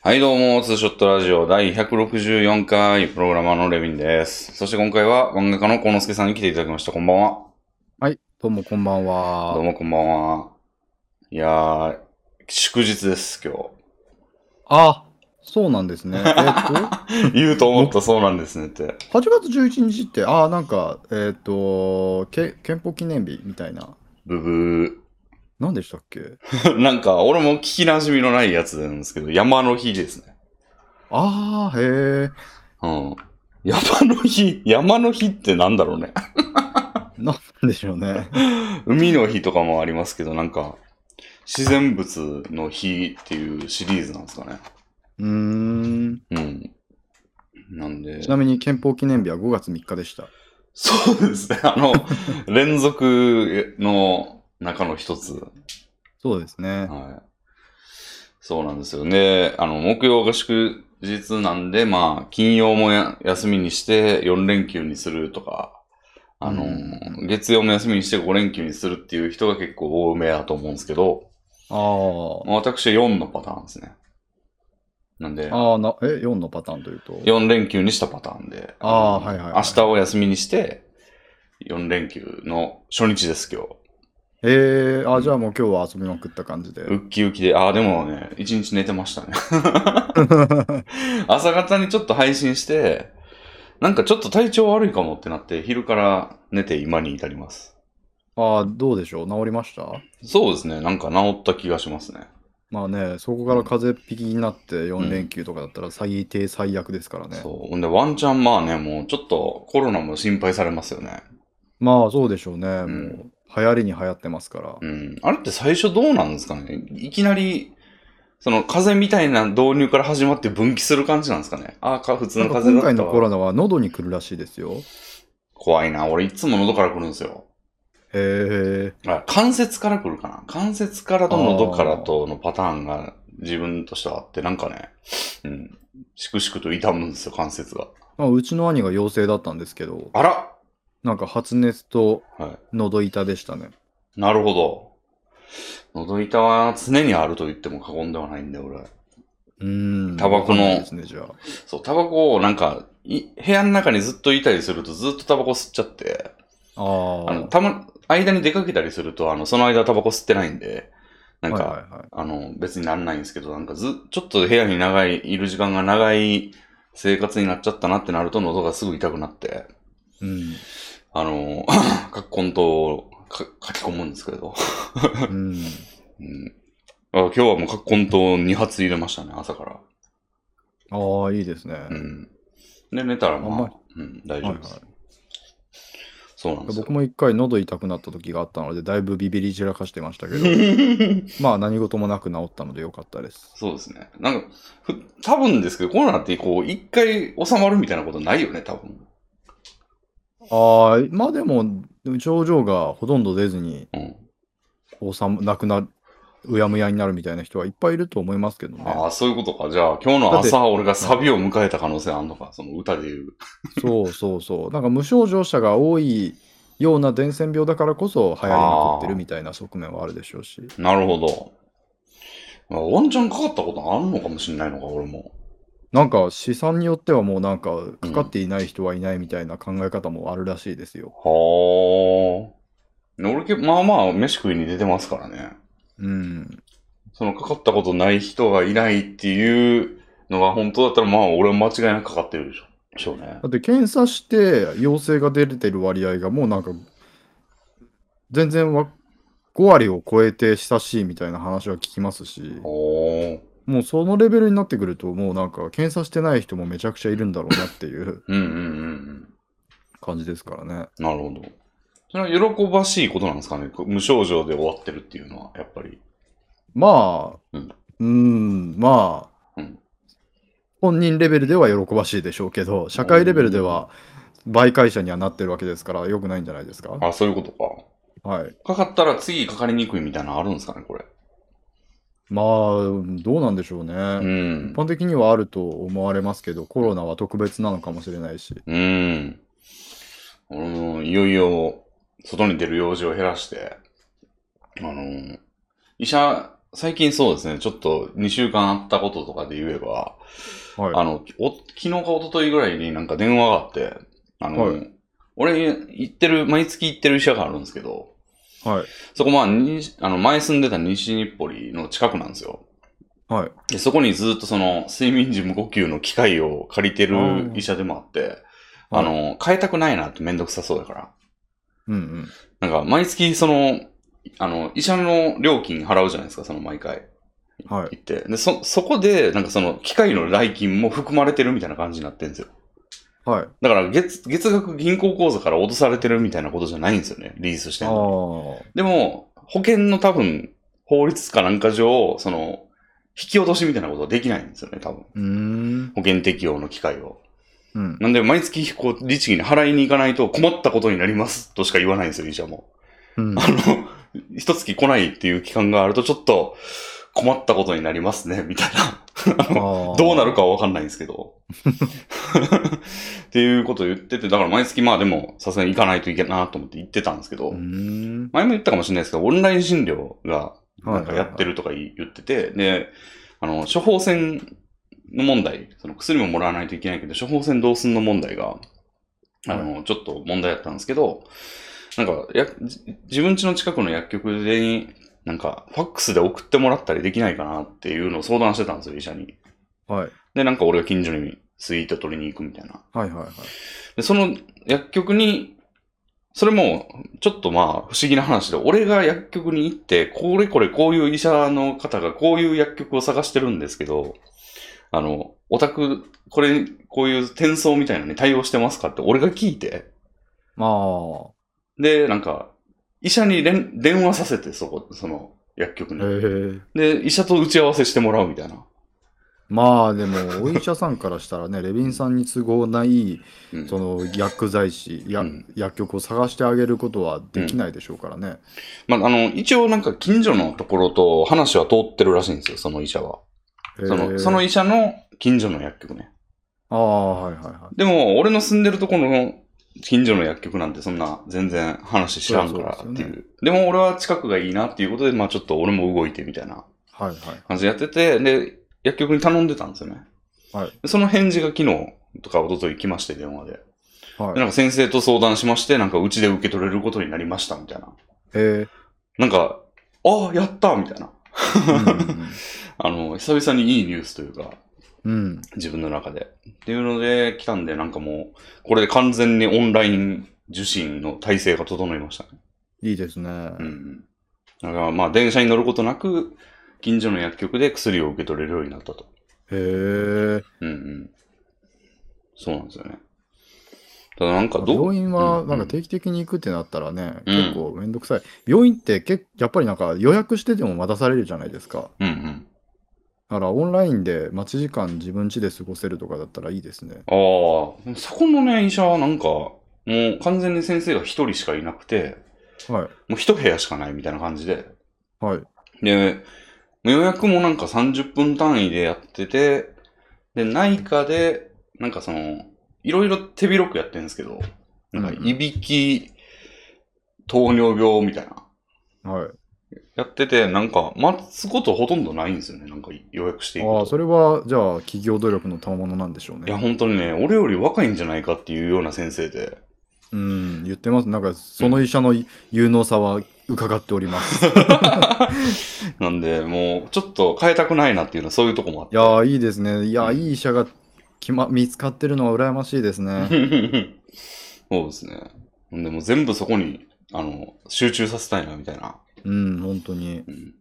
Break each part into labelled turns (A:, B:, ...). A: はい、どうも、ツーショットラジオ第164回、プログラマーのレビンです。そして今回は漫画家の幸之助さんに来ていただきました。こんばんは。
B: はい、どうもこんばんは。
A: どうも、こんばんは。いやー、祝日です、今
B: あ、そうなんですね。えっと、8
A: 日。 言うと思ったそうなんですねって。
B: 月11日って、あーなんか、えっ、とけ、憲法記念日みたいな。
A: ブブ
B: 何でしたっけ
A: ー。 なんか、俺も聞き馴染みのないやつなんですけど、山の日ですね。
B: あー、へー
A: うん。山の日、山の日ってなんだろうね。
B: なんでしょうね。
A: 海の日とかもありますけど、なんか、自然物の日っていうシリーズなんですかね。
B: うーん。
A: うん。なんで
B: ち、なみに憲法記念日は5月3日でした。
A: そうです ね。あの、連続の中の一つ。
B: そうですね。
A: はい。そうなんですよね。あの、木曜が祝日なんで、まあ、金曜もや休みにして4連休にするとか、あの、
B: う
A: 月曜も休みにして5連休にするっていう人が結構多めだと思うんですけど、
B: あー。
A: まあ私は4のパターンですね。なんで、
B: あーな、え、4のパターンというと。
A: 4連休にしたパターンで、
B: あー
A: の
B: はいはいはい
A: 明日を休みにして、4連休の初日です、今日。
B: えー、あー、じゃあもう今日は遊びまくった感じで。
A: ウッキウキで、ああ、でもね、1日寝てましたね。 朝方にちょっと配信して、なんかちょっと体調悪いかもってなって、昼から寝て今に至ります。
B: あー、どうでしょう治りました
A: そうですね、なんか治った気がしますね。
B: まあね、そこから風邪っ引きになって4連休とかだったら最低最悪ですからね。
A: そう。ほんで、ワンチャンまあね、もうちょっとコロナも心配されますよね。
B: まあそうでしょうね。
A: ん
B: もう流行りに流行ってますから。
A: うん。あれって最初どうなんですかねいきなり、その風邪みたいな導入から始まって分岐する感じなんですかねああ、か普通
B: な
A: の
B: んか
A: 風
B: 今
A: 邪だ
B: 回
A: った
B: のコ
A: わ
B: ロナは喉に来るらしいですよ。
A: 怖いな。俺いつも喉から来るんですよ。
B: へえ。
A: あ関節から来るかな関節からと喉からとのパターンが自分としてはあって、なんかね、うん。しくしくと痛むんですよ、関節が。
B: まあうちの兄が陽性だったんですけど、
A: あら
B: なんか発熱と
A: は
B: 喉痛でしたね。
A: い。なるほど。喉痛は常にあると言っても過言ではないんで、俺。
B: うーん。
A: タバコの
B: わかんないですね、じゃあ。
A: そう、タバコをなんか、い部屋の中にずっといたりするとずっとタバコ吸っちゃって、
B: あ
A: あの、
B: ー
A: たま、間に出かけたりすると、あの、その間タバコ吸ってないんで、なんか、
B: はいはいはい。
A: あの、別になんないんですけど、なんかず、ちょっと部屋に長い、いる時間が長い生活になっちゃったなってなると、喉がすぐ痛くなって、
B: うん。
A: あの、 カッコンとか書き込むんですけど、
B: う
A: う
B: ん。
A: ん。あ今日はもうカッコンと2発入れましたね、朝から。
B: ああ、いいですね。
A: うん。で、寝たらまあ、
B: あんまり
A: うん、大丈夫です。
B: はい
A: そうなんですよ
B: 僕。も一回喉痛くなった時があったので、だいぶビビり散らかしてましたけど、 まあ何事もなく治ったのでよかったです。
A: そうですね。なんか、ふ多分ですけど、コロナってこう、一回収まるみたいなことないよね、多分。
B: ああ、まあでも、症状がほとんど出ずに、
A: うん。
B: おさむ、なくなる、うやむやになるみたいな人はいっぱいいると思いますけどね。
A: ああ、そういうことか。じゃあ、今日の
B: だって
A: 朝、俺がサビを迎えた可能性あんのか、その歌で言う。
B: そうそうそう。なんか無症状者が多いような伝染病だからこそ流行りまくってるみたいな側面はあるでしょうし。
A: なるほど。まあワンチャンかかったことあるのかもしれないのか、俺も。
B: なんか試算によってはもうなんかかかっていない人はいないみたいな考え方もあるらしいですよ。
A: はあ。ね俺け、まあまあ、飯食いに出てますからね。
B: うん。
A: その、かかったことない人がいないっていうのが本当だったら、まあ、俺は間違いなくかかってるでしょ。でしょうね。
B: だって検査して陽性が出てる割合がもうなんか全然わ5割を超えて久しいみたいな話は聞きますし。
A: おー。
B: もうそのレベルになってくると、もうなんか検査してない人もめちゃくちゃいるんだろうなっていう
A: うんうんうんうん。
B: 感じですからね。
A: なるほど。それは喜ばしいことなんですかねこう無症状で終わってるっていうのは、やっぱり。
B: まあ、
A: う
B: うんん、んまあ、
A: うん
B: 本人レベルでは喜ばしいでしょうけど、社会レベルでは媒介者にはなってるわけですから、よくないんじゃないですか。
A: あ、そういうことか。
B: はい。
A: かかったら次かかりにくいみたいなのあるんですかね、これ。
B: まあ、どうなんでしょうね。
A: うん
B: 一。般的にはあると思われますけど、コロナは特別なのかもしれないし。
A: うん。俺もいよいよ、外に出る用事を減らして、あの、医者最近そうですね、ちょっと2週間あったこととかで言えば、
B: はい。
A: あの、お昨日か一昨日ぐらいになんか電話があって、あの、
B: は
A: 俺行ってる、毎月行ってる医者があるんですけど、
B: はい。
A: そこまあ、にあの前住んでた西日暮里の近くなんですよ。
B: はい。
A: で、そこにずっとその睡眠時無呼吸の機械を借りてる医者でもあって、
B: あー
A: あの、変えたくないなってめんどくさそうだから。
B: うんうん。
A: なんか毎月その、あの、医者の料金払うじゃないですか、その毎回。
B: は
A: 行
B: い。
A: って。で、そ、そこで、なんかその、機械の代金も含まれてるみたいな感じになってるんですよ。
B: はい。
A: だから月、月額銀行口座から落とされてるみたいなことじゃないんですよね、リースして
B: あ
A: ん
B: あ
A: の。でも、保険の多分、法律かなんか上、その、引き落としみたいなことはできないんですよね、多分。
B: ー。うーん。
A: 保険適用の機会を。
B: うん。
A: なんで、毎月、こう、律儀に払いに行かないと困ったことになりますとしか言わないんですよ、医者も。
B: うん。
A: あの、一月来ないっていう期間があると、ちょっと困ったことになりますね、みたいな。どうなる
B: か。
A: かはわかんないんですけど。っていうことを言ってて、だから毎月まあでも、さすがに行かないといけないなと思って行ってたんですけど、
B: うーん。
A: 前も言ったかもしれないですけど、オンライン診療がなんかやって
B: る。
A: るとか言ってて、で、あの、処方箋の問題、その薬ももらわないといけないけど、処方箋どうすんの問題が、あの、ちょっと問題だったんですけど、なんか、や、じ自分家の近くの薬局でに、なんか、ファックスで送ってもらったりできないかなっていうのを相談してたんですよ、医者に。
B: はい。
A: で、なんか俺が近所にスイート取りに行くみたいな。
B: はいはいはい。
A: で、その薬局に、それも、ちょっとまあ、不思議な話で、俺が薬局に行って、これこれこういう医者の方がこういう薬局を探してるんですけど、あの、オタク、これ、こういう転送みたいなのに対応してますかって俺が聞いて、
B: まあ。
A: で、なんか、医者に連電話させて、そこ、その薬局
B: ええ
A: に。で、医者と打ち合わせしてもらうみたいな。
B: まあでも、お医者さんからしたらね、レビンさんに都合ない、
A: うん
B: その薬剤師、や
A: うん
B: 薬局を探してあげることはできないでしょうからね。
A: まあ、あの、一応なんか近所のところと話は通ってるらしいんですよ、その医者は。そ
B: え
A: の
B: え
A: その医者の近所の薬局ね。
B: ああ、はいはいはい。
A: でも、俺の住んでるところの近所の薬局なんてそんな全然話知らんからって
B: そり
A: い
B: ゃそう
A: う。でも俺は近くがいいなっていうことで、まあちょっと俺も動いてみたいな
B: はいはい。
A: 感じでやってて、で、薬局に頼んでたんですよね。
B: はい
A: でその返事が昨日とか一昨日来まして、電話で。で
B: はい。
A: なんか先生と相談しまして、なんかうちで受け取れることになりましたみたいな。
B: ええ
A: なんか、ああ、やったみたいな。
B: うん
A: あの、久々にいいニュースというか、
B: うん。
A: 自分の中で。っていうので来たんで、なんかもう、これで完全にオンライン受診の体制が整いましたね。
B: いいですね
A: う。ん。だからまあ、電車に乗ることなく、近所の薬局で薬を受け取れるようになったと。
B: へえ。
A: うんうん。そうなんですよね。ただなんかどう、
B: 病院は
A: うん
B: なんか定期的に行くってなったらね、
A: うん
B: 結構めんどくさい。病院って結やっぱりなんか予約してても待たされるじゃないですか。
A: うんうん。
B: だからオンラインで待ち時間自分家で過ごせるとかだったらいいですね。
A: ああ、そこのね、医者はなんか、もう完全に先生が一人しかいなくて、
B: は
A: もう一部屋しかないみたいな感じで、
B: い。はい。
A: で、予約もなんか30分単位でやってて、で、内科で、なんかその、いろいろ手広くやってるんですけど、なんか
B: う、ん
A: いびき、糖尿病みたいな。
B: はい。
A: やってて、なんか、待つことほとんどないんですよね。なんか、予約していく
B: ああ、
A: と。
B: それはじゃあ企業努力の賜物なんでしょう
A: いや、
B: ね。
A: 本当にね、俺より若いんじゃないかっていうような先生で。
B: うん、言ってます。なんかその医者の有能さは伺ってお ります。い
A: なんで、もう、ちょっと変えたくないなっていうのは、そういうとこもあって。
B: やー、いいですね。いや
A: う
B: ー、
A: ん
B: いい医者が決ま見つかってるのは羨ましいですね。
A: そうですね。なんで、もう全部そこに、あの、集中させたいな、みたいな。
B: うん、本当に。
A: うん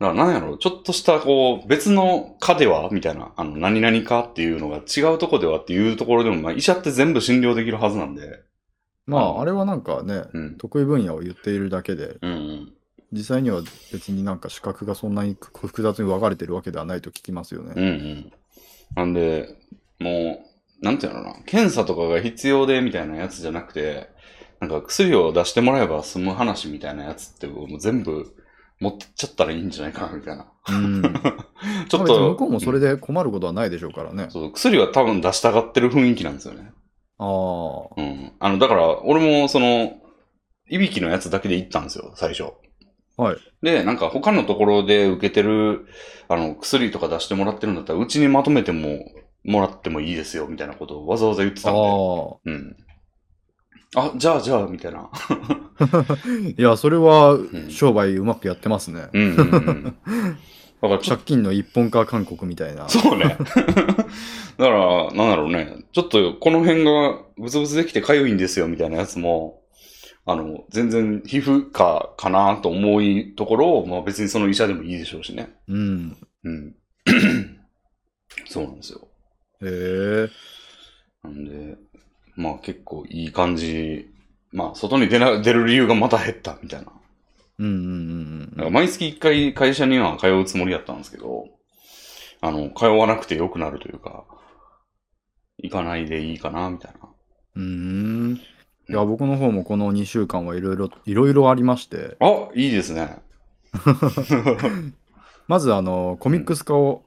A: だからなんやろ、ちょっとしたこう、別の科ではみたいな、あの、何々かっていうのが違うとこではっていうところでも、まあ、医者って全部診療できるはずなんで。
B: ま
A: あの
B: あ、あれはなんかね、
A: うん。
B: 得意分野を言っているだけで、
A: うんうん。
B: 実際には別になんか資格がそんなに複雑に分かれてるわけではないと聞きますよ
A: う
B: ね。
A: んうん。なんで、もう、なんていうのかな、検査とかが必要でみたいなやつじゃなくて、なんか薬を出してもらえば済む話みたいなやつって、もう全部持ってっちゃったらいいんじゃないかな、みたいな。
B: うん。ま
A: ちょ
B: あ
A: っ
B: 別に
A: と、
B: 向こうもそれで困ることはないでしょうからね。
A: そう薬は多分出したがってる雰囲気なんですよね。
B: ああ。
A: うん。あの、だから、俺も、その、いびきのやつだけで行ったんですよ、最初。
B: はい。
A: で、なんか他のところで受けてる、あの、薬とか出してもらってるんだったら、うちにまとめても、もらってもいいですよ、みたいなことをわざわざ言って
B: あ
A: た
B: あ
A: んで。うん。あ、じゃあじゃあ、みたいな。
B: ー。いや、それは商売うまくやってますね。
A: うんうんうん。だからちょっ
B: 借金の一本化韓国みたいな
A: と、。そうね。だ から、なんだろうね。ちょっとこの辺がブツブツできて痒いんですよ、みたいなやつも、あの、全然皮膚科かなと思いところを、まあ別にその医者でもいいでしょうしね。
B: うん。
A: うん。 そうなんですよ。
B: へえ。
A: なんで、まあ結構いい感じ。まあ外に出な出る理由がまた減ったみたいな。
B: うんう
A: だ
B: んうん
A: か
B: う
A: ら
B: ん。
A: 毎月1回会社には通うつもりだったんですけど、あの、通わなくてよくなるというか、行かないでいいかな、みたいな。
B: うーん。いや、僕の方もこの2週間はいろいろ、いろいろありまして、
A: あ、いいですね。
B: まず、あの、コミックス化を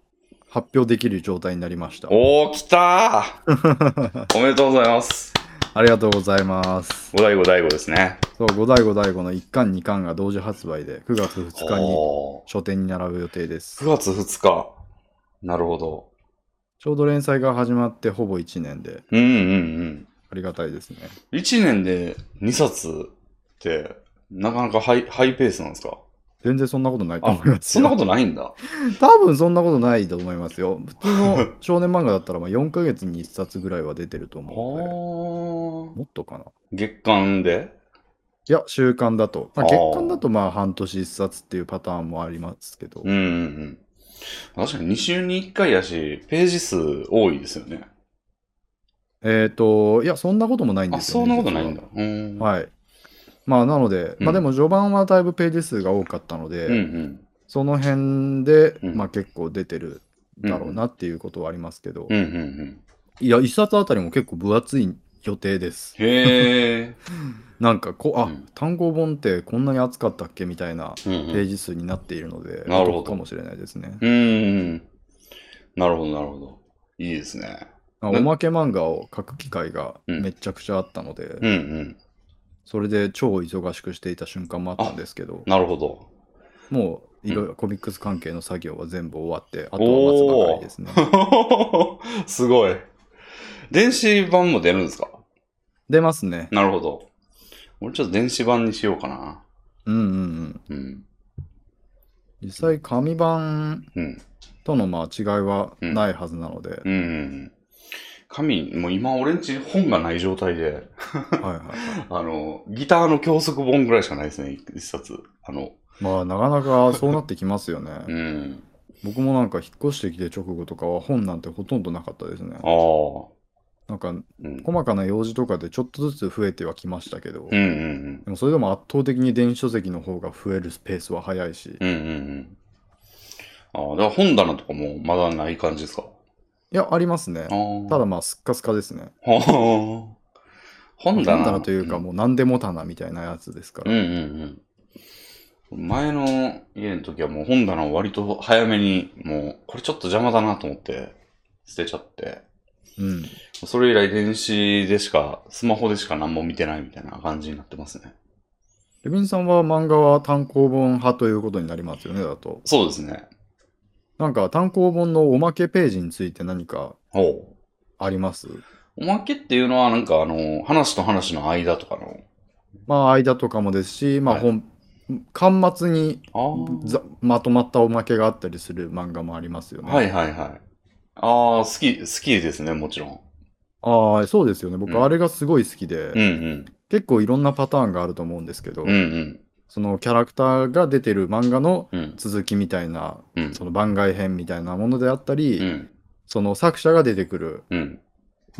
B: 発表できる状態になりました。
A: おー、来たーおめでとうございます。
B: ありがとうございます。
A: 五代五代五ですね。
B: そう、五大五大五の1巻2巻が同時発売で、9月2日に
A: お
B: 書店に並ぶ予定です
A: ー。9月2日。なるほど。
B: ちょうど連載が始まってほぼ1年で、
A: うんうんうん。
B: ありがたいですね。
A: 1年で2冊って、なかなかハイハイペースなんですか
B: 全然そんなことないと
A: あ
B: 思いま、す
A: そんな
B: よ。
A: ことないんだ。
B: 多分そんなことないと思いますよ。普通の少年漫画だったら、まあ4ヶ月に1冊ぐらいは出てると思うので、
A: はあ
B: もっとかな。
A: 月間で
B: いや、週刊だと。まあ、
A: あー
B: 月刊だとまあ半年一冊っていうパターンもありますけど。
A: うんうんうん。確かに2週に1回やし、ページ数多いですよね。
B: えっ、と、いや、そんなこともないん
A: あ、
B: ですよ、
A: そ
B: ね。
A: んなことないんだ。うん。
B: 実は。はい。まあ、なので、
A: うん
B: まあでも序盤はだいぶページ数が多かったので、
A: うんうん。
B: その辺で、
A: うん
B: まあ結構出てるだろうなっていうことはありますけど、
A: うんうんうん。
B: いや、一冊あたりも結構分厚い予定です。
A: へえ。
B: なんかこ、あ、
A: うん
B: 単行本ってこんなに厚かったっけみたいな
A: うん
B: ページ数になっているので、
A: なるほど
B: お得かもしれないですね。
A: うん。うん。なるほど、なるほど。いいですね。
B: まあ
A: うん
B: おまけ漫画を書く機会がめちゃくちゃあったので、
A: うんうん。
B: それで超忙しくしていた瞬間もあったんですけど、
A: なるほど。
B: もういろいろコミックス関係の作業は全部終わって、あとは待つばかりですね。
A: すごい。電子版も出るんですか
B: 出ますね。
A: なるほど。俺ちょっと電子版にしようかな。
B: うんうんうん。
A: うん。
B: 実際、紙版
A: うん。
B: とのまあ違いはないはずなので、
A: うんうん。紙、もう今俺んち本がない状態で、
B: はいはいは
A: あの、ギターの教則本ぐらいしかないですね、一冊。あの、
B: い。まあ、なかなかそうなってきますよね。
A: うん。
B: 僕もなんか引っ越してきて直後とかは本なんてほとんどなかったですね
A: あ。あ。
B: なん
A: う
B: か、
A: ん。
B: 細かな用事とかでちょっとずつ増えてはきましたけど
A: うんう、ん
B: でもそれでも圧倒的に電子書籍の方が増えるスペースは早いし、い
A: うん。うんうんうん。ああ、だから本棚とかもまだない感じですか
B: や、ありますね
A: あ。あ。
B: ただまあ、すっかすかですね。
A: あー本棚
B: 本棚というか、もう何でも棚みたいなやつですか
A: う
B: ら。
A: んうんうん。前の家の時はもう本棚を割と早めに、もうこれちょっと邪魔だなと思って捨てちゃって、
B: うん。
A: それ以来電子でしか、スマホでしか何も見てないみたいな感じになってますね。
B: レビンさんは漫画は単行本派ということになりますよね、だと。
A: そうですね。
B: なんか単行本のおまけページについて何か
A: ほう。
B: あります
A: おまけっていうのはなんかあの、話と話の間とかの。
B: まあ、間とかもですし、まあ
A: はい
B: 本、巻末に
A: あ
B: ざまとまったおまけがあったりする漫画もありますよね。
A: はいはいはい。ああ、好き、好きですね、もちろん。
B: ああ、そうですよね。
A: う
B: 僕、
A: ん
B: あれがすごい好きで、
A: うんうん。
B: 結構いろんなパターンがあると思うんですけど、
A: うんうん。
B: そのキャラクターが出てる漫画の
A: うん。
B: 続きみたいな、
A: うん。
B: その番外編みたいなものであったり、
A: うん。
B: その作者が出てくる、
A: うん。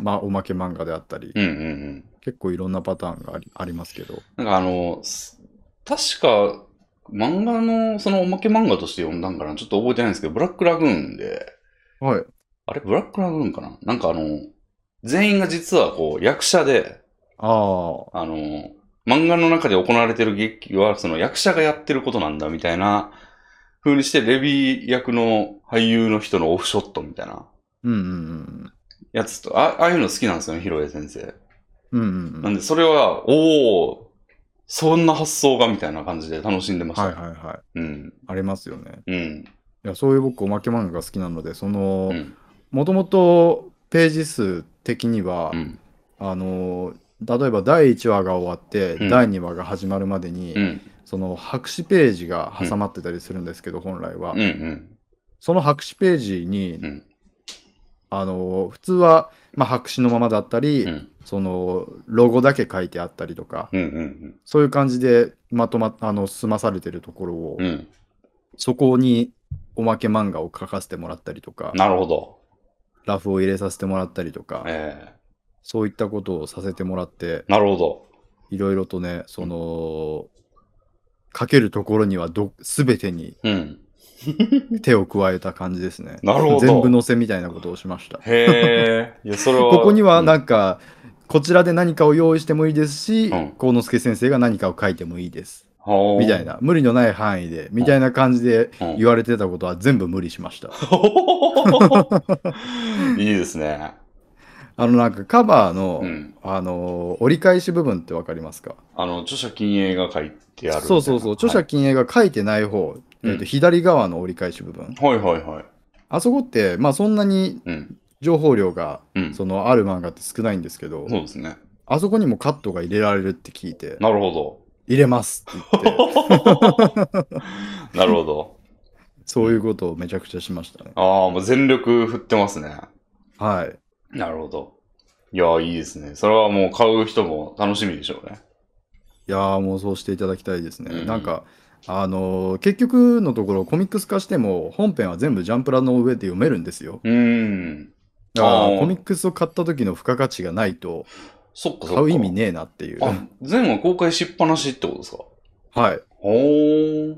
B: まあ、おまけ漫画であったり、
A: うんうんうん。
B: 結構いろんなパターンがありありますけど。
A: なんかあの、す確か、漫画の、そのおまけ漫画として読んだんかな、ちょっと覚えてないんですけど、ブラックラグーンで、
B: はい。
A: あれ、ブラックラグーンかななんかあの、全員が実はこう、役者で、
B: ああ、
A: あの、漫画の中で行われてる劇は、その役者がやってることなんだ、みたいな風にして、レビー役の俳優の人のオフショットみたいな
B: うんうん
A: やつと、あああいうの好きなんですよね、広江先生。
B: うん。うんうんう
A: なん
B: ん。
A: で、それは、おおそんな発想がみたいな感じで楽しんでました。
B: はいはいはい。
A: うん。
B: ありますよね。
A: うん。
B: いや、そういう僕、おまけ漫画が好きなので、その
A: う、ん。
B: もともとページ数的には、
A: うん。
B: あの、例えば第1話が終わって、
A: うん
B: 第2話が始まるまでに、
A: うん。
B: その白紙ページが挟まってたりするんですけど、本来は、
A: うん。うん。
B: その白紙ページに、
A: うん
B: あの普通は、まあ、白紙のままだったり、
A: うん。
B: そのロゴだけ書いてあったりとか、
A: うん。うん。
B: そういう感じでまとまあの済まされてるところを、
A: うん。
B: そこにおまけ漫画を書かせてもらったりとか、
A: なるほど。
B: ラフを入れさせてもらったりとか、
A: え
B: そういったことをさせてもらって
A: えなるほど。
B: いろいろとねその、書けるところにはど全てに
A: うん。
B: 手を加えた感じですね。
A: なるほど
B: 全部載せみたいなことをしました。
A: へえ。いや、それは。
B: ここには
A: うん
B: なんか、こちらで何かを用意してもいいですし、
A: うん
B: 幸之助先生が何かを書いてもいいです。
A: ほう
B: みたい。な、無理のない範囲で、みたいな感じで
A: うん
B: 言われてたことは全部無理し ました。
A: いいですね。
B: あのなんかカバーの、
A: うん。
B: あのー折り返し部分ってわかりますか
A: あの、著者禁煙が書いてあるみたいな。
B: そうそうそう、著者禁映が書いてない方、えー
A: うん
B: と左側の折り返し部分。
A: はいはいはいはい。
B: あそこって、まあそんなに
A: うん。
B: 情報量が、
A: うん。そ
B: そのある漫画って少ないんですけど、
A: うですね。
B: あそこにもカットが入れられるって聞いて、
A: なる ほ
B: 入れますって言って、
A: ど。なるほど。
B: そういうことをめちゃくちゃしましたね。
A: ああ、もう全力振ってますね。
B: はい。
A: なるほど。いや、いいですね。それはもう買う人も楽しみでしょうね。
B: いやー、もうそうしていただきたいですね。
A: うん
B: なんか、あのー結局のところ、コミックス化しても、本編は全部ジャンプラの上で読めるんですよ。
A: うーん。
B: だから
A: あー
B: コミックスを買った時の付加価値がないと、
A: そっかそっか。
B: 買う意味ねえなっていう。
A: あ、全話公開しっぱなしってことですか
B: はい。
A: おー。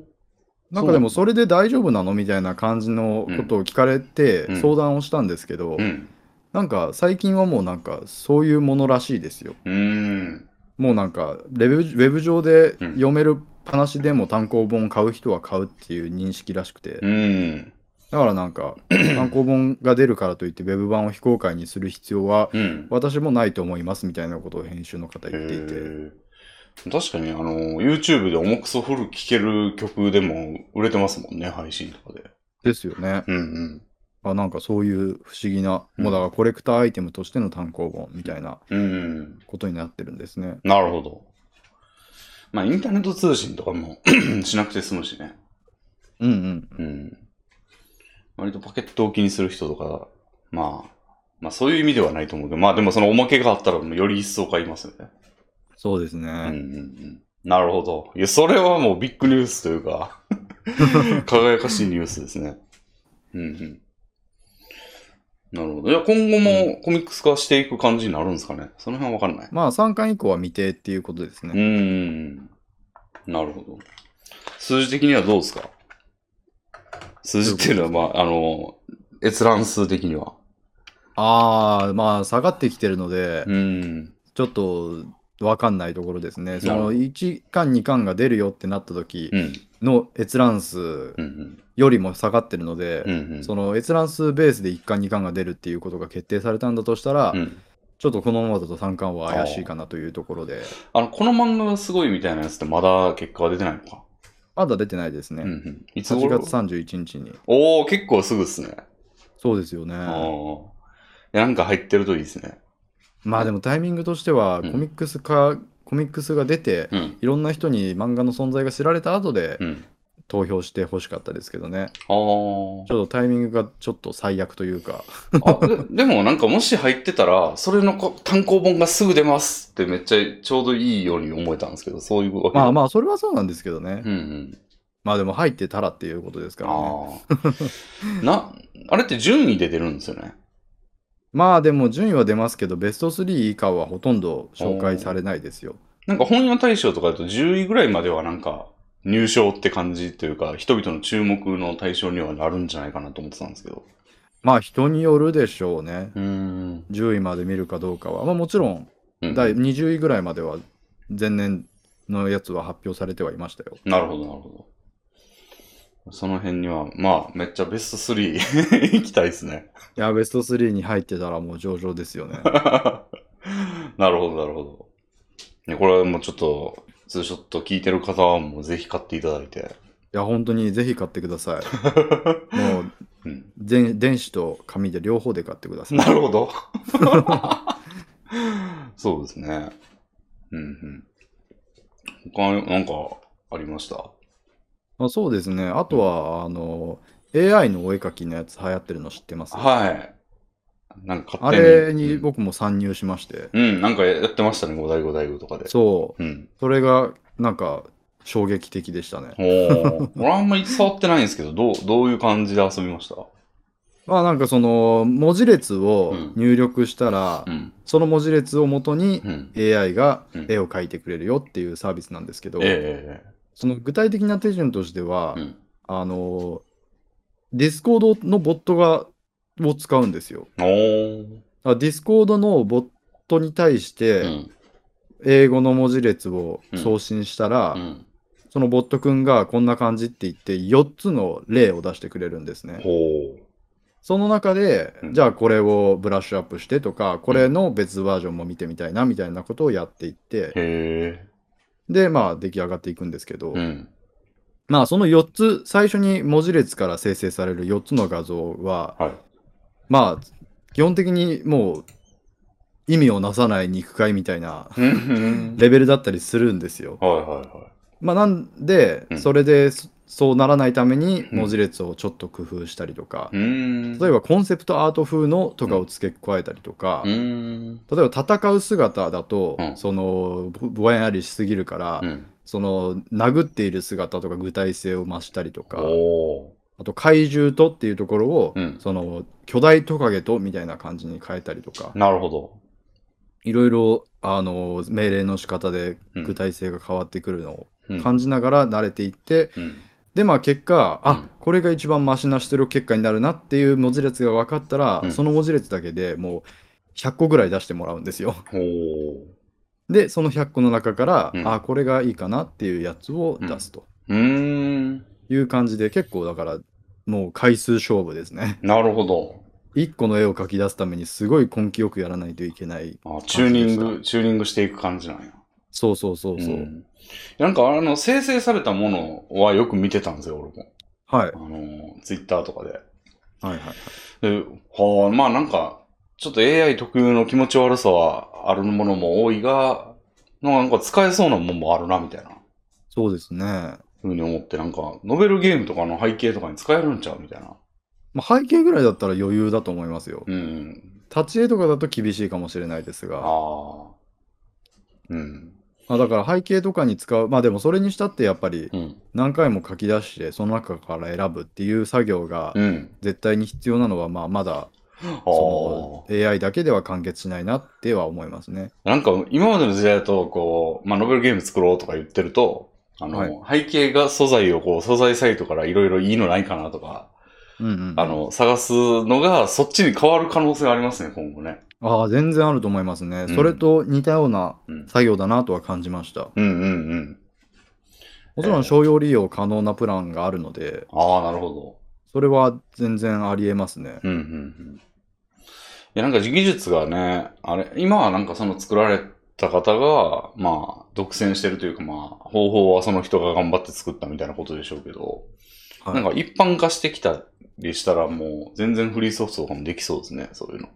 B: なんかでも、それで大丈夫なのみたいな感じのことを聞かれて
A: うん、
B: 相談をしたんですけど、
A: うん。
B: なんか、最近はもうなんか、そういうものらしいですよ。
A: うーん。
B: もうなんかレブ、ウェブ上で
A: うん
B: 読める話でも単行本買う人は買うっていう認識らしくて、
A: うん。
B: だからなん か、単行本が出るからといって、ウェブ版を非公開にする必要は、
A: うん。
B: 私もないと思いますみたいなことを編集の方言っていて、
A: へー確かに、あの、YouTube で重くそフル聴ける曲でも売れてますもんね、配信とかで。
B: ですよね。
A: うんうん。
B: あなんかそういう不思議な、
A: うん
B: もうだからコレクターアイテムとしての単行本みたいな
A: うん。
B: ことになってるんですね。
A: なるほど。まあ、インターネット通信とかも しなくて済むしね。
B: うんうん。
A: うん。割とパケットを気にする人とか、まあ、まあそういう意味ではないと思うけど、まあでもそのおまけがあったらより一層買いますよね。
B: そうです
A: うんうんう
B: ね。
A: ん。なるほど。いや、それはもうビッグニュースという か、輝かしいニュースですね。うんうん。なるほど。いや、今後もコミックス化していく感じになるんですかね。その辺はわかんない。
B: まあ3巻以降は未定っていうことです
A: う
B: ね。
A: ん。なるほど。数字的にはどうですか数字っていうのは、まあ、あの、閲覧数的には。
B: ああ、まあ下がってきてるので、
A: うん。
B: ちょっとわかんないところですね。そ
A: なるほ
B: の
A: ど
B: 1巻2巻が出るよってなった時
A: うん。
B: の閲覧数
A: うんうん。
B: よりも下がってるので、
A: うんうん。
B: その閲覧数ベースで1巻2巻が出るっていうことが決定されたんだとしたら、
A: うん
B: ちょっとこのままだと3巻は怪しいかなというところで
A: あの、この漫画がすごいみたいなやつってまだ結果は出てないのか。
B: まだ出てないですね、
A: うんうん。いつ
B: 8
A: 頃
B: 月31日に
A: おお結構すぐっすね。
B: そうですよね
A: あーいやなんか入ってるといいですね。
B: まあでもタイミングとしては
A: うん
B: コミックスか、コミックスが出て、
A: うん。
B: いろんな人に漫画の存在が知られた後で
A: うん。
B: 投票してほしかったですけどね
A: あー
B: ちょっとタイミングがちょっと最悪というか
A: あででもなんかもし入ってたら、それのこ単行本がすぐ出ますってめっちゃちょうどいいように思えたんですけど、そういうわけ
B: まあまあそれはそうなんですけどね、
A: うんうん。
B: まあでも入ってたらっていうことですからね
A: ああ。な、あれって順位で出るんですよね。
B: まあでも順位は出ますけどベスト3以下はほとんど紹介されないですよ
A: なんか本屋大賞とかだと10位ぐらいまではなんか入賞って感じというか、人々の注目の対象にはなるんじゃないかなと思ってたんですけど。
B: まあ人によるでしょうね。
A: うーん。
B: 10位まで見るかどうかは。まあもちろん、
A: うん
B: 第20位ぐらいまでは前年のやつは発表されてはいましたよ。
A: なるほど、なるほど。その辺には、まあ、めっちゃベスト3 行きたいですね。
B: いや、ベスト3に入ってたらもう上々ですよね。
A: なるほど、なるほど。ね、これはもうちょっと、ツーショット聞いてる方はもうぜひ買っていただいて。
B: や、本当にぜひ買ってくだ さい。もう、
A: うん、
B: 全電子と紙で両方で買ってください。
A: なるほ ど。そうですね。うんうん。他、なんかありました
B: まあ、そうですね。あとは、あの、AI のお絵描きのやつ流行ってるの知ってます
A: はい。なんか
B: あ
A: 勝手
B: れ
A: に。
B: に
A: うん
B: 僕も参入しまして、
A: うん、なんかやってましたね、五大五大五とかで。。
B: そう
A: ん
B: う、。それがなんか衝撃的でしたね。
A: おー俺あんまり触ってないんですけど、どう、どういう感じで遊びました
B: まあなんかその文字列を
A: うん
B: 入力したら、
A: うん。
B: その文字列をもとに
A: うん。
B: AI が
A: うん
B: 絵を描いてくれるよっていうサービスなんですけど、
A: え
B: その具体的な手順としては
A: え、うん。
B: あの、ディスコードのボットがを使うんですよ。
A: おー。
B: だからディスコードのボットに対して、
A: うん。
B: 英語の文字列を送信したら、
A: うん。
B: そのボットくんがこんな感じって言って4つの例を出してくれるんですね。
A: ほう。
B: その中で、
A: うん
B: じゃあこれをブラッシュアップしてとか、これの別バージョンも見てみたいなみたいなことをやっていって、
A: へえ。
B: で、まあ出来上がっていくんですけど、
A: うん。
B: まあその4つ、最初に文字列から生成される4つの画像は、
A: はい。
B: まあ基本的にもう意味をなさない肉塊みたいな
A: うん
B: レベルだったりするんですよ。
A: はいはいは
B: まあ、なんで、
A: うん
B: それでそそうならないために
A: うん
B: 文字列をちょっと工夫したりとか
A: い。、うん。
B: 例えばコンセプトアート風のとかを付け加えたりとか、
A: うん。
B: 例えば戦う姿だと、
A: うん
B: そのぼぼやりしすぎるから、
A: うん。
B: その殴っている姿とか具体性を増したりとか、
A: おー。
B: あと怪獣とっていうところを、
A: うん
B: その巨大トカゲとみたいな感じに変えたりとか、
A: なるほど。
B: いろいろあの命令の仕方で具体性が変わってくるのを
A: うん
B: 感じながら慣れていって、
A: うん。
B: でまあ結果あ、
A: うん
B: これが一番マシな出力結果になるなっていう文字列が分かったら、
A: うん
B: その文字列だけでもう100個ぐらい出してもらうんですよ。
A: ほう。
B: でその100個の中から、
A: うん
B: あこれがいいかなっていうやつを出すと
A: うーん。
B: いう感じで、結構だからもう回数勝負ですね。
A: なるほど。
B: 1個の絵を描き出すためにすごい根気よくやらないといけない。
A: あチューニング、チューニングしていく感じなんや。
B: そうそうそうそう。
A: んなんか、あの、生成されたものはよく見てたんですよ、俺も。
B: は
A: あ
B: い
A: の、ツイッターとかで。
B: はいはい。
A: で、はあ、まあなんか、ちょっと AI 特有の気持ち悪さはあるものも多いが、なんか使えそうなもんもあるな、みたいな。
B: そうですね。
A: ふ
B: ま
A: うに思って、なんか、ノベルゲームとかの背景とかに使えるんちゃうみたいな。
B: あ、背景ぐらいだったら余裕だと思いますよ。
A: うん。
B: 立ち絵とかだと厳しいかもしれないですが。
A: ああ。うん。
B: まあ、だから背景とかに使う、まあでもそれにしたってやっぱり
A: うん。
B: 何回も書き出して、その中から選ぶっていう作業が
A: うん。
B: 絶対に必要なのは、まあまだ
A: ああ
B: そ。の AI だけでは完結しないなっては思いますね。
A: なんか今までの時代だと、こう、まあ、ノベルゲーム作ろうとか言ってると、あの、背景が素材をこう、素材サイトからいろいろいいのないかなとか、
B: うんうん。
A: あの、探すのがそっちに変わる可能性がありますね、今後ね。
B: ああ、全然あると思いますね。
A: うん
B: それと似たような
A: うん
B: 作業だなとは感じました。
A: うんうんうん。
B: もちろん商用利用可能なプランがあるので、
A: ああ、なるほど。
B: それは全然ありえますね。
A: うんうんうん。いや、なんか技術がね、あれ、今はなんかその作られた方が、まあ、独占してるというか、まあ、方法はその人が頑張って作ったみたいなことでしょうけど、
B: はい
A: なんか一般化してきたりしたら、もう全然フリーソフトとかもできそうですね、そういうの。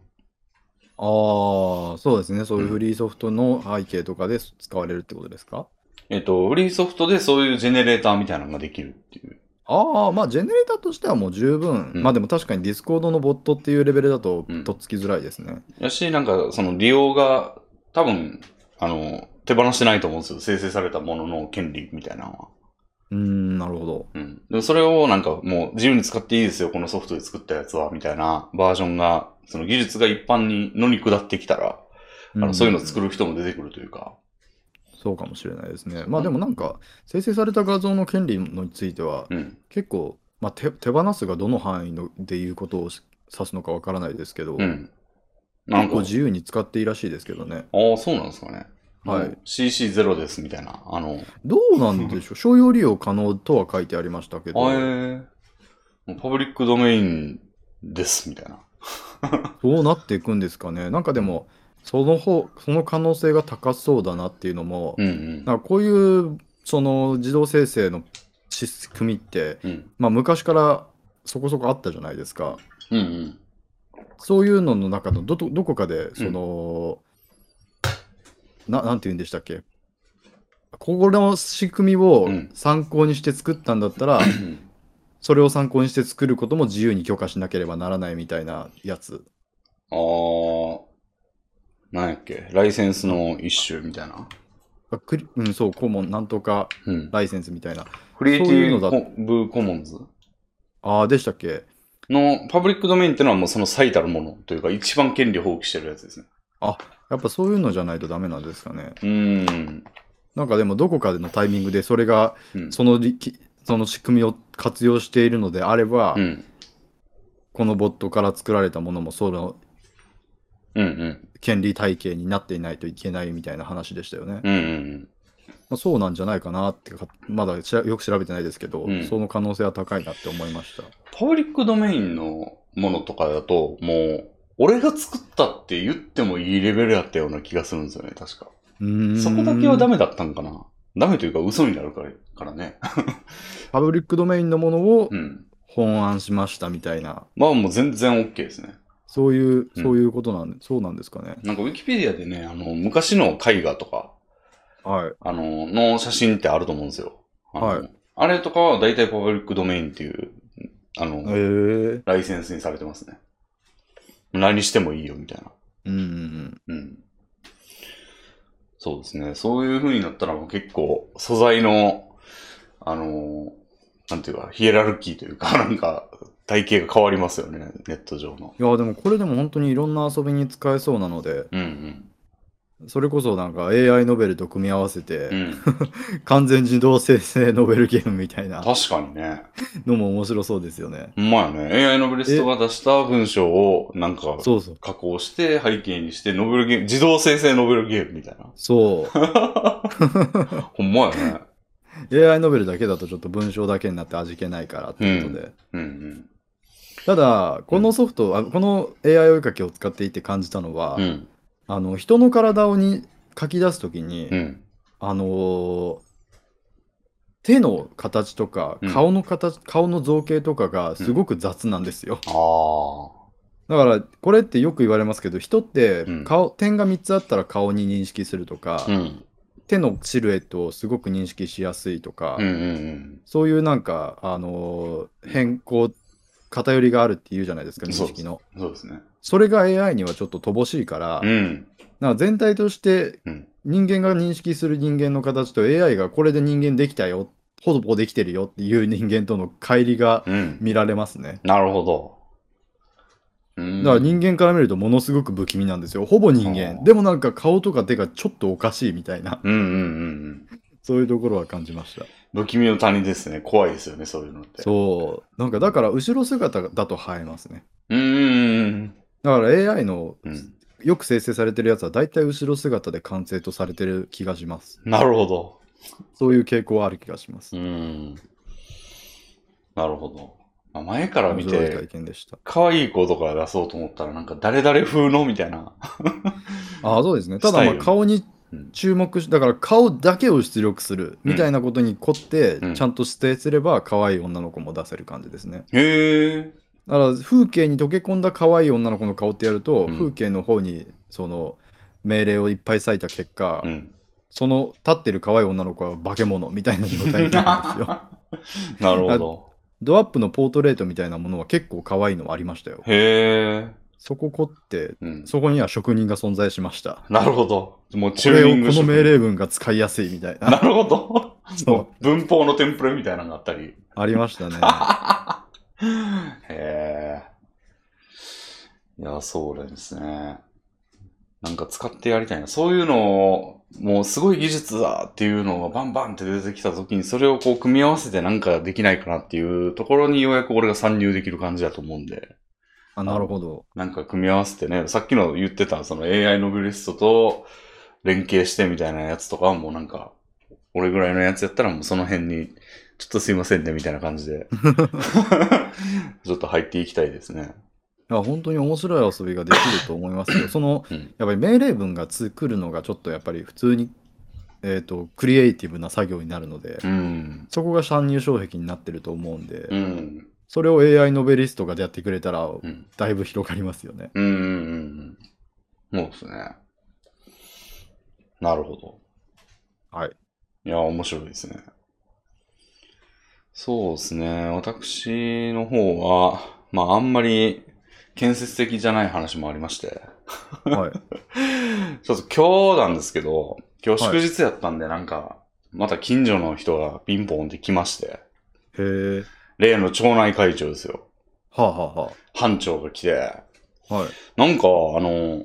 B: ああ、そうですね。そういううんフリーソフトの背景とかで使われるってことですか
A: えっと、フリーソフトでそういうジェネレーターみたいなのができるっていう。
B: ああ、まあ、ジェネレーターとしてはもう十分。
A: うん
B: まあ、でも確かにディスコードのボットっていうレベルだと
A: うん、
B: とっつきづらいですね。
A: やし、なんかその利用が多分、あの、手放してないと思うんですよ。生成されたものの権利みたいなのは。
B: うーん、なるほど。
A: うん。でもそれをなんかもう自由に使っていいですよ、このソフトで作ったやつは、みたいなバージョンが、その技術が一般にのに下ってきたら、あのそういうのを作
B: る。
A: る人も出てくるというか。
B: そうかもしれないですね。まあ、でもなんか、生成された画像の権利のについては、
A: うん。
B: 結構、まあ、手手放すがどの範囲のでいうことを指すのかわからないですけど、
A: うん。なん
B: 結
A: か、
B: 構
A: あ
B: 自由に使っていいらしいですけどね。
A: あー、そうなんですかね。
B: は
A: も
B: い
A: う。CC0 です、みたいな。あの、
B: どうなんでしょう商用利用可能とは書いてありましたけど、
A: あえー、パブリックドメインです、みたいな。
B: どうなっていくんですかね。なんかでも、その方、その可能性が高そうだなっていうのも、
A: うんうん。
B: なんかこういう、その自動生成の仕組みって、
A: うん
B: まあ昔からそこそこあったじゃないですか。
A: うんうん。
B: そういうのの中のどとどこかで、その、な、なんて言うんでしたっけここの仕組みを
A: うん
B: 参考にして作ったんだったら、
A: うん
B: それを参考にして作ることも自由に許可しなければならないみたいなやつ。
A: あー、なんやっけ、ライセンスの一種みたいな。
B: あクリうん、そう、コモン、なんとか
A: うん。
B: ライセンスみたいな。
A: クリエイテ
B: そういう
A: ィ
B: のだ
A: ブコモンズ
B: ああ、でしたっけ
A: のパブリックドメインってのはもうその最たるものというか、一番権利を放棄してるやつですね。
B: やっぱそういうのじゃないとダメなんですかね。
A: うーん。
B: なんかでもどこかでのタイミングでそれが
A: うん。
B: そのりきその仕組みを活用しているのであれば、
A: うん。
B: このボットから作られたものもその
A: うんうん。
B: 権利体系になっていないといけないみたいな話でしたよね。
A: うんうん
B: まあ、そうなんじゃないかなってか、まだしらよく調べてないですけど、
A: うん
B: その可能性は高いなって思いました。
A: パブリックドメインのものとかだと、もう、俺が作ったって言ってもいいレベルやったような気がするんですよね、確か。
B: うーん
A: そこだけはダメだったんかな。ダメというか嘘になるからからね。
B: パブリックドメインのものを
A: うん。
B: 本案しましたみたいな、
A: まあもう全然 OK ですね。
B: そういう、
A: うん
B: そういうことなんで、そうなんですかね。
A: なんかウィキペディアでね、あの、昔の絵画とか、
B: はい。
A: あの、の写真ってあると思うんですよ。あの
B: はい
A: あれとかは大体パブリックドメインっていう、あの、
B: えー、
A: ライセンスにされてますね。何してもいいよ、みたいな。
B: うんうん
A: う
B: うん。
A: ん。そうですね。そういう風になったらもう結構素材の、あの、なんていうか、ヒエラルキーというか、 なんか、体系が変わりますよね、ネット上の。
B: いや、でもこれでも本当にいろんな遊びに使えそうなので、
A: うん
B: それこそなんか AI ノベルと組み合わせ
A: うん。う
B: て、
A: ん。
B: 完全自動生成ノベルゲームみたいな
A: 確かにね。
B: のも面白そうですよね。
A: ほんまやね。AI ノベリストが出した文章を、なん か、
B: そうそう。
A: 加工して、背景にして、ノベルゲーム、自動生成ノベルゲームみたいな。
B: そう。
A: ほんまや ね。
B: AI ノベルだけだとちょっと文章だけになって味気ないからってことで、
A: うん
B: ただこのソフト、あこの AI 追いかけを使っていて感じたのは、
A: うん。うん。
B: あの人の体をに書き出す時に、
A: うん。
B: あのー手の形とか
A: うん
B: 顔の形、顔の造形とかがすごく雑なんですよ、
A: ああ。
B: だからこれってよく言われますけど人って
A: うん
B: 顔、点が3つあったら顔に認識するとか、
A: うん。
B: 手のシルエットをすごく認識しやすいとか、
A: うんうんうん。
B: そういうなんか、あのー変更、偏りがあるっていうじゃないですか、認
A: そう
B: 識の。
A: そうですね。
B: それが AI にはちょっと乏しいから、
A: うん。
B: なんか全体として
A: うん
B: 人間が認識する人間の形と AI がこれで人間できたよ、ほぼできてるよっていう人間との乖離が
A: うん。
B: 見られますね。
A: なるほど。うん。
B: だから人間から見るとものすごく不気味なんですよ。ほぼ人
A: あ
B: 間。
A: ー
B: でもなんか顔とか手がちょっとおかしいみたいな、
A: うんうんうんうん。
B: そういうところは感じました。
A: 不気味の谷ですね。怖いですよね、そういうのって。う。
B: そう。なんかだから後ろ姿だと映えますね。
A: うんうん
B: だから AI の
A: うんうん。
B: よく生成されてるやつは大体後ろ姿で完成とされてる気がします。
A: なるほど。
B: そういう傾向はある気がします。
A: うん。なるほど。まあ、前から見
B: 面白い体
A: て、
B: 験でした。
A: 可愛い子とか出そうと思ったら、なんか誰々風のみたいな。
B: ああ、そうですね。た
A: スタ
B: だ
A: イ
B: まあ
A: ル
B: 顔に
A: うん
B: 注目し、だから顔だけを出力するみたいなことに凝って
A: うん、
B: ちゃんと指定すれば可愛い女の子も出せる感じですね。
A: へえ。
B: だから風景に溶け込んだ可愛い女の子の顔ってやると、
A: うん
B: 風景の方にその命令をいっぱい割いた結果、
A: うん。
B: その立ってる可愛い女の子は化け物みたいな状態になるんですよ。
A: なるほど。
B: ドアップのポートレートみたいなものは結構可愛いのありましたよ。
A: へえ。
B: そこ凝って、
A: うん。
B: そこには職人が存在しました。
A: なるほど。もう
B: こ
A: チュ
B: れ
A: ーニ
B: を
A: ング
B: この
A: 職人
B: 命令文が使いやすいみたいな。
A: なるほど。
B: そう
A: 文法のテンプレみたいなのがあったり。
B: ありまし たね。
A: へえ。いや、そうなんですね。なんか使ってやりたいな。そういうのを、もうすごい技術だっていうのがバンバンって出てきたときに、それをこう組み合わせてなんかできないかなっていうところにようやく俺が参入できる感じだと思うんで。
B: あなるほど。
A: なんか組み合わせてね、さっきの言ってたその AI ノベリストと連携してみたいなやつとかはもうなんか、俺ぐらいのやつやったらもうその辺に、ちょっとすいませんねみたいな感じで、ちょっと入っていきたいですね。
B: あや本当に面白い遊びができると思いま すよ。その
A: うん
B: やっぱり命令文が作るのがちょっとやっぱり普通に、えー、とクリエイティブな作業になるので、
A: うん。
B: そこが参入障壁になってると思うんで、
A: うん。
B: それを AI ノベリストがやってくれたら
A: ん
B: だいぶ広がりますよね。
A: うんうんうんうん。そうですね。なるほど。
B: はい。
A: いや、面白いですね。そうですね。私の方は、まあ、あんまり建設的じゃない話もありまして。
B: はい、
A: ちょっと今日なんですけど、今日
B: はい
A: 祝日やったんで、なんか、また近所の人がピンポンって来まして、
B: へえ。
A: 例の町内会長ですよ。
B: はあ、は
A: 班長が来て、
B: あはあ、はい。
A: なんか、あの、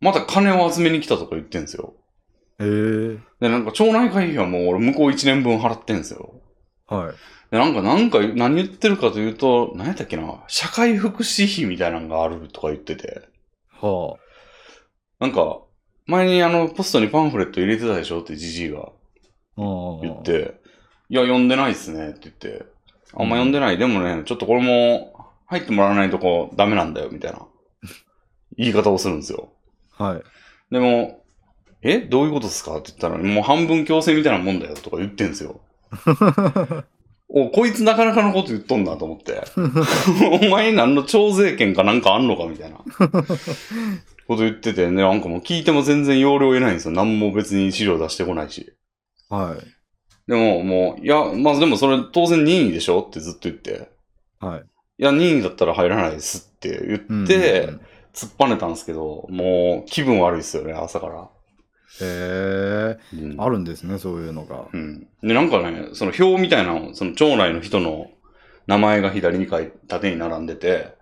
A: また金を集めに来たとか言ってんすよ。
B: へえ。
A: で、なんか町内会費はもう俺向こう1年分払ってんすよ。
B: はい。
A: で、なんか、なんか、何言ってるかというと、何やったっけな、社会福祉費みたいなのがあるとか言ってて、
B: は
A: なんか、前にあの、ポストにパンフレット入れてたでしょってじじいが。
B: あ。うん
A: 言っ。て、いや、読んでないっすねって言って、あんま読んでない、でもね、ちょっとこれも入ってもらわないとこダメなんだよ、みたいな言い方をするんですよ。
B: はい。
A: でも、えどういうことですかって言ったら、もう半分強制みたいなもんだよとか言ってんです よ。お、こいつなかなかのこと言っとんなと思って。お前何の徴税権かなんかあんのかみたいな。こと言っててね、なんかもう聞いても全然要領得ないんですよ。何も別に資料出してこないし。
B: はい。
A: でも、もう、いや、まずでもそれ当然任意でしょってずっと言って、
B: はい。
A: いや、任意だったら入らないですって言って、
B: うんうんうん
A: 突っぱねたんですけど、もう気分悪いですよね、朝から。
B: へえ。
A: うん
B: あるんですね、そういうのが。
A: うんで、なんかね、その表みたいなの、その町内の人の名前が左に書い縦に並んでて、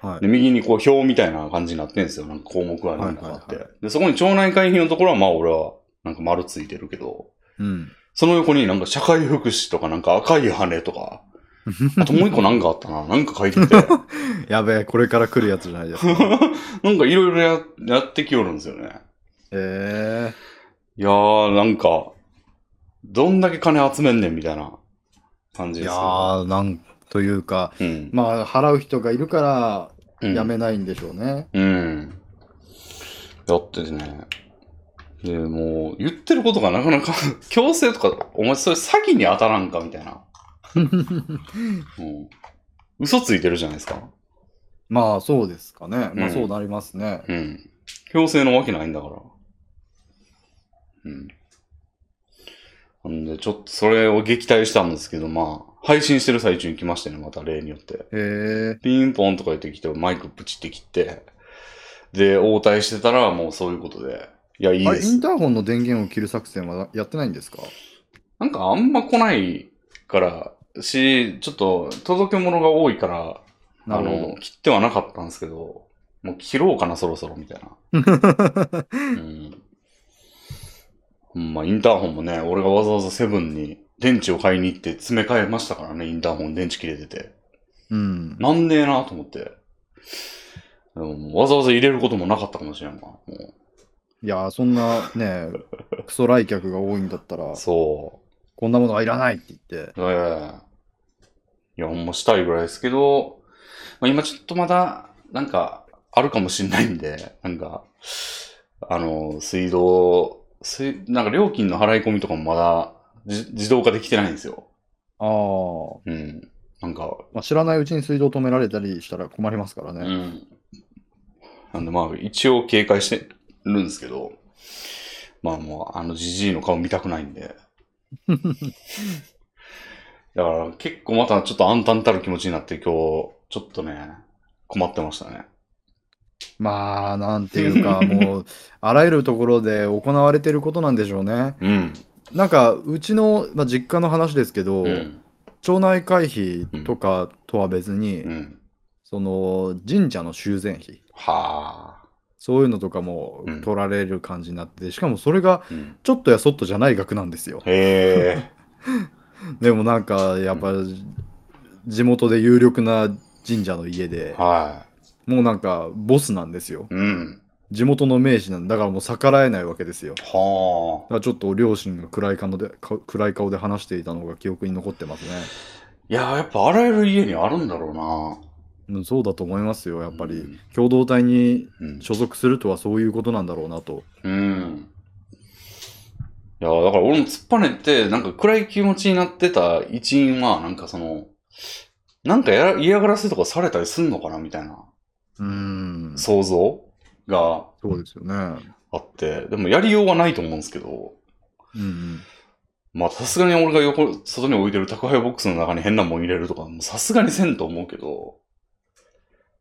B: は
A: で、
B: い。
A: 右にこう表みたいな感じになってんですよ、なんか項目があるんだ
B: はい
A: なっ
B: はいは
A: て。で、そこに町内会費のところは、まあ俺は、なんか丸ついてるけど、
B: うん。
A: その横になんか社会福祉とかなんか赤い羽と か、あともう一個なんかあったな。なんか書いてて。
B: やべえ、これから来るやつじゃないですか。
A: なんかいろいろややってきよるんですよね。
B: へえ。
A: いやー、なんか、どんだけ金集めんねんみたいな感じ
B: い
A: です
B: や
A: よ
B: ー、なんというか、
A: うん。
B: まあ、払う人がいるから、
A: うん
B: やめないんでしょうね。
A: うん。やっててね。で、もう、言ってることがなかなか、 強制とか、お前それ詐欺に当たらんかみたいな。うん、嘘ついてるじゃないですか。
B: まあ、そうですかね。ま
A: う
B: あ、
A: ん
B: そうなりますね。
A: うん。強制のわけないんだから。うん。なんで、ちょっとそれを撃退したんですけど、まあ、配信してる最中に来ましたね、また例によって。
B: へえ。
A: ピンポンとか言ってきて、マイクプチって切って、で、応対してたら、もうそういうことで、いや、いい
B: あ
A: で
B: れイン
A: す。
B: ターホンの電源を切る作戦はやってないんですか
A: なんかあんま来ないから、し、ちょっと届け物が多いから、
B: な
A: あ
B: るほ
A: の、切ってはなかったんですけど、もう切ろうかな、そろそろ、みたいな。
B: ど。
A: うん。ほんま、インターホンもね、俺がわざわざセブンに電池を買いに行って詰め替えましたからね、インターホン電池切れてて。
B: うん。
A: なんねえなと思って。でももうわざわざ入れることもなかったかもしれんわ。も
B: いやー、そんなね、クソ来客が多いんだったら
A: う、そ
B: こんなものはいらないって言って。
A: う。ええいや、ほんましたいぐらいですけど、まあ、今ちょっとまだ、なんか、あるかもしんないんで、なんか、あの、水道、水、なんか料金の払い込みとかもまだ、じ自動化できてないんですよ。
B: ああ、
A: うん。なんか、
B: まあ、知らないうちに水道止められたりしたら困りますからね。
A: うん。なんでまあ、一応警戒してるんですけど、まあもう、あのじじいの顔見たくないんで。だから結構またちょっと暗淡たる気持ちになって今日、ちょっとね、困ってましたね。
B: まあ、なんてい うか、もう、あらゆるところで行われてることなんでしょうね。
A: うん。
B: なんか、うちの、まあ、実家の話ですけど、
A: うん。
B: 町内会費とかとは別に、
A: うん。
B: その、神社の修繕費、
A: はあ。
B: そういうのとかも
A: うん
B: 取られる感じになってて、しかもそれが、
A: うん、
B: ちょっとやそっとじゃない額なんですよ。
A: へえ。
B: でもなんか、やっぱ、地元で有力な神社の家 で、
A: は
B: もうなんか、ボスなんですよ。
A: い。うん。
B: 地元の名士なんでだからもう逆らえないわけですよ。
A: は
B: だ
A: あ。
B: からちょっと両親が暗い顔でか暗い顔で話していたのが記憶に残ってますね。
A: いや、やっぱあらゆる家にあるんだろうな。
B: うんそうだと思いますよ、やっぱり。
A: うん
B: 共同体に
A: うん
B: 所属するとはそういうことなんだろうなと。
A: うん。いや、だから俺も突っぱねて、なんか暗い気持ちになってた一因は、なんかその、なんかやら嫌がらせとかされたりすんのかなみたいな
B: うん。
A: 想
B: そ
A: 像が
B: うですよね。
A: あって、でもやりようはないと思うんですけど、
B: うん
A: まあさすがに俺が横、外に置いてる宅配ボックスの中に変なもん入れるとか、もうさすがにせんと思うけど、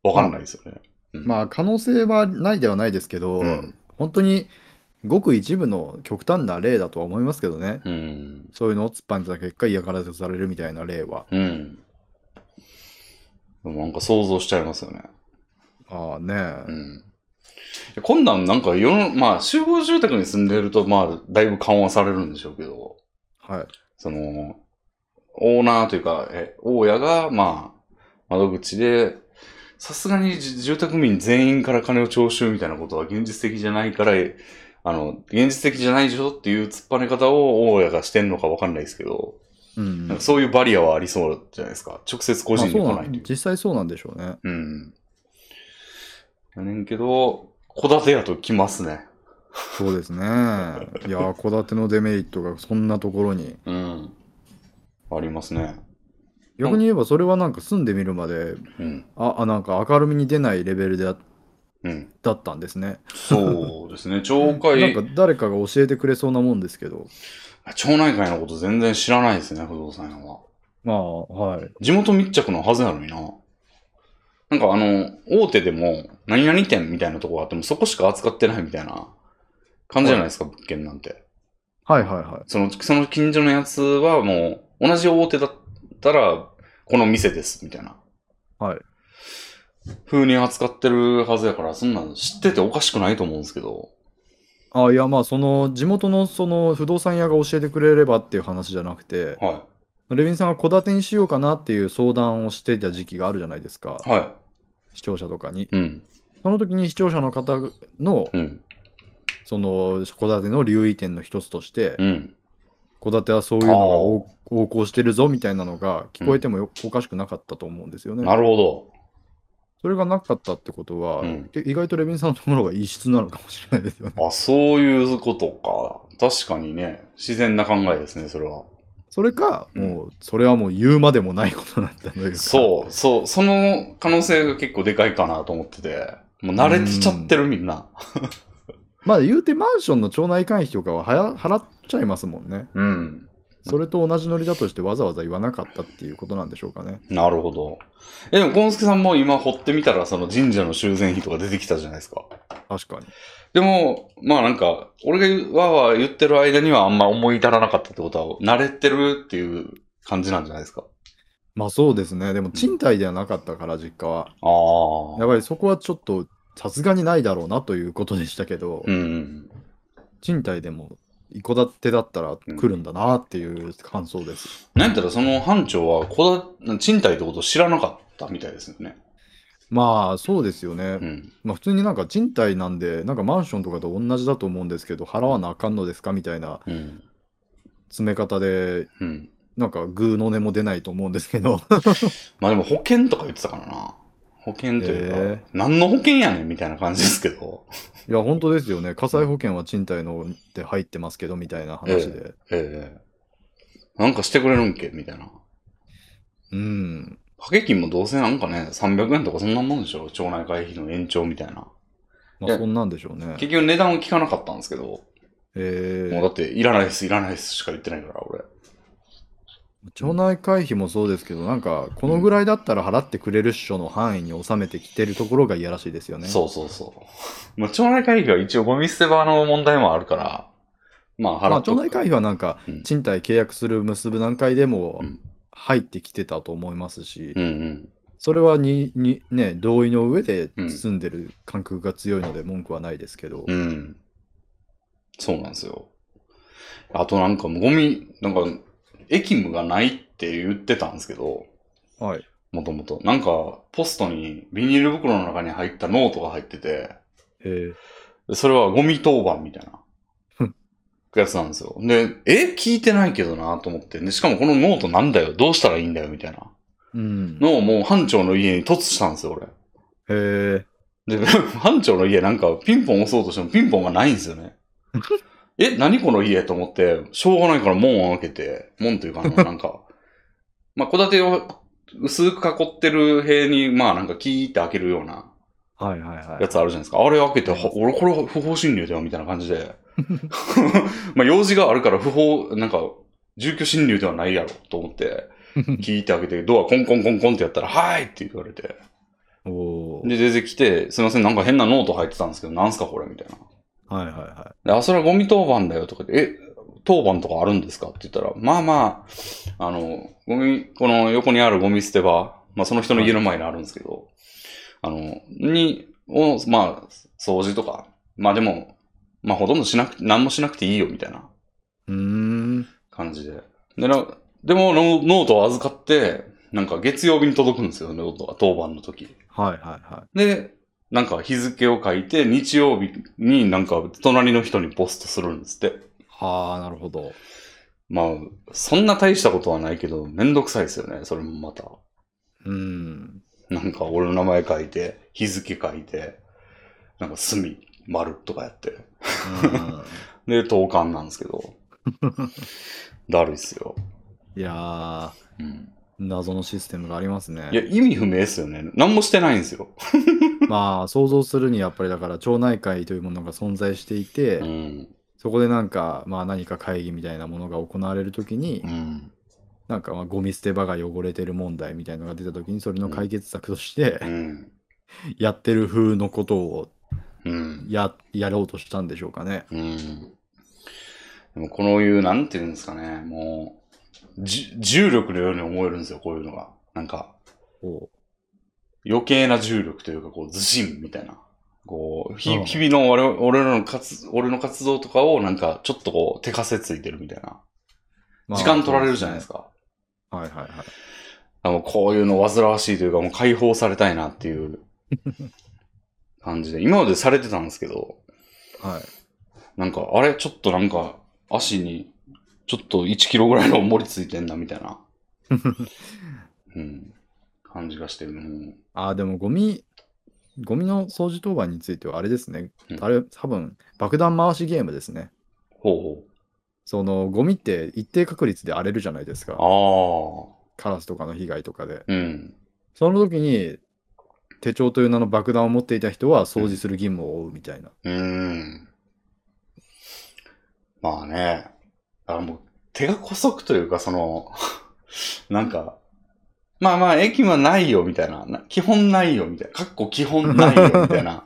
A: わかんないですよね。
B: うん、まあ、可能性はないではないですけど、
A: うん
B: 本当にごく一部の極端な例だとは思いますけどね。
A: うん。
B: そういうのを突っ張ねた結果嫌がらせされるみたいな例は。
A: うん。でもなんか想像しちゃいますよね。
B: ああねえ
A: う。ん。こんなんなんか世の、まあ集合住宅に住んでると、まあだいぶ緩和されるんでしょうけど、
B: はい。
A: その、オーナーというか、え、大家が、まあ、窓口で、さすがにじ住宅民全員から金を徴収みたいなことは現実的じゃないから、えあの、現実的じゃないでしょっていう突っ張ね方を大家がしてんのかわかんないですけど、
B: うんうん、
A: なんかそういうバリアはありそうじゃないですか。直接個
B: ま
A: 人
B: あ
A: に
B: そう
A: 来
B: な
A: ない
B: ん
A: という。
B: 実際そうなんでしょうね。
A: うん。やねんけど、戸建てやと来ますね。
B: そうですね。いやー、戸建てのデメリットがそんなところに。
A: うん。ありますね。
B: 逆に言えば、それはなんか住んでみるまで、
A: うん。
B: あ、あなんか明るみに出ないレベルであ
A: うん。
B: だったんですね。
A: そうです ね。町
B: なん
A: 会
B: か、誰かが教えてくれそうなもんですけど。
A: 町内会のこと全然知らないですね、不動産屋は。
B: まあ、はい。
A: 地元密着のはずなのにな。なんかあの、大手でも、何々店みたいなとこがあっても、そこしか扱ってないみたいな感じじゃないですか、物件なんて。
B: はいはいは
A: その、その近所のやつはもう、同じ大手だったら、この店です、みたいな。
B: はい。
A: 風に扱ってるはずやから、そんなん知ってておかしくないと思うんですけど。
B: い。あいや、まあ、その、地元のその不動産屋が教えてくれればっていう話じゃなくて、
A: は
B: レビンさんが戸建てにしようかなっていう相談をしていた時期があるじゃないですか
A: い。。は
B: 視聴者とかに。
A: い。うん。
B: その時に視聴者の方の、
A: うん。
B: その、戸建ての留意点の一つとして
A: う、ん。
B: 戸建てはそういうのが横横行してるぞみたいなのが聞こえてもよおかしくなかったと思うんですよね。
A: なるほど。
B: それがなかったってことは、
A: うん
B: け意外とレビンさんのところが異質なのかもしれないですよ ね。
A: あ、そういうことか。確かにね、自然な考えですね、それは。
B: それか、
A: うん
B: もう、それはもう言うまでもないことなんだというか。
A: そう、そう、その可能性が結構でかいかなと思ってて。もう慣れてちゃってる、みんな。
B: まあ、言うてマンションの町内会費とかははや払っちゃいますもんね。
A: うん。
B: それと同じノリだとしてわざわざ言わなかったっていうことなんでしょうかね。
A: なるほど。え、でも、ゴンスケさんも今掘ってみたら、その神社の修繕費とか出てきたじゃないですか。
B: 確かに。
A: でも、まあなんか、俺がわーわー言ってる間にはあんま思い至らなかったってことは、慣れてるっていう感じなんじゃないですか。
B: まあそうですね。でも賃貸ではなかったから、実家は。
A: ああ。
B: やっぱりそこはちょっと、さすがにないだろうなということでしたけど、
A: うん。
B: 賃貸でも一戸建てだったら来るんだなっていう感想です。
A: なんやったらその班長は、こだ、賃貸ってことを知らなかったみたいですよね。
B: まあそうですよね。
A: うん。
B: まあ、普通になんか賃貸なんで、なんかマンションとかと同じだと思うんですけど、払わなあかんのですかみたいな
A: うん。
B: 詰め方で、
A: うん。
B: なんかグーの音も出ないと思うんですけど、
A: まあでも保険とか言ってたからな。保険というか、
B: へえ
A: 何の保険やねんみたいな感じですけど。
B: いや、本当ですよね、火災保険は賃貸ので入ってますけどみたいな話で、
A: ええなんかしてくれるんけみたいな。
B: うん、
A: 掛け金もどうせなんかね、300円とかそんなもんでしょ町内会費の延長みたいな。
B: まあ、そんなんでしょうね。
A: 結局値段を聞かなかったんですけど、
B: え
A: もうだって、いらないです、いらないですしか言ってないから、俺。
B: ー、町内会費もそうですけど、なんか、このぐらいだったら払ってくれるっしょの範囲に収めてきてるところがいやらしいですよね。
A: そうそうそう。まあ、町内会費は一応ゴミ捨て場の問題もあるから、まあ
B: ま
A: 払
B: あ、
A: っと
B: 町
A: く
B: 内会費はなんか
A: うん、
B: 賃貸契約する結ぶ段階でも
A: うん
B: 入ってきてたと思いますし、
A: うんうん。
B: それはにに、ね、同意の上で
A: うん
B: 住んでる感覚が強いので文句はないですけど、
A: うん。そうなんですよ。あとなんかゴミ、なんか、駅務がないって言ってたんですけど、
B: はい、
A: もともと。なんか、ポストにビニール袋の中に入ったノートが入ってて、
B: え
A: でそれはゴミ当番みたいな
B: ふん。
A: やつなんですよ。で、え聞いてないけどなと思って。で、しかもこのノートなんだよどうしたらいいんだよみたいな。
B: うん。へ
A: の、もう班長の家に突したんですよ、俺。
B: え。
A: で、 班長の家なんかピンポン押そうとしてもピンポンがないんですよ ね。え、何この家と思って、しょうがないから門を開けて、門という かあの、なんか、まあ、戸建てを薄く囲ってる塀に、まあなんかキーって開けるような
B: はいはいは
A: や
B: い。
A: つあるじゃないですか。あれ開けて、は俺これ不法侵入だよ、みたいな感じで。 まあ用事があるから不法、なんか、住居侵入ではないやろ、と思 って、キーって開けて、ドアコンコンコンコンってやったら、はいって言われて。
B: おー
A: で、出てきて、すいません、なんか変なノート入ってたんですけど、なんすかこれみたい
B: はいはいは。
A: な。で、あ、それはゴミ当番だよとかで、え、当番とかあるんですかって言ったら、まあまあ、あの、ゴミ、この横にあるゴミ捨て場、まあその人の家の前にあるんですけど、あの、に、を、まあ、掃除とか、まあでも、まあほとんどしなく、何もしなくていいよみたいない
B: うーん。
A: 感じで。で、なでもノ、ノートを預かって、なんか月曜日に届くんですよ、ノートが、当番の時。
B: はいはいは
A: で、なんか日付を書いて、日曜日になんか隣の人にポストするんですって。
B: い。はあ、なるほど。
A: まあ、そんな大したことはないけど、めんどくさいですよね、それもまた。
B: うん。
A: なんか俺の名前書いて、日付書いて、なんか隅、丸とかやって。
B: うん
A: で、投函なんですけど。だるいっすよ。
B: いやー、
A: うん、
B: 謎のシステムがあります
A: いや、
B: ね。
A: 意味不明ですよね。何もしてないんですよ。
B: まあ、想像するにやっぱりだから、町内会というものが存在していて、
A: うん。
B: そこでなんか、まあ何か会議みたいなものが行われるときに
A: う、ん。
B: なんかまあゴミ捨て場が汚れてる問題みたいなのが出たときに、それの解決策として
A: う、ん。
B: やってる風のことを
A: うん。
B: ややろうとしたんでしょうかね。
A: うん。でもこのいう、なんていうんですかね、もう、じ重力のように思えるんですよ、こういうのが。なんか、
B: こ
A: 余計な重力というか、こう、ずしんみたいな。こう、ひ
B: うん
A: 日々の我々俺らの活、俺の活動とかをなんか、ちょっとこう、手かせついてるみたいな。
B: うまあ
A: 時間取られるじゃないです
B: か。
A: か。
B: はいはいはい。
A: あのこういうの煩わしいというか、もう解放されたいなっていう感じで、今までされてたんですけど、
B: はい、
A: なんか、あれ、ちょっとなんか、足に、ちょっと1キロぐらいの重りついてんな、みたいな。うん。感じがしてる。も
B: ああ、でもゴミ、ゴミの掃除当番についてはあれですね
A: う。ん
B: あれ、多分爆弾回しゲームですね。
A: うほ
B: そのゴミって一定確率で荒れるじゃないです
A: う
B: か。
A: ほ
B: カラスとかの被害とかで。
A: う。ああ。うん。
B: その時に手帳という名の爆弾を持っていた人は掃除する義務を負うみたいな。
A: うーん。まあね。だからもう、手が細くというか、その、 なんか、まあまあ、駅はないよ、みたいな。な基本ないよ、みたいな。かっこ基本ないよ、みたいな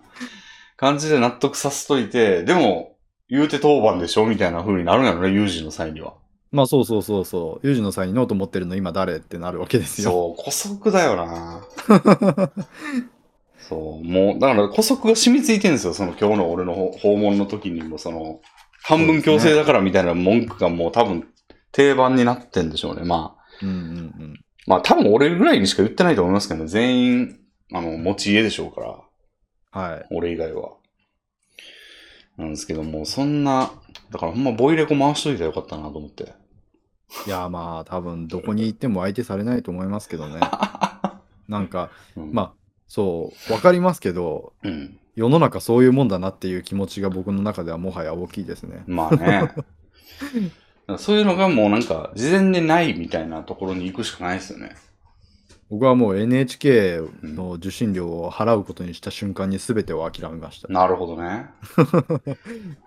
A: 感じで納得させといて、でも、言うて当番でしょみたいな風になるんやろね、有事の際には。
B: まあそうそうそうそう。有事の際にノート持ってるの今誰ってなるわけですよ。
A: そう、古速だよな そう、もう、だから古速が染みついてるんですよ、その今日の俺の訪訪問の時にも、その、半分強制だからみたいな文句がもう多分定番になってんでしょうね。まあ、
B: うんうんうん。
A: まあ多分俺ぐらいにしか言ってないと思いますけどね、全員、あの、持ち家でしょうから、
B: はい。
A: 俺以外は。なんですけども、そんな、だからほんまボイレコ回しといたらよかったなと思って。
B: いやまあ多分どこに行っても相手されないと思いますけどね。なんか
A: うん、
B: まあそう分かりますけど
A: うん。
B: 世の中そういうもんだなっていう気持ちが僕の中ではもはや大きいですね。
A: まあね。そういうのがもうなんか、事前でないみたいなところに行くしかないですよね。
B: 僕はもう NHK の受信料を払うことにした瞬間に全てを諦めました。
A: なるほど ね。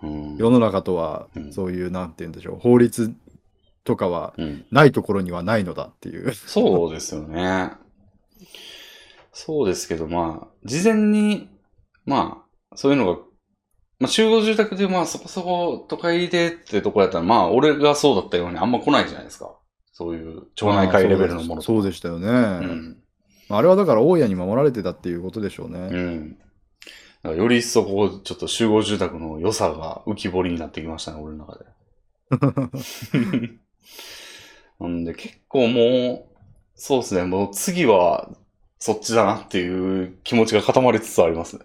A: うん。
B: 世の中とは
A: うん
B: そういうなんて言うんでしょう法律とかは
A: うん、
B: ないところにはないのだっていう。
A: そうですよね。そうですけど、まあ、事前に、まあ、そういうのが、まあ、集合住宅で、まあ、そこそこ都会でってとこやったら、まあ、俺がそうだったようにあんま来ないじゃないですか。そういう町内会レベルのものとか
B: そうでしたよね。
A: うん。
B: まああれはだから大家に守られてたっていうことでしょう
A: う
B: ね。
A: ん。だからより一層ここ、ちょっと集合住宅の良さが浮き彫りになってきましたね、俺の中で。 なんで結構もう、そうですね、もう次はそっちだなっていう気持ちが固まりつつありますね。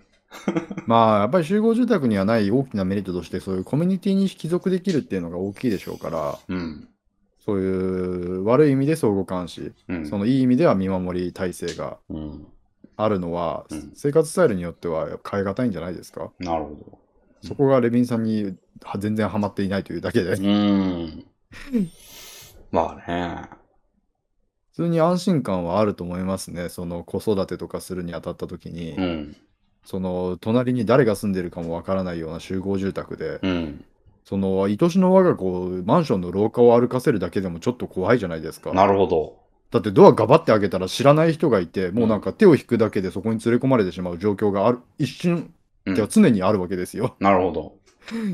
B: まあやっぱり集合住宅にはない大きなメリットとしてそういうコミュニティに帰属できるっていうのが大きいでしょうから
A: うん。
B: そういう悪い意味で相互監視、
A: うん。
B: そのいい意味では見守り体制が
A: うん。
B: あるのは、
A: うん
B: 生活スタイルによっては変え難いんじゃないですか、
A: なるほど。うん
B: そこがレビンさんには全然ハマっていないというだけで、
A: う
B: 普
A: ーん。まあね。
B: 通に安心感はあると思いますねその子育てとかするにあたった時に、
A: うん。
B: その隣に誰が住んでるかもわからないような集合住宅で、
A: うん。
B: その愛しの我が子をマンションの廊下を歩かせるだけでもちょっと怖いじゃないですか
A: なるほど。
B: だってドアガバって開けたら知らない人がいてもうなんか手を引くだけでそこに連れ込まれてしまう状況がある一瞬
A: うん
B: では常にあるわけですよ、
A: なるほど。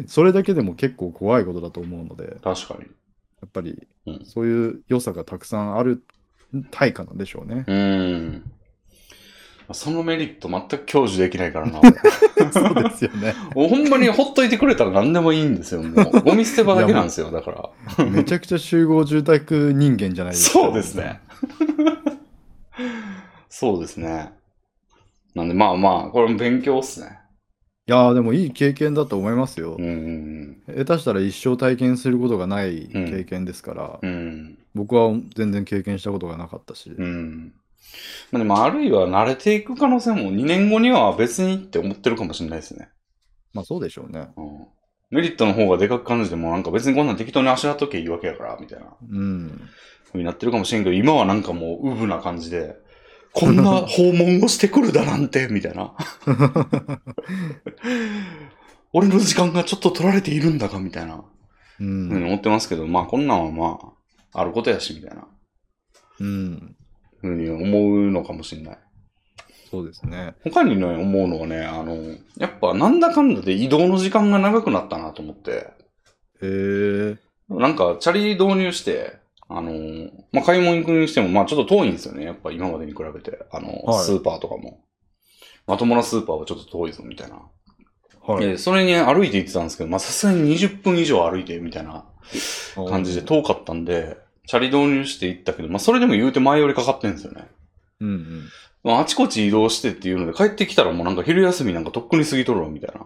B: それだけでも結構怖いことだと思うのでや
A: 確かに。
B: っぱり
A: うん
B: そういう良さがたくさんある対価なんでしょう ね
A: うーん。そのメリット全く享受できないからな。俺
B: そうですよね
A: もうほんまにほっといてくれたら何でもいいんですよ。もうゴミ捨て場だけなんですよ。だから。
B: めちゃくちゃ集合住宅人間じゃないですか
A: そうです ね。そうですね。なんでまあまあ、これも勉強っすね。
B: いやーでもいい経験だと思いますよ、
A: うんうん
B: 下手したら一生体験することがない経験ですから、
A: うん。うん。
B: 僕は全然経験したことがなかったし、
A: うん。まあ、でも、あるいは慣れていく可能性も2年後には別にって思ってるかもしれないですね。
B: まあそうでしょうね
A: うん。メリットの方がでかく感じても、なんか別にこんなん適当にあしらっとけばいいわけやから、みたいな
B: うん
A: ふうになってるかもしれんけど、今はなんかもうウブな感じで、こんな訪問をしてくるだなんて、みたいな。俺の時間がちょっと取られているんだか、みたいな、
B: う
A: ふうに
B: ん、
A: 思ってますけど、まあこんなんはまあ、あることやし、みたいな、
B: うん、
A: ふうに思うのかもしれない。
B: そうですね。
A: 他にね、思うのはね、あの、やっぱなんだかんだで移動の時間が長くなったなと思って、
B: へえ、
A: なんかチャリ導入して、あの、まあ、買い物行くにしても、まあ、ちょっと遠いんですよね。やっぱ今までに比べて、あの、
B: はい
A: スーパーとかも。まともなスーパーはちょっと遠いぞ、みたいな。
B: はい。
A: で、それに歩いて行ってたんですけど、まあ、さすがに20分以上歩いて、みたいな感じで遠かったんで、チャリ導入して行ったけど、まあ、それでも言うて前よりかかってんですよね。
B: うんうん。
A: まあ、あちこち移動してっていうので、帰ってきたらもうなんか昼休みなんかとっくに過ぎとるわ、みたいな。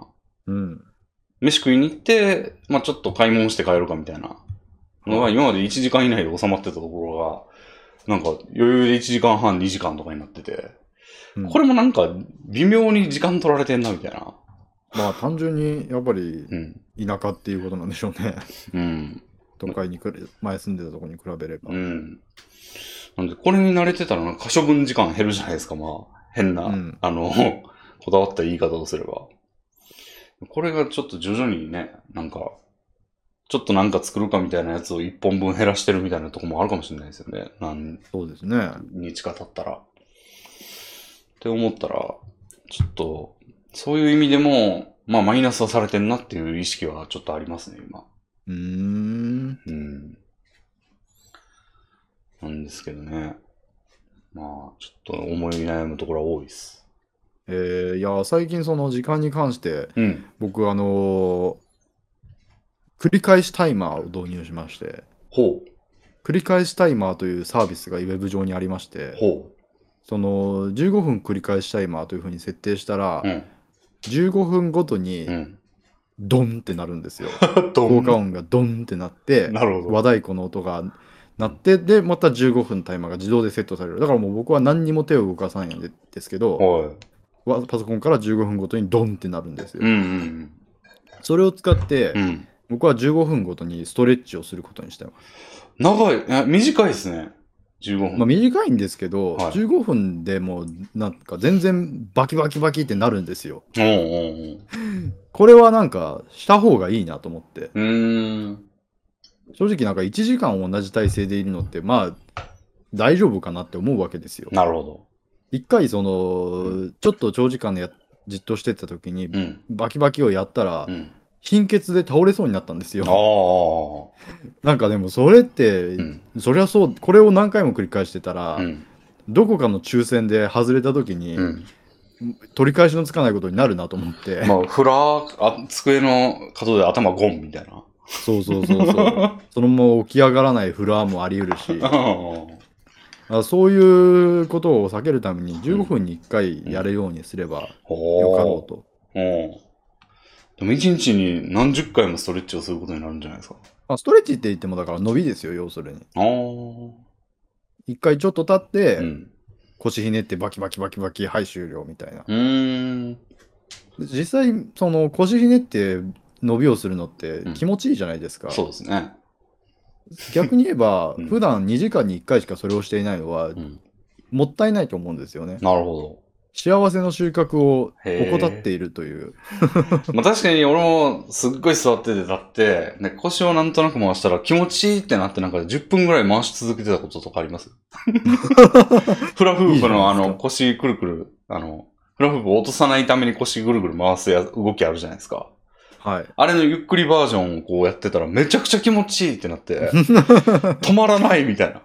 B: うん。
A: 飯食いに行って、まあちょっと買い物して帰るかみたいなのが、今まで1時間以内で収まってたところが、なんか余裕で1時間半、2時間とかになってて、
B: うん
A: これもなんか微妙に時間取られてんなみたいな。
B: まあ単純にやっぱり
A: うん。
B: 田舎っていうことなんでしょうね。
A: うん。
B: 都会にくれ前住んでたとこに比べれば
A: う。ん。なんで、これに慣れてたら、なんか可処分時間減るじゃないですか、まあ。変な、
B: うん
A: あの、 こだわった言い方をすれば。これがちょっと徐々にね、なんか、ちょっとなんか作るかみたいなやつを一本分減らしてるみたいなとこもあるかもしれないですよね。何
B: そうですね。
A: 日か経ったら。って思ったら、ちょっと、そういう意味でも、まあマイナスはされてんなっていう意識はちょっとありますね、今。
B: うーん。
A: うん。なんですけどね。まあ、ちょっと思い悩むところは多いです。
B: えー、いや、最近その時間に関して、
A: うん。
B: 僕あのー繰り返しタイマーを導入しまして、
A: ほ
B: 繰り返しタイマーというサービスがウェブ上にありまし
A: う。
B: て、
A: ほ
B: その15分繰り返しタイマーというふうに設定したら、
A: う。うん。
B: 15分ごと
A: う
B: に
A: ん。
B: ドンってなるんですよ。
A: ど
B: 効果音がドンってなって、
A: なるほ
B: 和
A: ど。
B: 太鼓の音が鳴って、で、また15分タイマーが自動でセットされる。だからもう僕は何にも手を動かさないんでですけど、
A: は
B: わパソコンから15分ごとにドンってなるんです
A: い。
B: よ。
A: うんうん
B: それを使って
A: うん。う、ん。
B: 僕は15分ごとにストレッチをすることにしてます。
A: 長い、え短いですね。15分。
B: まあ短いんですけど、
A: はい
B: 15分でもうなんか全然バキバキバキってなるんですよ。
A: おうおうおう
B: これはなんかした方がいいなと思って。
A: うーん。
B: 正直なんか1時間同じ体勢でいるのってまあ大丈夫かなって思うわけですよ。
A: なるほど。
B: 一回そのちょっと長時間でやじっとしてた時に
A: うん。
B: バキバキをやったら
A: うん。
B: 貧血で倒れそうになったんです
A: あ
B: よ。
A: あ。
B: なんかでもそれって、
A: うん。
B: そりゃそうこれを何回も繰り返してたら、
A: うん。
B: どこかの抽選で外れた時に、
A: うん。
B: 取り返しのつかないことになるなと思って、
A: まあ、フラー、あ机の角で頭ゴンみたいな。
B: そうそうそうそう そのまま起き上がらないフラーもあり得るし
A: うん
B: あそういうことを避けるために15分に1回やるようにすれば
A: おー
B: よかろうと。
A: うん。ででも1日に何十回もストレッチをすることになるんじゃないですか。
B: まあ、ストレッチって言っても、だから伸びですよ、要するに。
A: ああ。う
B: 一回ちょっと立って、
A: ん。
B: 腰ひねってバキバキバキバキ、はい、終了みたいな。
A: うーん。
B: で実際、その腰ひねって伸びをするのって
A: うん
B: 気持ちいいじゃないですか。
A: そうですね。
B: 逆に言えば、
A: うん
B: 普段2時間に1回しかそれをしていないのは、
A: うん。
B: もったいないと思うんですよね。
A: なるほ
B: 幸せの収穫を
A: へー
B: 怠っているという。
A: ど。まあ確かに俺もすっごい座ってて立って、ね、腰をなんとなく回したら気持ちいいってなってなんか10分ぐらい回し続けてたこととかあります フラフ
B: いい
A: ー
B: じ
A: プ
B: ゃ
A: のあ
B: ないですか
A: の腰くるくる、あの、フラフープを落とさないために腰ぐるぐる回すや動きあるじゃないですか。
B: はい。
A: あれのゆっくりバージョンをこうやってたらめちゃくちゃ気持ちいいってな って、止まらないみたいな。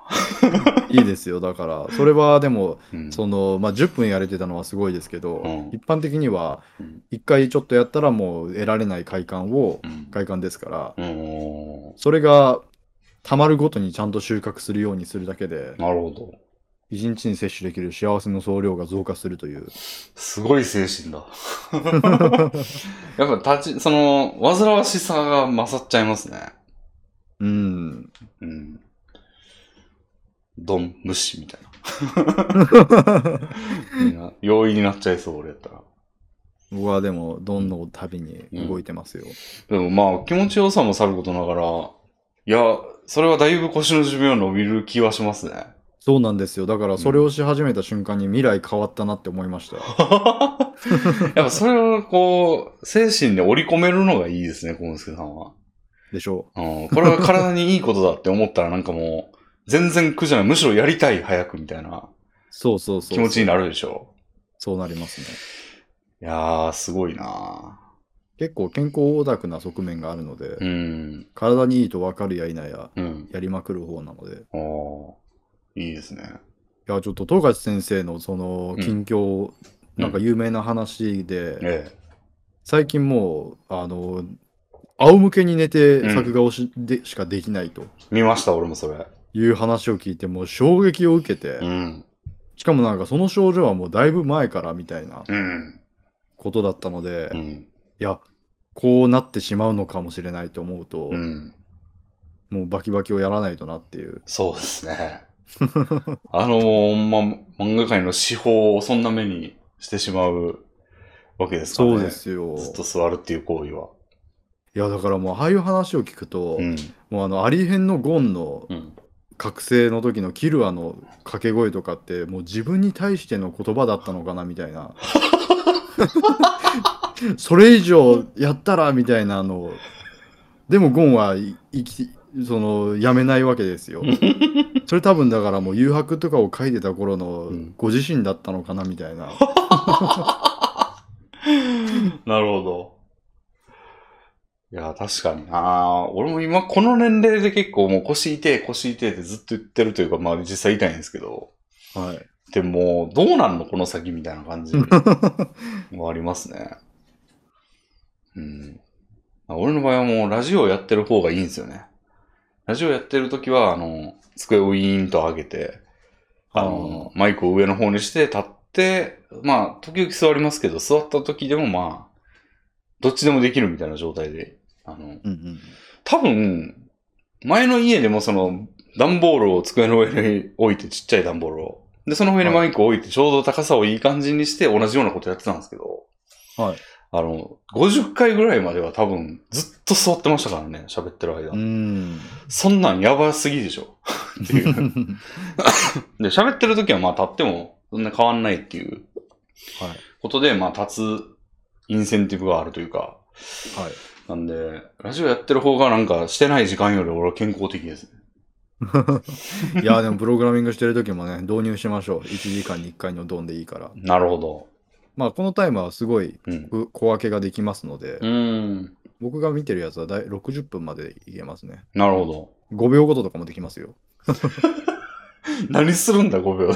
B: いいですよ。だから、それはでも、
A: うん
B: その、まあ、10分やれてたのはすごいですけど、
A: うん
B: 一般的には
A: うん、
B: 1回ちょっとやったらもう得られない快感を、
A: うん
B: 快感ですから、
A: うーん
B: それが、たまるごとにちゃんと収穫するようにするだけで、
A: なるほど。
B: 1日に摂取できる幸せの総量が増加するという。
A: すごい精神だ。やっぱ立ち、その、煩わしさが勝っちゃいますね。
B: うん。
A: うん。ドン、無視みたいな。みんな容易になっちゃいそう、俺やったら。
B: 僕はでも、どんどん旅に動いてますよ。
A: でもまあ、気持ちよさもさることながら、いや、それはだいぶ腰の寿命は伸びる気はしますね。
B: そうなんですよ。だから、それをし始めた瞬間に未来変わったなって思いました。
A: やっぱそれをこう、精神で織り込めるのがいいですね、小之助さんは。
B: でしょ
A: うん、これは体にいいことだって思ったらなんかもう、全然苦じゃない、むしろやりたい、早くみたいな
B: う。そうそうそ
A: 気
B: う。
A: 持ちになるでしょ
B: そうなりますね。
A: う。いやー、すごいな
B: 結構健康オタクな側面があるの
A: ー
B: で、
A: うん、
B: 体にいいと分かるや否や、
A: うん。
B: やりまくる方なので、い
A: おーいいですね。
B: や、ちょっと、東勝先生のその
A: うん
B: 近況、
A: うん
B: なんか有名な話で、
A: え
B: 最近もう、あの、仰向けに寝て
A: うん
B: 作画をし,、でしかできないと
A: え。見ました、俺もそれ。
B: いう話を聞いて、もう衝撃を受けて、
A: うん。
B: しかもなんかその症状はもうだいぶ前からみたいな
A: うん。
B: ことだったので、
A: う
B: い
A: ん。
B: や、こうなってしまうのかもしれないと思うと、
A: うん。
B: もうバキバキをやらないとなっていう。
A: そうです ね。あのほんま、漫画界の司法をそんな目にしてしまうわけですからね。
B: そうですよ。
A: ずっと座るっていう行為は。
B: いやだからもうああいう話を聞くと、
A: うん。
B: もうあのアリ編のゴンの
A: うん。
B: 覚醒の時のキルアの掛け声とかってもう自分に対しての言葉だったのかなみた いなそれ以上やったらみたいなのをでもゴンはい生きそのやめないわけです よそれ多分だからもう誘白とかを書いてた頃の
A: うん
B: ご自身だったのかなみたいな
A: なるほど。いや、確かにな俺も今、この年齢で結構もう腰痛え、腰痛えってずっと言ってるというか、まあ実際痛いんですけど、
B: はい
A: でも、どうなんのこの先みたいな感じはありますね。うん。まあ俺の場合はもうラジオやってる方がいいんですよね。ラジオやってる時は、あの、机をウィーンと上げて、あの、マイクを上の方にして立って、まあ、時々座りますけど、座った時でもまあ、どっちでもできるみたいな状態で、あの、
B: うんうん
A: 多分、前の家でもその、段ボールを机の上に置いて、ちっちゃい段ボールを。で、その上にマイクを置いて、ちょうど高さをいい感じにして、同じようなことやってたんですけど、
B: はい
A: あの、50回ぐらいまでは多分、ずっと座ってましたからね、喋ってる間。
B: うん
A: そんなんやばすぎでしょっていう。で、喋ってる時はまあ立ってもそんな変わんないっていう
B: はい
A: ことで、まあ立つインセンティブがあるというか、
B: はい
A: なんで、ラジオやってる方がなんかしてない時間より俺は健康的ですね。
B: いやでもプログラミングしてる時もね導入しましょう1時間に1回のドンでいいから
A: なるほど。
B: まあこのタイムはすごい
A: うん。
B: う小分けができますので
A: うーん。
B: 僕が見てるやつはだい60分までいけますね
A: なるほど。
B: 5秒ごととかもできますよ
A: 何するんだ、5秒。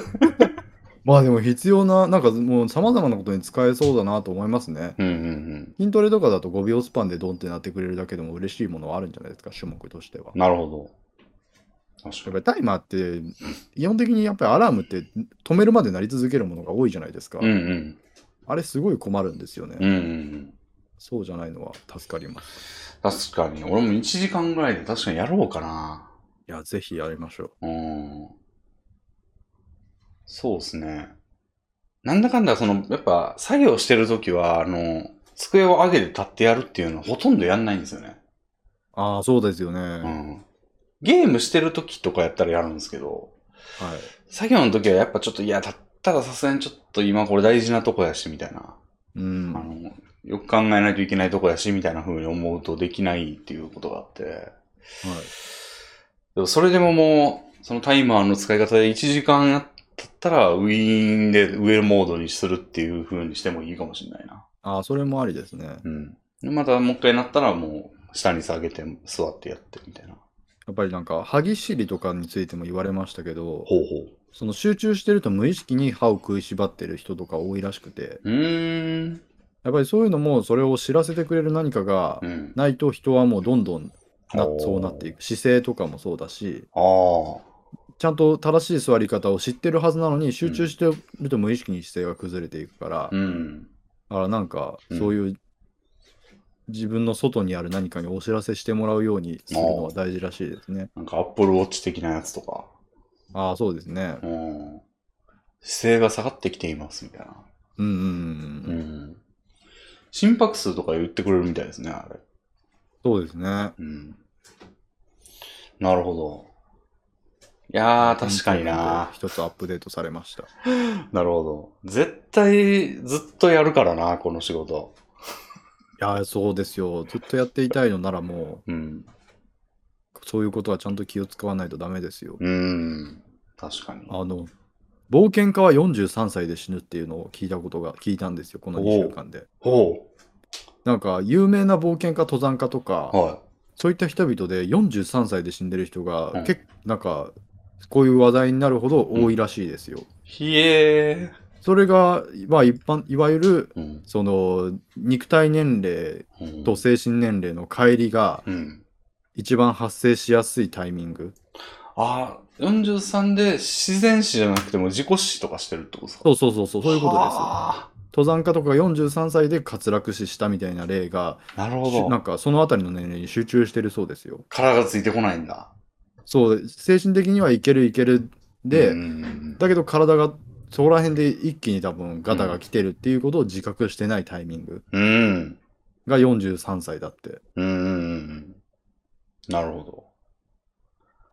B: まあでも必要ななんかもうさまざまなことに使えそうだなと思いますね
A: うんうん
B: 筋トレとかだと5秒スパンでドンってなってくれるだけでも嬉しいものはあるんじゃないですか種目としては
A: うん。なるほど。確か
B: やっ
A: に。
B: ぱりタイマーって基本的にやっぱりアラームって止めるまで鳴り続けるものが多いじゃないですか、
A: うんうん。
B: あれすごい困るんですよね、
A: うんうんうん。
B: そうじゃないのは助かります。
A: 確かに。俺も1時間ぐらいで確かにやろうかな。
B: いや、ぜひやりましょう。
A: うん。そうですね。なんだかんだ、その、やっぱ、作業してるときは、あの、机を上げて立ってやるっていうのはほとんどやんないんですよね。
B: ああ、そうですよね。
A: う
B: はい。
A: ん。ゲームしてるときとかやったらやるんですけど、作業のときはやっぱちょっと、いや、立ったらさすがにちょっと今これ大事なとこやし、みたいな。
B: うん
A: あ。の、よく考えないといけないとこやし、みたいな風に思うとできないっていうことがあって。
B: は
A: でもそれでももう、そのタイマーの使い方で1時間やったら、ウィーンで上モードにするっていう風にしてもいいかもしれないな。
B: い。ああ、それもありですね。
A: うん。でまたもう一回なったら、もう下に下げて座ってやってみたいな。
B: やっぱりなんか、歯ぎしりとかについても言われましたけど、
A: 方法。
B: その集中してると無意識に歯を食いしばってる人とか多いらしくて、
A: うーん。
B: やっぱりそういうのもそれを知らせてくれる何かが
A: うん。
B: ないと人はもうどんどんな
A: おー
B: そうなっていく。姿勢とかもそうだし、
A: ああ。
B: ちゃんと正しい座り方を知ってるはずなのに集中してると無意識に姿勢が崩れていくから、
A: うん。
B: だからなんか
A: うん
B: そういう自分の外にある何かにお知らせしてもらうようにするのは大事らしいですね。
A: なんかアップルウォッチ的なやつとか。
B: ああ、そうですね。
A: うん。姿勢が下がってきています、みたいな。
B: うんうんうん
A: う
B: うん。
A: ん。心拍数とか言ってくれるみたいですね、あれ。
B: そうですね。
A: うん。なるほど。いやー、確かにな。
B: 一つアップデートされました。
A: なるほど。絶対ずっとやるからな、この仕事。
B: いやー、そうですよ。ずっとやっていたいのならも
A: うん。
B: う、そういうことはちゃんと気を使わないとダメですよ。
A: うん。確かに。
B: あの、冒険家は43歳で死ぬっていうのを聞いたことが、聞いたんですよ、この2週間で。
A: ほ
B: なんか、有名な冒険家、登山家とか、
A: う。は
B: そういった人々で43歳で死んでる人が、
A: うん
B: 結構なんか、こういう話題になるほど多いらしいですよ。
A: い。ひえ
B: それが、まあ一般、いわゆる、
A: ー。うん。
B: その、肉体年齢
A: うん
B: と精神年齢の乖離が
A: うん。
B: 一番発生しやすいタイミング。
A: あー、43で自然死じゃなくても自己死とかしてるってことですか
B: そうそうそうそう、そういうことです。
A: は
B: 登山家とかが43歳で滑落死したみたいな例が、
A: ーなるほ
B: な
A: ど
B: ん。かそのあたりの年齢に集中してるそうですよ。
A: 殻がついてこないんだ。
B: そう、精神的にはいけるいけるで、
A: うん
B: だけど体がそこら辺で一気に多分ガタが来てるっていうことを自覚してないタイミング
A: うん。
B: が43歳だって。
A: うんうんうん。なるほど。、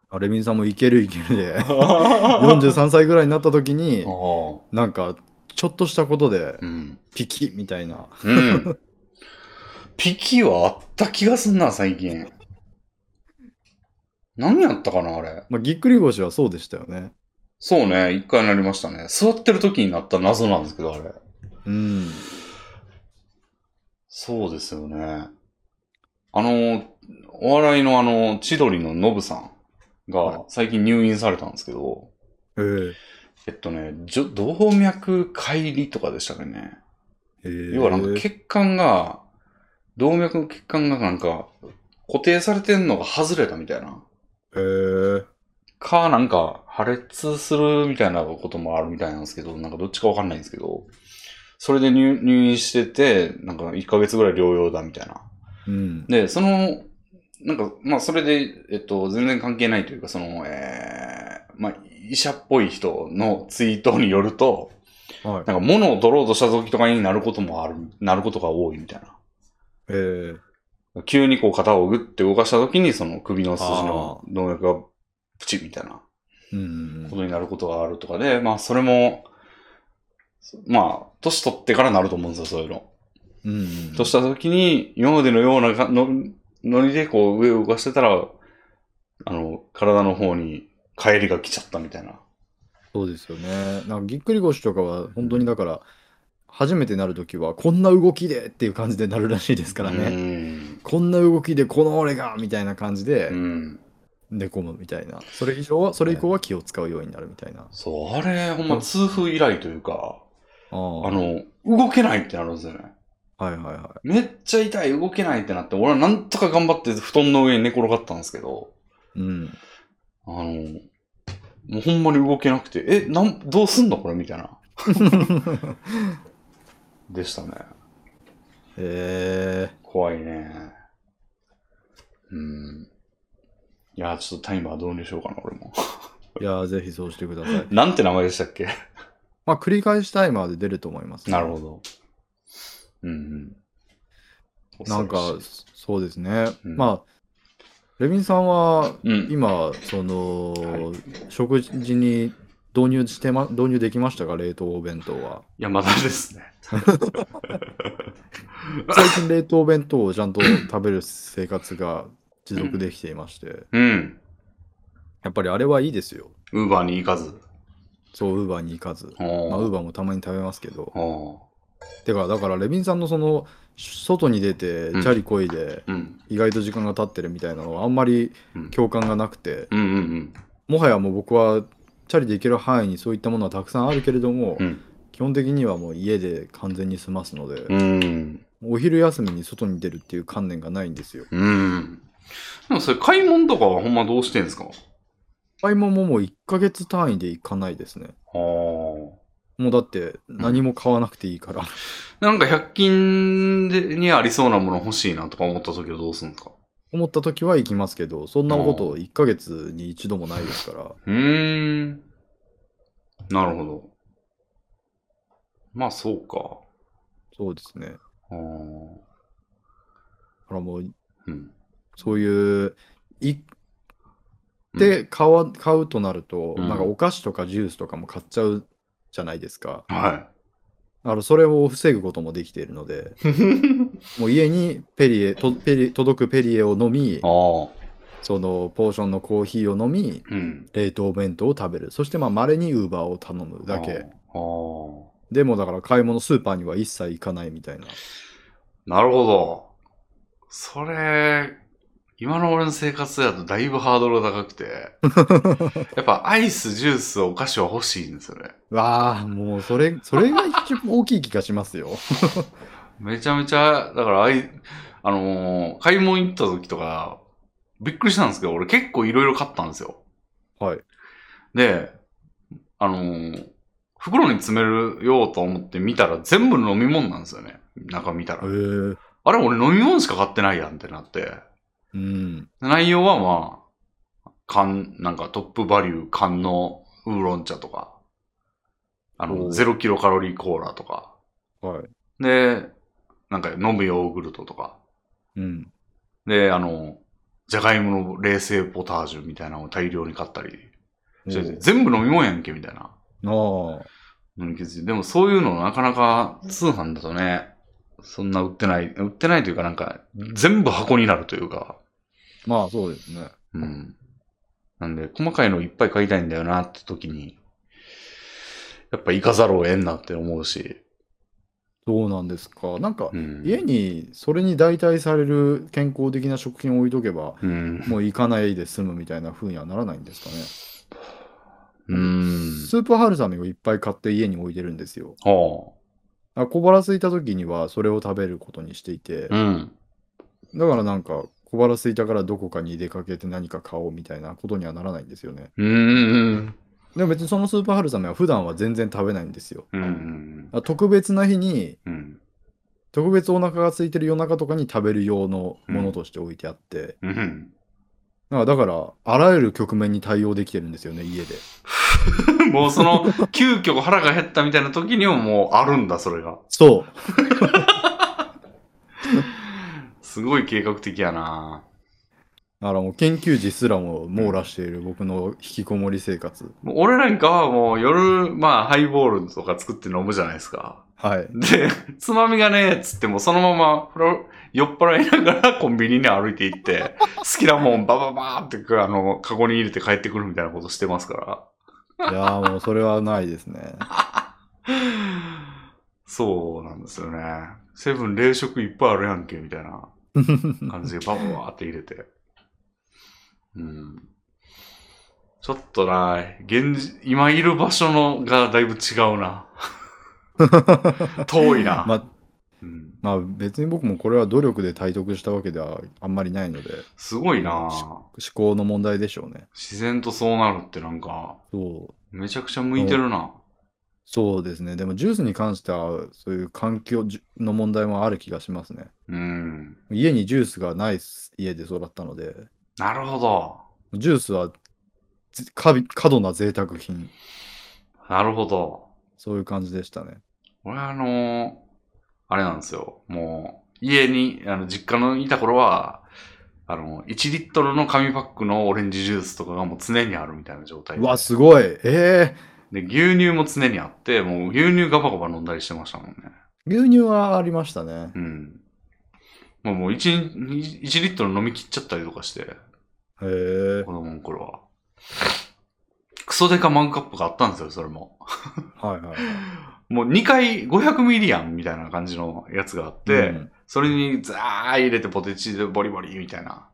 B: あレミンさんもいけるいけるで 43歳ぐらいになった時に、
A: あ
B: なんかちょっとしたことで
A: あ。うん。
B: ピキみたいな。
A: うん。ピキはあった気がすんな、最近。何やったかな、あれ。
B: まあ、ぎっくり腰はそうでしたよね。
A: そうね、一回なりましたね。座ってる時になった謎なんですけど、あれ。
B: うん。
A: そうですよね。あの、お笑いのあの、千鳥のノブさん
B: はい
A: が最近入院されたんですけど、
B: えー、
A: えっとね、じょ動脈解離とかでしたかね。
B: えー
A: 要はなんか血管が、動脈の血管がなんか固定されてんのが外れたみたいな。
B: えー
A: か、なんか破裂するみたいなこともあるみたいなんですけど、なんかどっちかわかんないんですけど、それで入入院してて、なんか1ヶ月ぐらい療養だみたいな。
B: うん。
A: で、その、なんか、まあそれで、えっと、全然関係ないというか、その、えー、まあ医者っぽい人のツイートによると、
B: はい。
A: なんか物を取ろうとした時とかになることもある、なることが多いみたいな。
B: えー、
A: 急にこう肩をグッて動かした時にその首の筋の
B: あ
A: 動脈がプチみたいな
B: うんうん
A: こ
B: うん。
A: とになることがあるとかで、まあそれも、まあ、年取ってからなると思うんですよ、そういうの。
B: うんうん
A: とした時に、今までのようながのノリでこう上を動かしてたら、あの、体の方に帰りが来ちゃったみたいな。
B: そうですよね。なんかぎっくり腰とかは本当にだから、初めてなるときはこんな動きでっていう感じでなるらしいですからね。
A: うん。
B: こんな動きでこの俺がみたいな感じ
A: う
B: で
A: ん。
B: 寝込むみたいな。それ以上はそれ以降は気を使うようになるみたいな。
A: そう、あれ、ほんま痛風以来というか、
B: あ
A: あ
B: あ
A: の、動けないってなるんですよね。
B: はいはいは
A: めっちゃ痛い、動けないってなって、俺はなんとか頑張って布団の上に寝転がったんですけど、
B: い。うん。
A: あの、もうほんまに動けなくて、え、なん、どうすんのこれみたい な。でしたね。
B: え
A: 怖いね。うん。いや、ちょっとタイマー導入しようかな、俺も。
B: いやー、ぜひそうしてください。
A: なんて名前でしたっけ
B: まあ、繰り返しタイマーで出ると思います、
A: なるほど。うんうん。
B: なんか
A: 恐ろしい、
B: そうですね。
A: うん
B: まあ、レビンさんは、
A: うん、
B: 今、その、食事に導入して、ま、導入できましたか冷凍お弁当は。
A: いや、まだですね。
B: 最近冷凍弁当をちゃんと食べる生活が持続できていまして、
A: うん。
B: やっぱりあれはいいですよ。
A: ウーバーに行かず。
B: そう、ウーバーに行かず。
A: お
B: まあ、ウーバーもたまに食べますけど。
A: お
B: てか、だから、レビンさんのその、外に出て、チ
A: ん
B: ャリこいで、
A: うん。
B: 意外と時間が経ってるみたいなのは、あんまり
A: うん
B: 共感がなくて、
A: うんうん
B: もはやもう僕は、チャリで行ける範囲にそういったものはたくさんあるけれども、
A: うん
B: 基本的にはもう家で完全に済ますので、
A: うん。うん。
B: お昼休みに外に出るっていう観念がないんですよ。
A: うん。でもそれ、買い物とかはほんまどうしてんですか
B: 買い物ももう1ヶ月単位で行かないですね。
A: ああ。
B: もうだって何も買わなくていいから。
A: なんか100均でにありそうなもの欲しいなとか思った時はどうするんですか
B: 思った時は行きますけど、そんなこと1ヶ月に一度もないですから。
A: うーん。なるほど。まあ、そうか。
B: そうですね。だ
A: あー
B: からもう、
A: うん。
B: そういう、行
A: うん
B: って買わ買うとなると、
A: うん
B: なんかお菓子とかジュースとかも買っちゃうじゃないですか。
A: は
B: あのそれを防ぐこともできているの で、
A: い。
B: もう家にペリエとペリ届くペリエを飲み
A: あ、あ。
B: そのポーションのコーヒーを飲み、
A: うん。
B: 冷凍弁当を食べる。そしてまあ稀にウーバーを頼むだ
A: あ
B: け。
A: ーあ
B: でもだから買い物スーパーには一切行かないみたいな。
A: ー。なるほど。それ、今の俺の生活だとだいぶハードルが高くて。やっぱアイス、ジュース、お菓子は欲しいんですよね。
B: わあ、もうそれ、 それが一番大きい気がしますよ。
A: めちゃめちゃ、だからあい、あのー買い物行った時とか、びっくりしたんですけど、俺結構いろいろ買ったんですよ。
B: はい。
A: で、あのー袋に詰めるようと思って見たら全部飲み物なんですよね。中見た
B: え
A: ら。
B: ー、
A: あれ俺飲み物しか買ってないやんってなって。
B: うん。
A: 内容はまあ、缶、なんかトップバリュー缶のウーロン茶とか、あ
B: お
A: の、
B: う
A: 0キロカロリーコーラとか、
B: はい。
A: で、なんか飲むヨーグルトとか、
B: うん。
A: で、あの、じゃがいもの冷製ポタージュみたいなのを大量に買ったりしてて、全部飲み物やんけみたいな
B: おああ。
A: のに気づいて、でもそういうのなかなか通販だとね、そんな売ってない、売ってないというかなんか、全部箱になるというか、
B: まあそうですね。
A: うん。なんで、細かいのいっぱい買いたいんだよなって時に、やっぱ行かざるを得んなって思うし、
B: そうなんですか。なんか、
A: うん。
B: 家にそれに代替される健康的な食品を置いとけば、
A: うん。
B: もう行かないで済むみたいな風にはならないんですかね。
A: うん。
B: スープ春雨をいっぱい買って家に置いてるんですよ。
A: は
B: あ小腹空いた時にはそれを食べることにしていて、
A: あ。うん。
B: だからなんか小腹空いたからどこかに出かけて何か買おうみたいなことにはならないんですよね。
A: うんうん。
B: でも別にそのスーパー春雨は普段は全然食べないんですよ。
A: うんうん。
B: あ特別な日に
A: うん。
B: 特別お腹が空いてる夜中とかに食べる用のものとして置いてあって、
A: うん。
B: なんかだからあらゆる局面に対応できてるんですよね家で。
A: もうその、急遽腹が減ったみたいな時にももうあるんだ、それが。
B: そ
A: すごい計画的やな
B: う。だからもう研究時すらも網羅している僕の引きこもり生活。
A: もう俺なんかはもう夜、まあ、ハイボールとか作って飲むじゃないですか。
B: はい。
A: で、つまみがねえっつっても、そのままふら、酔っ払いながら コンビニに歩いて行って、好きなもんバババーってか、あの、カゴに入れて帰ってくるみたいなことしてますから。
B: いやーもうそれはないです ね。
A: そうなんですよね。セブン冷食いっぱいあるやんけ、みたいな感じでバババーって入れて。うん。ちょっとな、現実、今いる場所のがだいぶ違うな。遠いな。
B: ま
A: うん、
B: まあ別に僕もこれは努力で体得したわけではあんまりないので、
A: すごいな。
B: 思考の問題でしょうね。
A: 自然とそうなるってなんか、
B: そう。
A: めちゃくちゃ向いてるな。
B: そうですね。でもジュースに関しては、そういう環境じゅの問題もある気がしますね。
A: うん。
B: 家にジュースがない家で育ったので、
A: なるほど。
B: ジュースはぜ過び過度な贅沢品。
A: なるほど。
B: そういう感じでしたね。
A: 俺はあのーあれなんですよ。もう、家に、あの、実家のいた頃は、あの、1リットルの紙パックのオレンジジュースとかがもう常にあるみたいな状態
B: う
A: で。
B: わ、すごい。え
A: で、牛乳も常にあって、もう牛乳ガバガバ飲んだりしてましたもんね。
B: ー、牛乳はありましたね。
A: うん。まあもう1、1リットル飲み切っちゃったりとかして、
B: へえ。
A: 子供の頃は。クソデカマグカップがあったんですよ、それも。
B: はいはいはい。
A: もう2回500ミリやんみたいな感じのやつがあって、
B: うん
A: それにザー入れてポテチでボリボリみたいな。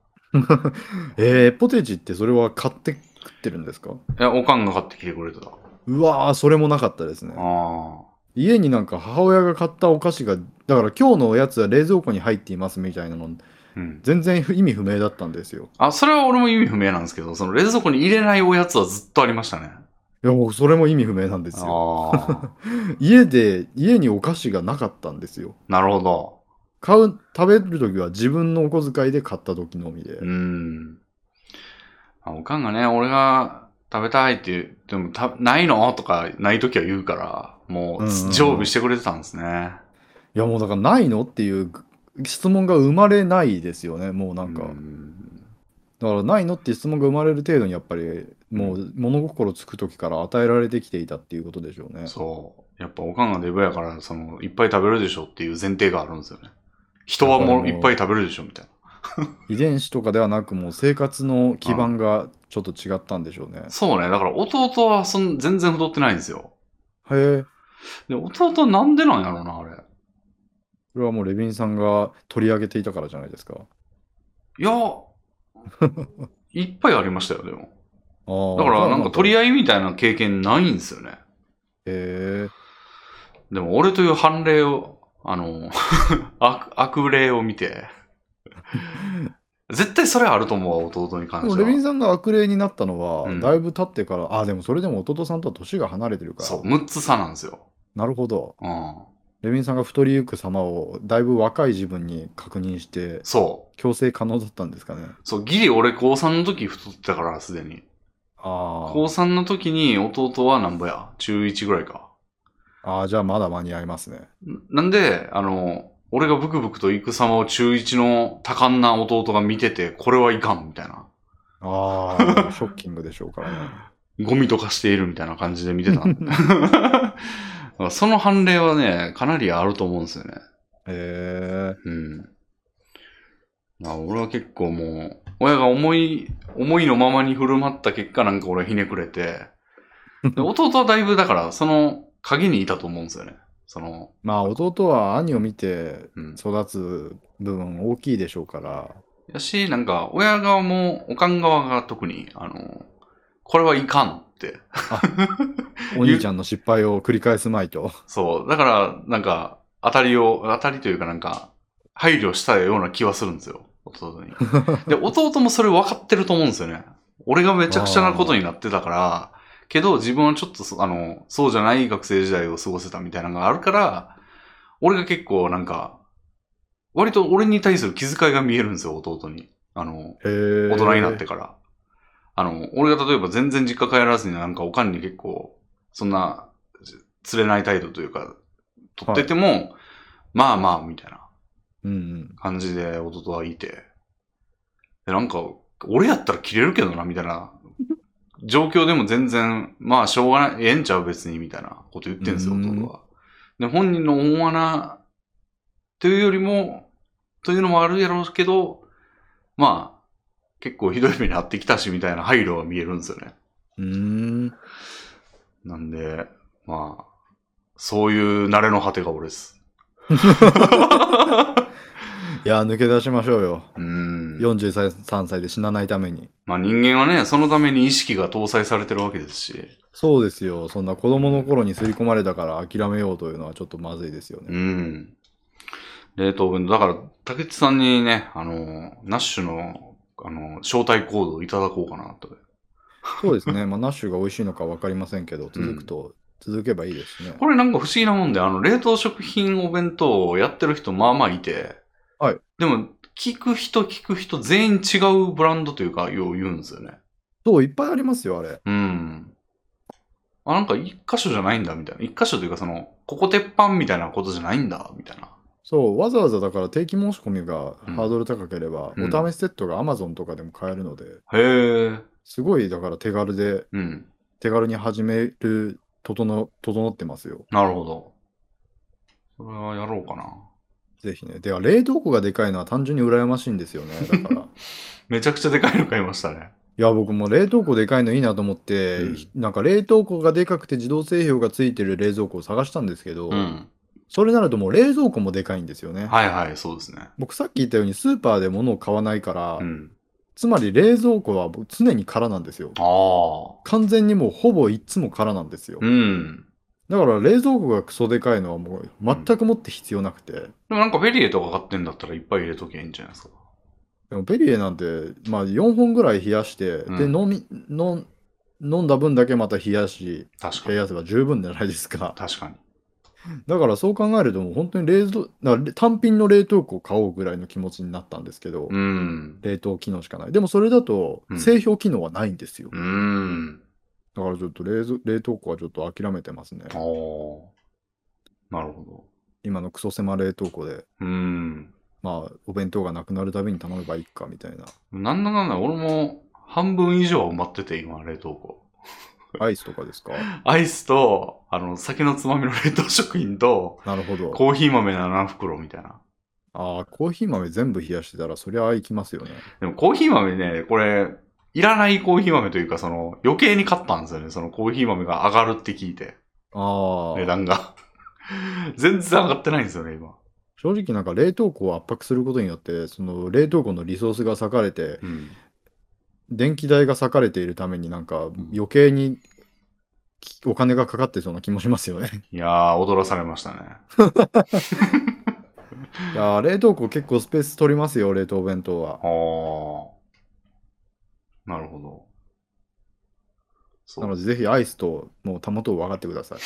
B: えー、ポテチってそれは買って食ってるんですか
A: いや、おかんが買ってきてくれてた。あ
B: うわー、それもなかったですね。
A: あ。
B: 家になんか母親が買ったお菓子が、だから今日のおやつは冷蔵庫に入っていますみたいなの、
A: うん。
B: 全然意味不明だったんですよ。
A: あ、それは俺も意味不明なんですけど、その冷蔵庫に入れないおやつはずっとありましたね。
B: いや、もうそれも意味不明なんですよ。
A: ああ。
B: 家で、家にお菓子がなかったんですよ。
A: なるほど。
B: 買う、食べるときは自分のお小遣いで買ったときのみで
A: う。ん。あおかんがね、俺が食べたいって言っても、たないのとかないときは言うから、も
B: うん
A: う
B: うんうん
A: 常備してくれてたんですね。
B: いや、もうだからないのっていう質問が生まれないですよね。もうなんか。
A: うん
B: だからないのって質問が生まれる程度にやっぱりもう物心つく時から与えられてきていたっていうことでしょうね。
A: そう。やっぱおかんがデブやから、その、いっぱい食べるでしょっていう前提があるんですよね。人はもう
B: だからもう
A: いっぱい食べるでしょみたい
B: 遺伝子とかではなくもう生活の基盤がちょっと違ったんでしょうね。
A: な。そうね。だから弟はそん全然太ってないんですよ。
B: へえ。
A: で、弟はなんでなんやろうな、あれ。
B: これはもうレビンさんが取り上げていたからじゃないですか。
A: い や、いっぱいありましたよ、でも。
B: ああ。
A: だからなんか取
B: 上
A: り合いみたいな経験ないんですよね。
B: げへえ。
A: でも俺という判例を、あの、 悪悪例を見 て、絶対それあると思うわ、弟に関し
B: でも
A: て
B: レビ
A: は
B: ン。さんが悪霊になったのは、
A: うん
B: だいぶ経ってから、ああ、でもそれでも弟さんとは年が離れてるから。
A: そう、6つ差なんですよ。
B: なるほど。
A: うん。
B: レビンさんが太りゆく様をだいぶ若い自分に確認して、
A: そう。
B: 強制可能だったんですかね。
A: そう、ギリ俺高3の時太ってたから、すでに。
B: ああ。
A: 高3の時に弟はなんぼや中1ぐらいか。
B: ああ、じゃあまだ間に合いますね。
A: んなんで、あの、俺がブクブクと行く様を中1の多感な弟が見てて、これはいかん、みたいな。
B: ああ、ショッキングでしょうから ね。
A: ゴミとかしているみたいな感じで見てたんで。だからその判例はね、かなりあると思うんですよね。
B: へえ。
A: うん。まあ、俺は結構もう、親が思い、思いのままに振る舞った結果、なんか俺はひねくれて、で弟はだいぶだから、その鍵にいたと思うんですよね。その、
B: まあ、弟は兄を見て
A: うん。
B: 育つ部分大きいでしょうから。
A: やし、なんか、親側も、おかん側が特に、あの、これはいかんって。
B: お兄ちゃんの失敗を繰り返すまいと。
A: そう。だから、なんか、当たりを、当たりというかなんか、配慮したような気はするんですよ。弟に。で、弟もそれ分かってると思うんですよね。俺がめちゃくちゃなことになってたから、けど自分はちょっとそ、あの、そうじゃない学生時代を過ごせたみたいなのがあるから、俺が結構なんか、割と俺に対する気遣いが見えるんですよ、弟に。あの、
B: へえ。
A: 大人になって。から。あの、俺が例えば全然実家帰らずになんかおかんに結構、そんな、釣れない態度というか、取ってても、まあまあ、みたいな
B: うんうん。
A: 感じで弟はいて。で、なんか、俺やったら切れるけどな、みたい な。状況でも全然、まあしょうがない、ええんちゃう別に、みたいなこと言ってんですよ、
B: うん
A: 弟は。で、本人の思わな、というよりも、というのもあるやろうけど、まあ、結構ひどい目に遭ってきたし、みたいな配慮が見えるんですよね。
B: うーん。
A: なんで、まあ、そういう慣れの果てが俺です。
B: いや、抜け出しましょうよ。
A: うん。
B: 43歳で死なないために。
A: まあ人間はね、そのために意識が搭載されてるわけですし、
B: そうですよ。そんな子供の頃に刷り込まれたから諦めようというのはちょっとまずいですよ
A: う
B: ね。
A: ん。冷凍弁当。だから、竹内さんにね、あの、ナッシュの、あの、招待コードをいただこうかなと。
B: そうですね。まあ、ナッシュが美味しいのか分かりませんけど、続くと、続けばいいですね。
A: これなんか不思議なもんで、あの、冷凍食品お弁当をやってる人、まあまあいて、
B: はい。
A: でも、聞く人聞く人全員違うブランドというか、よう言うんですよね。
B: そう、いっぱいありますよ、あれ。
A: うん。あ、なんか一箇所じゃないんだ、みたいな。一箇所というか、その、ここ鉄板みたいなことじゃないんだ、みたいな。
B: そう、わざわざだから定期申し込みが
A: うん
B: ハードル高ければ、
A: うん
B: お試しセットが Amazon とかでも買えるので、
A: へえ。
B: すごいだから手軽で、
A: うん。
B: 手軽に始める、整整ってますよ。
A: なるほど。それはやろうかな。
B: ぜひね。では、冷凍庫がでかいのは単純に羨ましいんですよね。だから。い
A: めちゃくちゃでかいの買いましたね。
B: や、僕も冷凍庫でかいのいいなと思って、
A: う
B: なんか冷凍庫がでかくて自動製氷がついてる冷蔵庫を探したんですけど、
A: うん。
B: それなるともう冷蔵庫もでかいんですよね。
A: はいはい、そうですね。
B: 僕さっき言ったようにスーパーで物を買わないから、
A: うん。
B: つまり冷蔵庫は僕常に空なんですよ。
A: ああ。
B: 完全にもうほぼいつも空なんですよ。
A: うん。
B: だから冷蔵庫がクソでかいのはもう全くもって必要なくて。
A: でもなんかフェリエとか買ってんだったらいっぱい入れときゃいいんじゃないですか。
B: でもベリエなんて、まあ、4本ぐらい冷やして、
A: うん
B: で飲み飲ん飲んだ分だけまた冷やし
A: 確か
B: 冷
A: に。
B: やせば十分じゃないですか
A: 確かに。
B: だからそう考えるともう本当に冷蔵だから単品の冷凍庫を買おうぐらいの気持ちになったんですけど、
A: うん。
B: 冷凍機能しかないでもそれだと
A: うん
B: 製氷機能はないんですよ、
A: うん。
B: だからちょっと冷蔵冷凍庫はちょっと諦めてますね
A: ああ。なるほ
B: 今のクソ狭冷凍庫で
A: ど。うん。
B: まあお弁当がなくなるたびに頼めばいいかみたいな
A: なんだかんだ、俺も半分以上は埋まってて、今、冷凍庫。
B: アイスとか ですか
A: アイスと、あの、酒のつまみの冷凍食品と、
B: なるほど
A: コーヒー豆7袋みたいな。
B: ああコーヒー豆全部冷やしてたらそりゃあいきますよね
A: でもコーヒー豆ね、これ、いらないコーヒー豆というか、その、余計に買ったんですよね。そのコーヒー豆が上がるって聞いて、
B: あ
A: 値
B: あ、
A: 段が。 全然上がってないんですよね、今。
B: 正直なんか冷凍庫を圧迫することによって、その冷凍庫のリソースが割かれて、
A: うん。
B: 電気代が割かれているためになんか
A: ん
B: 余計にきお金がかかってそうな気もします よね。
A: いやー、踊らされましたね。
B: いやー冷凍庫結構スペース取りますよ、冷凍弁当は。
A: はあ。なるほど。そ
B: な
A: う
B: のでぜひアイスともう玉とを分かってください。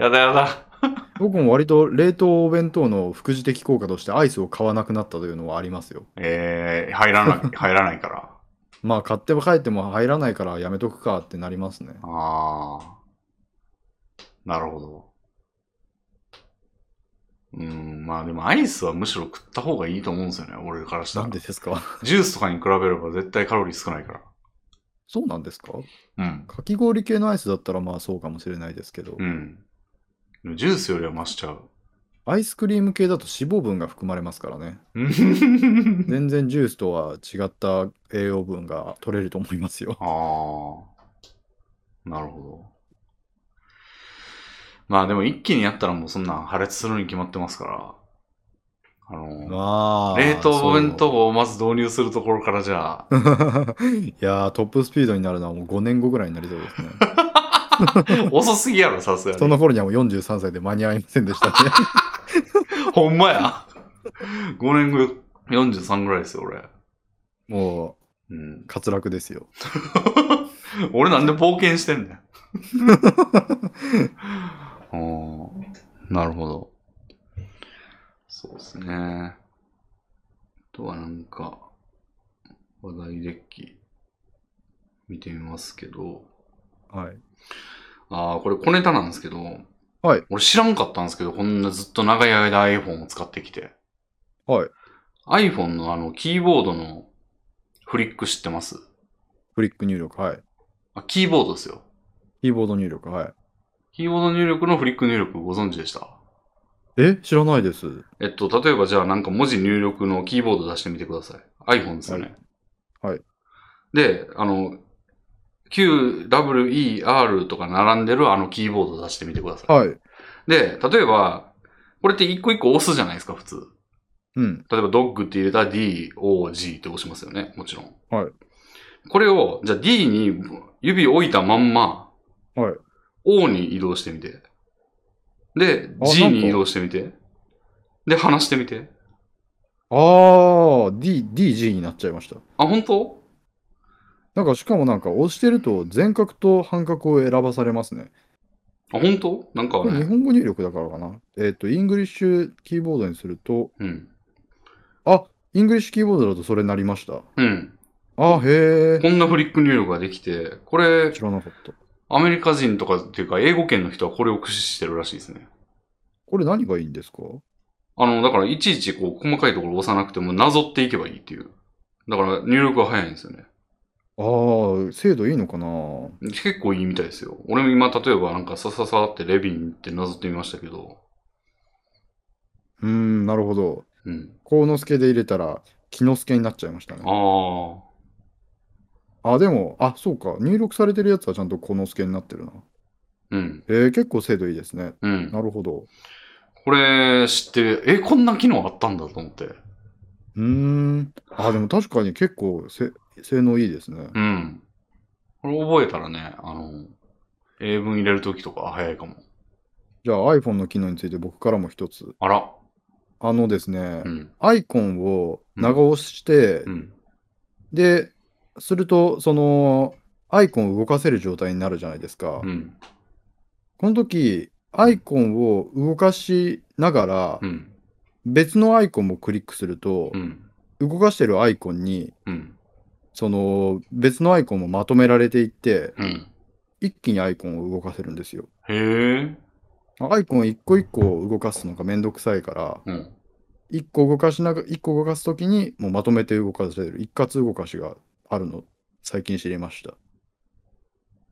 A: やだやだ。
B: 僕も割と冷凍お弁当の副次的効果としてアイスを買わなくなったというのはありますよ。
A: えー、入らない、入らないから。
B: まあ買って帰っても入らないからやめとくかってなりますね。
A: ああ。なるほど。うん、まあでもアイスはむしろ食った方がいいと思うんですよね、俺からした
B: な
A: ら
B: んで。ですか
A: ジュースとかに比べれば絶対カロリー少ないから。
B: そうなんですか
A: うん。
B: かき氷系のアイスだったらまあそうかもしれないですけど、
A: うん。でもジュースよりは増しちゃ う。
B: アイスクリーム系だと脂肪分が含まれますからね
A: うん
B: 全然ジュースとは違った栄養分が取れると思いますよ
A: ああ。なるほど。まあでも一気にやったらもうそんなん破裂するに決まってますから。あの、
B: まあ
A: 冷凍弁
B: そう
A: 当をまず導入するところからじゃあ、
B: いやートップスピードになるのはもう5年後ぐらいになりそうですね
A: 遅すぎやろ、さすが
B: そ
A: に。
B: の頃にはもう43歳で間に合いませんでしたね
A: ほんまや。5年後、43ぐらいですよ、俺。
B: も
A: うん
B: う。滑落ですよ
A: 俺なんで冒険してんだ よ。あーなるほど。そうですね。あとはなんか、話題デッキ、見てみますけど。
B: はい
A: ああ、これ小ネタなんですけど。
B: はい。
A: 俺知らんかったんですけど、こんなずっと長い間 iPhone を使ってきて。
B: はい
A: iPhone のあの、キーボードのフリック知ってます
B: フリック入力はい
A: あ、キーボードですよ。
B: キーボード入力はい
A: キーボード入力のフリック入力ご存知でした
B: え知らないです
A: えっと、例えばじゃあなんか文字入力のキーボード出してみてください。iPhone ですよね。
B: はいはい
A: で、あの、QWER とか並んでるあのキーボード出してみてください。
B: はい
A: で、例えば、これって一個一個押すじゃないですか、普通。
B: うん
A: 例えば、ドッグって入れたら D, O, G って押しますよね、もちろん。
B: はい。
A: これを、じゃあ D に指置いたまんま、
B: はい。
A: O に移動してみて。で、
B: あ
A: G
B: なんか
A: に移動してみて。で、離してみて。
B: あー D DG になっちゃいました
A: あ、本当
B: なんかしかもなんか押してると全角と半角を選ばされますね。
A: あ、本当なんか
B: これ日
A: ね。
B: 本語入力だからかな。えっ、と、イングリッシュキーボードにすると、
A: うん。
B: イングリッシュキーボードだとそれなりました。
A: うん。
B: あ、へえ。
A: こんなフリック入力ができて、これ
B: 知、らなかった。
A: アメリカ人とかっていうか、英語圏の人はこれを駆使してるらしいですね。
B: これ何がいいんですか
A: あの、だから、いちいちこう、細かいところを押さなくても、なぞっていけばいいっていう。だから、入力が早いんですよね。
B: ああ、精度いいのかな
A: 結構いいみたいですよ。俺も今、例えばなんか、さささってレビンってなぞってみましたけど、
B: うーん、なるほど。
A: うん。
B: 幸之助で入れたら、木之助になっちゃいましたね。
A: あ
B: あ、でも、あ、そうか。入力されてるやつはちゃんと幸之助になってるな。
A: あ、うん、
B: えー、結構精度いいですね。
A: うん。
B: なるほど。
A: これ知って、え、こんな機能あったんだと思って。
B: うーん。あ、でも確かに結構せ性能いいですね。
A: うん。これ覚えたらね、あの、英文入れるときとか早いかも。
B: じゃあ iPhone の機能について僕からも一つ。
A: あら。
B: あのですね
A: う、ん。
B: アイコンを長押しして、
A: うん。
B: で、すると、その、アイコンを動かせる状態になるじゃないですか。
A: うん。
B: この時、アイコンを動かしながら
A: う、ん。
B: 別のアイコンもクリックすると
A: う、ん。
B: 動かしてるアイコンに、
A: うん。
B: その、別のアイコンもまとめられていって、
A: うん。
B: 一気にアイコンを動かせるんですよ。
A: へえ。
B: アイコン一個一個動かすのがめんどくさいか
A: う
B: ら、
A: ん。
B: 一個動かしなが一個動かすときに、もうまとめて動かせる、一括動かしがあるの、最近知りました。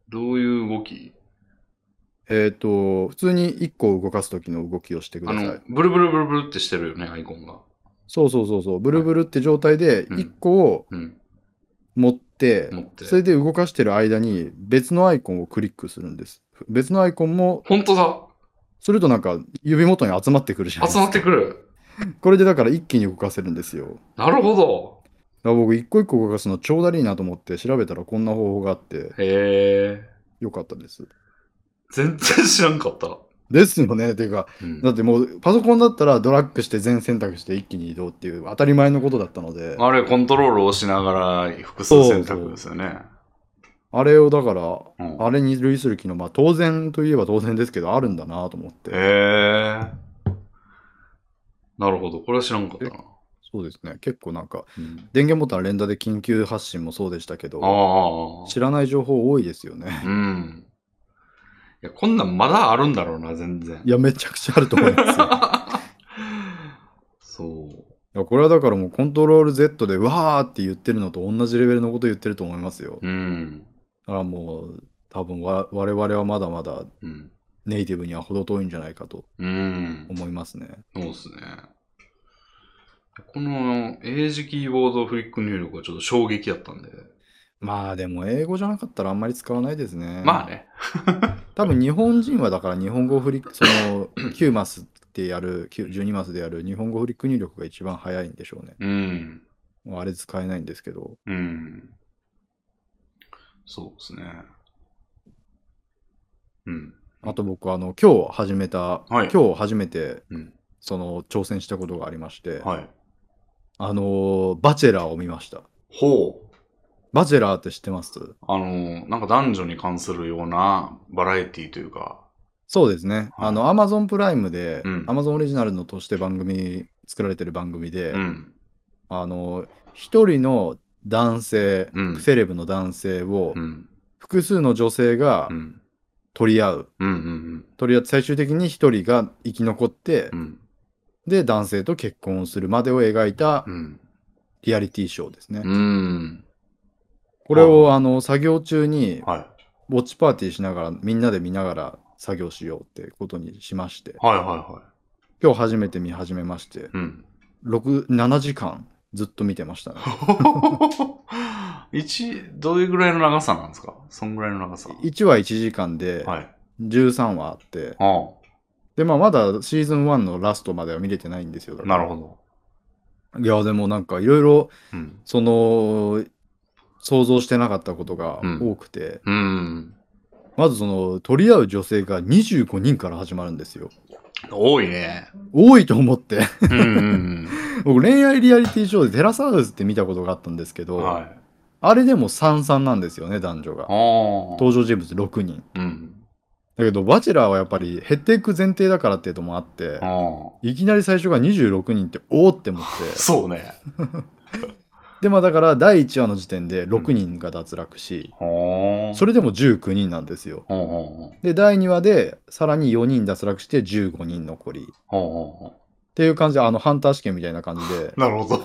A: どういう動き
B: えっ、と、普通に一個動かすときの動きをしてく
A: あ
B: ださ
A: の
B: い。、
A: ブルブルブルブルってしてるよね、アイコンが。
B: そうそうそうそう、ブルブルって状態で、
A: うん
B: 一個を
A: うん。
B: 持って、
A: 持って。
B: それで動かしてる間に別のアイコンをクリックするんです。別のアイコンも、
A: ほんとだ
B: するとなんか指元に集まってくるじゃないで
A: 集まっ
B: す
A: てくる。
B: か。これでだから一気に動かせるんですよ。
A: なるほど。
B: だから僕一個一個動かすの超だりいなと思って調べたらこんな方法があって
A: へえ。
B: よかったです。
A: 全然知らんかった。
B: ですよね。ていうか、
A: うん
B: だってもうパソコンだったらドラッグして全選択して一気に移動っていう当たり前のことだったので、
A: あれ、コントロールを押しながら複数選択ですよね。
B: あれをだから、
A: うん
B: あれに類する機能、まあ当然といえば当然ですけどあるんだなと思って。
A: へえ。なるほど。これは知らんかったな。
B: そうですね。結構なんか
A: うん
B: 電源ボタン連打で緊急発信もそうでしたけど、
A: あ
B: 知らない情報多いですよね。
A: あ。うん。いや、こんなんまだあるんだろうな、全然。
B: いや、めちゃくちゃあると思いますよ。
A: そう。
B: いやこれはだからもうコントロール Z でわーって言ってるのと同じレベルのこと言ってると思いますよ。
A: うん。
B: だからもう多分わ我々はまだまだ
A: うん。
B: ネイティブには程遠いんじゃないかと
A: うん。
B: 思いますね。
A: そうっすね。この、英字キーボードフリック入力はちょっと衝撃だったんで。
B: まあでも英語じゃなかったらあんまり使わないですね。
A: まあ。ね。
B: 多分日本人はだから日本語フリック、その9マスでやる、9 12マスでやる日本語フリック入力が一番早いんでしょうね。
A: うん。
B: もうあれ使えないんですけど。
A: うん。そうですね。うん。
B: あと僕あの今日始めた、
A: はい
B: 今日初めて
A: うん。
B: その挑戦したことがありまして、
A: はい。
B: あのーバチェラーを見ました。
A: ほう。
B: バチェラーって知ってます
A: あの、なんか男女に関するようなバラエティというか。
B: そうですね。
A: はい
B: あの、アマゾンプライムで、
A: うん
B: アマゾンオリジナルのとして番組、作られてる番組で、
A: うん。
B: あの、一人の男性、
A: うん。
B: セレブの男性を
A: う、ん。
B: 複数の女性が
A: うん。
B: 取り合う。
A: うん。うん。
B: 取り合って、最終的に一人が生き残って
A: う、ん。
B: で、男性と結婚をするまでを描いた
A: うん。
B: リアリティショーですね。
A: うん。
B: これを、あの、作業中に、
A: はい。
B: ウォッチパーティーしながら、みんなで見ながら作業しようってことにしまして、
A: はいはいは
B: 今日初めて見始めまして、
A: い。うん。
B: 6 7時間ずっと見てましたね。
A: 一、どれぐらいの長さなんですかそんぐらいの長さ。
B: 1話1時間で
A: はい。
B: 13話あって、
A: あ
B: で、まあ、まだシーズン1のラストまでは見れてないんですよ。だ
A: あ。
B: から
A: なるほど。
B: いや、でもなんかいろいろ、
A: うん。
B: その、想像してなかったことが
A: うん
B: 多くて、
A: うん。
B: まずその、取り合う女性が25人から始まるんですよ。
A: 多いね。
B: 多いと思って。
A: うんうん
B: 僕、恋愛リアリティショーでテラサウルスって見たことがあったんですけ
A: う
B: ど、
A: ん。はい。
B: あれでも33なんですよね、男女
A: あ
B: が。
A: あ。
B: 登場人物6人。
A: うん。
B: だけど、バチェラーはやっぱり減っていく前提だからっていうのもあって、
A: あ
B: いきなり最初が26人って、おおって思っ
C: あ
B: て、
C: そうね。
B: で、まあだから第1話の時点で6人が脱落し、
A: あ。はあ。
B: それでも19人なんですよ。
A: ほうほ
B: で、第2話でさらに4人脱落して15人残り。っ
A: うほう。ほ
B: ていう感じで、あの、ハンター試験みたいな感じで、
C: なるほど。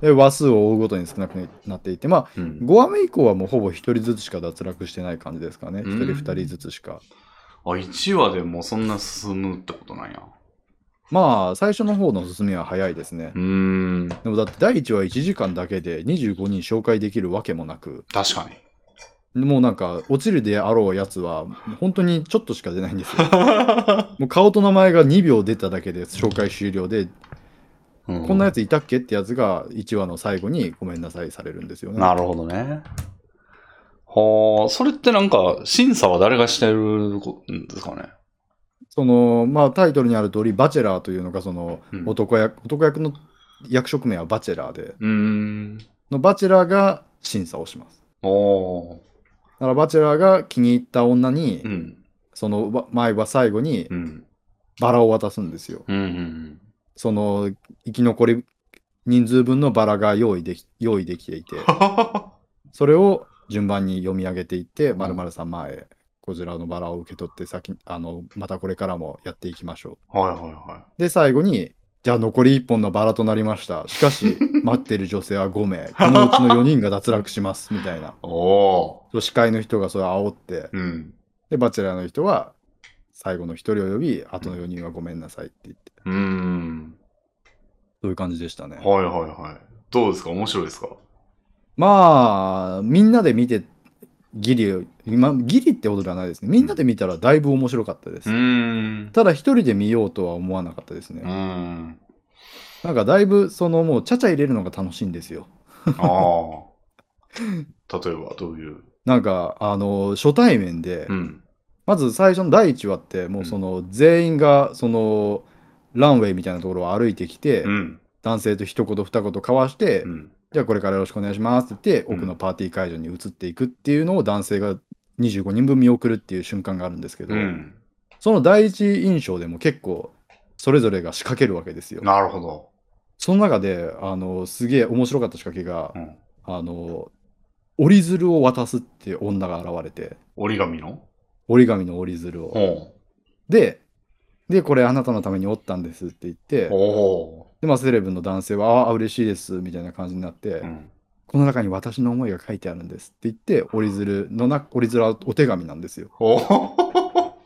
B: で話数を追うごとに少なくなっていって、まあ、
A: うほう。うん。
B: 5話目以降はもうほぼ1人ずつしか脱落してない感じですかね。1
A: うん
B: 人2人ずつしか。
A: あ、1話でもうそんな進むってことなんや。
B: まあ、最初の方の進みは早いですね
A: う。ーん。
B: でもだって第1話1時間だけで25人紹介できるわけもなく、
A: 確かに。
B: もうなんか、落ちるであろうやつは、本当にちょっとしか出ないんで すよ。もう顔と名前が2秒出ただけで紹介終了で、
A: うん
B: こんなやついたっけってやつが1話の最後にごめんなさいされるんですよね。
A: なるほどね。はあ、それってなんか、審査は誰がしてるんですかね。
B: そのまあタイトルにある通り、バチェラーというのがその
A: うん
B: 男役、男役の役職名はバチェラーで、
A: うーん。
B: のバチェラーが審査をします。
A: おー。
B: だからバチェラーが気に入った女に、
A: うん。
B: そのわ前は最後に
A: うん。
B: バラを渡すんですよ。
A: うん うん
B: その生き残り人数分のバラが用意でき用意できていて、それを順番に読み上げていって、まるまるさん前へ、こちらのバラを受け取って先、あの、またこれからもやっていきましょ
A: うん。はいはいは
B: う。で、最後に、じゃあ残り1本のバラとなりました。しかし、待っている女性は5名。このうちの4人が脱落します。みたいな。
A: い。お
B: そう司会の人がそれを煽って、
A: ー。うん。
B: で、バチェラーの人は、最後の1人を呼び、後の4人はごめんなさいって言って、
A: うーん。
B: そういう感じでしたね。
A: はいはいはい。どうですか面白いですか
B: まあ、みんなで見て、ギリ、今、ギリってことではないですね。みんなで見たらだいぶ面白かったです
A: うー。ん。
B: ただ一人で見ようとは思わなかったです
A: うー
B: ね。
A: ん。
B: なんかだいぶそのもうちゃちゃ入れるのが楽しいんですよ。
A: ああ。 例えばどういう。
B: なんかあの初対面で、
A: うん。
B: まず最初の第1話ってもうその全員がそのランウェイみたいなところを歩いてきて、
A: うん。
B: 男性と一言二言交わして、
A: うん。
B: じゃあこれからよろしくお願いしますって言って
A: うん
B: 奥のパーティー会場に移っていくっていうのを男性が25人分見送るっていう瞬間があるんですけど、
A: うん。
B: その第一印象でも結構それぞれが仕掛けるわけですよ。
A: なるほど。
B: その中であのすげえ面白かった仕掛けが、
A: うん
B: あの折り鶴を渡すっていう女が現れて
A: 折り紙の
B: 折り紙の折り鶴を、
A: お
B: ででこれあなたのために折ったんですって言って
A: おお
B: で、まあ、セレブの男性はああ嬉しいですみたいな感じになって、
A: ーうん。
B: この中に私の思いが書いてあるんですって言って折り鶴のな折り鶴はお手紙なんですよ、
A: おお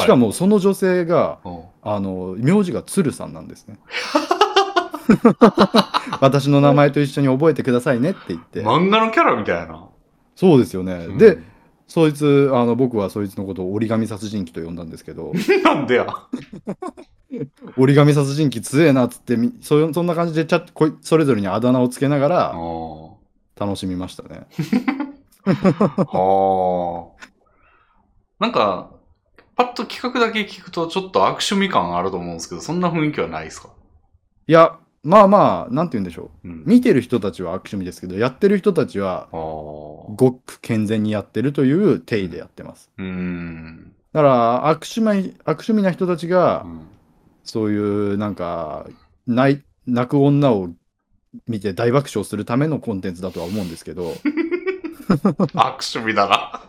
B: しか
A: も、
B: もその女性が
A: うん
B: あの名字が鶴さんなんです ね私の名前と一緒に覚えてくださいねって言って、
A: 漫画のキャラみたいな。
B: そうですよね。で、
A: うん、
B: そいつ、あの、僕はそいつのことを折り紙殺人鬼と呼んだんですけど、
A: なんでや。
B: 折り紙殺人鬼強えなっつってみそ、そんな感じでちゃっこいそれぞれにあだ名をつけなが
A: あ
B: ら
A: ー
B: 楽しみましたね。
A: はあ。なんか、パッと企画だけ聞くと、ちょっと悪趣味感あると思うんですけど、そんな雰囲気はないですか
B: いや、まあまあ、なんて言うんでしょ
A: う
B: う。
A: ん。
B: 見てる人たちは悪趣味ですけど、やってる人たちは
A: ああ。
B: ごく健全にやってるという定義でやってます。
A: うん。
B: だから、悪趣味、悪趣味な人たちが
A: う、ん
B: そういう、なんか、泣い泣く女を見て大爆笑するためのコンテンツだとは思うんです けど、
A: 悪趣味だな。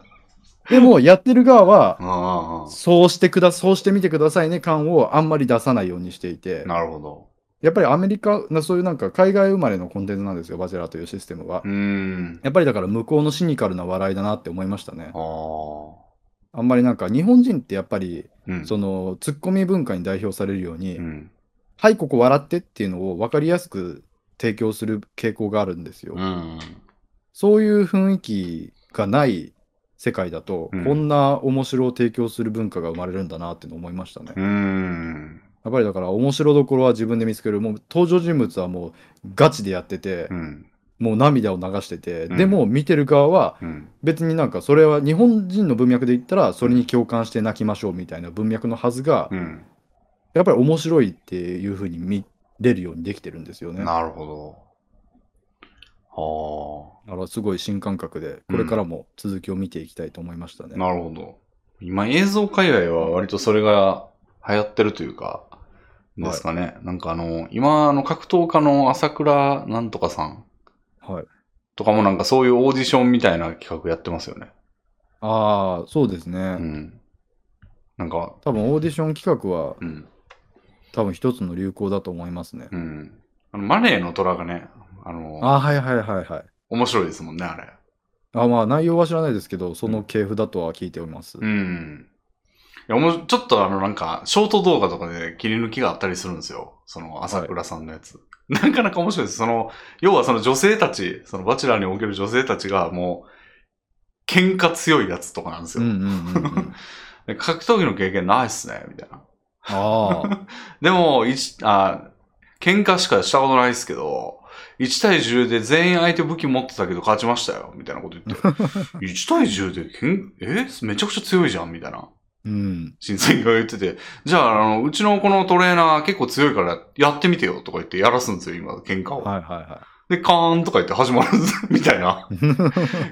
B: でも、やってる側は、
A: あ
B: そうしてくだ、そうしてみてくださいね感をあんまり出さないようにしていて
A: あ。、なるほど。
B: やっぱりアメリカ、なそういうなんか海外生まれのコンテンツなんですよ、バチェラーというシステムは
A: う。ん。
B: やっぱりだから向こうのシニカルな笑いだなって思いましたね
A: あ。あ。
B: あんまりなんか日本人ってやっぱり、
A: うん。
B: そのツッコミ文化に代表されるように、
A: うん。
B: はい、ここ笑ってっていうのを分かりやすく提供する傾向があるんですよ。
A: うん。
B: そういう雰囲気がない世界だと、
A: うん
B: こんな面白を提供する文化が生まれるんだなっていうのを思いましたね。
A: うん。
B: やっぱりだから面白どころは自分で見つけるもう登場人物はもうガチでやってて、
A: うん。
B: もう涙を流してて、
A: うん
B: でも見てる側は
A: うん。
B: 別になんかそれは日本人の文脈で言ったらそれに共感して泣きましょうみたいな文脈のはずが、
A: うん。
B: やっぱり面白いっていう風に見れるようにできてるんですよね。
A: なるほど。は
B: だからすごい新感覚で、これからも続きを見ていきたいと思いましたね。
A: あ。なるほど。今映像界隈は割とそれが流行ってるというか、ですかね。なんかあの、今あの格闘家の朝倉なんとかさん
B: はい。
A: とかもなんかそういうオーディションみたいな企画やってますよね。
B: ああ、そうですね。
A: うん。なんか、
B: 多分オーディション企画は
A: うん。
B: 多分一つの流行だと思いますね。
A: うん。あのマネーの虎がね、あの、
B: ああ、はいはいはいはい。
A: 面白いですもんね、あれ。
B: あまあ内容は知らないですけど、その系譜だとは聞いております。
A: うん。いや、おもちょっとあの、なんか、ショート動画とかで切り抜きがあったりするんですよ。その、朝倉さんのやつ。 なかなか面白いです。その、要はその女性たち、そのバチェラーにおける女性たちがもう、喧嘩強いやつとかなんです
B: う
A: よ。
B: んうんうんうん。
A: で格闘技の経験ないっすね、みたいな。
B: あ あ、
A: でも、一、あ、喧嘩しかしたことないですけど、1対10で全員相手武器持ってたけど勝ちましたよ、みたいなこと言って。1対10で けん、えめちゃくちゃ強いじゃん、みたいな。
B: うん。
A: 審査員が言ってて、じゃあ、あの、うちのこのトレーナー結構強いからやってみてよとか言ってやらすんですよ、今、喧嘩を。
B: はいは
A: で、カーンとか言って始まるんですみたい ない
B: は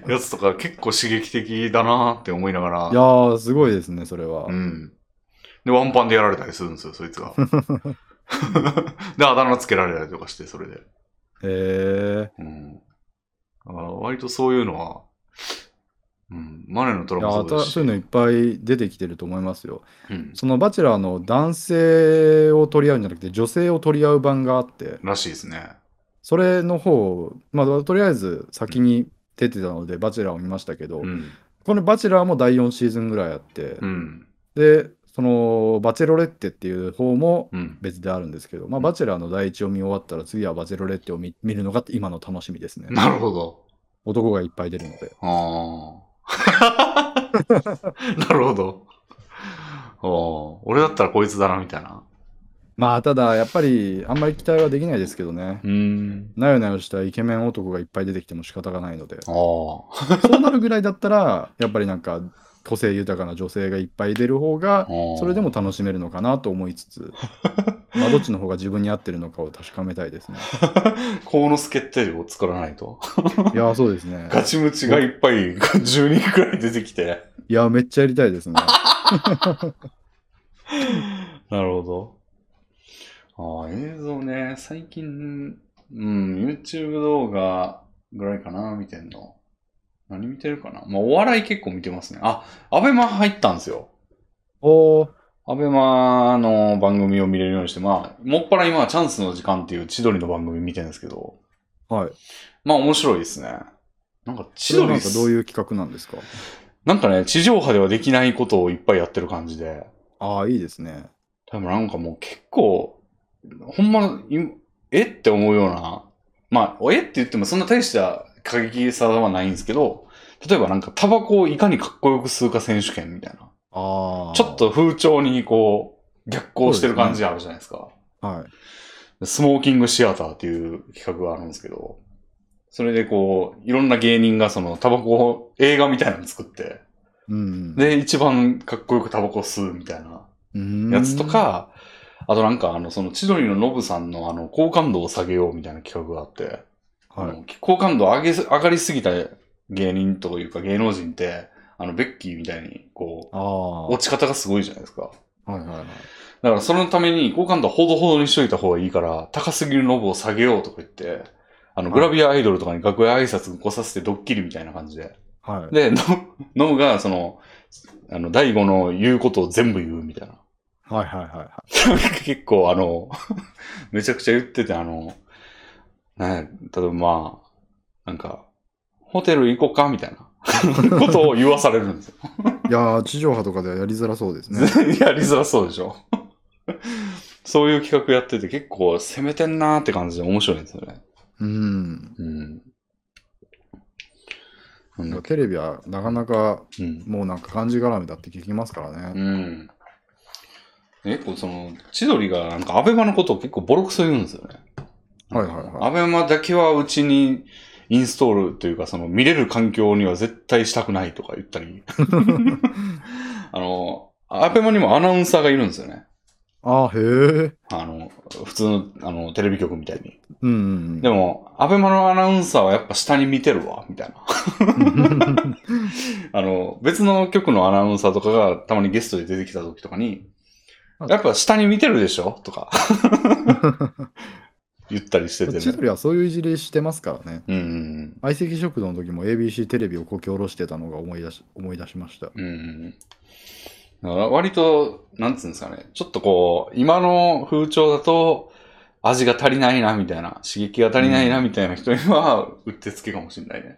B: い。
A: やつとか結構刺激的だなって思いながら。
B: いやー、すごいですね、それは。
A: うん。で、ワンパンでやられたりするんですよ、そいつが。で、あだ名つけられたりとかして、それで。
B: へえ。
A: うん。だから割とそういうのは、うん、マネのト
B: い
A: ラ
B: や
A: もそ
B: あ
A: う
B: た
A: ですし。
B: そういうのいっぱい出てきてると思いますよ。
A: うん。
B: その「バチェラー」の男性を取り合うんじゃなくて女性を取り合う版があって
A: らしいですね。
B: それの方まあとりあえず先に出てたので「バチェラー」を見ましたけど、
A: うん。
B: この「バチェラー」も第4シーズンぐらいあって、
A: うん。
B: でその「バチェロレッテ」っていう方も
A: うん。
B: 別であるんですけど、まあ、バチェラーの第一を見終わったら次は「バチェロレッテ」を見見るのが今の楽しみですね。
A: なるほど。
B: 男がいっぱい出るので。
A: ああ。なるほど。おー俺だったらこいつだな、みたいな。
B: まあただやっぱりあんまり期待はできないですけどね。
A: うん。
B: なよなよしたイケメン男がいっぱい出てきても仕方がないので、
A: ああ。
B: そうなるぐらいだったら、やっぱりなんか、個性豊かな女性がいっぱい出る方が、それでも。楽しめるのかなと思いつつ、まあどっちの方が自分に合ってるのかを確かめたいですね。
A: 幸之助っていうのを作らないと。
B: いやー、そうですね。
A: ガチムチがいっぱい、10人くらい出てきて。
B: いやー、めっちゃやりたいですね。
A: なるほど。ああ、映像ね、最近、うん、YouTube 動画ぐらいかな、見てんの。何見てるかなまあ、お笑い結構見てますね。あ、アベマ入ったんですよ。
B: おー、
A: アベマの番組を見れるようにして、まあ、もっぱら今はチャンスの時間っていう千鳥の番組見てるんですけど、
B: はい。
A: まあ面白いですね。なんか
B: そ
A: 千
B: れ
A: 鳥
B: はな
A: っ
B: ん
A: す
B: かどういう企画なんですか
A: なんかね、地上波ではできないことをいっぱいやってる感じで、
B: ああ、いいですね。
A: 多分なんかもう結構、ほんま、いえって思うような、まあ、えって言ってもそんな大した過激さはないんですけど、例えばなんかタバコをいかにかっこよく吸うか選手権みたいな、
B: ああ。
A: ちょっ。と風潮にこう、逆行してる感じあるじゃないですか。
B: はい。
A: スモーキングシアターっていう企画があるんですけど、それでこう、いろんな芸人がそのタバコを映画みたいなの作って、
B: うん
A: で、一番かっこよくタバコ吸うみたいな
B: うん。
A: やつとか、あとなんかあの、その千鳥のノブさんのあの、好感度を下げようみたいな企画があって、
B: うん。は
A: あ
B: い。
A: の好感度上げす、上がりすぎた芸人というか芸能人って、あの、ベッキーみたいに、こ
B: あ
A: う、
B: あ。はい
A: 落ち方がすごいじゃないですか。
B: はいはい。
A: だからそのために好感度はほどほどにしといた方がいいから、高すぎるノブを下げようとか言って、あの、
B: は
A: グ
B: い
A: ラビアアイドルとかに楽屋挨拶来させてドッキリみたいな感じで。
B: はい。
A: で、ノノブが、その、あの、大悟の言うことを全部言うみたいな。
B: はいはいは
A: 結構、あの、 めちゃくちゃ言ってて、あの、ね、例えばまあ、なんか、ホテル行こうかみたいなことを言わされるんですよ。
B: い。いやー、地上波とかではやりづらそうですね。
A: やりづらそうでしょ。そういう企画やってて結構攻めてんなーって感じで面白いんですよね。
B: うん。
A: うん。なんだっけ
B: テレビはなかなか
A: うん。
B: もうなんか感じがらめだって聞きますから
A: う
B: ね。
A: ん。結構その、千鳥がなんかアベマのことを結構ボロクソ言うんですよね。
B: はいはいはい
A: アベマだけはうちにインストールというか、その見れる環境には絶対したくないとか言った り。あの、アベマにもアナウンサーがいるんですよね。
B: ああ、へえ。
A: あの、普通のあのテレビ局みたいに。
B: うんうん。
A: でも、アベマのアナウンサーはやっぱ下に見てるわ、みたいな。あの、別の局のアナウンサーとかがたまにゲストで出てきた時とかに、
B: あ
A: やっぱ下に見てるでしょとか、言ったりしてて
B: 千
A: ね。
B: 鳥はそういういじりしてますからね。
A: うんうん
B: 相席食堂の時も ABC テレビをこき下ろしてたのが思い出し思い出しました。
A: うん。うんうん。だから割と、なんつうんですかね、ちょっとこう、今の風潮だと、味が足りないな、みたいな、刺激が足りないな、みたいな人には、うってつけかもしれないね。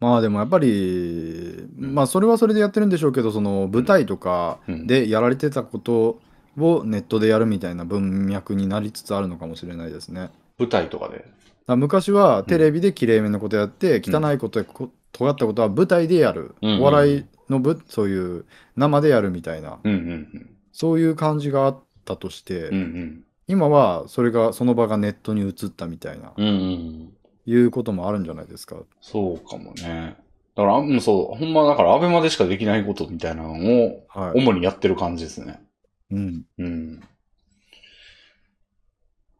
B: まあでもやっぱり、
A: うん
B: まあそれはそれでやってるんでしょうけど、その舞台とか
A: うん
B: でやられてたことをネットでやるみたいな文脈になりつつあるのかもしれないですね。だか
A: 舞台とかで。
B: ら昔はテレビできれいめなことやって、
A: うん
B: 汚いことやこ尖ったことは舞台でやる。
A: うん
B: お笑いのぶそういう生でやるみたいな、
A: うんうん
B: そういう感じがあったとして、
A: うん。うん
B: 今はそれがその場がネットに移ったみたいな、
A: うん。うんうん。
B: いうこともあるんじゃないですか。
A: そうかもね。だから、もうそう、ほんまだから、アベマでしかできないことみたいなのを、
B: はい。
A: 主にやってる感じですね。
B: うん。
A: うん。だか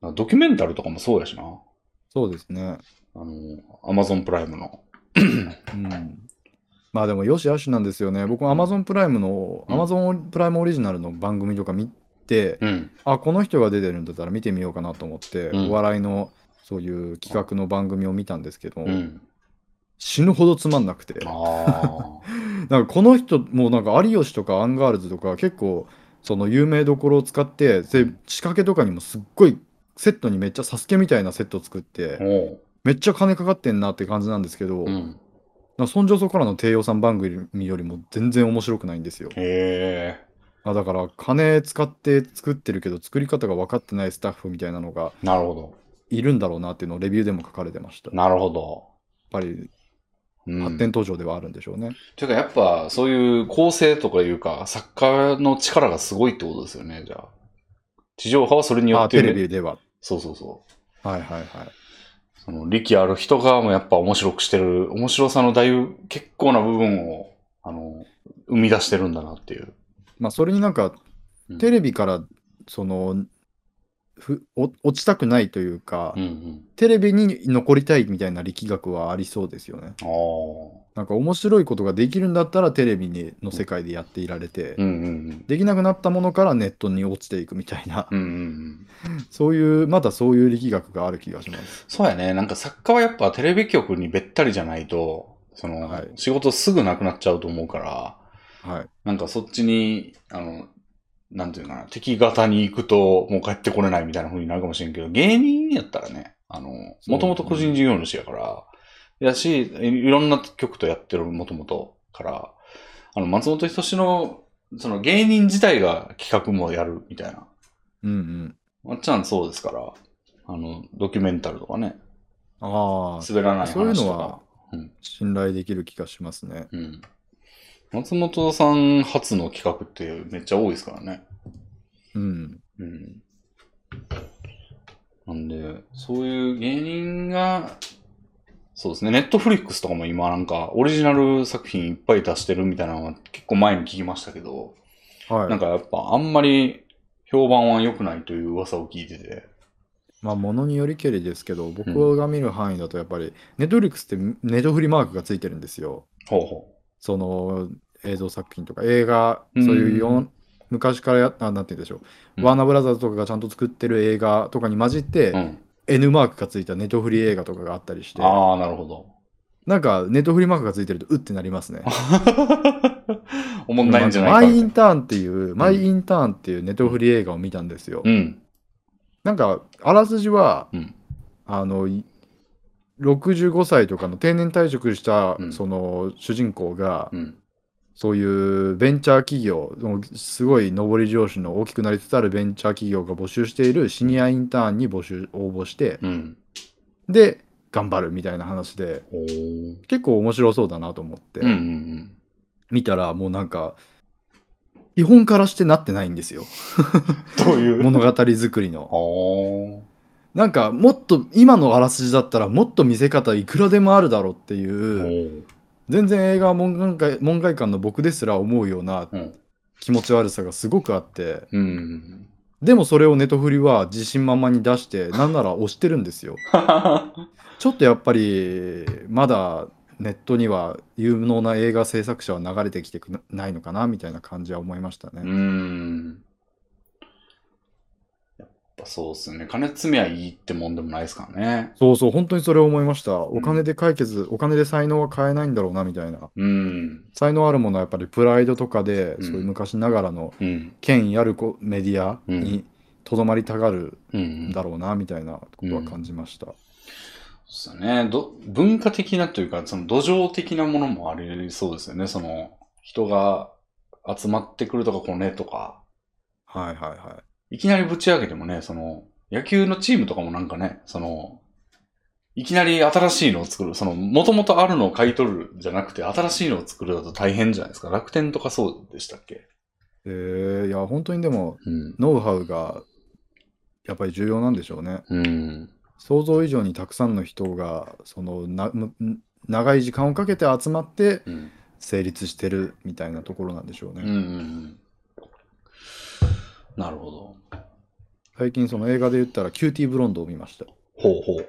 A: らドキュメンタルとかもそうやしな。
B: そうですね。
A: あの、アマゾンプライムの。
B: うんまあでもよし悪しなんですよね。僕も Amazon プライムの、
A: うん
B: Amazon プライムオリジナルの番組とか見て、
A: うん。
B: あ、この人が出てるんだったら見てみようかなと思って、
A: うん
B: お笑いのそういう企画の番組を見たんですけど、
A: うん。
B: 死ぬほどつまんなくて、
A: ああ。
B: なんかこの人もうなんか有吉とかアンガールズとか結構その有名どころを使って、で仕掛けとかにもすっごいセットにめっちゃサスケみたいなセット作って、
A: おう。
B: めっちゃ金かかってんなって感じなんですけど、
A: うん。
B: なんかそんじょそこらの低予算番組よりも全然面白くないんですよ。
A: へえ。
B: あだから金使って作ってるけど作り方が分かってないスタッフみたいなのが
A: なるほ
B: いるんだろうなっていうのをレビューでも書かれてました。
A: ど。
B: やっ
A: なるほど。
B: ぱり
A: うん、
B: 発展途上ではあるんでしょうね。
A: ていうか、やっぱ、そういう構成とかいうか、作家の力がすごいってことですよね、じゃあ。地上波はそれによ
B: あ
A: って、
B: テレビでは。
A: そうそうそう。
B: はいはいはい。
A: その力ある人がもうやっぱ面白くしてる、面白さのだいぶ結構な部分を、あの、生み出してるんだなっていう。
B: まあそれになんか
A: うん
B: テレビからそのふお落ちたくないというか、
A: うんうん。
B: テレビに残りたいみたいな力学はありそうですよね。
A: ああ。
B: なんか面白いことができるんだったらテレビにの世界でやっていられて、
A: うんうん
B: できなくなったものからネットに落ちていくみたいな
A: うん。う、んうんうん。
B: そういう、まだそういう力学がある気がします。
A: そうやね。なんか作家はやっぱテレビ局にべったりじゃないと、その、
B: はい
A: 仕事すぐなくなっちゃうと思うから、
B: はい。
A: なんかそっちに、あの、なんていうのかな、敵型に行くともう帰ってこれないみたいな風になるかもしれんけど、芸人やったらね、あの、
B: そう
A: もともと個人事業主やから、やし、いいろんな局とやってるもともとから、あの、松本人志の、その芸人自体が企画もやるみたいな。
B: うんうん。
A: あっちゃんそうですから、あの、ドキュメンタルとかね、
B: ああ、
A: 滑らない話とか。
B: そういうのは信頼できる気がしますね。
A: うん。松本さん初の企画ってめっちゃ多いですからね。
B: うん。
A: うん。なんで、そういう芸人が、そうですね、ネットフリックスとかも今なんかオリジナル作品いっぱい出してるみたいなのは結構前に聞きましたけど、
B: はい。
A: なんかやっぱあんまり評判は良くないという噂を聞いてて。
B: まあ、ものによりけりですけど、僕が見る範囲だと、やっぱり、ネットフリックスってネットフリマークがついてるんですよ。
A: ほうほ
B: その映像作品とか映画、
A: うん
B: そういうよん昔からやあなんて言うんでしょう、
A: うん
B: ワーナーブラザーズとかがちゃんと作ってる映画とかに混じって、
A: う。うん。
B: N マークがついたネットフリ映画とかがあったりして、
A: ああ、なるほど。
B: なんかネットフリマークがついてるとうってなりますね。
A: おもんないんじゃないか
B: マイ
A: みた
B: イ
A: い
B: ン
A: な。
B: ターンっていう、マイインターンっていうネットフリ映画を見たんですよ。
A: うん。
B: なんかあらすじは、
A: うん
B: あのい65歳とかの定年退職した、
A: うん
B: その主人公が、
A: うん。
B: そういうベンチャー企業、もうすごい上り上司の大きくなりつつあるベンチャー企業が募集しているシニアインターンに募集、応募して、
A: うん。
B: で、頑張るみたいな話で、
A: おー
B: 結構面白そうだなと思って、
A: うんうんうん。
B: 見たらもうなんか、基本からしてなってないんですよ。
A: どういう。
B: 物語作りの。
A: おー
B: なんか、もっと、今のあらすじだったら、もっと見せ方いくらでもあるだろうってい
A: お
B: う、
A: ー。
B: 全然映画門外漢門外観の僕ですら思うような
A: うん
B: 気持ち悪さがすごくあって、
A: うん。
B: でもそれをネトフリは自信満々に出して、なんなら押してるんですよ。ちょっとやっぱり、まだネットには有能な映画制作者は流れてきてくなないのかなみたいな感じは思いました
A: うー
B: ね。
A: ん。やっぱそうですね。金積みはいいってもんでもないですからね。
B: そうそう、本当にそれを思いました。
A: ん
B: お金で解決、お金で才能は買えないんだろうなみたいな。
A: うん。
B: 才能あるものはやっぱりプライドとかで、
A: うん
B: そういう昔ながらの
A: うん。
B: 権威あるこメディアにとどまりたがる
A: うんん。
B: だろうなみたいなことは感じました。
A: そうですよね。ど文化的なというか、その土壌的なものもありそうですよね。その人が集まってくるとか、コネとか、
B: はいはいは
A: い
B: い。
A: きなりぶち上げてもね、その野球のチームとかもなんかね、その、いきなり新しいのを作る、その、もともとあるのを買い取るじゃなくて、新しいのを作るだと大変じゃないですか。楽天とかそうでしたっけ
B: えー、いや、本当にでも、
A: うん。
B: ノウハウがやっぱり重要なんでしょうね。
A: うん。
B: 想像以上にたくさんの人が、そのなむ長い時間をかけて集まって
A: うん。
B: 成立してるみたいなところなんでしょう
A: う
B: ね。
A: んうんうん。なるほど。
B: 最近、その映画で言ったら、キューティーブロンドを見ました。
A: ほうほう。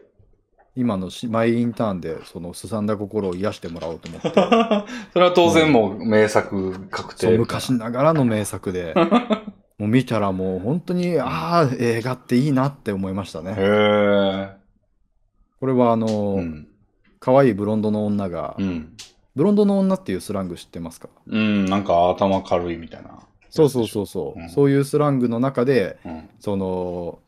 B: 今のしマイインターンで、そのすさんだ心を癒してもらおうと思って。
A: それは当然もう名作確定。
B: そう昔ながらの名作 でもう見たらもう本当にああ映画っていいなって思いました
A: へ
B: ね
A: え。
B: これはあの、
A: うん。
B: 可愛いブロンドの女が、
A: うん。
B: ブロンドの女っていうスラング知ってますか
A: うん、なんか頭軽いみたいな。
B: そうそうそうそう、
A: うん
B: そういうスラングの中で
A: うん。
B: その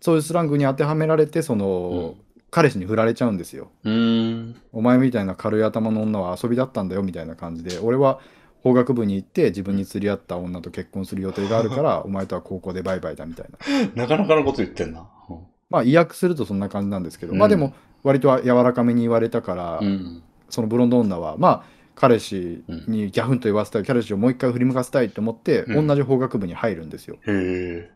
B: そういうスラングに当てはめられてその、彼氏に振られちゃうんですよ
A: うーん。
B: お前みたいな軽い頭の女は遊びだったんだよみたいな感じで俺は法学部に行って自分に釣り合った女と結婚する予定があるからお前とは高校でバイバイだみたいな
A: なかなかのこと言ってんな。
B: まあ、意訳するとそんな感じなんですけど、
A: うん
B: まあでも、割と柔らかめに言われたから、
A: うん。
B: そのブロンド女は、まあ、彼氏にギャフンと言わせたい、彼氏をもう一回振り向かせたいと思って、
A: うん
B: 同じ法学部に入るんですよ。
A: へえ。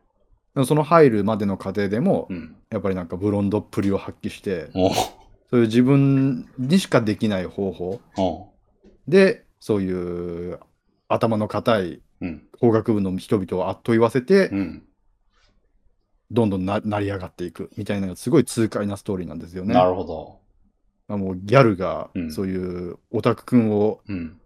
B: でもその入るまでの過程でも、
A: うん。
B: やっぱりなんかブロンドっぷりを発揮して、
A: おう
B: そういう自分にしかできない方法
A: お
B: で、そういう頭の固い
A: うん。うん。
B: 法学部の人々をあっと言わせて、
A: うん。
B: どんどんな成り上がっていくみたいな、すごい痛快なストーリーなんですよね。
A: なるほど。
B: まあ、もうギャルが
A: うん
B: そういうオタクくんを
A: うん。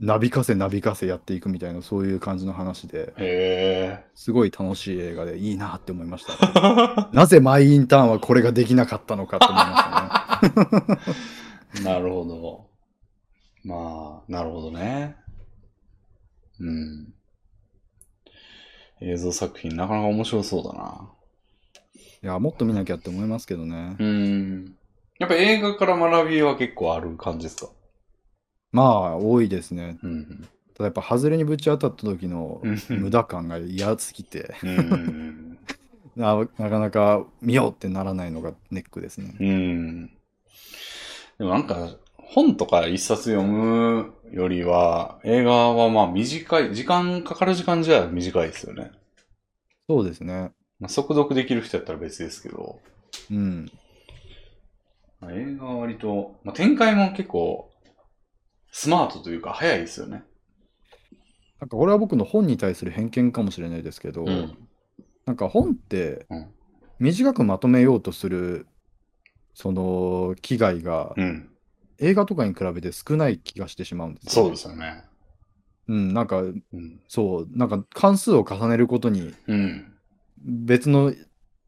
B: なびかせなびかせやっていくみたいなそういう感じの話で
A: へえ。
B: すごい楽しい映画でいいなって思いました、 なぜマイインターンはこれができなかったのかって思いま
A: なるほど。まあ、なるほどね。うん。映像作品、なかなか面白そうだな。
B: したねいやもっと見なきゃって思いますけどね、
A: うん。やっぱ映画から学びは結構ある感じですか
B: まあ多いですね
A: うん。
B: ただやっぱ外れにぶち当たった時の
A: うん
B: 無駄感が嫌すぎて
A: うん。
B: ななかなか見ようってならないのがネックですね
A: うん。でもなんか、本とか一冊読むよりは、映画はまあ短い、時間かかる時間じゃ短いですよね。
B: そうですね
A: まあ、速読できる人やったら別ですけど、
B: うん
A: まあ映画は割と、まあ、展開も結構、スマートというか早いですよね。
B: なんかこれは僕の本に対する偏見かもしれないですけ
A: う
B: ど、
A: ん。
B: なんか本って
A: うん
B: 短くまとめようとするその危害が
A: うん。
B: 映画とかに比べて少ない気がしてしまうんですよ
A: そうですよね。
B: うん、なんか
A: うん。
B: そう、なんか関数を重ねることに
A: うん。
B: 別の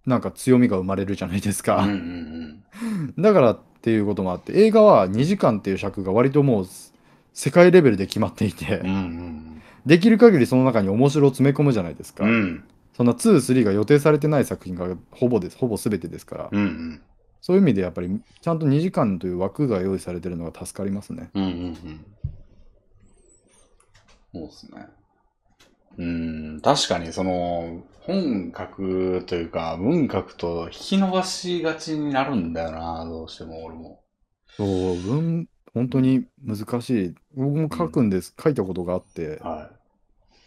B: なんか強みが生まれるじゃないです
A: うんう
B: か。
A: ん
B: だからっていうこともあって映画は2時間っていう尺が割ともう世界レベルで決まっていて、
A: うん。うんうん
B: できる限りその中に面白を詰め込むじゃないですか。
A: うん。うん。
B: そんな2、3が予定されてない作品がほぼです、ほぼ全てですから。
A: うんうん。
B: そういう意味でやっぱりちゃんと2時間という枠が用意されてるのが助かりますね。
A: うんうんうん。そうですね。うん、確かにその、本格というか、文格と引き伸ばしがちになるんだよな、どうしても俺も。
B: そう、文、本当に難しい。僕も書くんです、書いたことがあって、
A: は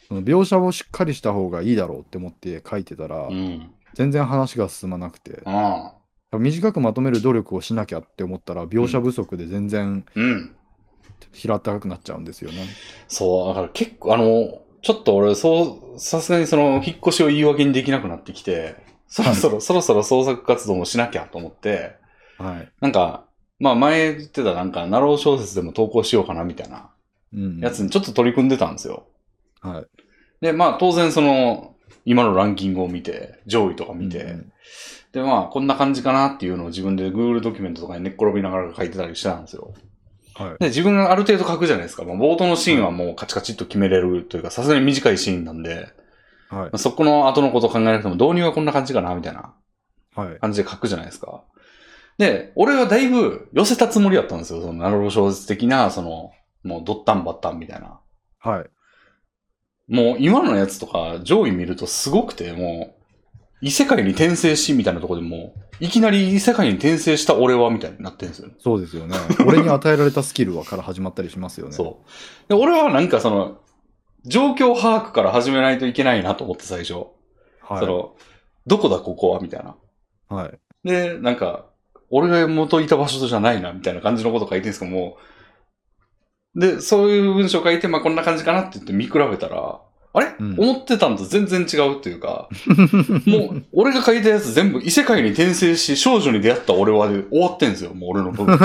B: その描写をしっかりした方がいいだろうって思って書いてたら、
A: い。うん。
B: 全然話が進まなくて、
A: ああ。
B: 短くまとめる努力をしなきゃって思ったら、描写不足で全然
A: うん。
B: 平たくなっちゃうんですよね。
A: そう、だから結構、あの、ちょっと俺、そう、さすがにその、引っ越しを言い訳にできなくなってきて、そろそろ、そろそろ創作活動もしなきゃと思って、
B: はい。
A: なんか、まあ前言ってたなんか、ナロー小説でも投稿しようかなみたいな
B: うん。
A: やつにちょっと取り組んでたんですよ。
B: はい。
A: で、まあ当然その、今のランキングを見て、上位とか見て、
B: うん
A: でまあこんな感じかなっていうのを自分で Google ドキュメントとかに寝っ転びながら書いてたりしてたんですよ。
B: はい。
A: で、自分がある程度書くじゃないですか。まあ、冒頭のシーンはもうカチカチっと決めれるというか、さすがに短いシーンなんで、
B: はい
A: まあ。そこの後のことを考えなくても導入はこんな感じかな、みたいな
B: はい。
A: 感じで書くじゃないですか。で、俺はだいぶ寄せたつもりだったんですよ。そのナロロ小説的な、その、もうドッタンバッタンみたいな。
B: はい。
A: もう今のやつとか上位見るとすごくて、もう、異世界に転生しみたいなところでもう、いきなり異世界に転生した俺はみたいになってるんですよね。
B: そうですよね。俺に与えられたスキルはから始まったりしますよね。
A: そう。で、俺はなんかその、状況把握から始めないといけないなと思って最初。そ
B: は
A: の、どこだここはみたいな。
B: い。はい。
A: で、なんか、俺が元いた場所じゃないな、みたいな感じのこと書いてるんですけど、もう、で、そういう文章書いて、まあこんな感じかなって言って見比べたら、あれ、
B: うん
A: 思ってたんと全然違うという か、もう、俺が書いたやつ全部異世界に転生し、少女に出会った俺はで終わってんですよ、もう俺の部 分。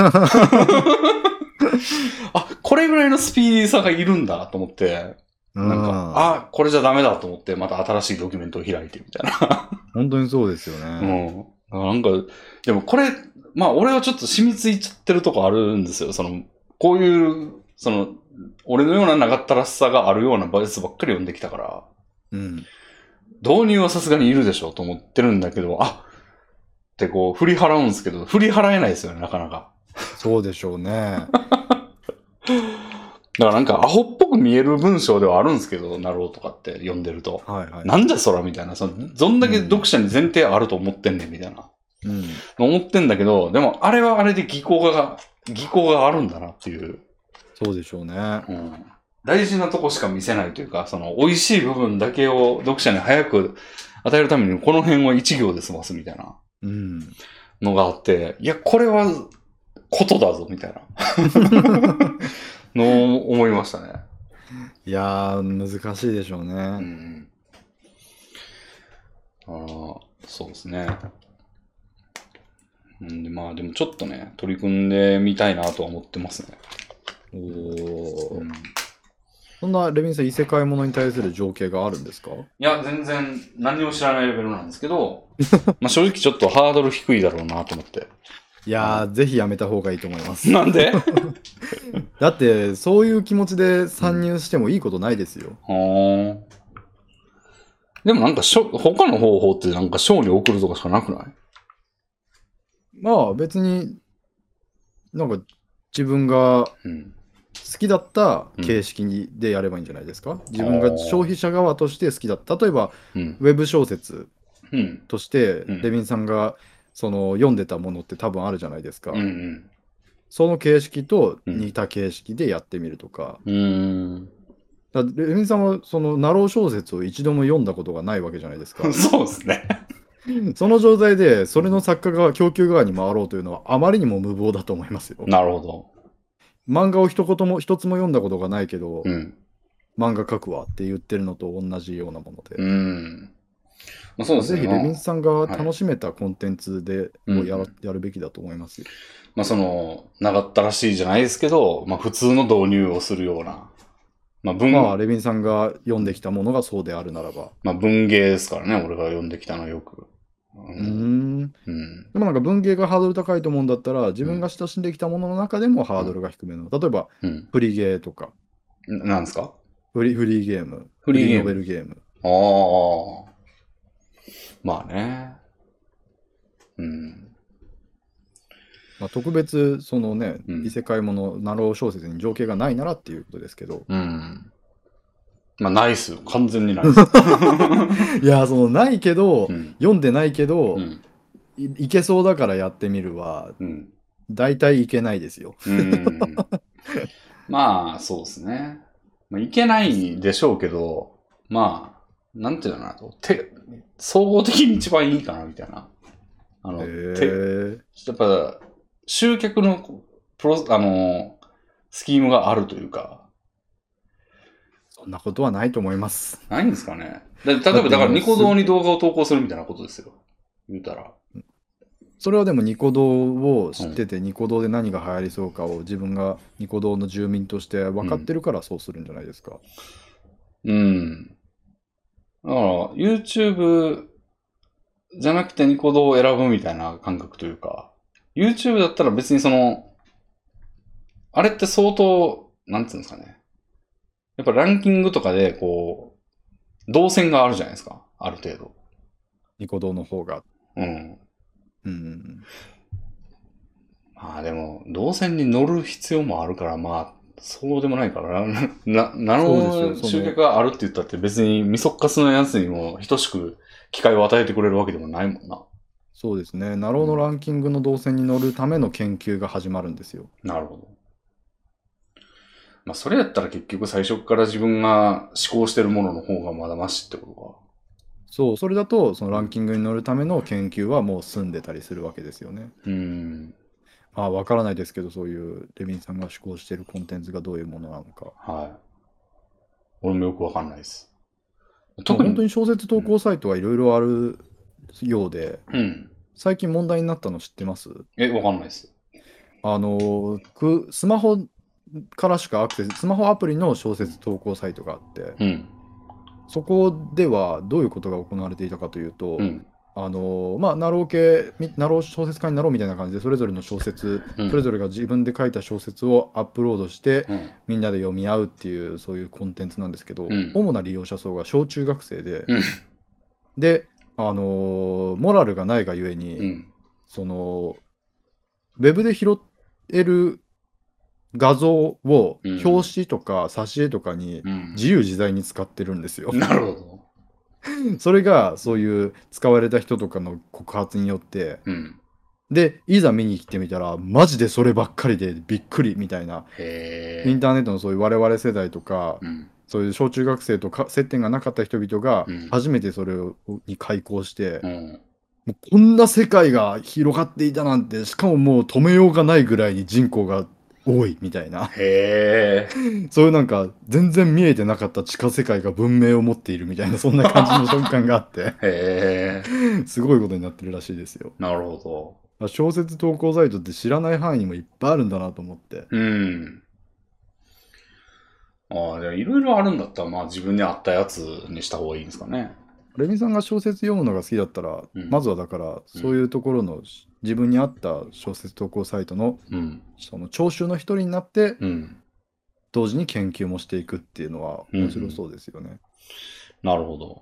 A: あ、これぐらいのスピーディーさがいるんだと思って、
B: な
A: なんか、あ、これじゃダメだと思って、また新しいドキュメントを開いてみたいな。
B: 本当にそうですよね。
A: うん。なんか、でもこれ、まあ俺はちょっと染みついちゃってるとこあるんですよ。その、こういう、その、俺のような長ったらしさがあるようなバイスばっかり読んできたから、
B: うん。
A: 導入はさすがにいるでしょうと思ってるんだけど、あってこう振り払うんですけど、振り払えないですよね、なかなか。
B: そうでしょ うね。
A: だからなんかアホっぽく見える文章ではあるんですけど、なろうとかって読んでると。
B: はいはい。
A: なんじゃそらみたいな、その、どんだけ読者に前提あると思ってんねんみたいな。
B: うん。
A: 思ってんだけど、でもあれはあれで技巧が、技巧があるんだなっていう、
B: そうでしょうね。
A: うん大事なとこしか見せないというか、その美味しい部分だけを読者に早く与えるためにこの辺を一行で済ますみたいな
B: うん。
A: のがあって、いや、これはことだぞみたいなのを思いましたね。
B: いやー、難しいでしょう
A: う
B: ね。
A: ん。あーそうですね。うんで、まあでもちょっとね、取り組んでみたいなとは思ってますね。
B: おお
A: う
B: ー。
A: ん
B: そんなレビンさん、異世界ものに対する情景があるんですか
A: いや、全然何にも知らないレベルなんですけ ど、まあ正直ちょっとハードル低いだろうなと思って。
B: いやー、ぜひやめた方がいいと思いま す。
A: なん で
B: だって、そういう気持ちで参入してもいいことないですよ。
A: ほーんでもなんか書、他の方法ってなんか賞に送るとかしかなくない
B: まあ、別に、なんか、自分が
A: うん。
B: 好きだった形式にでやればいいんじゃないですか自分
A: あ
B: が
A: ー
B: 消費者側として好きだった。例えば、
A: うん。
B: ウェブ小説
A: うん。
B: として、
A: うん
B: レビンさんがその読んでたものって多分あるじゃないですか。
A: うんうん。
B: その形式と
A: うん
B: 似た形式でやってみるとか。
A: うーん。
B: だレビンさんはそのナロー小説を一度も読んだことがないわけじゃないです か。
A: そうですね。
B: その状態で、それの作家が供給側に回ろうというのはあまりにも無謀だと思いますよ。
A: なるほど。
B: 漫画を一言も一つも読んだことがないけど、
A: うん。
B: 漫画描くわって言ってるのと同じようなもので。
A: うん。まあ、そうです
B: ぜ
A: ね。
B: ひ
A: まあ
B: レビンさんが楽しめたコンテンツで、
A: うん
B: をやらやるべきだと思いますよ。
A: まあ、その、長ったらしいじゃないですけど、まあ、普通の導入をするような、まあ、文、
B: まあ、レビンさんが読んできたものがそうであるならば。
A: まあ、文芸ですからね、俺が読んできたのはよく。う
B: うー。ん
A: うん。
B: でもなんか文芸がハードル高いと思うんだったら、自分が親しんできたものの中でもハードルが低めの。例えば、
A: うん。
B: フリーゲーとか、
A: ななんですか
B: フリフリーゲーム、
A: フリーゲーム
B: ノベルゲーム。
A: ああ。まあね。うん。
B: まあ、特別、そのね、
A: うん、
B: 異世界もの、ナロー小説に情景がないならっていうことですけど
A: うん。まあ、ナイス。完全にナイ ス。
B: いや、そのないけど、
A: うん。
B: 読んでないけど、
A: うん。
B: いいけそうだからやってみるは、
A: うん。
B: 大体いけないですよ。
A: うん。まあ、そうですね。まあ、いけないでしょうけど、まあ、なんていうのかなと。て、総合的に一番いいかな、みたいな。あ
B: へ
A: の、て、
B: ー
A: やっぱ、集客のプロ、あの、スキームがあるというか、
B: そそんなことはないと思います。
A: ないんですかね。だ例えば、だから、ニコ動に動画を投稿するみたいなことですよ。言うたら。
B: それはでもニコ動を知ってて、ニコ動で何が流行りそうかを自分がニコ動の住民として分かってるからそうするんじゃないですか。
A: うん。だから、YouTube じゃなくてニコ動を選ぶみたいな感覚というか、YouTube だったら別にその、あれって相当、なんつうんですかね。やっぱランキングとかで、こう、動線があるじゃないですか。ある程度。
B: ニコ動の方が。
A: うん。
B: うんうんうん。
A: まあでも、動線に乗る必要もあるから、まあ、そうでもないからな、な、 なる
B: そ
A: ほ
B: うです
A: ど
B: よそ
A: 集
B: の
A: 客があるって言ったって別に、みそっかすのやつにも等しく機会を与えてくれるわけでもないもんな。
B: そうですね。ナローのランキングの動線に乗るための研究が始まるんですよ。
A: なるほど。まあ、それやったら結局最初から自分が思考してるものの方がまだマシってこ
B: そう、それだとそのランキングに乗るための研究はもう済んでたりするわけですよね。
A: とか。うん。
B: まあ分からないですけど、そういうレビンさんが思考しているコンテンツがどういうものなのか。
A: はい。俺もよくわかんないです。
B: 特
A: 特
B: に
A: に、
B: 本当に小説投稿サイトはいろいろあるようで、
A: うん。
B: 最近問題になったの知ってます
A: え、わかんないです。
B: あのくスマホからしかアクセス、スマホアプリの小説投稿サイトがあって、
A: うん。
B: そこではどういうことが行われていたかというと、
A: うん。
B: あのまあ、ナロー系、みナロー小説家になろうみたいな感じで、それぞれの小説、
A: うん
B: それぞれが自分で書いた小説をアップロードして、
A: うん。
B: みんなで読み合うっていう、そういうコンテンツなんですけど、
A: うん
B: 主な利用者層が小中学生で、
A: うん
B: で、あのモラルがないがゆえに、
A: うん。
B: その、ウェブで拾える画像を
A: うん
B: 表紙とか挿絵とかに
A: うん。
B: 自由自在に使ってるんですよ。
A: なるほど。
B: それがそういう使われた人とかの告発によって、
A: うん。
B: で、いざ見に来てみたら、マジでそればっかりでびっくりみたいな、
A: へ
B: イン
A: え。
B: ターネットのそういう我々世代とか、
A: うん。
B: そういう小中学生とか接点がなかった人々が
A: うん
B: 初めてそれをに開講して、
A: うん。
B: もうこんな世界が広がっていたなんてしかももう止めようがないぐらいに人口が多いみたいな
A: へえ。
B: そういうなんか全然見えてなかった地下世界が文明を持っているみたいなそんな感じの瞬間があって
A: へえ。
B: すごいことになってるらしいですよ
A: なるほ
B: 小説投稿サイトって知らない範囲もいっぱいあるんだなと思って
A: ど。うん。ああ、じゃあいろいろあるんだったら、まあ自分に合ったやつにした方がいいんですかね。
B: レミさんが小説読むのが好きだったら、
A: うん
B: まずはだからそういうところの自分に合った小説投稿サイトの
A: うん。
B: その聴衆の一人になって
A: うん。
B: 同時に研究もしていくっていうのは面白そうですよね、
A: なるほど。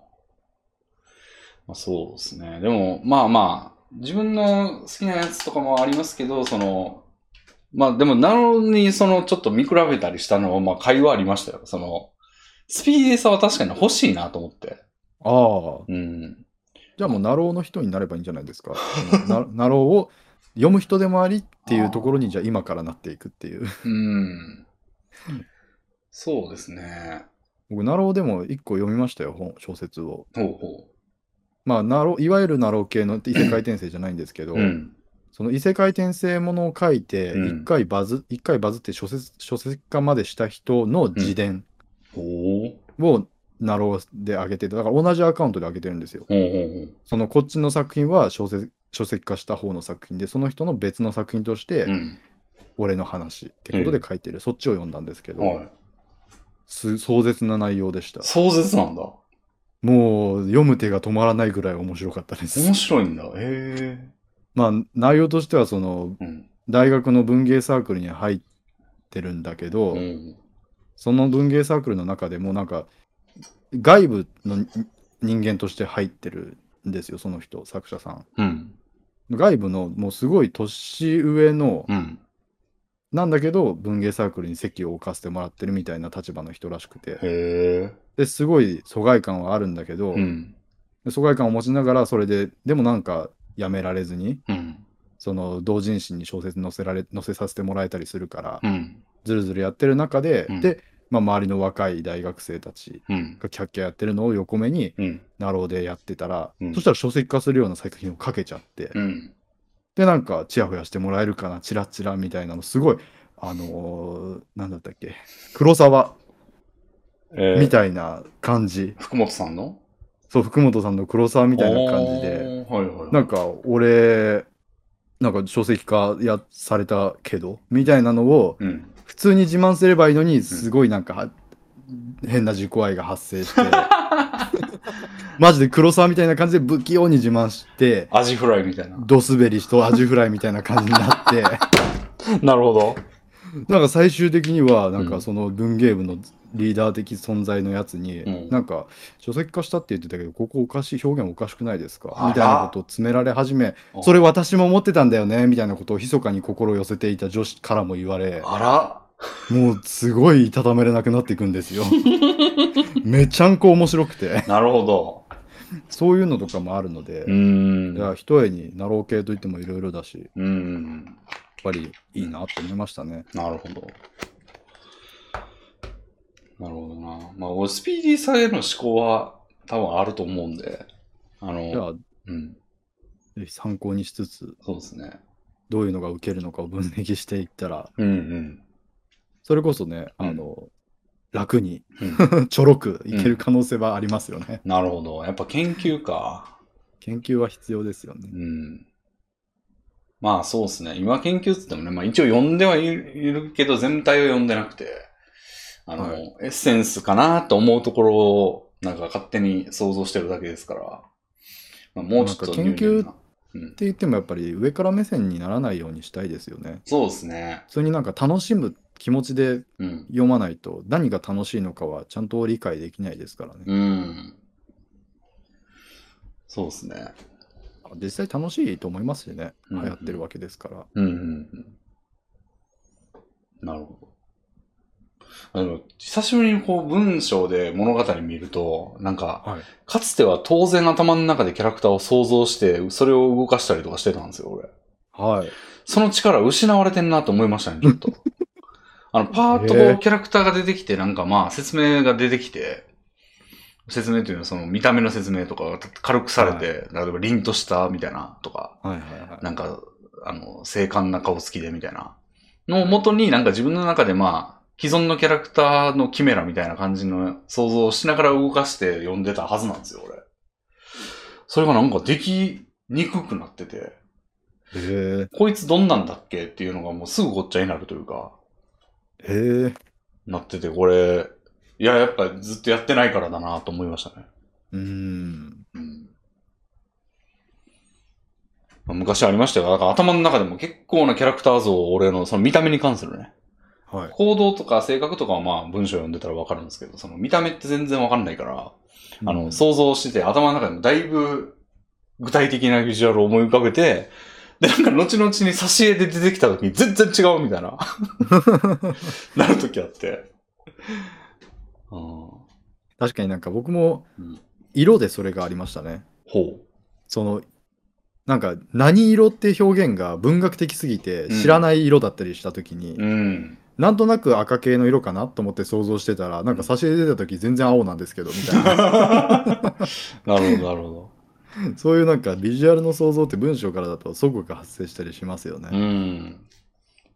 A: まあ、そうですね。でも、まあまあ、自分の好きなやつとかもありますけど、その、まあでも、なのに、その、ちょっと見比べたりしたのは、まあ、会話ありましたよ。その、スピーディーさは確かに欲しいなと思って。
B: ああ、
A: うん。
B: じゃあもうナローの人になればいいんじゃないですか。そのな ナローを読む人でもありっていうところに、じゃあ今からなっていくっていう。
A: うん。そうですね。
B: 僕、ナローでも一個読みましたよ、本小説を。
A: ほうほ
B: まあ、ナローいわゆるナロー系の異世界転生じゃないんですけど、
A: う。うん。
B: その異世界転生ものを書いて、
A: うん
B: 一回バズ、一回バズって書説書籍化までした人の自伝
A: ほう。
B: をナローで上げてて、だから同じアカウントで上げてるんですよ。
A: ほうほうほう。
B: そのこっちの作品は小説書籍化した方の作品で、その人の別の作品として、
A: うん。
B: 俺の話ってことで書いてる、そっちを読んだんですけど、
A: はい。
B: す壮絶な内容でした
A: 壮絶なんだ。
B: もう読む手が止まらないぐらい面白かったです
A: 面白いんだ。へえ。
B: まあ内容としてはその
A: うん。
B: 大学の文芸サークルに入ってるんだけど、
A: うん。
B: その文芸サークルの中でもなんか外部のに人間として入ってるんですよその人作者さん
A: うん。
B: 外部のもうすごい年上の、
A: うん。
B: なんだけど文芸サークルに席を置かせてもらってるみたいな立場の人らしくて
A: へえ。
B: ですごい疎外感はあるんだけど、
A: うん。
B: で疎外感を持ちながらそれででもなんかやめられずに
A: うん。
B: その同人誌に小説載せられ載せさせてもらえたりするから、
A: うん。
B: ずるずるやってる中で、
A: うん
B: で、まあ、周りの若い大学生たち
A: うん。
B: がキャッキャやってるのを横目に
A: うん。
B: ナローでやってたら、
A: うん
B: そしたら書籍化するような作品をかけちゃって、
A: うん。
B: でなんかチヤホヤしてもらえるかなチラチラみたいなのすごいあのーなんだったっけ黒沢
A: えー
B: みたいな感じ。
A: 福本さんの
B: そう、福本さんの黒沢みたいな感じで。。
A: おーはいはいはい。
B: なんか、俺、なんか書籍化やされたけど、みたいなのを、
A: うん。
B: 普通に自慢すればいいのに、すごいなんか、は変な自己愛が発生して、 マジで黒沢みたいな感じで不器用に自慢して、
A: アジフライみたい な。
B: ドスベリとアジフライみたいな感じになって、
A: なるほど。
B: なんか最終的にはなん
A: うん
B: かその文芸部のリーダー的存在のやつに、
A: うん
B: なんか書籍化したって言ってたけどここおかしい表現おかしくないですか
A: あら
B: みたいなことを詰められ始め
A: うん
B: それ私も思ってたんだよねみたいなことを密かに心を寄せていた女子からも言われ
A: あら
B: もうすごいいたためれなくなっていくんです よ。めちゃんこ面白くて
A: なるほど。
B: そういうのとかもあるので
A: うー。ん。
B: いうや一重になろう系といってもいろいろだしやっ
A: ーん。
B: ぱりいいなって思いましたね。
A: なるほど。なるほどな。まあ、俺スピーディーさへの思考は多分あると思うんで、あ
B: じゃ
A: の、
B: あ
A: うん、
B: ぜひ参考にしつつ
A: そうですね。
B: どういうのが受けるのかを分析していったら
A: うんうん。
B: それこそね、
A: うん
B: あの、楽に、
A: うん、
B: ちょろくいける可能性はありますよね。
A: なるほど。やっぱ研究か。
B: 研究は必要ですよね
A: う。ん。まあそうですね。今研究っつってもね、まあ一応読んではいるいるけど、全体を読んでなくて、あの、
B: は
A: エッセンスかなと思うところを、なんか勝手に想像してるだけですから、まあ、もうちょっと
B: なんか研究
A: 入念なうん
B: っ、て言ってもやっぱり上から目線にならないようにしたいですよね。
A: そうですね。
B: 普通になんか楽しむ気持ちで
A: うん。
B: 読まないと何が楽しいのかはちゃんと理解できないですからね。
A: うん。そうですね。
B: 実際楽しいと思いますしね。
A: う
B: 流
A: ん
B: 行ってるわけですから。
A: うんうんうん。なるほど。あの久しぶりにこう文章で物語見ると、なんか、
B: はい。
A: かつては当然頭の中でキャラクターを想像して、それを動かしたりとかしてたんですよ、俺。
B: はい。
A: その力失われてんなと思いましたね、ちょっと。あの、パーッとこ
B: へえ
A: うキャラクターが出てきて、なんかまあ説明が出てきて、説明というのはその見た目の説明とかが軽くされて、例えば凛としたみたいなとか、
B: はいはいはい。
A: なんか、あの、精悍な顔つきでみたいな。のもとになんか自分の中でまあ、既存のキャラクターのキメラみたいな感じの想像をしながら動かして読んでたはずなんですよ、俺。それがなんかできにくくなってて、
B: へえ。
A: こいつどんなんだっけっていうのがもうすぐごっちゃになるというか、
B: へえ。
A: なってて、これ、いや、やっぱずっとやってないからだなと思いましたね。
B: うん。
A: うんまあ昔ありましたよ。だから頭の中でも結構なキャラクター像を俺のその見た目に関するね。
B: はい。
A: 行動とか性格とかはまあ文章読んでたらわかるんですけど、その見た目って全然わかんないから、あの、想像してて頭の中でもだいぶ具体的なビジュアルを思い浮かべて、で、なんか後々に挿絵で出てきた時に全然違うみたい な、なる時あって。うん。ほ
B: 確かになんか僕も
A: うん
B: 色でそれがありましたね。
A: う。
B: そのなんか何色って表現が文学的すぎて
A: うん
B: 知らない色だったりした時に、
A: うん。
B: なんとなく赤系の色かなと思って想像してたらなんか差し入れ出た時全然青なんですけどみたいな
A: なるほど、なるほ ど。
B: そういうなんかビジュアルの想像って文章からだと即が発生したりしますよ
A: う
B: ね。
A: ん。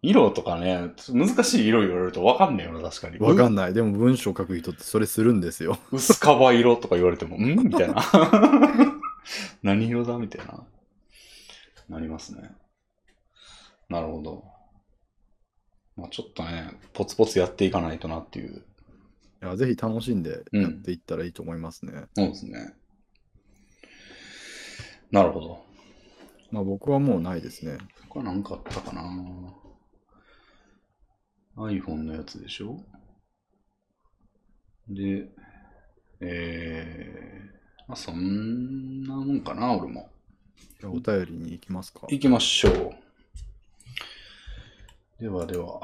A: 色とかね、難しい色言われると分かんねえよな、確かに。
B: わか
A: うん
B: ないでも文章書く人ってそれするんですよ。
A: 薄皮色とか言われても、んみたいな。 何色だみたいな。なりますね。なるほど。まあちょっとね、ポツポツやっていかないとなっていう。
B: いやぜひ楽しんで
A: うん
B: やっていったらいいと思いますね。
A: そうですね。なるほど。
B: まあ僕はもうないですね。
A: これなんかあったかな iPhone のやつでしょで、えー、まあそんなもんかな、俺も。
B: じゃあお便りに行きますか。
A: 行きましょう。ではでは。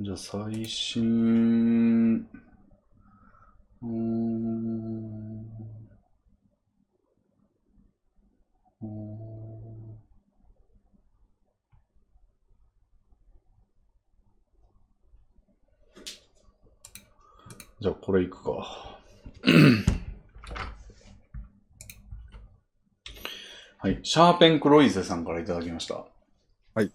A: じゃあ最新。うーん。うーんじゃあこれいくか。はい。シャーペンクロイゼさんからいただきました。
B: はい。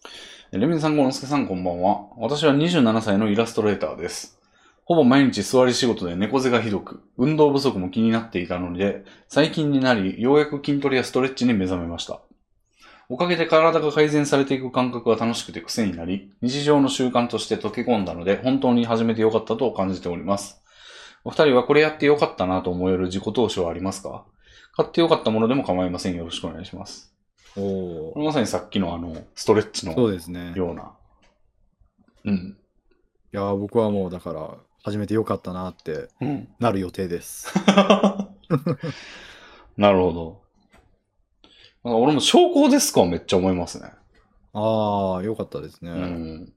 A: えレミさん、ゴノスケさん、こんばんは。私は27歳のイラストレーターです。ほぼ毎日座り仕事で猫背がひどく、運動不足も気になっていたので、最近になり、ようやく筋トレやストレッチに目覚めました。おかげで体が改善されていく感覚が楽しくて癖になり、日常の習慣として溶け込んだので、本当に始めてよかったと感じております。お二人はこれやってよかったなと思える自己投資はありますか買ってよかったものでも構いません。よろしくお願いします。
B: お
A: こ
B: お。
A: れまさにさっきのあの、ストレッチの
B: そうですね。い
A: ような。うん。
B: やー、僕はもうだから、始めてよかったなって
A: うん。
B: なる予定です。
A: なるほど。なんか俺も昇降デスクはめっちゃ思いますね。
B: ああ、よかったですね。
A: うん。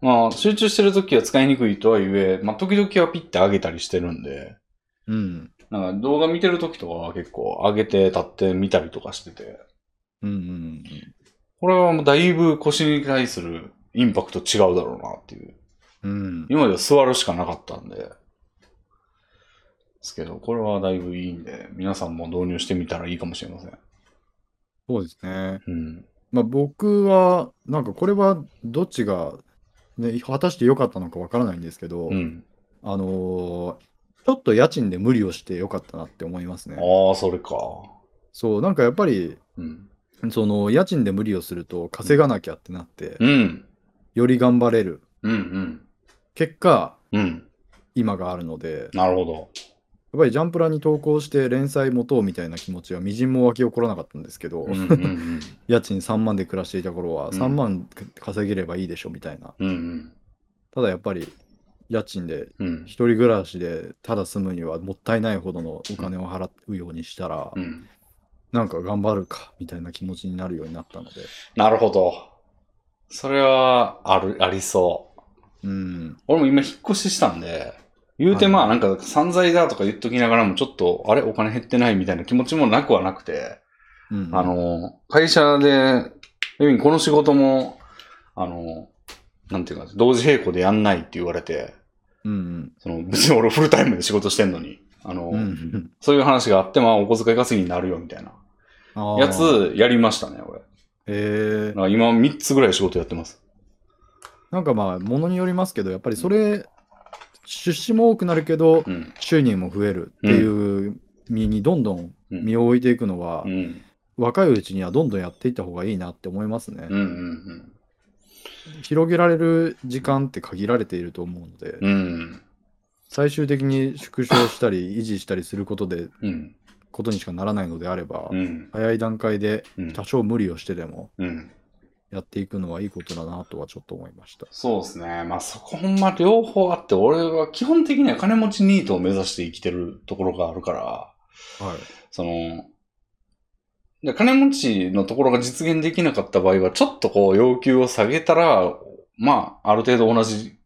A: まあ、集中してる時は使いにくいとはいえ、まあ、時々はピッて上げたりしてるんで、
B: うん。
A: なんか動画見てる時とかは結構上げて立って見たりとかしてて、
B: うんうん
A: これはもうだいぶ腰に対するインパクト違うだろうなっていう。
B: うん。
A: 今までは座るしかなかったんで。ですけど、これはだいぶいいんで、皆さんも導入してみたらいいかもしれません。
B: そうですね。
A: うん。
B: まあ僕は、なんかこれはどっちが、ね、果たして良かったのかわからないんですけど、
A: うん。
B: あのーちょっと家賃で無理をして良かったなって思いますね。
A: ああ、それか。
B: そう、なんかやっぱり、
A: うん。
B: その家賃で無理をすると稼がなきゃってなって、
A: うん。
B: より頑張れる。
A: うんうん。
B: 結果、
A: うん。
B: 今があるので、
A: なるほど。
B: やっぱりジャンプラに投稿して連載持とうみたいな気持ちはみじんも湧き起こらなかったんですけど、
A: うんうんうん。
B: 家賃3万で暮らしていた頃は
A: うん
B: 3万稼げればいいでしょみたいな。
A: うんうん。
B: ただやっぱり家賃で
A: うん
B: 一。人暮らしでただ住むにはもったいないほどのお金を払うようにしたら、
A: うん。
B: なんか頑張るかみたいな気持ちになるようになったので、
A: なるほど。それは、ある、ありそう。
B: うん、
A: 俺も今引っ越ししたんで、言うてまあなんか散財だとか言っときながらもちょっと、あれお金減ってないみたいな気持ちもなくはなくて、
B: うん、
A: あの、会社で、レミンこの仕事も、あの、なんていうか、同時並行でやんないって言われて、
B: うん、
A: その、別に俺フルタイムで仕事してんのに、あの、
B: うん、うん、
A: そういう話があって、まあ、お小遣い稼ぎになるよみたいな
B: あー
A: や、つ、やりましたね、俺。
B: えー
A: なんか今、3つぐらい仕事やってます。
B: なんかまあ、ものによりますけど、やっぱりそれ、出資も多くなるけど、
A: うん。
B: 収入も増えるっていう身にどんどん身を置いていくのは、
A: うん。
B: 若いうちにはどんどんやっていった方がいいなって思いますね
A: うん。うん
B: 広げられる時間って限られていると思うので
A: うん。う、ん。
B: 最終的に縮小したり、維持したりすることで、
A: うん。
B: ことにしかならないのであれば
A: う、ん。
B: 早い段階で
A: うん
B: 多少無理をしてでも
A: うん。
B: やっていくのはいいことだなとはちょっと思いました。
A: そうですね。まあ、そこほんま両方あって、俺は基本的には金持ちニートを目指して生きてるところがあるから、
B: はい。
A: その、で金持ちのところが実現できなかった場合は、ちょっとこう要求を下げたら、まあ、ある程度同じ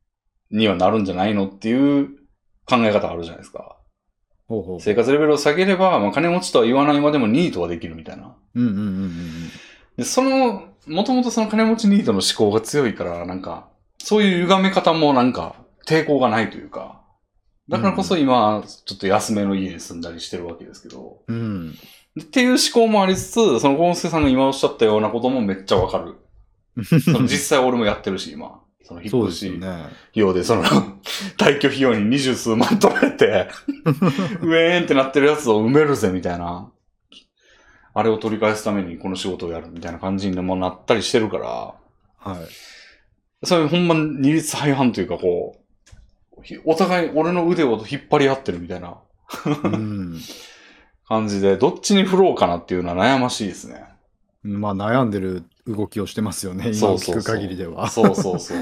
A: にはなるんじゃないのっていう考え方あるじゃないですか。
B: ほうほう。
A: 生活レベルを下げれば、まあ、金持ちとは言わないまでもニートはできるみたいな。
B: うんうんうんうんうん。
A: で、その、もともとその金持ちニートの思考が強いから、なんか、そういう歪め方もなんか抵抗がないというか、だからこそ今、ちょっと安めの家に住んだりしてるわけですけど、
B: うん。
A: っていう思考もありつつ、そのゴンスケさんが今おっしゃったようなこともめっちゃわかる。そ の実際俺もやってるし、今。その引
B: そう
A: っ
B: で
A: 越
B: すよ
A: し費
B: ね。
A: 用で、その退去費用に二十数万取られて、 ウェーンってなってるやつを埋めるぜ、みたいな。あれを取り返すためにこの仕事をやるみたいな感じにもなったりしてるから、
B: はい。
A: それほんま二律背反というか、こう、ひお互い俺の腕を引っ張り合ってるみたいな
B: うん。
A: 感じで、どっちに振ろうかなっていうのは悩ましいですね。
B: まあ悩んでる動きをしてますよね、今
A: そ
B: を
A: うそ
B: 聞
A: う
B: く
A: そう
B: 限りでは。
A: そうそうそう。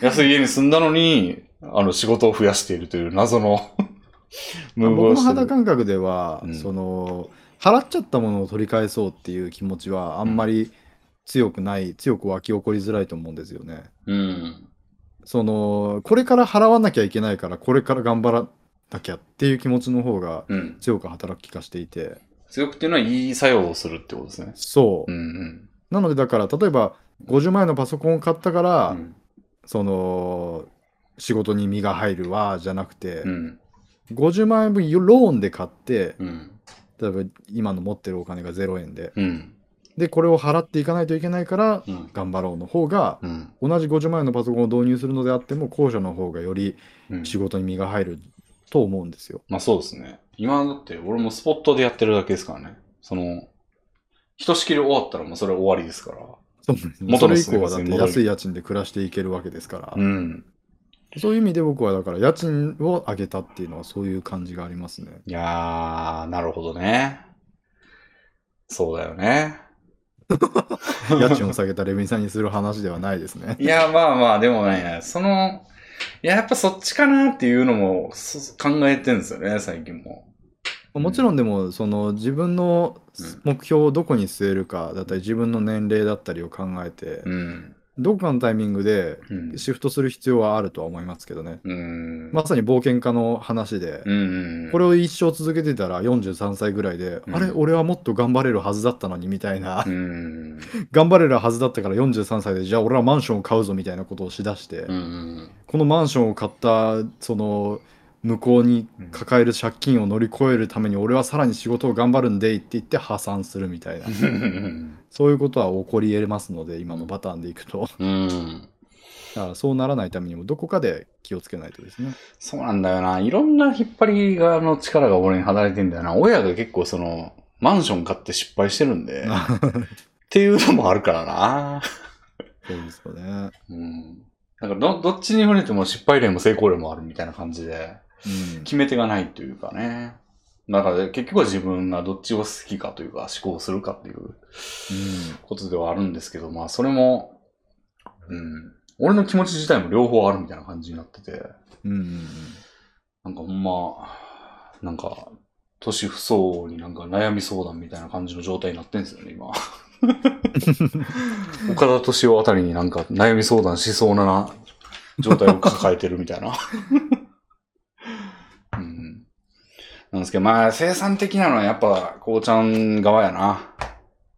A: 安い家に住んだのに、あの、仕事を増やしているという謎の、 ムーブ
B: 僕
A: を
B: の
A: して
B: 肌
A: る。
B: 感覚では、
A: うん
B: その払っちゃったものを取り返そうっていう気持ちはあんまり強くない、強く湧き起こりづらいと思うんですよね。
A: うん。
B: そのこれから払わなきゃいけないからこれから頑張らなきゃっていう気持ちの方が
A: うん。
B: 強く働き化していて
A: 強くっていうのは、いい作用をするってことですね。
B: そう、
A: うんうん。
B: なのでだから例えば50万円のパソコンを買ったから、
A: うん
B: その仕事に身が入るわじゃなくて、
A: うん。
B: 50万円分ローンで買って
A: うん。
B: 例えば今の持ってるお金が0円で
A: うん。
B: で、これを払っていかないといけないから、
A: うん。
B: 頑張ろうの方が、
A: うん。
B: 同じ50万円のパソコンを導入するのであっても、後者の方がより
A: うん
B: 仕事に身が入ると思うんですよ。
A: まあそうですね。今だって俺もスポットでやってるだけですからね。その、ひとしきり終わったらもうそれ終わりですから。
B: そうですね。
A: 元
B: そ
A: の
B: れ以
A: 生活に
B: 降はだって
A: 戻る
B: 安い家賃で暮らしていけるわけですから、
A: うん。
B: そういう意味で僕はだから家賃を上げたっていうのはそういう感じがあります ね。
A: いやー、なるほどね。そうだよね。
B: 家賃を下げたレベンさんにする話ではないですね。
A: いや、まあまあ、でもね、その、いや、やっぱそっちかなっていうのもそ考えてるんですよね、最近も。
B: もちろんでもその自分の目標をどこに据えるかだったり自分の年齢だったりを考えて
A: うん。
B: どこかのタイミングで
A: うん。
B: シフトする必要はあるとは思いますけどね。
A: うん。
B: まさに冒険家の話で
A: うんうんうん。
B: これを一生続けてたら43歳ぐらいで、
A: うん
B: あれ俺はもっと頑張れるはずだったのにみたいな、
A: うん。
B: 頑張れるはずだったから43歳でじゃあ俺はマンションを買うぞみたいなことをしだして、
A: うんうん。
B: このマンションを買ったその向こうに抱える借金を乗り越えるために俺はさらに仕事を頑張るんでいって言って破産するみたいな
A: うん
B: そういうことは起こり得ますので今のパターンでいくと
A: うん。
B: だからそうならないためにもどこかで気をつけないとですね
A: そうなんだよな。いろんな引っ張り側の力が俺に働いてんだよな。親が結構その、マンション買って失敗してるん で、っていうのもあるからな。
B: そうですよね、
A: うん。なんかど、どっちに触れても失敗例も成功例もあるみたいな感じで、
B: うん、
A: 決め手がないというかね。だから結局は自分がどっちを好きかというか、思考するかっていう
B: うん
A: ことではあるんですけど、まあそれも、うん。俺の気持ち自体も両方あるみたいな感じになってて。
B: うんうん
A: なんかほんま、なんか、年不相応になんか悩み相談みたいな感じの状態になってんですよね、今。岡田敏夫あたりになんか悩み相談しそうな状態を抱えてるみたいな。うん、なんですけど、まあ、生産的なのはやっぱ、こうちゃん側やな。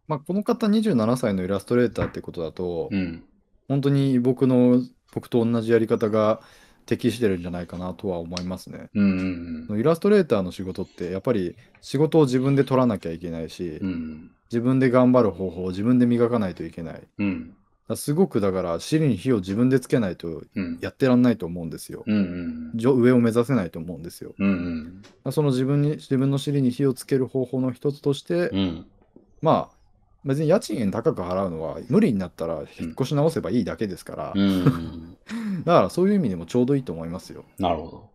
B: まあ、この方27歳のイラストレーターってことだと、
A: うん。
B: 本当に僕の僕と同じやり方が適してるんじゃないかなとは思いますね。
A: うんうん
B: イラストレーターの仕事ってやっぱり仕事を自分で取らなきゃいけないし、
A: うん。うん。
B: 自分で頑張る方法を自分で磨かないといけない。だか
A: うん。
B: らすごくだから尻に火を自分でつけないと
A: うん。
B: やってらんないと思うんですよ。
A: うん。うん。
B: じょ上を目指せないと思うんですよ。だか
A: うん。うん。
B: らその自分に自分の尻に火をつける方法の一つとして、
A: うん。
B: まあ別に家賃高く払うのは無理になったら引っ越し直せばいいだけですから、
A: うん。
B: だからそういう意味でもちょうどいいと思いますよ。
A: なるほど。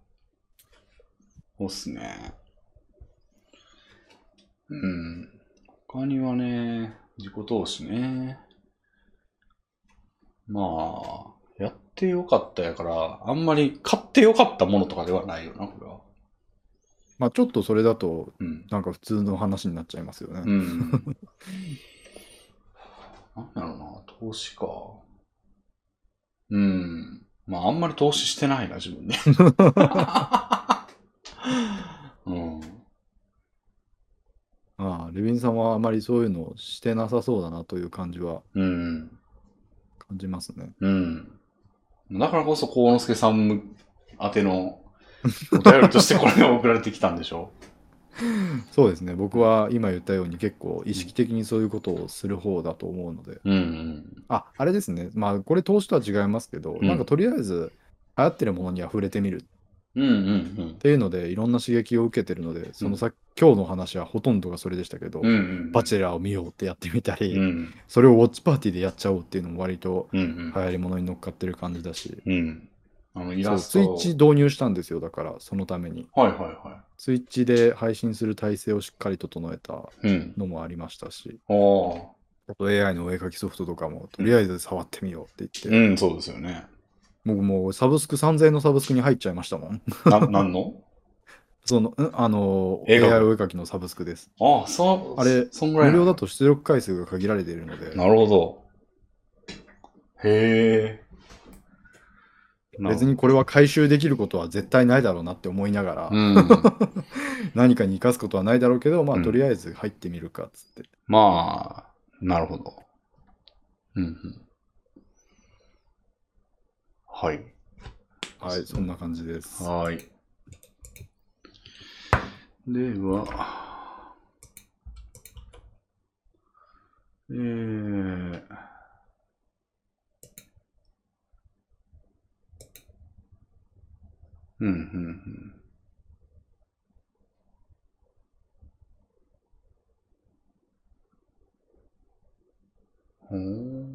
A: そうっすね。うん。他にはね、自己投資ね。まあ、やってよかったやから、あんまり買ってよかったものとかではないよな、これは。
B: まあちょっとそれだと
A: うん。
B: なんか普通の話になっちゃいますよね。
A: うん。なんだろうな、投資か。うん。まあ、あんまり投資してないな、自 分で。うん。
B: ああレビンさんはあまりそういうのをしてなさそうだなという感じは
A: うん。
B: 感じますね。
A: うん。だからこそ、幸之助さん宛てのお便りとしてこれが送られてきたんでしょ
B: そうですね僕は今言ったように結構意識的にそういうことをする方だと思うので
A: うん
B: ああれですねまあこれ投資とは違いますけど、
A: うん
B: なんかとりあえず流行ってるものには触れてみるっ
A: うん。うんうん
B: ていうのでいろんな刺激を受けてるのでそのさ、今日の話はほとんどがそれでしたけど、
A: うん。うんうん。
B: バチェラーを見ようってやってみたり、
A: うん
B: それをウォッチパーティーでやっちゃおうっていうのも割と
A: うんうん
B: 流。行り物に乗っかってる感じだし、
A: うん。あの、イ
B: そ
A: ラ
B: う
A: ス
B: スイッ
A: ト。
B: チ導入したんですよだからそのために
A: はいはいは
B: スイッチで配信する体制をしっかり整えた
A: い。うん。
B: のもありましたし
A: ああ。
B: あと AI のお絵描きソフトとかもとりあえず触ってみようって言って、
A: うん、そうですよね。
B: 僕もうサブスク3000円のサブスクに入っちゃいましたもん
A: な、 なんの
B: その、うん、あの
A: 絵が
B: AI お絵描きのサブスクです
A: ああ、そう、
B: あれ
A: そんぐら
B: 無
A: いな
B: 料
A: の。
B: だと出力回数が限られているので
A: なるほど。へえ。なるほ
B: 別
A: ど。
B: にこれは回収できることは絶対ないだろうなって思いながら、
A: うん。
B: 何かに生かすことはないだろうけどま
A: う
B: あ
A: ん
B: とりあえず入ってみるかっつって、
A: まあ、なるほど。うんうん。はい。
B: はいそんな感じです
A: はい。では、えー、うん、うん、うん。ほー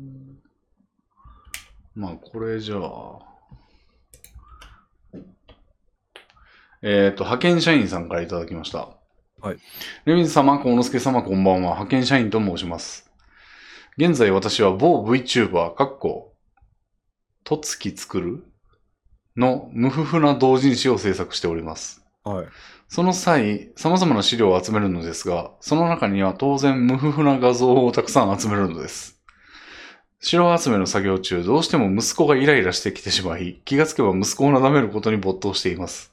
A: まあ、これじゃあ。えっ、と、派遣社員さんからいただきました。
B: はい。
A: レミン様、小野助様、こんばんは。派遣社員と申します。現在私は某 VTuber、かっこ、とつきつくるの無夫婦な同人誌を制作しております。
B: はい。
A: その際、様々な資料を集めるのですが、その中には当然無夫婦な画像をたくさん集めるのです。資料集めの作業中、どうしても息子がイライラしてきてしまい、気がつけば息子をなだめることに没頭しています。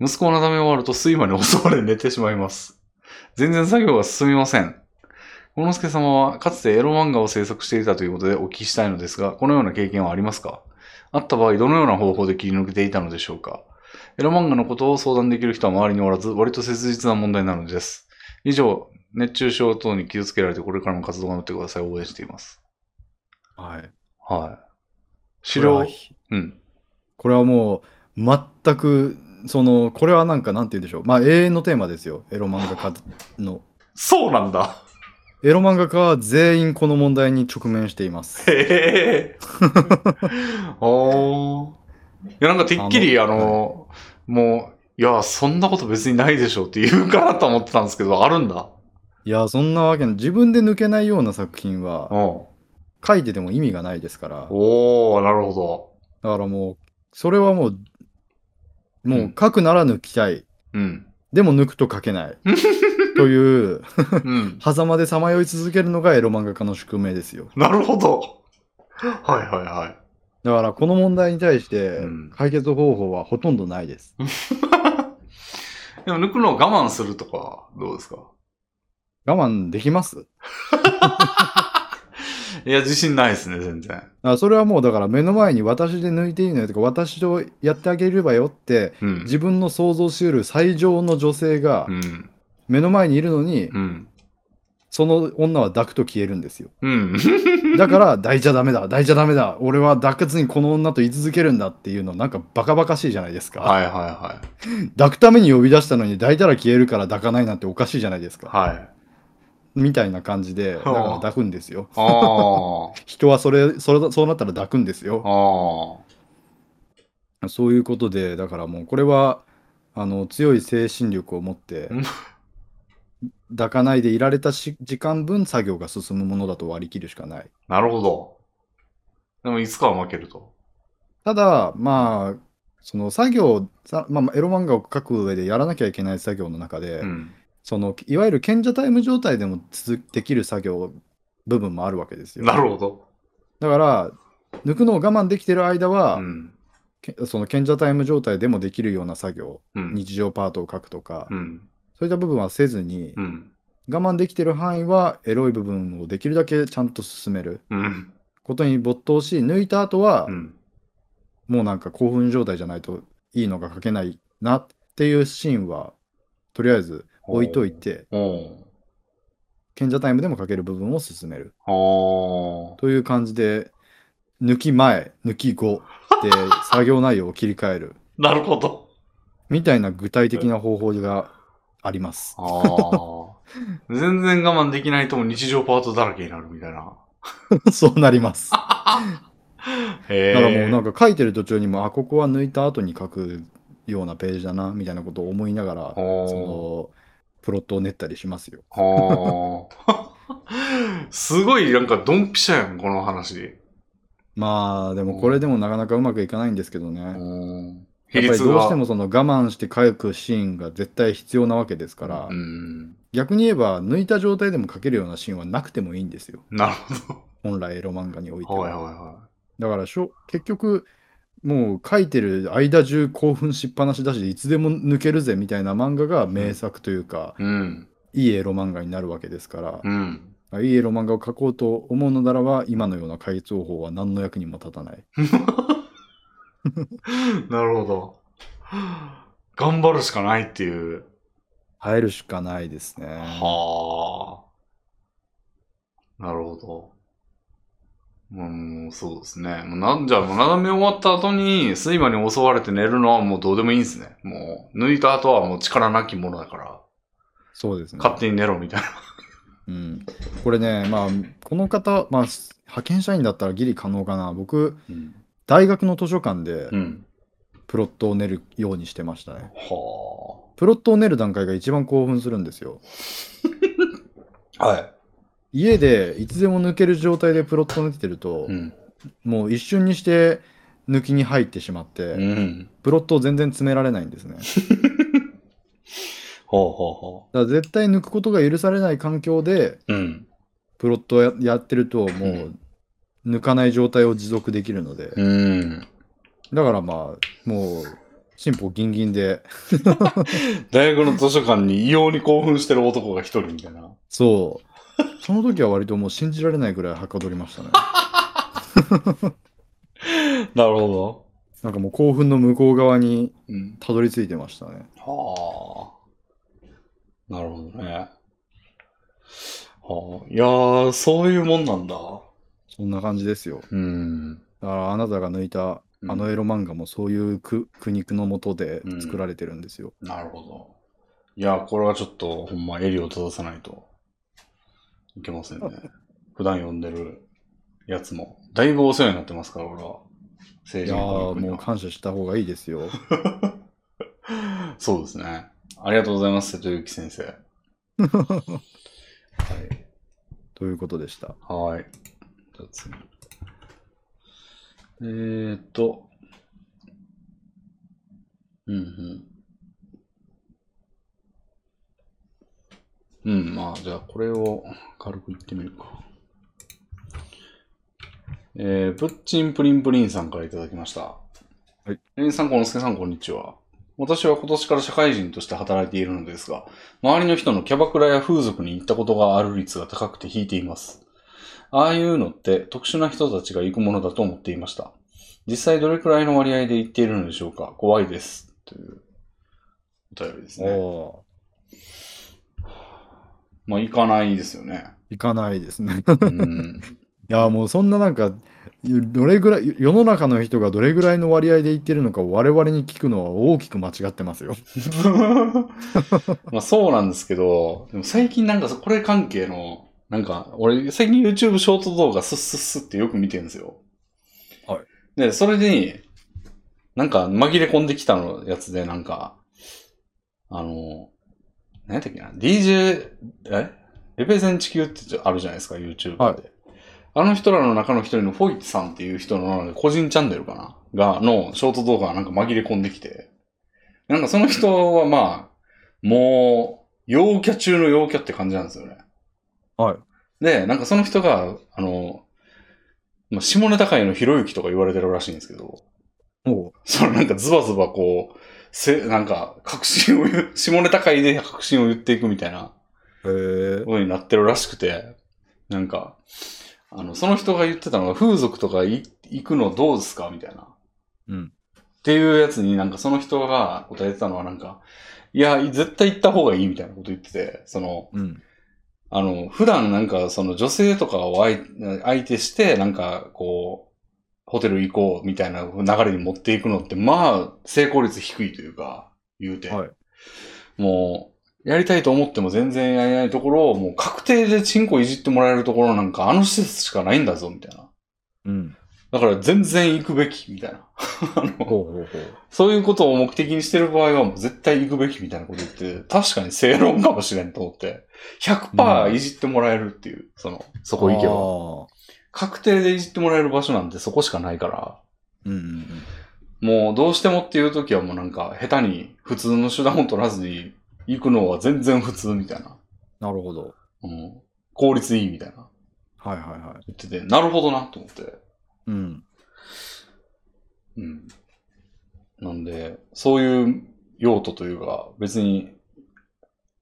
A: 息子をなだめ終わると睡魔に襲われ寝てしまいます。全然作業が進みません。小之助様はかつてエロ漫画を制作していたということでお聞きしたいのですが、このような経験はありますかあった場合、どのような方法で切り抜けていたのでしょうかエロ漫画のことを相談できる人は周りにおらず、割と切実な問題なのです。以上、熱中症等に気をつけられて、これからも活動頑張ってください。応援しています。
B: はい。
A: はい。資
B: これは
A: 料、うん。
B: これはもう、全く、その、これはなんか、なんて言うんでしょう。まあ、永遠のテーマですよ。エロ漫画家の。
A: そうなんだ。
B: エロ漫画家は全員この問題に直面しています。
A: へえ。おー。いや、なんかてっきり、あ
B: あ
A: の、もう、いや、そんなこと別にないでしょうって言うかなと思ってたんですけど、あるんだ。
B: いや、そんなわけない。自分で抜けないような作品は
A: う、ん。
B: 書いてても意味がないですから。
A: おー、なるほ
B: だからもう、それはもう、もう書くなら抜きたい。
A: ど。うん。
B: でも抜くと書 けない。という、
A: うん。
B: 狭間でさまよい続けるのがエロ漫画家の宿命ですよ。
A: なるほど。はいはいはい。
B: だから、この問題に対して
A: うん、
B: 解決方法はほとんどないです。
A: でも抜くのを我慢するとか、どうですか
B: 我慢できます
A: いや、自信ないですね、全然。
B: あそれはもうだから目の前に私で抜いていいのよとか私とやってあげればよって
A: うん。
B: 自分の想像しうる最上の女性が
A: うん。
B: 目の前にいるのに
A: うん。
B: その女は抱くと消えるんですよ
A: うん。
B: だから抱いちゃダメだ抱いちゃダメだ俺は抱かずにこの女と居続けるんだっていうのなんかバカバカしいじゃないですか
A: はいはいは
B: 抱くために呼び出したのに抱いたら消えるから抱かないなんておかしいじゃないです
A: い。
B: か
A: はい。
B: みたいな感じでだ
A: はあ
B: から抱くんですよ
A: ああ。
B: 人はそれそれそうなったら抱くんですよ
A: あ
B: そういうことで、だからもうこれはあの強い精神力を持って
A: うん
B: 抱かないでいられたし時間分作業が進むものだと割り切るしかない。
A: あ。なるほど。でも、いつかは負けると。
B: ただ、まあ、その作業、さまあ、まあエロ漫画を描く上でやらなきゃいけない作業の中で、
A: うん。
B: そのいわゆる賢者タイム状態でも続できる作業部分もあるわけですよ。
A: なるほど。
B: だから、抜くのを我慢できてる間は、
A: うん。
B: けその賢者タイム状態でもできるような作業、
A: うん。
B: 日常パートを書くとか、
A: うん。
B: そういった部分はせずに、
A: うん。
B: 我慢できてる範囲はエロい部分をできるだけちゃんと進める
A: うん。
B: ことに没頭し抜いた後は、
A: うん。
B: もうなんか興奮状態じゃないといいのが書けないなっていうシーンはとりあえず置いといて
A: お
B: 賢者タイムでも書ける部分を進める
A: お。
B: という感じで抜き前抜き後で作業内容を切り替える
A: なるほど。
B: みたいな具体的な方法があります。
A: ああ。全然我慢できないとも日常パートだらけになるみたいな。
B: そうなります。
A: へえ。
B: だからもうなんか書いてる途中にもあここは抜いた後に書くようなページだなみたいなことを思いながら
A: ほう
B: そのプロットを練ったりしますよ。
A: はあ。すごい、なんか、ドンピシャやん、この話。
B: まあでもこれでもなかなかうまくいかないんですけどね。
A: うん。比
B: やっぱり
A: 率
B: どうして
A: が。
B: もその我慢して書くシーンが絶対必要なわけですから、
A: うん。
B: 逆に言えば抜いた状態でも書けるようなシーンはなくてもいいんですよ
A: なるほ
B: 本来エロ漫画において
A: ど。はいはい
B: は。
A: は
B: だからしょ結局もう書いてる間中興奮しっぱなしだしいつでも抜けるぜみたいな漫画が名作というか、
A: い。うん。
B: いいエロ漫画になるわけですから、
A: うん。
B: いいエロ漫画を描こうと思うのならば、今のような解決方法は何の役にも立たない。
A: なるほど。頑張るしかないっていう。
B: 入るしかないですね。
A: はあ。なるほど。うん、そうですね。もうなんじゃあ、もう斜め終わった後に、睡魔に襲われて寝るのはもうどうでもいいんですね。もう、抜いた後はもう力なきものだから、
B: そうですね。
A: 勝手に寝ろみたいな。
B: うん、これね、まあ、この方、まあ、派遣社員だったらギリ可能かな。僕、
A: うん。
B: 大学の図書館で
A: うん。
B: プロットを練るようにしてましたね。
A: は
B: プロットを練る段階が一番興奮するんですよ。
A: あ。はい。
B: 家でいつでも抜ける状態でプロットを練ってると、
A: うん。
B: もう一瞬にして抜きに入ってしまって、
A: うん。
B: プロットを全然詰められないんですね。だか
A: ほうほうほ
B: ら絶対抜くことが許されない環境で、
A: う。うん。
B: プロットをややってると、も
A: う
B: う、抜かない状態を持続できるので、
A: うん。
B: だからまあ、もう、進歩ギンギンで、
A: 大学の図書館に異様に興奮してる男が一人みたいな。
B: そう。その時は割ともう信じられないぐらいはかどりましたね。
A: なるほ
B: なんかもう興奮の向こう側に
A: ど。うん。
B: たどり着いてましたね。
A: はあ。なるほどね。はあ、いやー、そういうもんなんだ。
B: そんな感じですよ。
A: うん。
B: だからあなたが抜いたあのエロ漫画もそういう苦苦肉のもとで作られてるんですよ。
A: なるほど。いやー、これはちょっと、ほんま、襟を正さないといけませんね。普段読んでるやつも、だいぶお世話になってますから、俺は。
B: い
A: 政
B: や
A: 治
B: ー
A: の
B: もう感謝した方がいいで すよ。
A: そうですね。ありがとうございます、瀬戸ゆき先 生。はい。
B: ということでした。。
A: はい。じゃあ次。えーっと。うんうん。うん、まあ、じゃあこれを軽く言ってみるか。えー、プッチンプリンプリンさんからいただきました。はいえー、さんこのすけさん、こんにちは。私は今年から社会人として働いているのですが、周りの人のキャバクラや風俗に行ったことがある率が高くて引いています。ああいうのって特殊な人たちが行くものだと思っていました。実際どれくらいの割合で行っているのでしょうか怖いです。というお便りです
B: お
A: ね。
B: お
A: まあ行かないですよね。
B: ー、いかないですね。
A: うん。
B: いやーもうそんななんか、どれぐらい、世の中の人がどれぐらいの割合で言ってるのか我々に聞くのは大きく間違ってますよ。
A: まあそうなんですけど、でも最近なんかこれ関係の、なんか俺最近 YouTube ショート動画スッスッスッってよく見てるんですよ。。
B: はい
A: で、それに、なんか紛れ込んできたのやつで、なんか、あの、何やったっけな、DJ、えレペゼン地球ってあるじゃないですか、YouTube で。
B: はい
A: あの人らの中の一人のフォイさんっていう人の個人チャンネルかなが、のショート動画がなんか紛れ込んできて。なんかその人はまあ、もう、陽キャ中の陽キャって感じなんですよね。
B: はい。
A: で、なんかその人が、あの、まあ、下ネタ界のひろゆきとか言われてるらしいんですけど、
B: も
A: そのなんかズバズバこう、せ、なんか、確信を言う、下ネタ界で確信を言っていくみたいな
B: う、へえ
A: ことになってるらしくて、なんか、あの、その人が言ってたのが、風俗とかい行くのどうですかみたいな。
B: うん。
A: っていうやつになんかその人が答えてたのはなんか、いや、絶対行った方がいいみたいなこと言ってて、その、
B: うん。
A: あの、普段なんかその女性とかを相相手して、なんかこう、ホテル行こうみたいな流れに持っていくのって、まあ、成功率低いというか、言うて。
B: はい
A: もう、やりたいと思っても全然やれないところを、もう確定でチンコいじってもらえるところなんか、あの施設しかないんだぞ、みたいな。
B: うん。
A: だから全然行くべき、みたいな。あの
B: ほうほうほう。
A: そういうことを目的にしてる場合はもう絶対行くべきみたいなこと言って、確かに正論かもしれんと思って、100%いじってもらえるっていう、その、そこ行けば。確定でいじってもらえる場所なんてそこしかないから、
B: ば。うんうんうん。
A: もうどうしてもっていう時はもうなんか下手に普通の手段を取らずに行くのは全然普通みたいな。
B: なるほど。
A: うん、効率いいみたいな。
B: はいはいはい。
A: 言ってて、なるほどなと思って。
B: うん。
A: うん。なんで、そういう用途というか、別に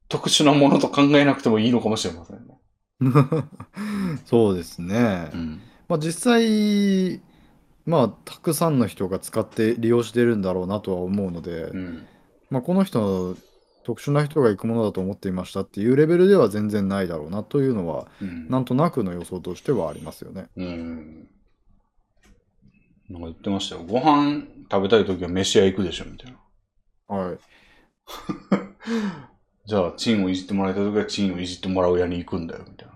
A: 特殊なものと考えなくてもいいのかもしれませんね。
B: そうですね。
A: ん。
B: まあ実際、まあたくさんの人が使って利用してるんだろうなとは思うので、
A: うん。
B: まあこの人の特殊な人が行くものだと思っていましたっていうレベルでは全然ないだろうなというのは、
A: うん
B: なんとなくの予想としてはありますよね。
A: うん。なんか言ってましたよ。ご飯食べたいときは飯屋行くでしょ、みたいな。
B: はい。
A: じゃあ、チンをいじってもらいたいときはチンをいじってもらう屋に行くんだよ、みたいな。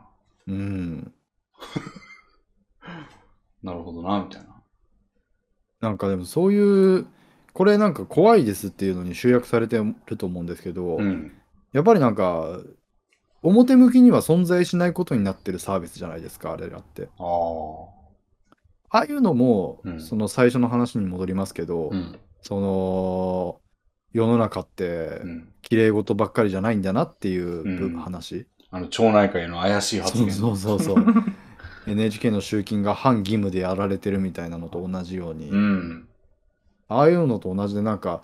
B: うん。
A: なるほどな、みたいな。
B: なんかでもそういう、これなんか怖いですっていうのに集約されてると思うんですけど、
A: うん。
B: やっぱりなんか、表向きには存在しないことになってるサービスじゃないですか、あれらって。
A: ああ。
B: ああいうのも、
A: うん
B: その最初の話に戻りますけど、
A: うん。
B: その、世の中って
A: うん。
B: 綺麗事ばっかりじゃないんだなっていう部
A: うん
B: 話。
A: あの、町内会の怪しい発
B: そう
A: 言。
B: そうそう そう。NHK の集金が反義務でやられてるみたいなのと同じように、
A: うん。
B: ああいうのと同じでなんか、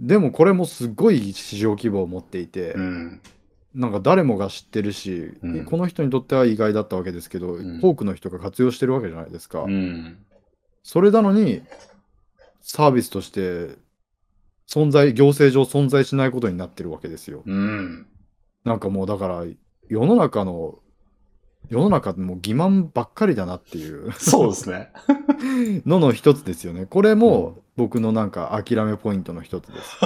B: でもこれもすごい市場規模を持っていて、
A: うん。
B: なんか誰もが知ってるし、
A: うん
B: この人にとっては意外だったわけですけど、
A: ん
B: 多くの人が活用してるわけじゃないですか。
A: うん。
B: それなのに、サービスとして存在、行政上存在しないことになってるわけですよ。
A: うん。
B: なんかもうだから、世の中の、世の中もう欺瞞ばっかりだなっていう
A: そうですね。
B: のの一つですよね。これ
A: う
B: も僕のなんか諦めポイントの一つです。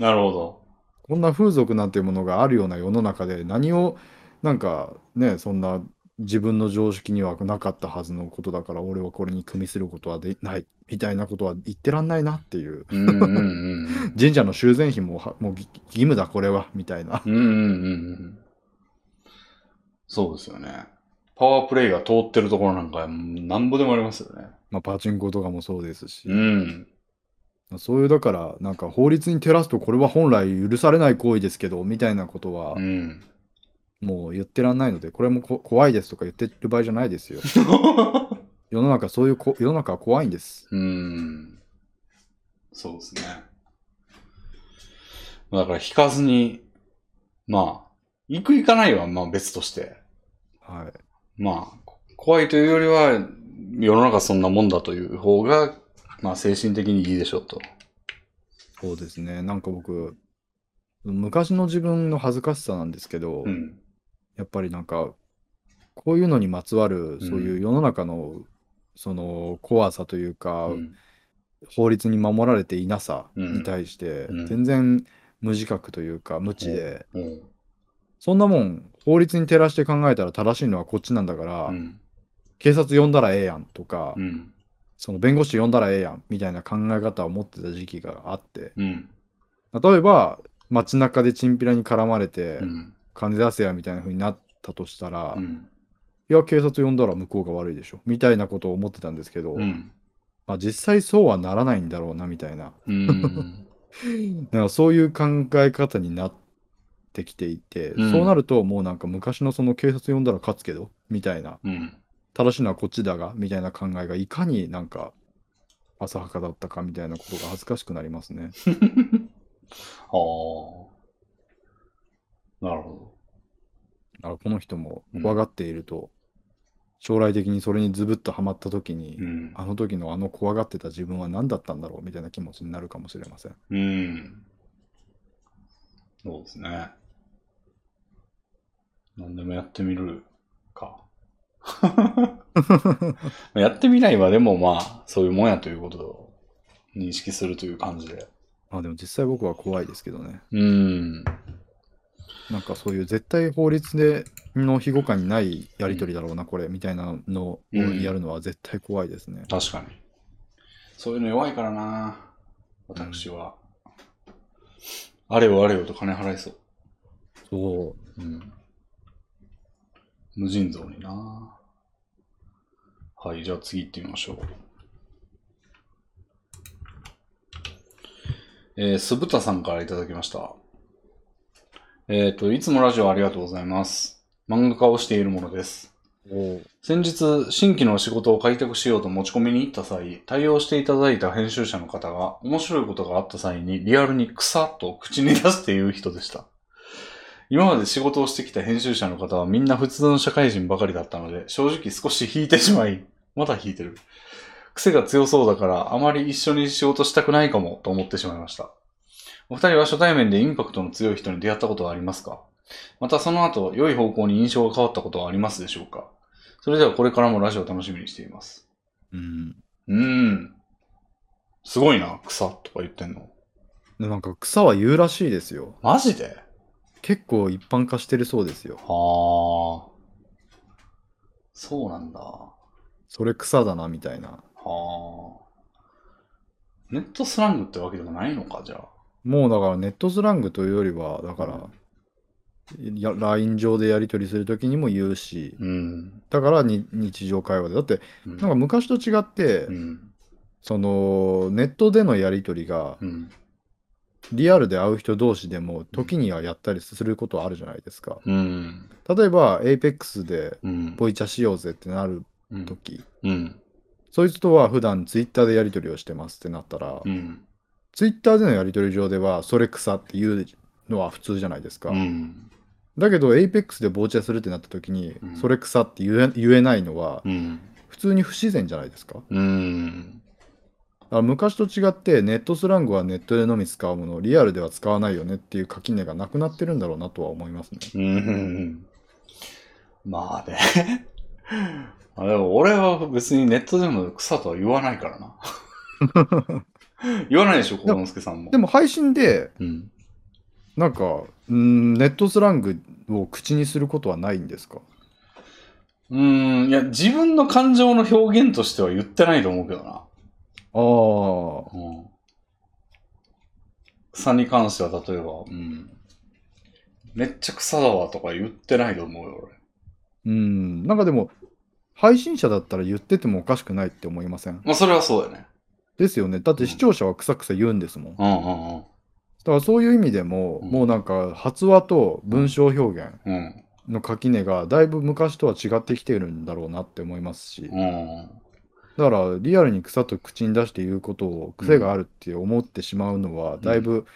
A: なるほど。
B: こんな風俗なんていうものがあるような世の中で何をなんかねそんな自分の常識にはなかったはずのことだから俺はこれに組みすることはでないみたいなことは言ってらんないなっていう
A: うんうんうん
B: 神社の修繕費もはもうぎ義務だこれはみたいな
A: うん。うんうんうんうん。そうですよね。パワープレイが通ってるところなんかなんぼでもありますよね。
B: まあパチンコとかもそうですし
A: うん。
B: そういうだからなんか法律に照らすとこれは本来許されない行為ですけどみたいなことは
A: うん。
B: もう言ってらんないのでこれもこ怖いですとか言ってる場合じゃな いですよ世の中そういうこ世の中は怖いんです
A: うん。そうですね。だから引かずに、まあ、行く行かないはまあ別として、
B: はい
A: まあ、こ怖いというよりは、世の中そんなもんだという方が、まあ精神的にいいでしょうと。
B: そうですね。なんか僕、昔の自分の恥ずかしさなんですけど、
A: うん。
B: やっぱりなんか、こういうのにまつわる、そういう世の中の、その怖さというか、
A: うん
B: 法律に守られていなさ
A: うん
B: に対して、
A: うん
B: 全然無自覚というか、無知で、
A: うん。
B: そんなもん、法律に照らして考えたら正しいのはこっちなんだから、
A: うん。
B: 警察呼んだらええやんとか、
A: うん。
B: その弁護士呼んだらええやんみたいな考え方を持ってた時期があって、
A: うん。
B: 例えば、街中でチンピラに絡まれて、
A: うん。
B: 金出せやみたいな風になったとしたら、
A: う
B: い
A: ん。
B: や警察呼んだら向こうが悪いでしょみたいなことを思ってたんですけど、
A: うん。
B: まあ、実際そうはならないんだろうなみたいな
A: うん。
B: なんかそういう考え方になってきていて、
A: うん
B: そうなるともうなんか昔のその警察呼んだら勝つけどみたいな
A: うん。
B: 正しいのはこっちだがみたいな考えがいかになんか浅はかだったかみたいなことが恥ずかしくなりますね。
A: はあ。なるほ
B: だからこの人も怖がっていると、将来的にそれにズブッとはまった時に、
A: ど。うん。
B: あの時のあの怖がってた自分は何だったんだろうみたいな気持ちになるかもしれません。
A: うん。そうですね。何でもやってみるか。 やってみないはでもまあ、そういうもんやということを認識するという感じで。
B: まあでも実際僕は怖いですけどね。
A: うん。
B: なんかそういう絶対法律での庇護下にないやりとりだろうな、これみたいなのを
A: うん
B: やるのは絶対怖いですね。
A: 確かに。そういうの弱いからな私は。あれよあれよと金払いそう。
B: そう。
A: うん。無尽蔵になはい、じゃあ次行ってみましょう。えー、酢豚さんからいただきました。えっ、と、いつもラジオありがとうございます。漫画家をしているものです。
B: お
A: 先日、新規の仕事を開拓しようと持ち込みに行った際、対応していただいた編集者の方が、面白いことがあった際に、リアルに草と口に出して言う人でした。今まで仕事をしてきた編集者の方はみんな普通の社会人ばかりだったので、正直少し引いてしまい、また引いてる。癖が強そうだから、あまり一緒に仕事したくないかも、と思ってしまいました。お二人は初対面でインパクトの強い人に出会ったことはありますかまたその後、良い方向に印象が変わったことはありますでしょうかそれではこれからもラジオを楽しみにしています。
B: うん。
A: うーん。すごいな、草とか言ってんの。
B: でなんか草は言うらしいですよ。
A: マジで
B: 結構一般化してるそうですよ。
A: はあ。そうなんだ。は
B: それ草だなみたいな。
A: あ。ネットスラングってわけでもないのか、じゃあ。
B: もうだからネットスラングというよりは、だから、や LINE 上でやり取りするときにも言うし、
A: うん。
B: だからに日常会話で。だって、
A: うん
B: なんか昔と違って、
A: うん。
B: そのネットでのやり取りが
A: うん。
B: リアルで会う人同士でも時にはやったりすることはあるじゃないですか。
A: うん。
B: 例えば APEX で
A: うん。
B: ボイチャしようぜってなる
A: うん
B: とき、
A: うん。
B: そいつとは普段 Twitter でやり取りをしてますってなったら、
A: うん。
B: Twitter でのやり取り上ではそれ草っていうのは普通じゃないですか。
A: うん。
B: だけど APEX でボイチャするってなった時に、
A: うん
B: それ草って言え言えないのは
A: うん。
B: 普通に不自然じゃないですか。
A: うん。
B: だから昔と違ってネットスラングはネットでのみ使うものリアルでは使わないよねっていう垣根がなくなってるんだろうなとは思いますね。
A: うん。まあね。 あでも俺は別にネットでも草とは言わないからな。言わない でしょ、幸之助さんも。
B: でも配信で
A: うん、
B: なんかうーんネットスラングを口にすることはないんですか
A: うーん、いや、自分の感情の表現としては言ってないと思うけどな。
B: ああ
A: うん。草に関しては例えば、うん。めっちゃ草だわとか言ってないと思うよ、
B: うんなんかでも配信者だったら言っててもおかしくないって思いません
A: 俺。まあ、それはそうだよね。
B: ですよねだって視聴者はくさくさ言うんですもん。だ
A: うんうん
B: からそういう意味でも、
A: うん
B: もうなんか発話と文章表現
A: うん。うん。
B: の垣根がだいぶ昔とは違ってきてるんだろうなって思いますし。
A: うん。
B: だからリアルに草と口に出して言うことを癖があるって思ってしまうのは、だいぶ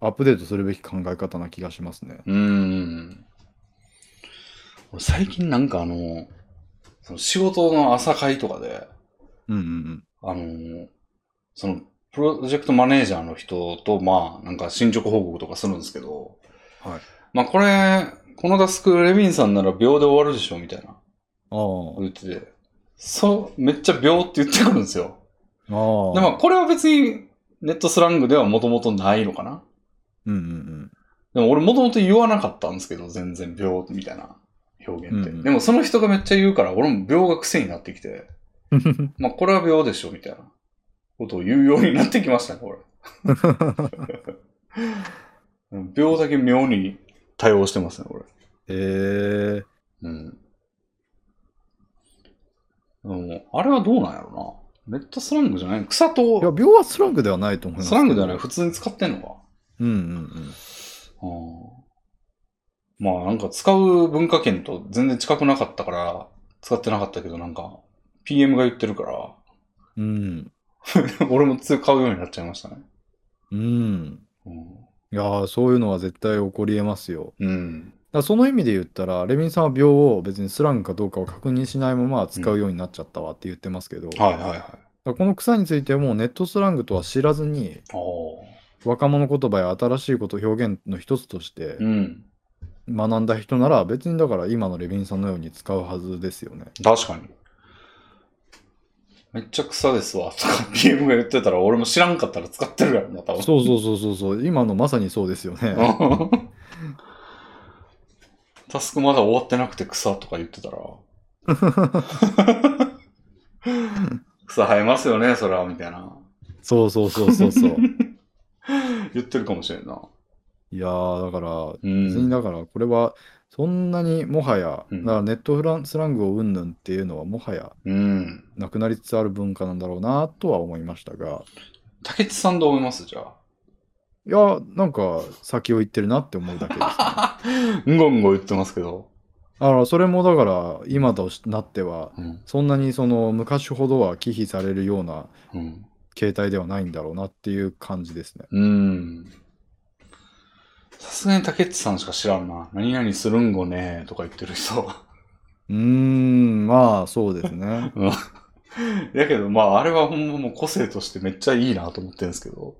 B: アップデートするべき考え方な気がしますね。
A: うん。俺最近なんかあの、その仕事の朝会とかで、
B: うんうん
A: あの、その、プロジェクトマネージャーの人と、まあ、なんか進捗報告とかするんですけど、
B: はい。
A: まあ、これ、このタスク、レビンさんなら秒で終わるでしょ、みたいな、
B: うん。あ
A: 言ってて、そう、めっちゃ秒って言ってくるんですよ。
B: あ。ああ。
A: でも、これは別に、ネットスラングではもともとないのかな
B: うんうん
A: でも俺もともと言わなかったんですけど、全然秒みたいな表現って。
B: うんうん
A: でもその人がめっちゃ言うから、俺も秒が癖になってき て、
B: うん。
A: まあこれは秒でしょみたいなことを言うようになってきましたね、俺。秒だけ妙に対応してますね、俺。
B: ええ
A: うん。でもあれはどうなんやろな。ネットスラングじゃない草
B: いや、
A: と、
B: 秒はスラングではないと思います
A: スラングじゃない
B: い。
A: 普通に使ってんのか。
B: うんうんうん。
A: うんまあなんか使う文化圏と全然近くなかったから、使ってなかったけどなんか、PM が言ってるから、
B: うん。
A: 俺も通買うようになっちゃいましたね。
B: うん。
A: うん。
B: いやーそういうのは絶対起こりえますよ。
A: うん。
B: だからその意味で言ったら、レミンさんは秒を別にスラングかどうかを確認しないまま使うようになっちゃったわって言ってますけど、
A: はいはいはい。あ
B: だからこの草についてもネットスラングとは知らずに
A: あ。
B: 若者言葉や新しいこと表現の一つとして
A: うん。
B: 学んだ人なら別にだから今のレビンさんのように使うはずですよね。
A: 確かに。めっちゃ草ですわ、とか PM が言ってたら俺も知らんかったら使ってるからな、多分。
B: そうそうそうそうそう今のまさにそうですよね。
A: うん タスクまだ終わってなくて草とか言ってたら。草生えますよね、そら、みたいな。
B: そうそうそうそうそう。
A: 言ってるかもしれんな。
B: いやーだから
A: う
B: 別に
A: ん。
B: だからこれはそんなにもはや
A: う
B: だ
A: ん
B: からネットフランスラングをうんぬんっていうのはもはや
A: うん。
B: なくなりつつある文化なんだろうなとは思いましたが
A: 竹内さんどう思いますじゃあ。
B: いやーなんか先を行ってるなって思うだけ です、
A: う
B: ね。
A: んごうんご言ってますけど。
B: だからそれもだから今となっては
A: うん。
B: そんなにその昔ほどは忌避されるような
A: うん。
B: 形態ではないんだろうなっていう感じですね。
A: うん。さすがに竹内さんしか知らんな。何々するんごねーとか言ってる人。。
B: うーん、まあそうですね
A: うんだけど、まあ、あれはほんまもう個性としてめっちゃいいなと思ってるんですけど。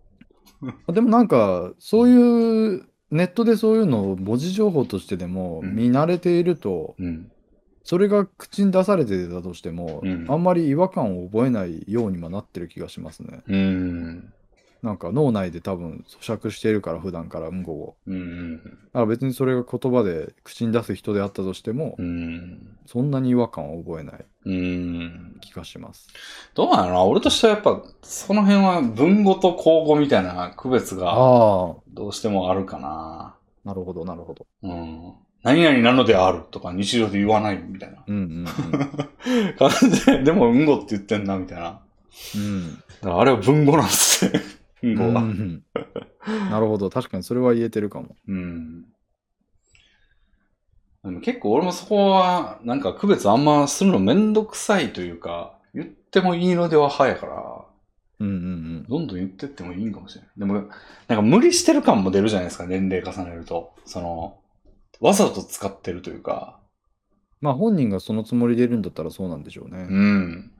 B: でもなんか、そういう、ネットでそういうのを文字情報としてでも
A: うん
B: 見慣れていると、
A: うん。
B: それが口に出されてたとしても、
A: うん
B: あんまり違和感を覚えないようにもなってる気がしますね。
A: うん。
B: なんか脳内で多分咀嚼しているから、普段からうんこを。
A: うん。
B: だから別にそれが言葉で口に出す人であったとしても、
A: うん。
B: そんなに違和感を覚えない
A: うん。
B: 気がします。
A: どうなの俺としてはやっぱ、その辺は文語と口語みたいな区別が
B: ああ、
A: どうしてもあるかな。
B: なるほど、なるほど。
A: うん。何々なのであるとか日常で言わないみたいな
B: うんうん
A: 感じで、でもうんごって言ってんなみたいな。
B: うん。
A: だからあれは文語なんですね。うん
B: う
A: ご
B: ん。う
A: は。
B: んなるほど、確かにそれは言えてるかも。
A: うん。でも結構俺もそこは、なんか区別あんまするのめんどくさいというか、言ってもいいのでは派やから、
B: うんうん
A: どんどん言ってってもいいんかもしれない。でも、なんか無理してる感も出るじゃないですか、年齢重ねると。その、わざと使ってるというか。
B: まあ本人がそのつもりでいるんだったらそうなんでしょうね。
A: うん。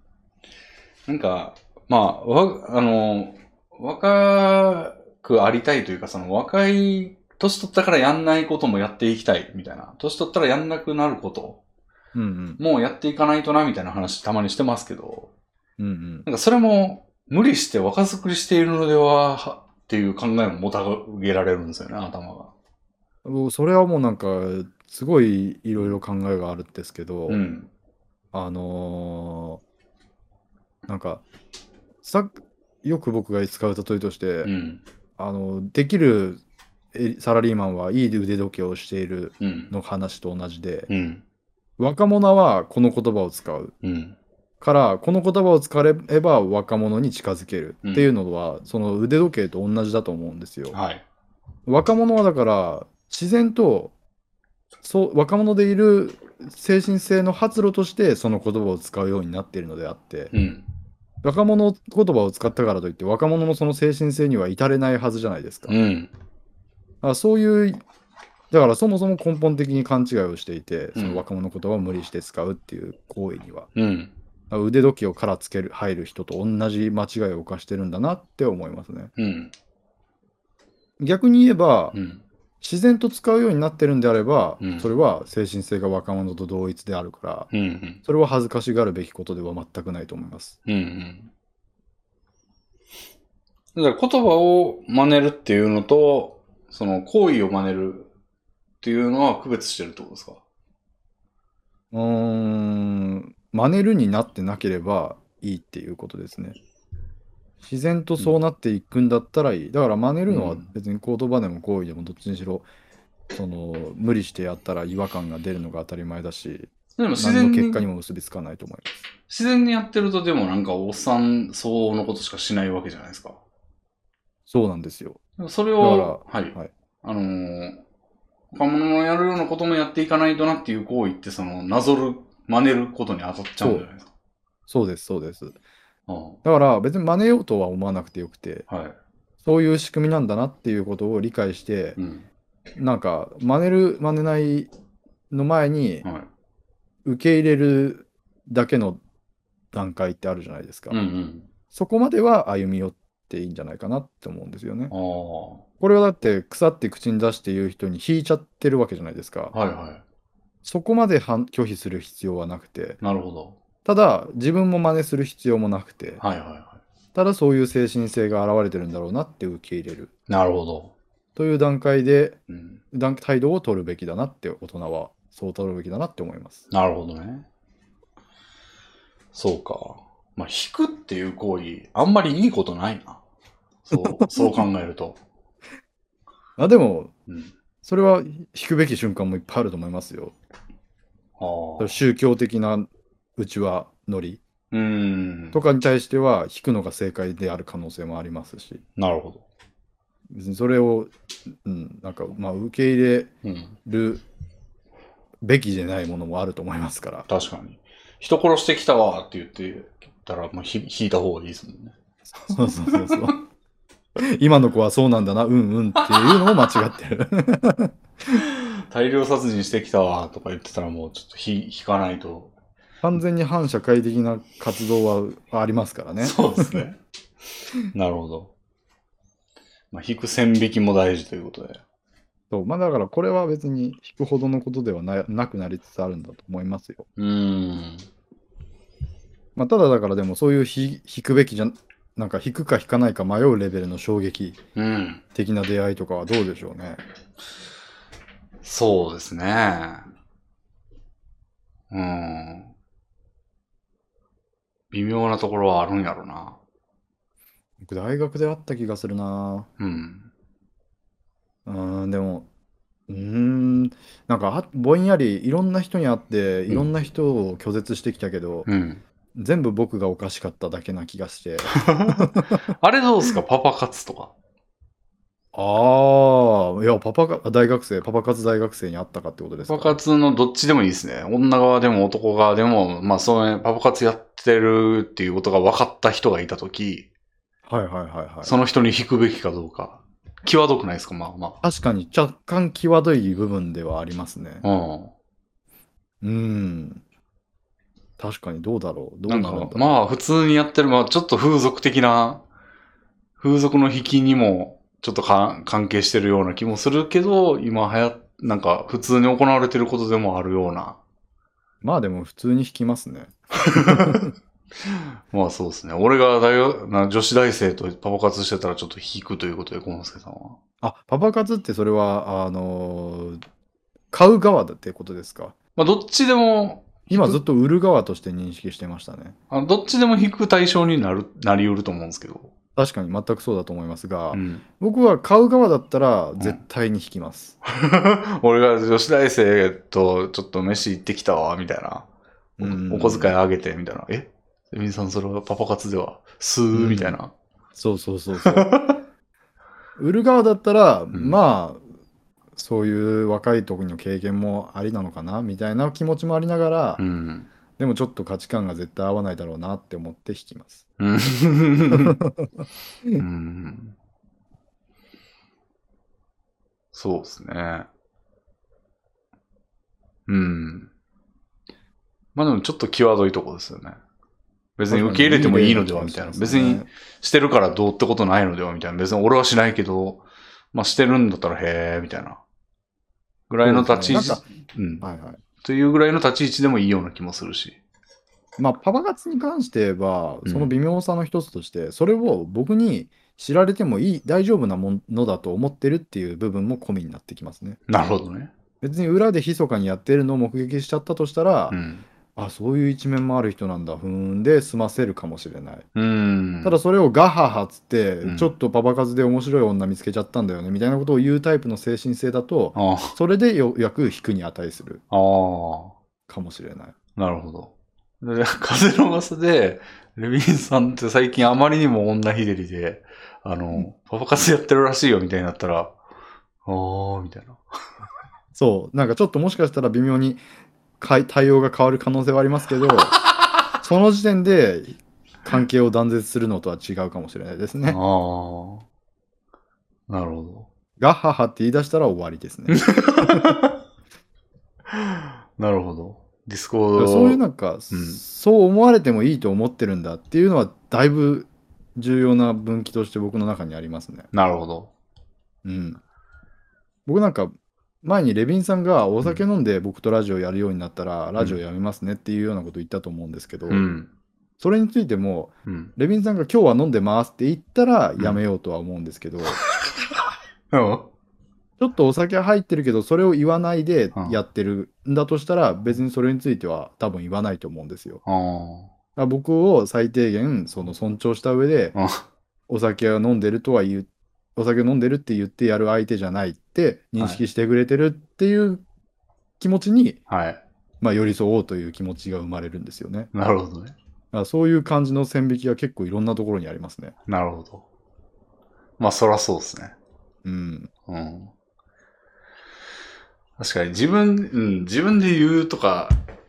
A: なんか、まあ、わ、あの、若くありたいというか、その若い、年取ったからやんないこともやっていきたいみたいな。年取ったらやんなくなること
B: うんうん。
A: もうやっていかないとなみたいな話たまにしてますけど、
B: うんうん。
A: なんかそれも無理して若作りしているのでははっていう考えももたげられるんですよね、頭が。
B: もうそれはもうなんか、すごいいろいろ考えがあるんですけど、
A: うん。
B: あのーなんか、さよく僕が使う例えとして、
A: うん。
B: あの、できるえサラリーマンはいい腕時計をしている
A: うん。
B: の話と同じで、
A: うん。
B: 若者はこの言葉を使う。
A: うん。
B: から、この言葉を使えば若者に近づける
A: うん
B: っていうのは、その腕時計と同じだと思うんですよ。
A: はい。
B: 若者はだから、自然と、そう、若者でいる精神性の発露として、その言葉を使うようになっているのであって、
A: うん。
B: 若者言葉を使ったからといって、若者のその精神性には至れないはずじゃないですか。
A: うん。
B: あそういう、だからそもそも根本的に勘違いをしていて、
A: うん
B: その若者言葉を無理して使うっていう行為には、
A: うん。
B: あ腕時計をからつける、入る人と同じ間違いを犯してるんだなって思いますね。
A: うん。
B: 逆に言えば
A: う、ん。
B: 自然と使うようになってるんであれば、
A: うん
B: それは精神性が若者と同一であるから、
A: うん。うん。
B: それは恥ずかしがるべきことでは全くないと思います。
A: うんうん。だから言葉を真似るっていうのと、その行為を真似るっていうのは区別してるってことですか
B: うーん、真似るになってなければいいっていうことですね。自然とそうなっていくんだったらいい。だから真似るの
A: う
B: は
A: ん
B: 別に言葉でも行為でもどっちにしろ、その無理してやったら違和感が出るのが当たり前だし、
A: でも自
B: 何
A: 然
B: の
A: に
B: 結果にも結びつかないと思います。
A: 自然にやってるとでもなんかおっさん相応のことしかしないわけじゃないですか。
B: そうなんですよ。
A: でもそれを、
B: だか
A: は
B: ら
A: い。
B: はい
A: あのー若者のやるようなこともやっていかないとなっていう行為って、その、なぞる、真似ることに当たっちゃうんじゃないですか。
B: そうです、そうです。
A: う
B: だから別に真似ようとは思わなくてよくて、
A: ん。はい。
B: そういう仕組みなんだなっていうことを理解して、
A: うん。
B: なんか真似る、真似ないの前に、
A: はい。
B: 受け入れるだけの段階ってあるじゃないですか、
A: うんうん。
B: そこまでは歩み寄っていいんじゃないかなって思うんですよ
A: あ
B: ね
A: あ。
B: これはだって腐って口に出して言う人に引いちゃってるわけじゃないですか
A: はいは
B: そこまで反拒否する必要はなくて
A: い。なるほど。
B: ただ自分も真似する必要もなくて
A: はいはいはい。
B: ただそういう精神性が現れてるんだろうなって受け入れる
A: なるほど。
B: という段階で
A: うん。
B: 段態度を取るべきだなって大人はそう取るべきだなって思います
A: なるほどね。そうか。まあ、引くっていう行為、あんまりいいことないな。そう、 そう考えると。
B: あでも
A: うん。
B: それは引くべき瞬間もいっぱいあると思いますよ
A: ああ。
B: 宗教的なうちはノリ
A: うーん
B: と。かに対しては引くのが正解である可能性もありますし
A: なるほど。
B: 別にそれを、うん、なんかまあ受け入れ
A: うん。
B: るべきじゃないものもあると思いま すから
A: 確かに。人殺してきたわって言ってたら、まあ、ひ引いた方がいいですもんね。
B: そうそうそうそう今の子はそうなんだなうんうんっていうのも間違ってる
A: 大量殺人してきたわとか言ってたら、もうちょっと引引かないと。
B: 完全に反社会的な活動はありますからね
A: そうですね。なるほど。まあ、引く線引きも大事ということで。
B: そうまあ、だからこれは別に引くほどのことではななくなりつつあるんだと思いますよ。
A: うーん。
B: まあ、ただだからでもそういうひ引くべきじゃん、なんか引くか引かないか迷うレベルの衝撃
A: うん。
B: 的な出会いとかはどうでしょうね。
A: そうですね。うん。微妙なところはあるんやろな。
B: 僕大学であった気がするな
A: うん。
B: うーん、でも、うーん、なんかあぼんやりいろんな人に会って、いろんな人を拒絶してきたけど、
A: うん。
B: 全部僕がおかしかっただけな気が して、
A: あれどうですかパパ活とか。
B: ああ、いや、パパか、大学生、パパ活大学生に会ったかってことです
A: パ
B: か。
A: パ活のどっちでもいいですね。女側でも男側でも、まあ、そのパパ活やってるっていうことが分かった人がいたとき、
B: はいはいはいはい。
A: その人に引くべきかどうか。際どくないですかまあま
B: 確かに若干際どい部分ではありますね
A: あ。。うん。
B: うん。確かにどうだろう。どう
A: な
B: なんるんだろ
A: か
B: う。、
A: まあ普通にやってる、まあちょっと風俗的な、風俗の引きにもちょっとか関係してるような気もするけど、今はや、なんか普通に行われてることでもあるような。
B: まあでも普通に引きますね。
A: まあそうですね。俺が大学な女子大生とパパ活してたらちょっと引くということで、小野助さんは。
B: あ、パパ活ってそれは、あのー買う側だってことですか。
A: まあどっちでも、
B: 今ずっと売る側として認識してましたね。
A: あどっちでも引く対象になる、なり得ると思うんですけど。
B: 確かに全くそうだと思いますが、
A: うん、
B: 僕は買う側だったら絶対に引きます。
A: 俺が女子大生とちょっと飯行ってきたわ、みたいな。
B: うん
A: お小遣いあげて、みたいな。えセミさん、それはパパ活では、すー、みたいな。
B: そうそうそうそう。 売る側だったら、
A: ん
B: まあそういう若い時の経験もありなのかなみたいな気持ちもありながら、
A: うん。
B: でもちょっと価値観が絶対合わないだろうなって思って引きます。
A: うん。 うんそうですね。うん。まあでもちょっと際どいとこですよね。別に受け入れてもいいのではみたいな。別にしてるからどうってことないのではみたいな。別に俺はしないけど、まあしてるんだったらへーみたいな。ぐらいの立ち位置。
B: そうで
A: うん。
B: はいはい。
A: というぐらいの立ち位置でもいいような気もするし。
B: まあパパ活に関しては
A: うん
B: その微妙さの一つとして、それを僕に知られてもいい大丈夫なものだと思ってるっていう部分も込みになってきますね。
A: なるほどね。
B: 別に裏で密かにやってるのを目撃しちゃったとしたら、
A: うん。
B: あそういう一面もある人なんだふーんで済ませるかもしれない。
A: うん。
B: ただそれをガハハつって、
A: ん
B: ちょっとパパ活で面白い女見つけちゃったんだよねみたいなことを言うタイプの精神性だと
A: あ
B: それでようやく引くに値する
A: あー。
B: かもしれない
A: なるほど。で 風の噂で、レビンさんって最近あまりにも女ひでりで、あの、
B: ん
A: パパ活やってるらしいよみたいになったら、あー、みたいな。
B: そうなんかちょっともしかしたら微妙にかい対応が変わる可能性はあります けどその時点で関係を断絶するのとは違うかもしれないです
A: あ
B: ね
A: ー。なるほど。
B: ガハハって言い出したら終わりですね
A: なるほど。ディスコード。
B: そういうなんか、そう思われてもいいと思ってるんだっていうのはだいぶ重要な分岐として僕の中にありますね
A: なるほど。
B: うん。僕なんか前にレビンさんがお酒飲んで僕とラジオやるようになったらラジオやめますねっていうようなこと言ったと思うんですけど、
A: うん。
B: それについても
A: うん。
B: レビンさんが今日は飲んでますって言ったらやめようとは思うんですけど、ち
A: うん。
B: ょっとお酒入ってるけどそれを言わないで
A: うん
B: やってるんだとしたら別にそれについては多分言わないと思うんですよ。だか
A: あー。
B: ら僕を最低限その尊重した上で
A: うん
B: お酒を飲んでるとは言うお酒飲んでるって言ってやる相手じゃないって認識してくれてるっていう気持ちに、
A: はい。
B: まあ、寄り添おうという気持ちが生まれるんですよね。
A: なるほどね。
B: だからそういう感じの線引きが結構いろんなところにありますね。
A: なるほど。まあ、そらそうですね。
B: うん。
A: うん。確かに自分、うん、自分で言うとか、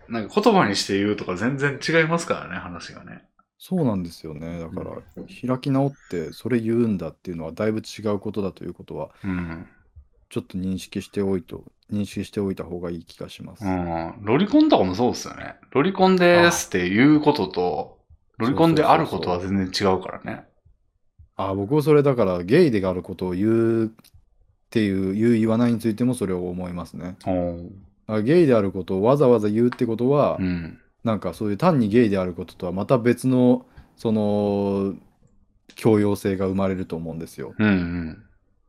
A: なんか言葉にして言うとか全然違いますからね、話がね。
B: そうなんですよね。だから
A: う
B: 開き直ってそれ言うんだっていうのはだいぶ違うことだということは
A: うん。
B: ちょっと認識しておいと認識しておいた方がいい気がします。
A: うん。ロリコンとかもそうですよね。ロリコンですっていうことと、ロリコンであることは全然違うからね。
B: あ僕はそれだからゲイであることを言うっていう言う言わないについてもそれを思いますねあゲイであることをわざわざ言うってことは、
A: うん。
B: なんかそういう単にゲイであることとはまた別のその強要性が生まれると思うんですよ
A: うんうん。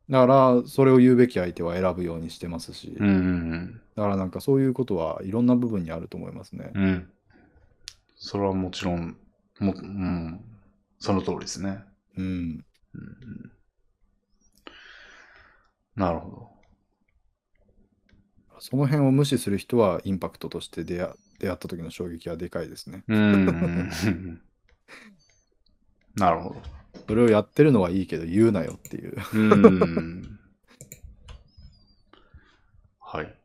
B: だからそれを言うべき相手は選ぶようにしてますし、
A: うんうん
B: だからなんかそういうことはいろんな部分にあると思いますね
A: うん。うん。それはもちろん、も、うん。その通りですね。
B: うん
A: うんうんなるほど。
B: その辺を無視する人はインパクトとして出会出会った時の衝撃はでかいですね
A: うんうんうん。 なるほど。
B: それをやってるのはいいけど言うなよっていう
A: うーんはい。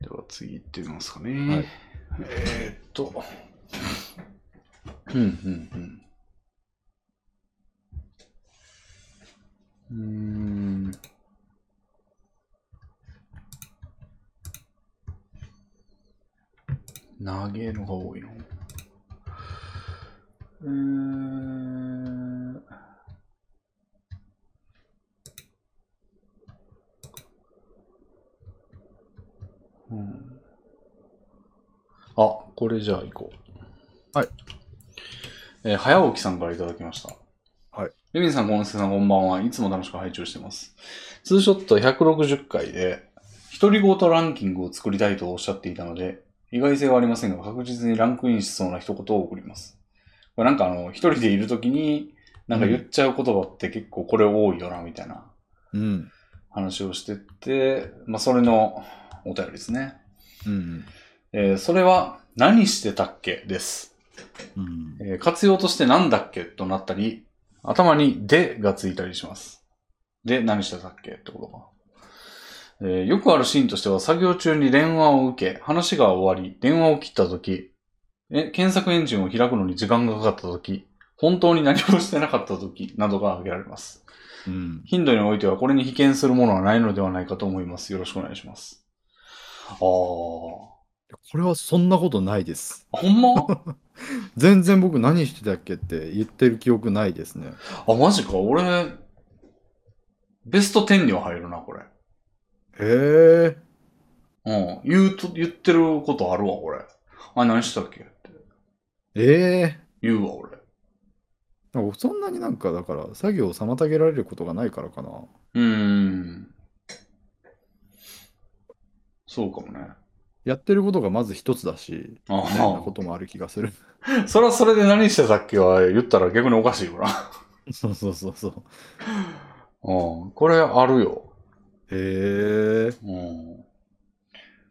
A: では次行ってみますかね。
B: はい
A: えーっと。うんうんうん。うーん。長えのが多いの。うーん。うんあ、これじゃあ行こう。
B: はい。
A: えー早起きさんからいただきました。
B: はい。
A: レミンさん、ゴンスケさん、こんばんは。いつも楽しく拝聴してます。ツーショット160回で、独り言ランキングを作りたいとおっしゃっていたので、意外性はありませんが、確実にランクインしそうな一言を送ります。これなんかあの、一人でいるときに、なんか言っちゃう言葉って結構これ多いよな、みたいな
B: うん
A: 話をしてて、まあ、それのお便りですね。
B: うん
A: えーそれは、何してたっけです、
B: うん
A: えー活用として何だっけとなったり、頭にでがついたりします。で、何してたっけってことか。えーよくあるシーンとしては、作業中に電話を受け、話が終わり、電話を切った時え検索エンジンを開くのに時間がかかった時本当に何もしてなかった時などが挙げられます。
B: うん
A: 頻度においてはこれに被験するものはないのではないかと思います。よろしくお願いします。ああ。ほ
B: これはそんなことないです
A: んま
B: 全然僕何してたっけって言ってる記憶ないですね
A: あ、マジか。俺、ベスト10には入るな、これ。
B: へえ
A: うん。言うと、言ってることあるわ、俺。あ、何したっけって
B: ええ
A: 言うわ、俺。
B: なんかそんなになんかだから作業を妨げられることがないからかな
A: うーん。そうかもね。
B: やってることがまず一つだし
A: あ
B: みたいなこともある気がする
A: あ。それはそれで何してたっけは言ったら逆におかしいよな。
B: そうそうそうそう
A: うん。これあるよ。
B: へえ
A: うん。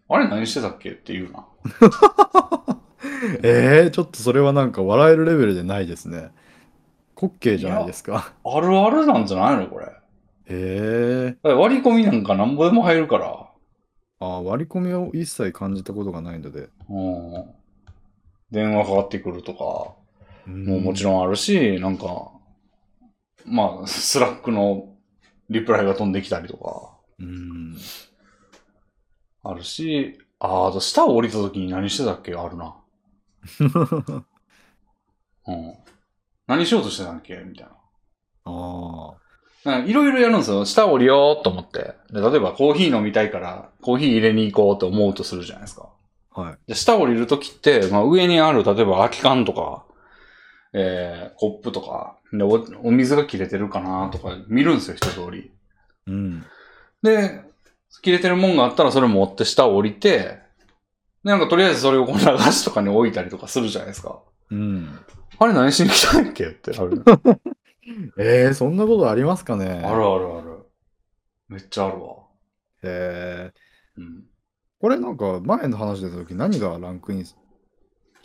A: あれ何してたっけって言うな。
B: えー、ちょっとそれはなんか笑えるレベルでないですね滑稽じゃないですか
A: あるあるなんじゃないのこれ。だっ
B: へえ
A: て割り込みなんかなんぼでも入るから。
B: あー割り込みを一切感じたことがないので
A: うん。電話かかってくるとか、も
B: も
A: うもちろんあるし、なんか、まあ、スラックのリプライが飛んできたりとか、
B: んうん
A: あるし、あーあと、下を降りた時に何してたっけあるな。うん。何しようとしてたっけみたいな。
B: あ
A: なんかいろいろやるんですよ。下降りようと思って。で例えばコーヒー飲みたいから、コーヒー入れに行こうと思うとするじゃないですか。
B: あはい
A: で下降りるときって、まあ、上にある、例えば空き缶とか、えー、コップとか、でお、お水が切れてるかなとか見るんですよ、一通り。
B: うん
A: で、切れてるもんがあったらそれ持って下降りて、で、なんかとりあえずそれをこう流しとかに置いたりとかするじゃないですか。
B: うん
A: あれ何しに来たんやっけってある。
B: えー、そんなことありますかね
A: あるあるある。めっちゃあるわ。
B: えー、
A: うん。
B: これなんか前の話出た時何がランクインし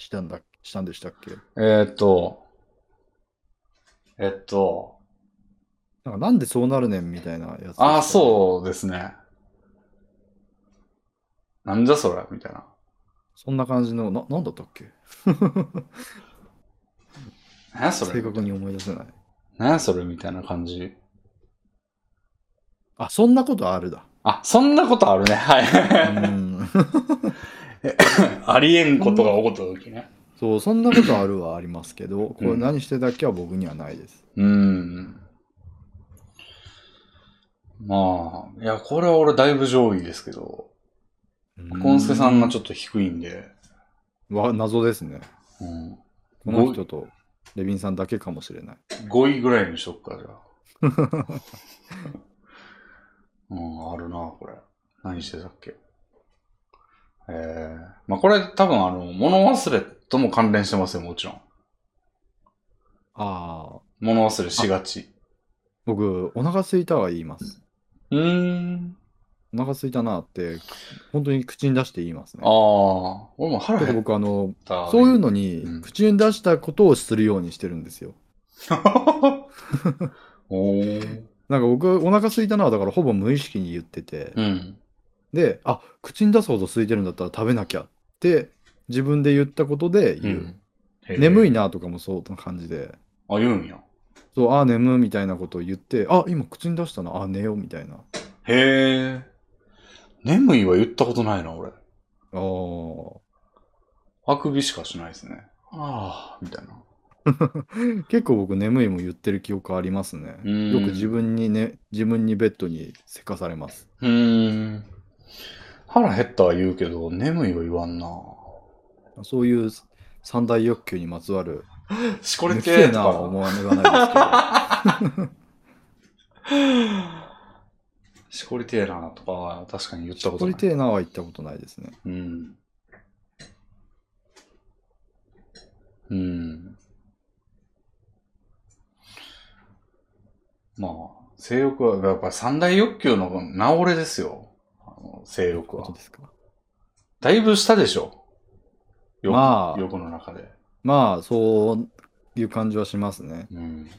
B: たんだしたんでしたっけ
A: えーっと、えっと、
B: なんかなんでそうなるねんみたいなやつでしたね、
A: ああ、そうですね。なんじゃそれみたいな。
B: そんな感じの、な、なんだったっけ
A: 何やそれ
B: 正確に思い出せない。
A: 何やそれみたいな感じ。
B: あ、そんなことあるだ。
A: あ、そんなことある ね。
B: う
A: はい。
B: ん。
A: ありえんことが起こった時ね。
B: そう、そんなことあるはありますけど、これ何してたっけは僕にはないです。
A: うん。まあ、いや、これは俺だいぶ上位ですけど、コンスケさんがちょっと低いんで、
B: は謎ですね。
A: うん、
B: この人とレビンさんだけかもしれない。
A: 5位ぐらいにしとくか、じゃあ。 うん、あるな、これ。何してたっけ。えー、まあこれ多分あの、物忘れとも関連してますよ、もちろん。
B: ああ、
A: 物忘れしがち。
B: 僕、お腹すいたは言います。
A: うーん。
B: お腹すいたなって、本当に口に出して言いますね。
A: ああ、俺も腹
B: けど
A: 減っ
B: 僕、あの、
A: た。
B: そういう
A: の。
B: のに
A: うん
B: 口に出したことをするようにしてるんですよ。
A: おー。
B: なんか僕、お腹すいたなはだからほぼ無意識に言ってて、
A: うん。
B: で、あ口に出すほど空いてるんだったら食べなきゃって自分で言ったことで
A: う
B: 言う。
A: ん。
B: 眠
A: い。
B: いなとかもそうな感じで、
A: あ、言うんや。
B: そう、ああ、眠いみたいなことを言って、あ今口に出したな、あ寝ようみたいな。あ
A: へえ。眠いは言ったことないな、俺。
B: あー、
A: あくびしかしないですね。ああ、みたいな。
B: 結構僕、眠いも言ってる記憶ありますね。
A: うん
B: よく自分にね、自分にベッドにせかされます。
A: うーん。腹減ったは言うけど、眠いは言わんな。
B: そういう三大欲求にまつわる、
A: しこ
B: こ
A: り
B: てえ
A: てーと
B: なは
A: か。
B: 思わ言わない
A: しこりてえなとかは確かに言っ
B: ですけ
A: た こ
B: ど、しこと
A: な
B: り
A: い。
B: てえなは言ったことないですね。
A: うん。うん。まあ、性欲は、やっぱ三大欲求の直れですよ。あの性欲
B: こと
A: は。
B: ですか
A: だいぶ下でしょ。欲,、
B: まあ
A: 欲の中で。
B: まあ、そういう感じはしますね。
A: うん。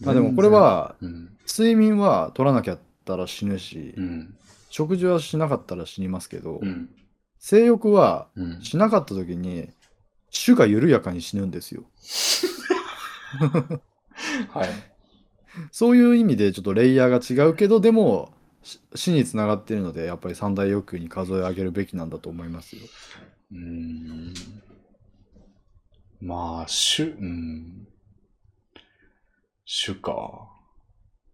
B: まあでもこれは、
A: うん。
B: 睡眠は取らなきゃったら死ぬし、
A: うん。
B: 食事はしなかったら死にますけど、
A: うん。
B: 性欲は
A: うん。
B: しなかった時に、種が緩やかに死ぬんですよ。
A: はい。
B: そういう意味でちょっとレイヤーが違うけど、でも、し死につながっているので、やっぱり三大欲求に数え上げるべきなんだと思いま すよ。
A: うーん。まあ、種、うん。種か。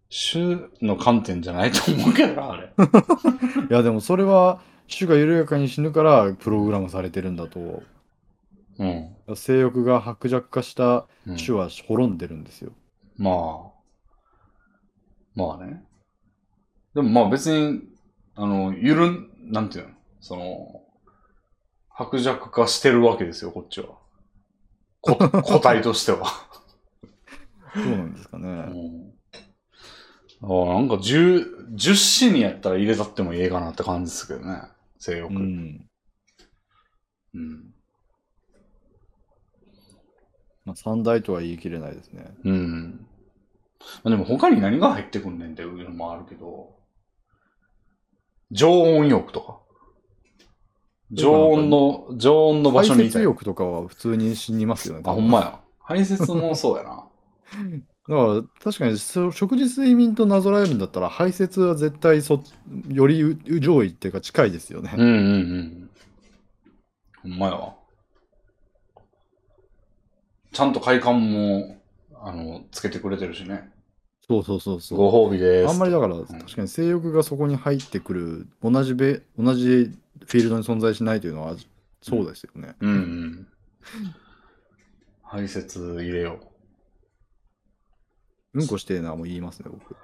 A: 種の観点じゃないと思うけどな、あれ。
B: いや、でもそれは種が緩やかに死ぬからプログラムされてるんだと、
A: うん。
B: 性欲が薄弱化した
A: うん、
B: 種は滅んでるんですよ。
A: まあ。まあね。でもまあ別に、あの、ゆるん、なんていうのその、薄弱化してるわけですよ、こっちは。こ個体としては。
B: そうなんですか
A: う
B: ね。
A: んあーなんか10、10シにやったら入れたってもいいかなって感じですけどね。性欲。
B: う
A: うん。
B: ん。
A: うん。
B: まあ、三大とは言い切れないですね。
A: まあでも他に何が入ってくんねんっていうのもあるけど、常温欲とか。常温の、常温の場
B: 排
A: 所にい
B: 泄
A: たい。あ、
B: 欲とかは普通に死にますよね。
A: ほんまや。排泄もそうやな。
B: だから確かにそう食事睡眠となぞらえるんだったら排泄は絶対そよりう上位って いうか近いですよね。
A: うんうんうん。ほんまやわ。ちゃんと快感も、あの、つけてくれてるしね。
B: そうそうそうそ
A: ご褒美で
B: う。
A: す。
B: あんまりだから確かに性欲がそこに入ってくる同じべ同じフィールドに存在しないというのはそうですよね。
A: うんうん。排泄入れよ
B: うんこしてえなもう言いますね僕。
A: う。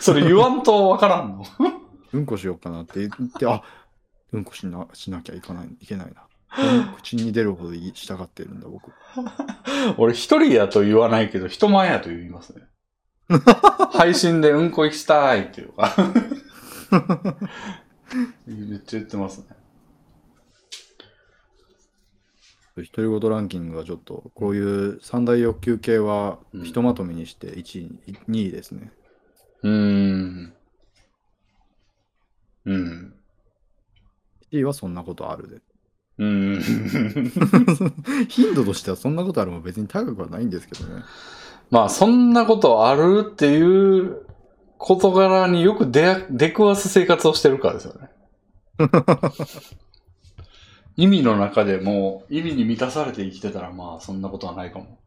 A: それ言わんとわからんの
B: うんこしようかなって言ってあうんこしなしなきゃいかないいけ ないな。口に出るほどいしたがってるんだ僕。
A: 俺一人やと言わないけど、人前やと言います ね。配信でうんこ行きたいっていうか。 めっちゃ言ってますね。
B: 独り言ランキングはちょっとこういう三大欲求系は
A: うん
B: ひとまとめにして1位、2位ですね。
A: うーん。うん。
B: 1位はそんなことあるで。
A: うん。
B: 頻度としてはそんなことあるも別に高くはないんですけどね。
A: まあ、そんなことあるっていう事柄に よく出や出くわす生活をしてるからですよね。意味の中でもう意味に満たされて生きてたらまあそんなことはないかも。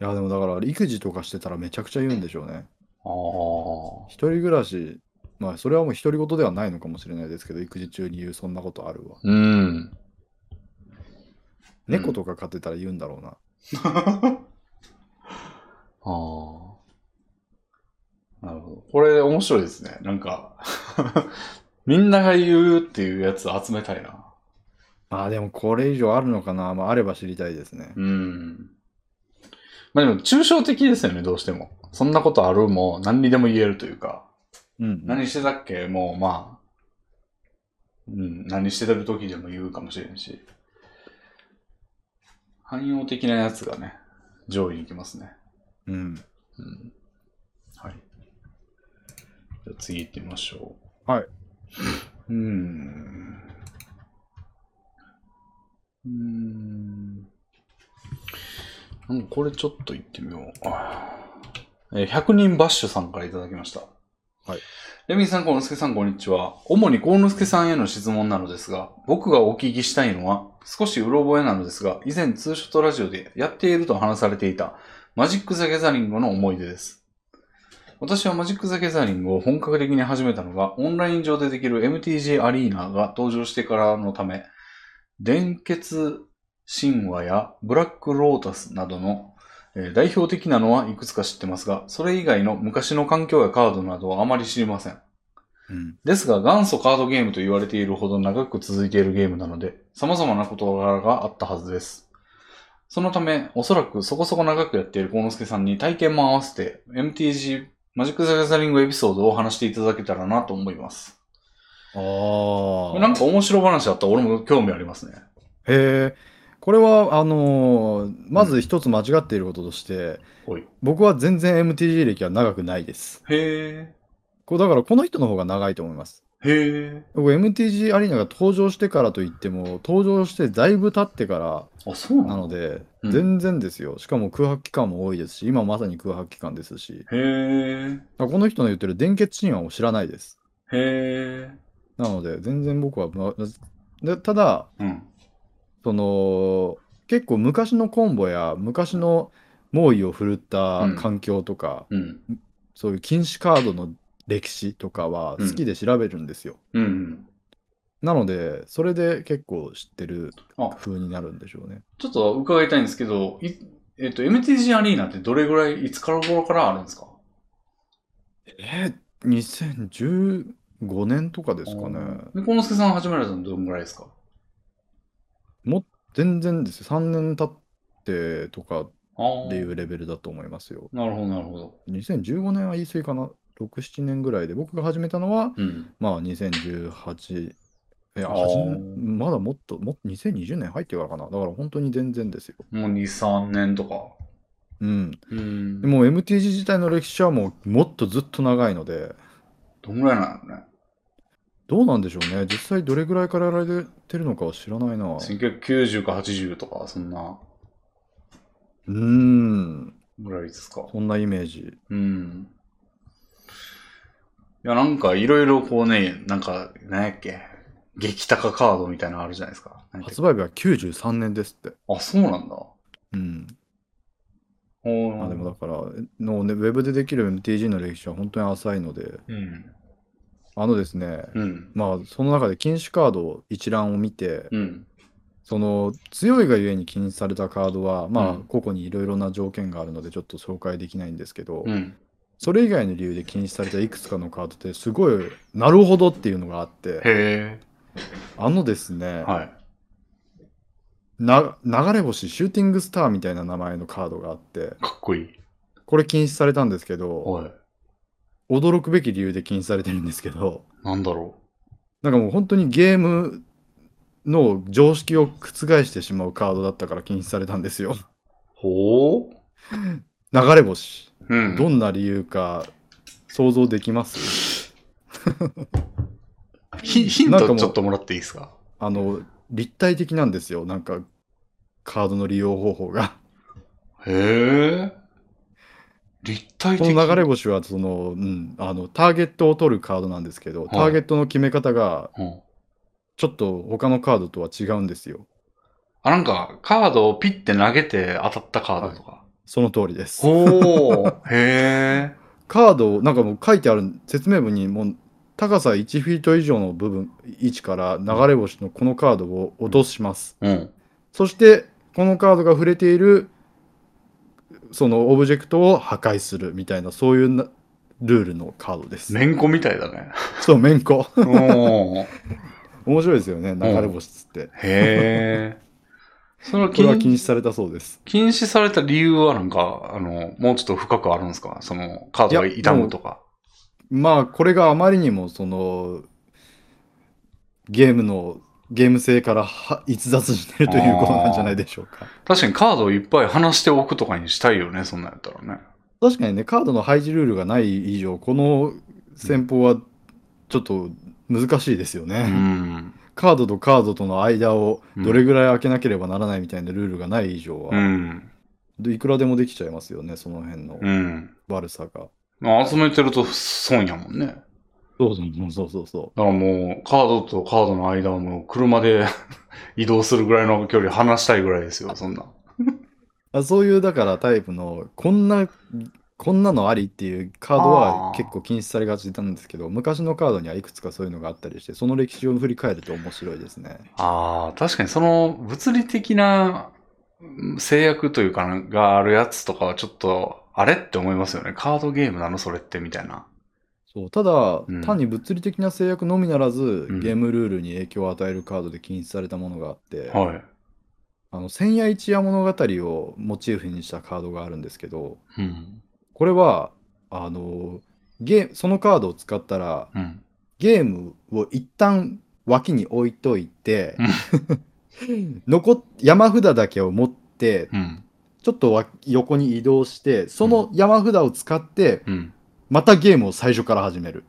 B: いや、でもだから、育児とかしてたらめちゃくちゃ言うんでしょうね。
A: あ
B: 一人暮らし、まあ、それはもう独り言ではないのかもしれないですけど、育児中に言う、そんなことあるわ。
A: あ。うん。
B: 猫とか飼ってたら言うんだろうな。
A: ああ。なるほど。これ面白いですね。なんか、 みんなが言うっていうやつ集めたいな。
B: まあ、でもこれ以上あるのかな、まあ、あれば知りたいですね。
A: うん。まあでも、抽象的ですよね、どうしても。そんなことあるも何にでも言えるというか。
B: うん。
A: 何してたっけもうまあ、うん、何してる時でも言うかもしれんし。汎用的なやつがね、上位に行きますね。
B: うん。
A: うん。はい。じゃあ次行ってみましょう。
B: はい。
A: うーん。うーん。なんかこれちょっと行ってみよう。えー100人バッシュさんからいただきました。
B: はい。
A: レミさん、コウノスケさん、こんにちは。主にコウノスケさんへの質問なのですが、僕がお聞きしたいのは、少しうろ覚えなのですが、以前ツーショットラジオでやっていると話されていた、マジック・ザ・ギャザリングの思い出です。私はマジック・ザ・ギャザリングを本格的に始めたのが、オンライン上でできる MTG アリーナが登場してからのため、連結神話やブラック・ロータスなどの、えー代表的なのはいくつか知ってますが、それ以外の昔の環境やカードなどはあまり知りません。
B: うん。
A: ですが、元祖カードゲームと言われているほど長く続いているゲームなので、様々な事柄があったはずです。そのため、おそらくそこそこ長くやっている幸之助さんに体験も合わせて、MTG マジック・ザ・ギャザリングエピソードを話していただけたらなと思います。
B: ああ。
A: なんか面白話あったら俺も興味ありますね。
B: へえ、これは、あのーまず一つ間違っていることとして、
A: おい。
B: 僕は全然 MTG 歴は長くないです。
A: へ
B: こうだから、この人の方が長いと思います。
A: ー。へ
B: 僕、MTG アリーナが登場してからといっても、登場してだいぶ経ってか
A: ー。あ、そう
B: らな
A: なの
B: ので、
A: うん
B: 全然ですよ。しかも空白期間も多いですし、今まさに空白期間ですし、
A: へー。
B: あこの人の言ってる電結神話を知らないです。
A: へー。
B: なので、全然僕は、までただ、
A: うん。
B: その結構昔のコンボや昔の猛威を振るった環境とか、
A: うん。
B: そういう禁止カードの歴史とかは好きで調べるんですよ。
A: うんうん。
B: なのでそれで結構知ってる
A: あ
B: 風になるんでしょうね。
A: ちょっと伺いたいんですけど、いえっと、MTG アリーナってどれぐらい、いつから頃からあるんですか
B: えー、2015年とかですかね。
A: で、このすけさん始められたのどんぐらいですか
B: 全然ですよ。3年経ってとか
A: ああ。
B: っていうレベルだと思いますよ。
A: なるほど、なるほど。
B: 2015年は言い過ぎかな。6、7年ぐらいで僕が始めたのは
A: うん。
B: まあ2018いや
A: あー
B: 8年まだもっともっと2020年入ってからかなだから本当に全然ですよ
A: もう2、3年とか。
B: うん
A: うん
B: でもう MTG 自体の歴史はもうもっとずっと長いので
A: どんぐらいなのね。
B: どうなんでしょうね実際どれぐらいからやられてるのかは知らないなう
A: 1990か80とか、そんな
B: ーん
A: ぐらいですか。
B: そんなイメージ
A: うん。いや、なんかいろいろこうね、なんか、なんやっけ、激高カードみたいなのあるじゃないですか。なんやっけ
B: 発売日は93年ですって
A: あ、そうなんだ。
B: うん
A: おー
B: あでもだからの、ね、ウェブでできる MTG の歴史は本当に浅いので
A: うん。
B: あのですね
A: うん。
B: まあその中で禁止カード一覧を見て
A: うん。
B: その強いがゆえに禁止されたカードは、まあ
A: うん
B: 個々にいろいろな条件があるのでちょっと紹介できないんですけど、
A: うん。
B: それ以外の理由で禁止されたいくつかのカードってすごいなるほどっていうのがあって
A: へ
B: あのですね、
A: え。はい。
B: な流れ星シューティングスターみたいな名前のカードがあって
A: かっこいい。
B: これ禁止されたんですけど
A: はい。
B: 驚くべき理由で禁止されてるんですけど
A: なんだろ
B: なんかもう本当にゲームの常識を覆してしまうカードだったから禁止されたんですよ。
A: う。ほう
B: 流れ星
A: うん
B: どんな理由か想像できます
A: ヒヒン
B: なんか
A: ト
B: もう
A: ちょっともらっていいですか
B: あの立体的なんですよなんかカードの利用方法が
A: へえ。 立体
B: こ
A: 的。
B: の流れ星はその、うん、あのターゲットを取るカードなんですけど
A: い
B: ターゲットの決め方が
A: うん
B: ちょっと他のカードとは違うんですよ。
A: あ、なんか、カードをピッて投げて当たったカードとか。
B: その通りです。
A: ほー、へー。
B: カードをなんかもう書いてある説明文にもう高さ1フィート以上の部分位置から流れ星のこのカードを落とします。
A: うん。
B: そしてこのカードが触れているそのオブジェクトを破壊するみたいなそういうなルールのカードです。
A: めんこみたいだね。
B: そう、めんこ。
A: おー、
B: 面白いですよね、流れ星っつって。
A: へー。それは
B: これは
A: 禁
B: 禁止されたそうです。
A: 禁止された理由はなんか、あの、もうちょっと深くあるんですかその、カードが傷むとか。
B: まあこれがあまりにもそのゲームのゲーム性からは逸脱してるということなんじゃないでしょうか。
A: 確かにカードをいっぱい離しておくとかにしたいよね、そんなんやったらね。
B: 確かにねカードの配置ルールがない以上この戦法はちょっと難しいですよね。
A: うん。
B: カードとカードとの間を
A: うん
B: どれぐらい開けなければならないみたいなルールがない以上は
A: う、ん。
B: でいくらでもできちゃいますよねその辺の
A: うん。
B: 悪さが。
A: まあ集めてると損やもんね。だか
B: そうそうそうそうそ
A: らもう、カードとカードの間をもう車で 移動するぐらいの距離離したいぐらいですよ、そんな。
B: う。あそういうだからタイプのこんなこんなのありっていうカード
A: あ
B: は
A: ー
B: 結構禁止されがちなんですけど昔のカードにはいくつかそういうのがあったりしてその歴史を振り返ると面白いですね。
A: ああ、確かにその物理的なうん制約というかながあるやつとかはちょっと、あれって思いますよね。カードゲームなのそれってみたいな。
B: そうただ、
A: うん
B: 単に物理的な制約のみならず、
A: ん
B: ゲームルールに影響を与えるカードで禁止されたものがあって、
A: はい。
B: あの千夜一夜物語をモチーフにしたカードがあるんですけど
A: うん。
B: これはあのゲーそのカードを使ったら
A: うん。
B: ゲームを一旦脇に置いといて、 残っ山札だけを持って
A: うん。
B: ちょっとわ横に移動してその山札を使って
A: うん。
B: またゲームを最初から始める。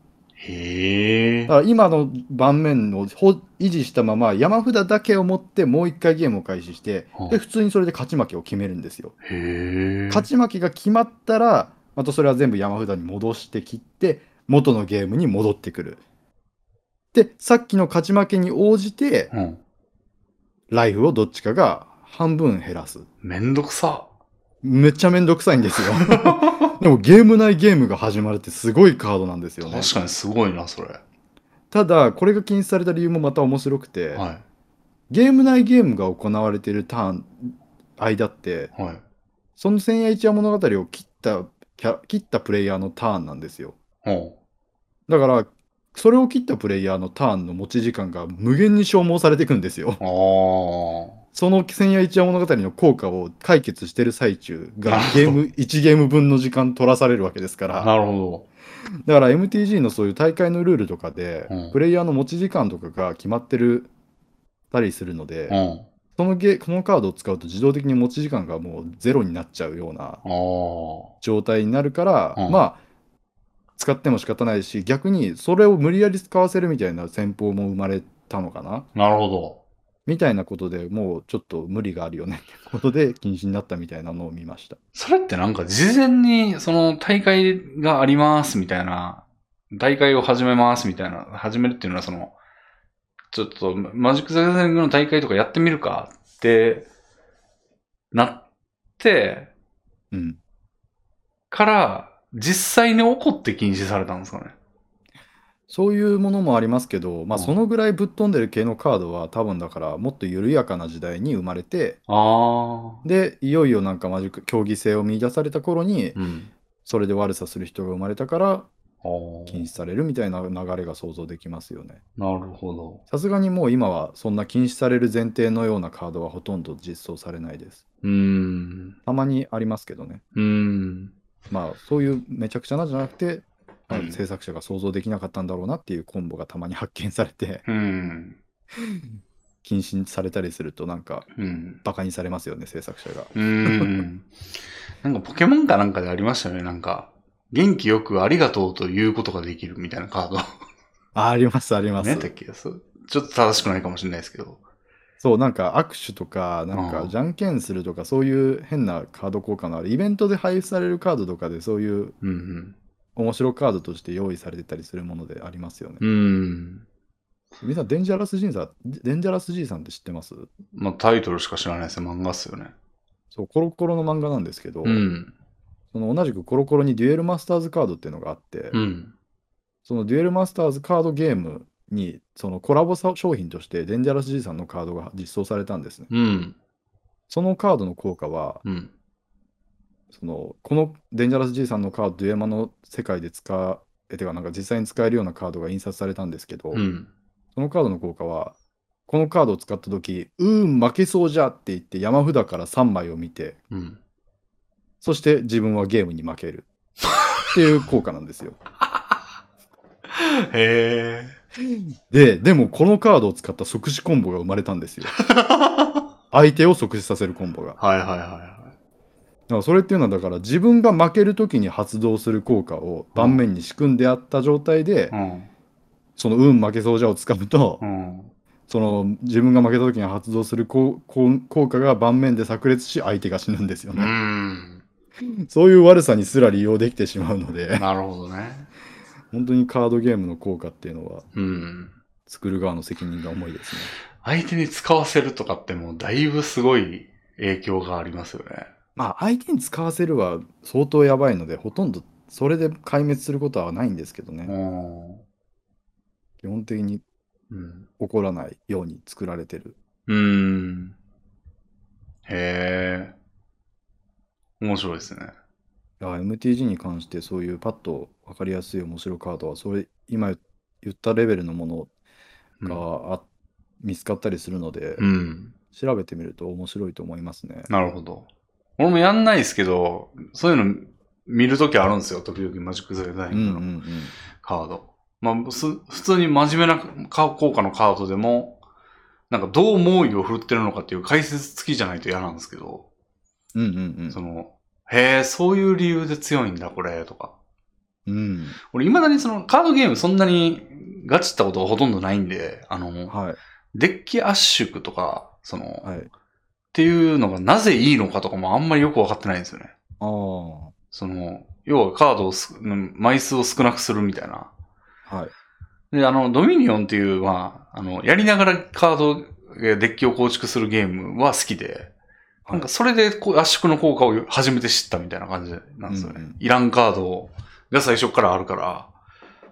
A: へえ
B: だ。から今の盤面をほ維持したまま山札だけを持ってもう一回ゲームを開始して
A: はあ
B: で普通にそれで勝ち負けを決めるんですよ。
A: へえ。
B: 勝ち負けが決まったらまたそれは全部山札に戻して切って元のゲームに戻ってくる。でさっきの勝ち負けに応じて
A: うん。
B: ライフをどっちかが半分減らす。
A: めんどくさ。
B: めっちゃめんどくさいん ですよ。でもゲーム内ゲームが始まるってすごいカードなんですよね。
A: 確かにすごいな、それ。
B: ただこれが禁止された理由もまた面白くて、
A: は
B: ゲーム内ゲームが行われているターン間って
A: い。はい。
B: その千夜一夜物語を切ったキャ切ったプレイヤーのターンなんですよ。
A: うん。
B: だから、それを切ったプレイヤーのターンの持ち時間が無限に消耗されていくんですよ。
A: ああ。
B: その千夜一夜物語の効果を解決してる最中
A: な
B: が
A: るほど
B: ゲーム、1ゲーム分の時間取らされるわけですから。
A: なるほ
B: だから MTG のそういう大会のルールとかで、
A: うん
B: プレイヤーの持ち時間とかが決まってるたりするので、
A: ど。うん。
B: そのゲ、このカードを使うと自動的に持ち時間がもうゼロになっちゃうような
A: あ
B: 状態になるから、
A: うん
B: まあ使っても仕方ないし逆にそれを無理やり使わせるみたいな戦法も生まれたのかな
A: あ。なるほど。
B: みたいなことでもうちょっと無理があるよねってことで 禁止になったみたいなのを見ました
A: それってなんか事前にその大会がありますみたいな、大会を始めますみたいな、始めるっていうのはその、ちょっとマジック・ザ・ギャザリングの大会とかやってみるかってなって
B: うん
A: から、実際に起こって禁止されたんですかね。
B: そういうものもありますけど、まあ、
A: うん
B: そのぐらいぶっ飛んでる系のカードは多分だからもっと緩やかな時代に生まれて
A: ああ。
B: でいよいよなんかマジック競技性を見出された頃に
A: うん。
B: それで悪さする人が生まれたから
A: ああ。
B: 禁止されるみたいな流れが想像できますよね。
A: なるほど。
B: さすがにもう今はそんな禁止される前提のようなカードはほとんど実装されないです。
A: うーん。
B: たまにありますけどね。
A: うーん。
B: まあそういうめちゃくちゃなじゃなくて、まあ
A: うん
B: 制作者が想像できなかったんだろうなっていうコンボがたまに発見さ れて
A: うん。
B: 禁止されたりするとなんか
A: うん。
B: バカにされますよね制作者が。
A: うーん。なんかポケモンかなんかでありましたよね。なんか、元気よくありがとうということができるみたいなカード。
B: あありますありま
A: 何やったっ
B: す。
A: けそうちょっと正しくないかもしれないですけど。
B: そうなんか握手とかなん
A: う
B: か
A: ん
B: じゃんけんするとかそういう変なカード効果のあるイベントで配布されるカードとかでそういう
A: うん
B: 面白カードとして用意されてたりするものでありますよね。
A: うん。うーん。
B: 皆さん、デンジャラス爺さん、デンジャラス爺さんって知ってます
A: まあ、タイトルしか知らないですね。漫画っすよね。
B: そう、コロコロの漫画なんですけど、
A: うん。
B: その同じくコロコロにデュエルマスターズカードっていうのがあって、
A: うん。
B: そのデュエルマスターズカードゲームに、そのコラボさ商品として、デンジャラス爺さんのカードが実装されたんですね。
A: うん。
B: そのカードの効果は、
A: うん。
B: そのこのデンジャラス爺さんのカード、デュエマの世界で使え、てか、なんか実際に使えるようなカードが印刷されたんですけど、
A: うん。
B: そのカードの効果は、このカードを使った時うーん、負けそうじゃって言って山札から3枚を見て、
A: うん。
B: そして自分はゲームに負ける。っていう効果なんですよ。
A: へえ。
B: で、でもこのカードを使った即死コンボが生まれたんですよ。
A: は
B: 相手を即死させるコンボが。だ
A: いはいはいは
B: からそれっていうのはだから自分が負ける時に発動する効果を盤面に仕組んであった状態で、
A: い。うん。
B: その運負けそうじゃを掴むと、
A: うん。
B: その自分が負けた時に発動する効効効果が盤面で炸裂し相手が死ぬんですよ
A: う
B: ね。
A: ん。
B: そういう悪さにすら利用できてしまうので、
A: なるほどね。
B: 本当にカードゲームの効果っていうのは
A: うん。
B: 作る側の責任が重いですね。
A: 相手に使わせるとかってもうだいぶすごい影響がありますよね。
B: まあ相手に使わせるは相当やばいのでほとんどそれで壊滅することはないんですけどね、
A: うん。
B: 基本的に
A: うん。
B: 起こらないように作られてる
A: うん。へえ。面白いですね。
B: いや MTG に関してそういうパッと分かりやすい面白いカードはそれ今言ったレベルのも
A: う
B: の
A: ん。
B: があ見つかったりするので、
A: うん、
B: 調べてみると面白いと思いますね
A: なるほど。俺もやんないですけど、そういうの見るときあるんですよ。時々マジック・ザ・デザイ
B: うんうん
A: ン
B: う
A: の
B: ん
A: カード。まあ、す普通に真面目なか効果のカードでも、なんかどう猛威を振るってるのかっていう解説付きじゃないと嫌なんですけど。
B: うんうん
A: その、へえ、そういう理由で強いんだ、これ、とか。
B: うん
A: 俺、未だにその、カードゲームそんなにガチったことがほとんどないんで、あ
B: うん
A: の、
B: はい
A: デッキ圧縮とか、その、
B: は
A: っ
B: い
A: ていうのがなぜいいのかとかもあんまりよくわかってないんですよね。
B: ああ
A: その、要はカードをす、うん枚数を少なくするみたいな。
B: はい
A: で、あの、ドミニオンっていう、まあ、あの、やりながらカード、えデッキを構築するゲームは好きで、
B: はい
A: なんかそれでこう圧縮の効果を初めて知ったみたいな感じなんですよね。
B: うんうん
A: いらんカードが最初からあるから、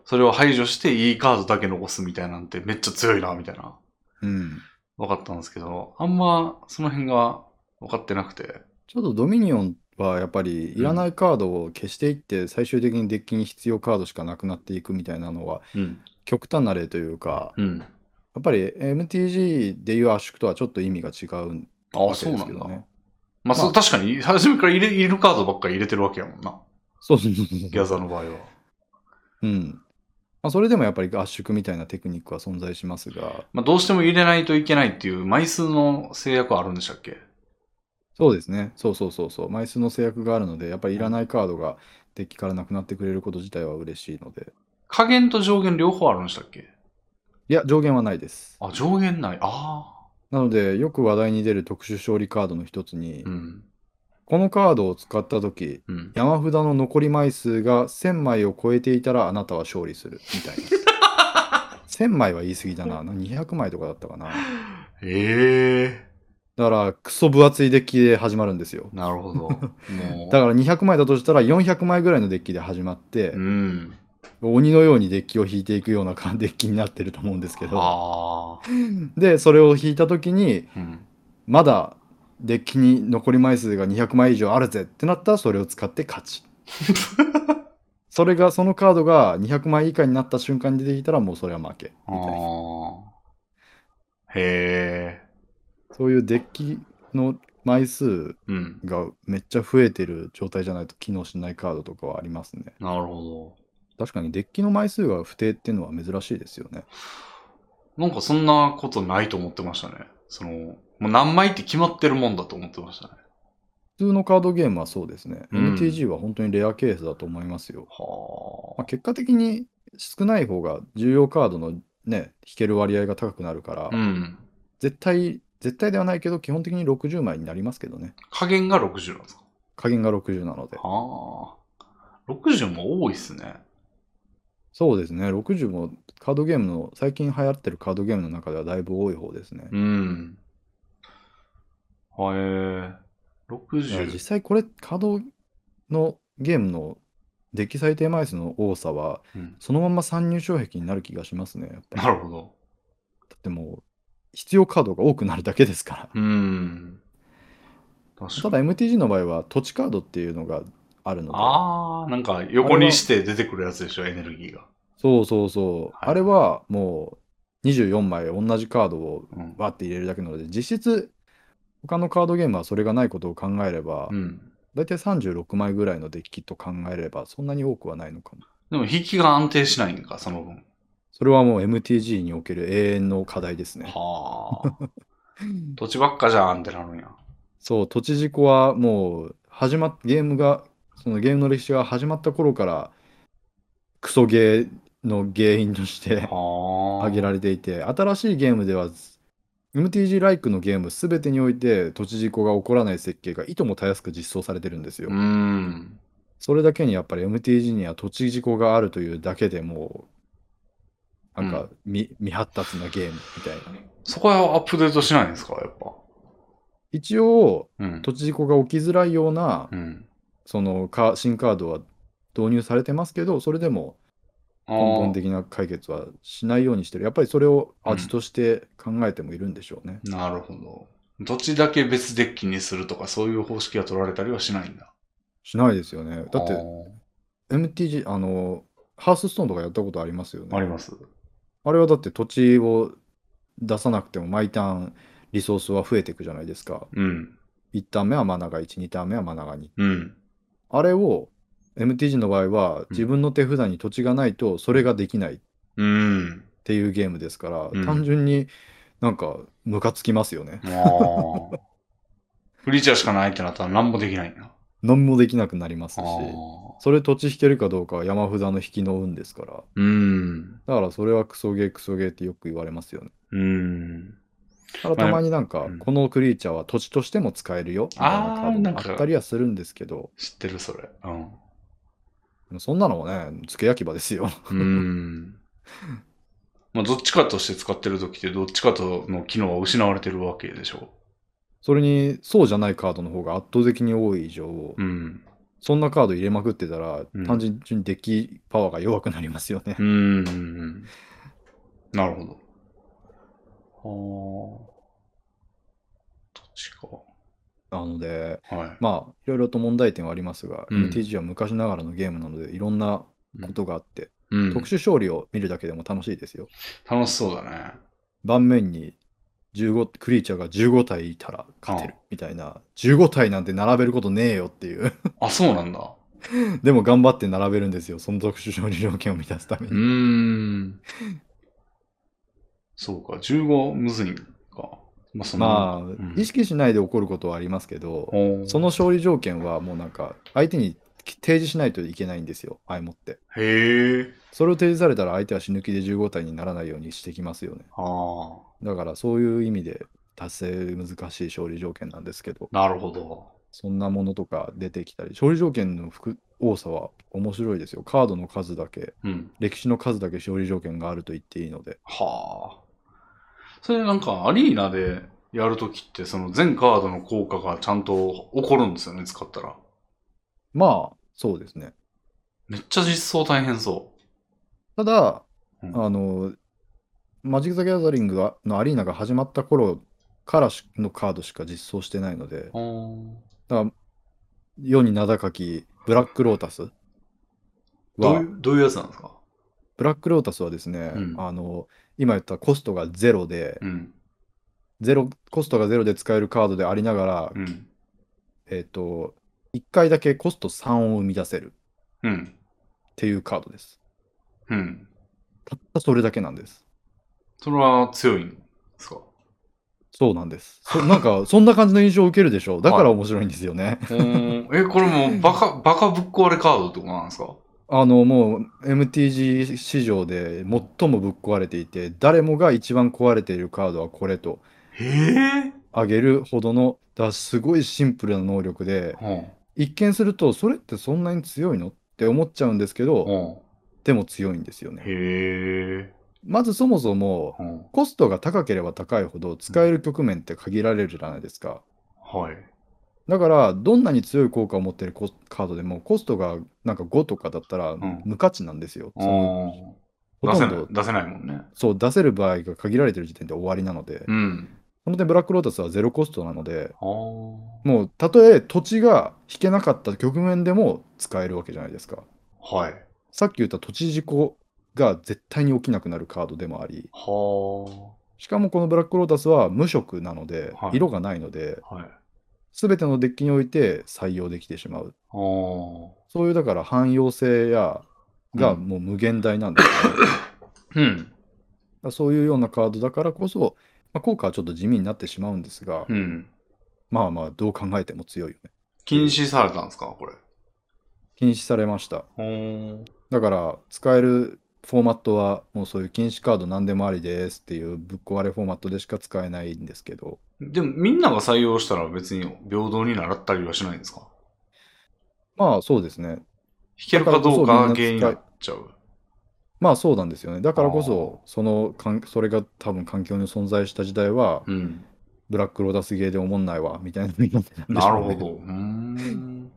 A: それを排除していいカードだけ残すみたいなんてめっちゃ強いな、みたいな。
B: うん
A: 分かったんですけど、あんまその辺が分かってなくて。
B: ちょっとドミニオンはやっぱりいらないカードを消していって最終的にデッキに必要カードしかなくなっていくみたいなのは
A: うん。
B: 極端な例というか
A: うん。
B: やっぱり MTG でいう圧縮とはちょっと意味が違うん
A: ああ、
B: わけ
A: そう
B: で
A: な
B: すけ
A: ん
B: ど
A: だ。
B: ね。
A: まあ、そう確かに、初めから入れ入れるカードばっかり入れてるわけやもんな。
B: そうそうそうそう
A: ギャザーの場合は。
B: うん。まあ、それでもやっぱり圧縮みたいなテクニックは存在しますが、
A: まあ、どうしても入れないといけないっていう枚数の制約はあるんでしたっけ
B: そうですね。そうそうそうそう。枚数の制約があるので、やっぱりいらないカードがデッキからなくなってくれること自体は嬉しいので。
A: 加減と上限両方あるんでしたっけ
B: いや、上限はないです。
A: あ、上限ない。ああ。
B: なので、よく話題に出る特殊勝利カードの一つに、
A: うん。
B: このカードを使ったとき、
A: うん。
B: 山札の残り枚数が1000枚を超えていたらあなたは勝利するみた いな。1000枚は言い過ぎだな。な200枚とかだったかな。
A: ええ
B: だから、クソ分厚いデッキで始まるんですよ。
A: な るほど。もう。
B: だから200枚だとしたら400枚ぐらいのデッキで始まって
A: う、ん。
B: 鬼のようにデッキを引いていくような感デッキになってると思うんですけど、
A: ああ。
B: で、それを引いた時に、
A: うん。
B: まだデッキに残り枚数が200枚以上あるぜってなったら、それを使って 勝ち。それが、そのカードが200枚以下になった瞬間に出てきたら、もうそれは負け。
A: あ
B: みたいな
A: あ。へえ。
B: そういうデッキの枚数
A: うん。
B: がめっちゃ増えてる状態じゃないと機能しないカードとかはありますね。
A: なるほ
B: 確かにデッキの枚数が不定っていうのは珍しいですよね。
A: ど。なんかそんなことないと思ってましたね。その、もう何枚って決まってるもんだと思ってましたね。
B: 普通のカードゲームはそうですね。
A: うん
B: MTG は本当にレアケースだと思いますよ。
A: は
B: まあ、結果的に少ない方が重要カードのね、引ける割合が高くなるから、
A: あ。うん。
B: 絶対、絶対ではないけど、基本的に60枚になりますけどね。
A: 加減が60なんですか
B: 加減が60なので。
A: ああ。60も多いっすね。
B: そうですね、60もカードゲームの、最近流行ってるカードゲームの中ではだいぶ多い方ですね。
A: うん。はえー、
B: だから実
A: 60。
B: 際これ、カードのゲームのデッキ最低枚数の多さは、
A: うん
B: そのまま参入障壁になる気がしますね、やっぱり
A: なるほど。
B: だってもう、必要カードが多くなるだけですから。
A: うん。確か
B: た
A: に。
B: だ MTG の場合は土地カードっていうのがあるので、
A: あー、なんか横にして出てくるやつでしょ、エネルギーが。
B: そうそうそう、
A: はい
B: あれはもう24枚同じカードを
A: うん。
B: バッて入れるだけなので、実質、他のカードゲームはそれがないことを考えれば、
A: うん、
B: だいたい36枚ぐらいのデッキと考えれば、そんなに多くはないのかも。
A: でも引きが安定しないんか、その分。
B: それはもう MTG における永遠の課題ですね。
A: はあ。土地ばっかじゃんってなるんや。
B: そう、土地事故はもう始まっ、ゲームが、そのゲームの歴史が始まった頃から、クソゲーの原因として
A: はあ。
B: 挙げられていて、新しいゲームでは、MTG ライクのゲーム全てにおいて土地事故が起こらない設計がいともたやすく実装されてるんですよ。
A: うん。
B: それだけにやっぱり MTG には土地事故があるというだけでもう、なんか未,、未発達なゲームみたいな。
A: そこはアップデートしないんですか、やっぱ。
B: 一応、
A: うん。
B: 土地事故が起きづらいような、
A: うん。
B: そのカ新カードは導入されてますけど、それでも
A: あ
B: 根
A: ー
B: 本的な解決はしないようにしてる。やっぱりそれを
A: うん
B: 味として考えてもいるんでしょうね。
A: なるほど。土地だけ別デッキにするとか、そういう方式が取られたりはしないんだ。
B: しないですよね。だっ
A: あ
B: て MTG、あの、ハースストーンとかやったことありますよね。
A: ーあります。
B: あれはだって土地を出さなくても毎ターンリソースは増えていくじゃないですか。
A: うん。
B: 1ターン目はマナが1、2ターン目はマナが2。
A: うん。
B: あれを MTG の場合は自分の手札に土地がないとそれができないっ
A: うん。
B: ていうゲームですから、
A: うん
B: 単純になんかムカつきますよね。
A: ああ。 フリーチャーしかないってなったら何もできないんだ。
B: 何もできなくなりますし
A: あ、あ。
B: それ土地引けるかどうかは山札の引きの運ですから。
A: うん。
B: だからそれはクソゲークソゲーってよく言われますよね。
A: うん。
B: ただたまになんか、
A: うん
B: このクリーチャーは土地としても使えるよみたいなカ
A: あー
B: ー
A: な
B: ド
A: ん
B: も
A: か
B: あったりはするんですけど、
A: 知ってる、それ。うん。
B: そんなのもね、付け焼き場ですよ。
A: うん。まあ、どっちかとして使ってる時って、どっちかとの機能は失われてるわけでしょ
B: それに、そうじゃないカードの方が圧倒的に多い以上、
A: う。うん。
B: そんなカード入れまくってたら
A: うん、
B: 単純にデッキパワーが弱くなりますよね
A: う。んうんうん。なるほど。ああ。どっちか。
B: なので、
A: はい。
B: まあ、いろいろと問題点はありますが、
A: うん
B: MTG は昔ながらのゲームなので、いろんなことがあって、
A: うん、
B: 特殊勝利を見るだけでも楽しいですよ。
A: 楽しそうだね。
B: 盤面に15クリーチャーが15体いたら勝てるみたいな、15体なんて並べることねえよっていう。
A: あ、そうなんだ。
B: でも頑張って並べるんですよ、その特殊勝利条件を満たすため
A: う
B: に。
A: ーん。そうか、15むずいんか。まあ、その
B: まあ、
A: ん
B: 意識しないで起こることはありますけど、
A: ほう
B: その勝利条件はもうなんか、相手に提示しないといけないんですよ、相もって。
A: へえ。
B: それを提示されたら相手は死ぬ気で15体にならないようにしてきますよね。
A: ああ、
B: だからそういう意味で達成難しい勝利条件なんですけど、
A: なるほど。
B: そんなものとか出てきたり、勝利条件の複多さは面白いですよ。カードの数だけ、
A: うん。
B: 歴史の数だけ勝利条件があると言っていいので。
A: はあ。それなんか、アリーナでやるときって、その全カードの効果がちゃんと起こるんですよね、使ったら。
B: まあ、そうですね。
A: めっちゃ実装大変そ
B: ただ、
A: うん
B: あの、マジック・ザ・ギャザリングがのアリーナが始まった頃からしのカードしか実装してないので、
A: う。うん
B: 世に名高きブラック・ロータス
A: どうい
B: は、
A: う、どういうやつなんですか
B: ブラック・ロータスはですね、
A: うん
B: あの、今言ったコストがゼロで、
A: うん。
B: ゼロ、コストがゼロで使えるカードでありながら
A: う、ん。
B: えっ、と、1回だけコスト3を生み出せる
A: うん。
B: っていうカードです。
A: うん。
B: たったそれだけなんです。
A: それは強いんですか
B: そうなんです。そなんか、そんな感じの印象を受けるでしょう。だから面白いんですよね。
A: うん。 え、これもうバカ、バカぶっ壊れカードってことなんですか
B: あの、もう MTG 市場で最もぶっ壊れていて、誰もが一番壊れているカードはこれと
A: へえ。
B: あげるほどの、だすごいシンプルな能力で、
A: うん。
B: 一見すると、それってそんなに強いのって思っちゃうんですけど、
A: うん。
B: っても強いんですよね。
A: へえ。
B: まずそもそも、
A: うん。
B: コストが高ければ高いほど使える局面って限られるじゃないですか。
A: はい。
B: だから、どんなに強い効果を持ってるコカードでも、コストがなんか5とかだったら
A: ん
B: 無価値なんですよ。その
A: あ
B: ほ
A: あ。出
B: と
A: せ
B: ん
A: ない
B: ど、
A: 出せないもんね。
B: そう、出せる場合が限られてる時点で終わりなので、
A: うん。
B: その点、ブラックロータスはゼロコストなので、
A: ああ。
B: もうたとえ土地が引けなかった局面でも使えるわけじゃないですか。
A: はい。
B: さっき言った土地事故が絶対に起きなくなるカードでもあり、
A: は
B: しかもこのブラックロータスは無色なので、
A: はい
B: 色がないので、
A: あ。はい。
B: すべてのデッキにおいて採用できてしまう。
A: ああ。
B: そういうだから汎用性やが
A: うん
B: もう無限大なんですね。だか
A: うん。
B: らそういうようなカードだからこそ、まあ、効果はちょっと地味になってしまうんですが、
A: うん。
B: まあまあどう考えても強いよね。
A: 禁止されたんですか、これ。
B: 禁止されました。
A: おー
B: だから使えるフォーマットはもうそういう禁止カード何でもありですっていうぶっ壊れフォーマットでしか使えないんですけど
A: でも、みんなが採用したら別に平等に習ったりはしないんですか
B: まあそうですね
A: 弾けるかどうかが
B: だからこそみ
A: 原
B: んな使い
A: 因になっちゃう。
B: まあそうなんですよねだからこ
A: あ
B: そそのかんそれが多分環境に存在した時代は
A: うん。
B: ブラックローダスゲーでおもんないわみたいな風になってたんでし
A: なる
B: ょう
A: ほ
B: ね
A: ど。うーん。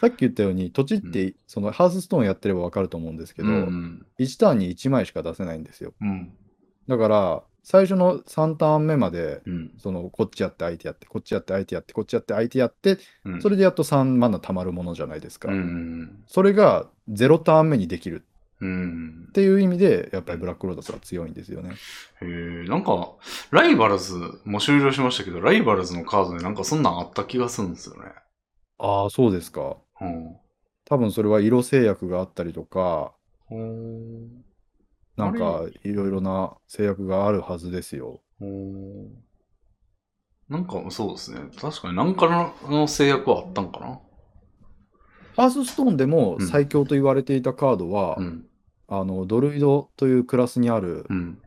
B: さっき言ったように土地ってそのハースストーンやってればわかると思うんですけ
A: け
B: ど、
A: うん。
B: 1ターンに1枚しか出せないんですよ
A: うん。
B: だから最初の3ターン目まで
A: うん。
B: そのこっちやって相手やってこっちやって相手やってこっちやって相手やって
A: うん
B: それでやっと3マナ貯まるものじゃないですか。
A: うん。
B: それが0ターン目にできる
A: うん
B: っ。ていう意味で、やっぱりブラックローダスは強いんですよね。
A: へえ、なんか、ライバルズ、もう終了しましたけど、ライバルズのカードでなんかそんなんあった気がするんですよね。
B: ああ、そうですか。
A: うん。
B: 多分それは色制約があったりとか、
A: ほー
B: なんかいろいろな制約があるはずですよ。
A: ほーなんかそうですね。確かに何かの制約はあったんかな。
B: ハースストーンでも
A: うん
B: 最強と言われていたカードは、
A: うん。
B: あのドルイドというクラスにある
A: うん。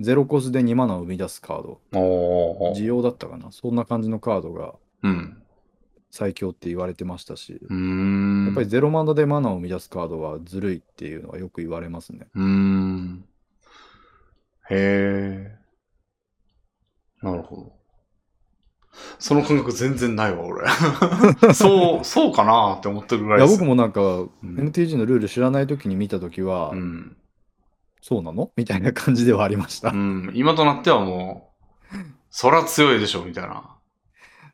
B: ゼロコスで2マナを生み出すカード、
A: お
B: 需
A: ー。
B: 要だったかな、そんな感じのカードが
A: うん。
B: 最強って言われてましたし、
A: うーん。
B: やっぱりゼロマナでマナを生み出すカードはずるいっていうのはよく言われますね。
A: うーん。へえ。なるほど。その感覚全然ないわ、俺。 そう、そうかなって思ってるぐら
B: い
A: い
B: や
A: です。
B: 僕もなんか、
A: ん
B: MTG のルール知らない時に見た時は、
A: うん。
B: そうなのみたいな感じではありました。
A: うん。今となってはもう、そら強いでしょ、みたいな。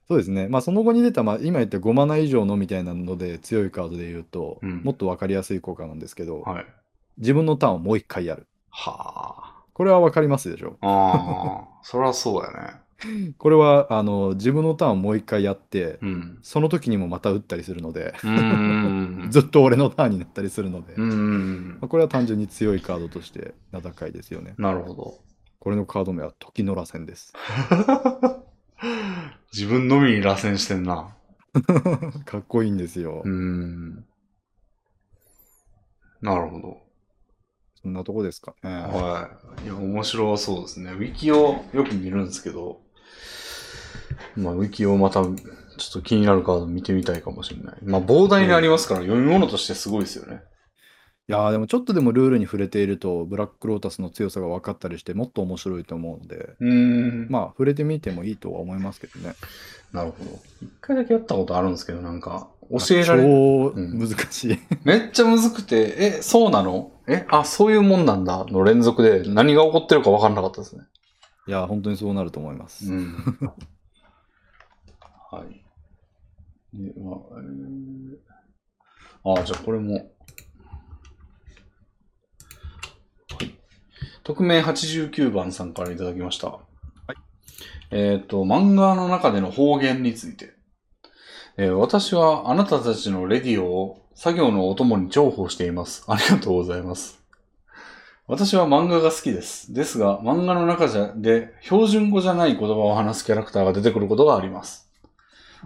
B: そうですね。まあその後に出た、まあ、今言った5マナ以上のみたいなので強いカードで言うと、
A: うん
B: もっと分かりやすい効果なんですけど、
A: はい。
B: 自分のターンをもう一回やる。
A: は
B: これは分かりますでしょ
A: あ。ああ。そらそうやね。
B: これはあの自分のターンをもう一回やって、
A: うん。
B: その時にもまた打ったりするので、
A: うーん。
B: ずっと俺のターンになったりするので、
A: うー
B: ま
A: ん
B: あ。これは単純に強いカードとして名高いですよね。
A: なるほど。
B: これのカード名は時の螺旋です。
A: 自分のみに螺旋してんな。
B: かっこいいんですよ。
A: うーん。なるほど。
B: そんなとこですかね。
A: はい。いや、面白そうですね。ウィキをよく見るんですけど、まあ、ウィキをまた、ちょっと気になるカード見てみたいかもしれない。まあ、膨大にありますから、読み物としてすごいですよね。
B: いやーでもちょっとでもルールに触れているとブラックロータスの強さが分かったりしてもっと面白いと思うので
A: うーん。ま
B: まあ触れてみてもいいとは思いますけどね
A: あ、なるほど。一回だけやったことあるんですけど、なんか、教えられ、
B: 超
A: うん
B: 難しい、
A: めっちゃむずくて、え、そうなのえ、あ、そういうもんなんだの連続で、何が起こってるか分かんなかったですね。
B: いやー本当にそうなると思います、
A: うん。 はい。で、まあ、えー、あじゃあこれも。はい。匿名89番さんからいただきました。はい。えっ、と、漫画の中での方言について。えー私はあなたたちのレディオを作業のお供に重宝しています。ありがとうございます。私は漫画が好きです。ですが、漫画の中じゃで標準語じゃない言葉を話すキャラクターが出てくることがあります。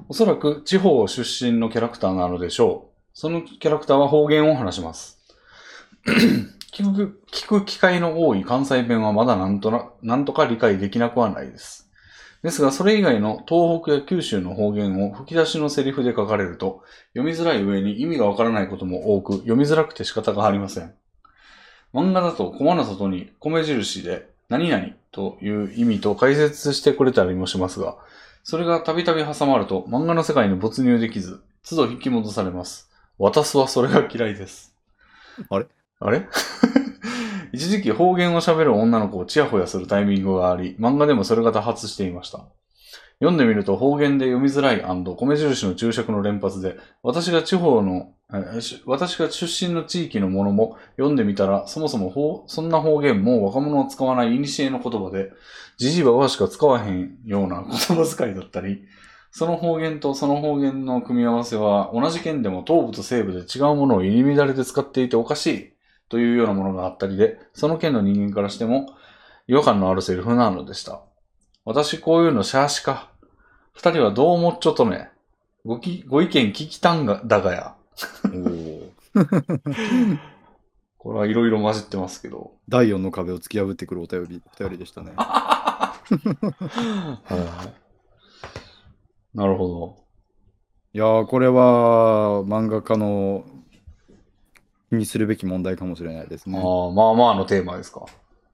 A: おそらく地方出身のキャラクターなのでしょう。そのキャラクターは方言を話します。 聞く、聞く機会の多い関西弁はまだなんとな、なんとか理解できなくはないです。ですが、それ以外の東北や九州の方言を吹き出しのセリフで書かれると、読みづらい上に意味がわからないことも多く、読みづらくて仕方がありません。漫画だとコマの外に米印で何々という意味と解説してくれたりもしますが、それがたびたび挟まると漫画の世界に没入できず、都度引き戻されます。私はそれが嫌いです。
B: あれ
A: あれ 一時期方言を喋る女の子をちやほやするタイミングがあり、漫画でもそれが多発していました。読んでみると方言で読みづらい米印の注釈の連発で、私が地方の、えーし私が出身の地域のものも読んでみたら、そもそも方そんな方言もう若者を使わない古の言葉で、じじばばしか使わへんような言葉遣いだったり、その方言とその方言の組み合わせは、同じ県でも東部と西部で違うものを入り乱れて使っていておかしいというようなものがあったりで、その県の人間からしても違和感のあるセリフなのでした。私こういうのシャーシか。二人はどう思っちょとね。ごきご意見聞きたんがだがや。
B: お
A: これはいろいろ混じってますけど。
B: 第4の壁を突き破ってくるお便りお便りでしたね。
A: はい。なるほど。
B: いやー、これは漫画家の気にするべき問題かもしれないですね。
A: ああまあまあのテーマですか。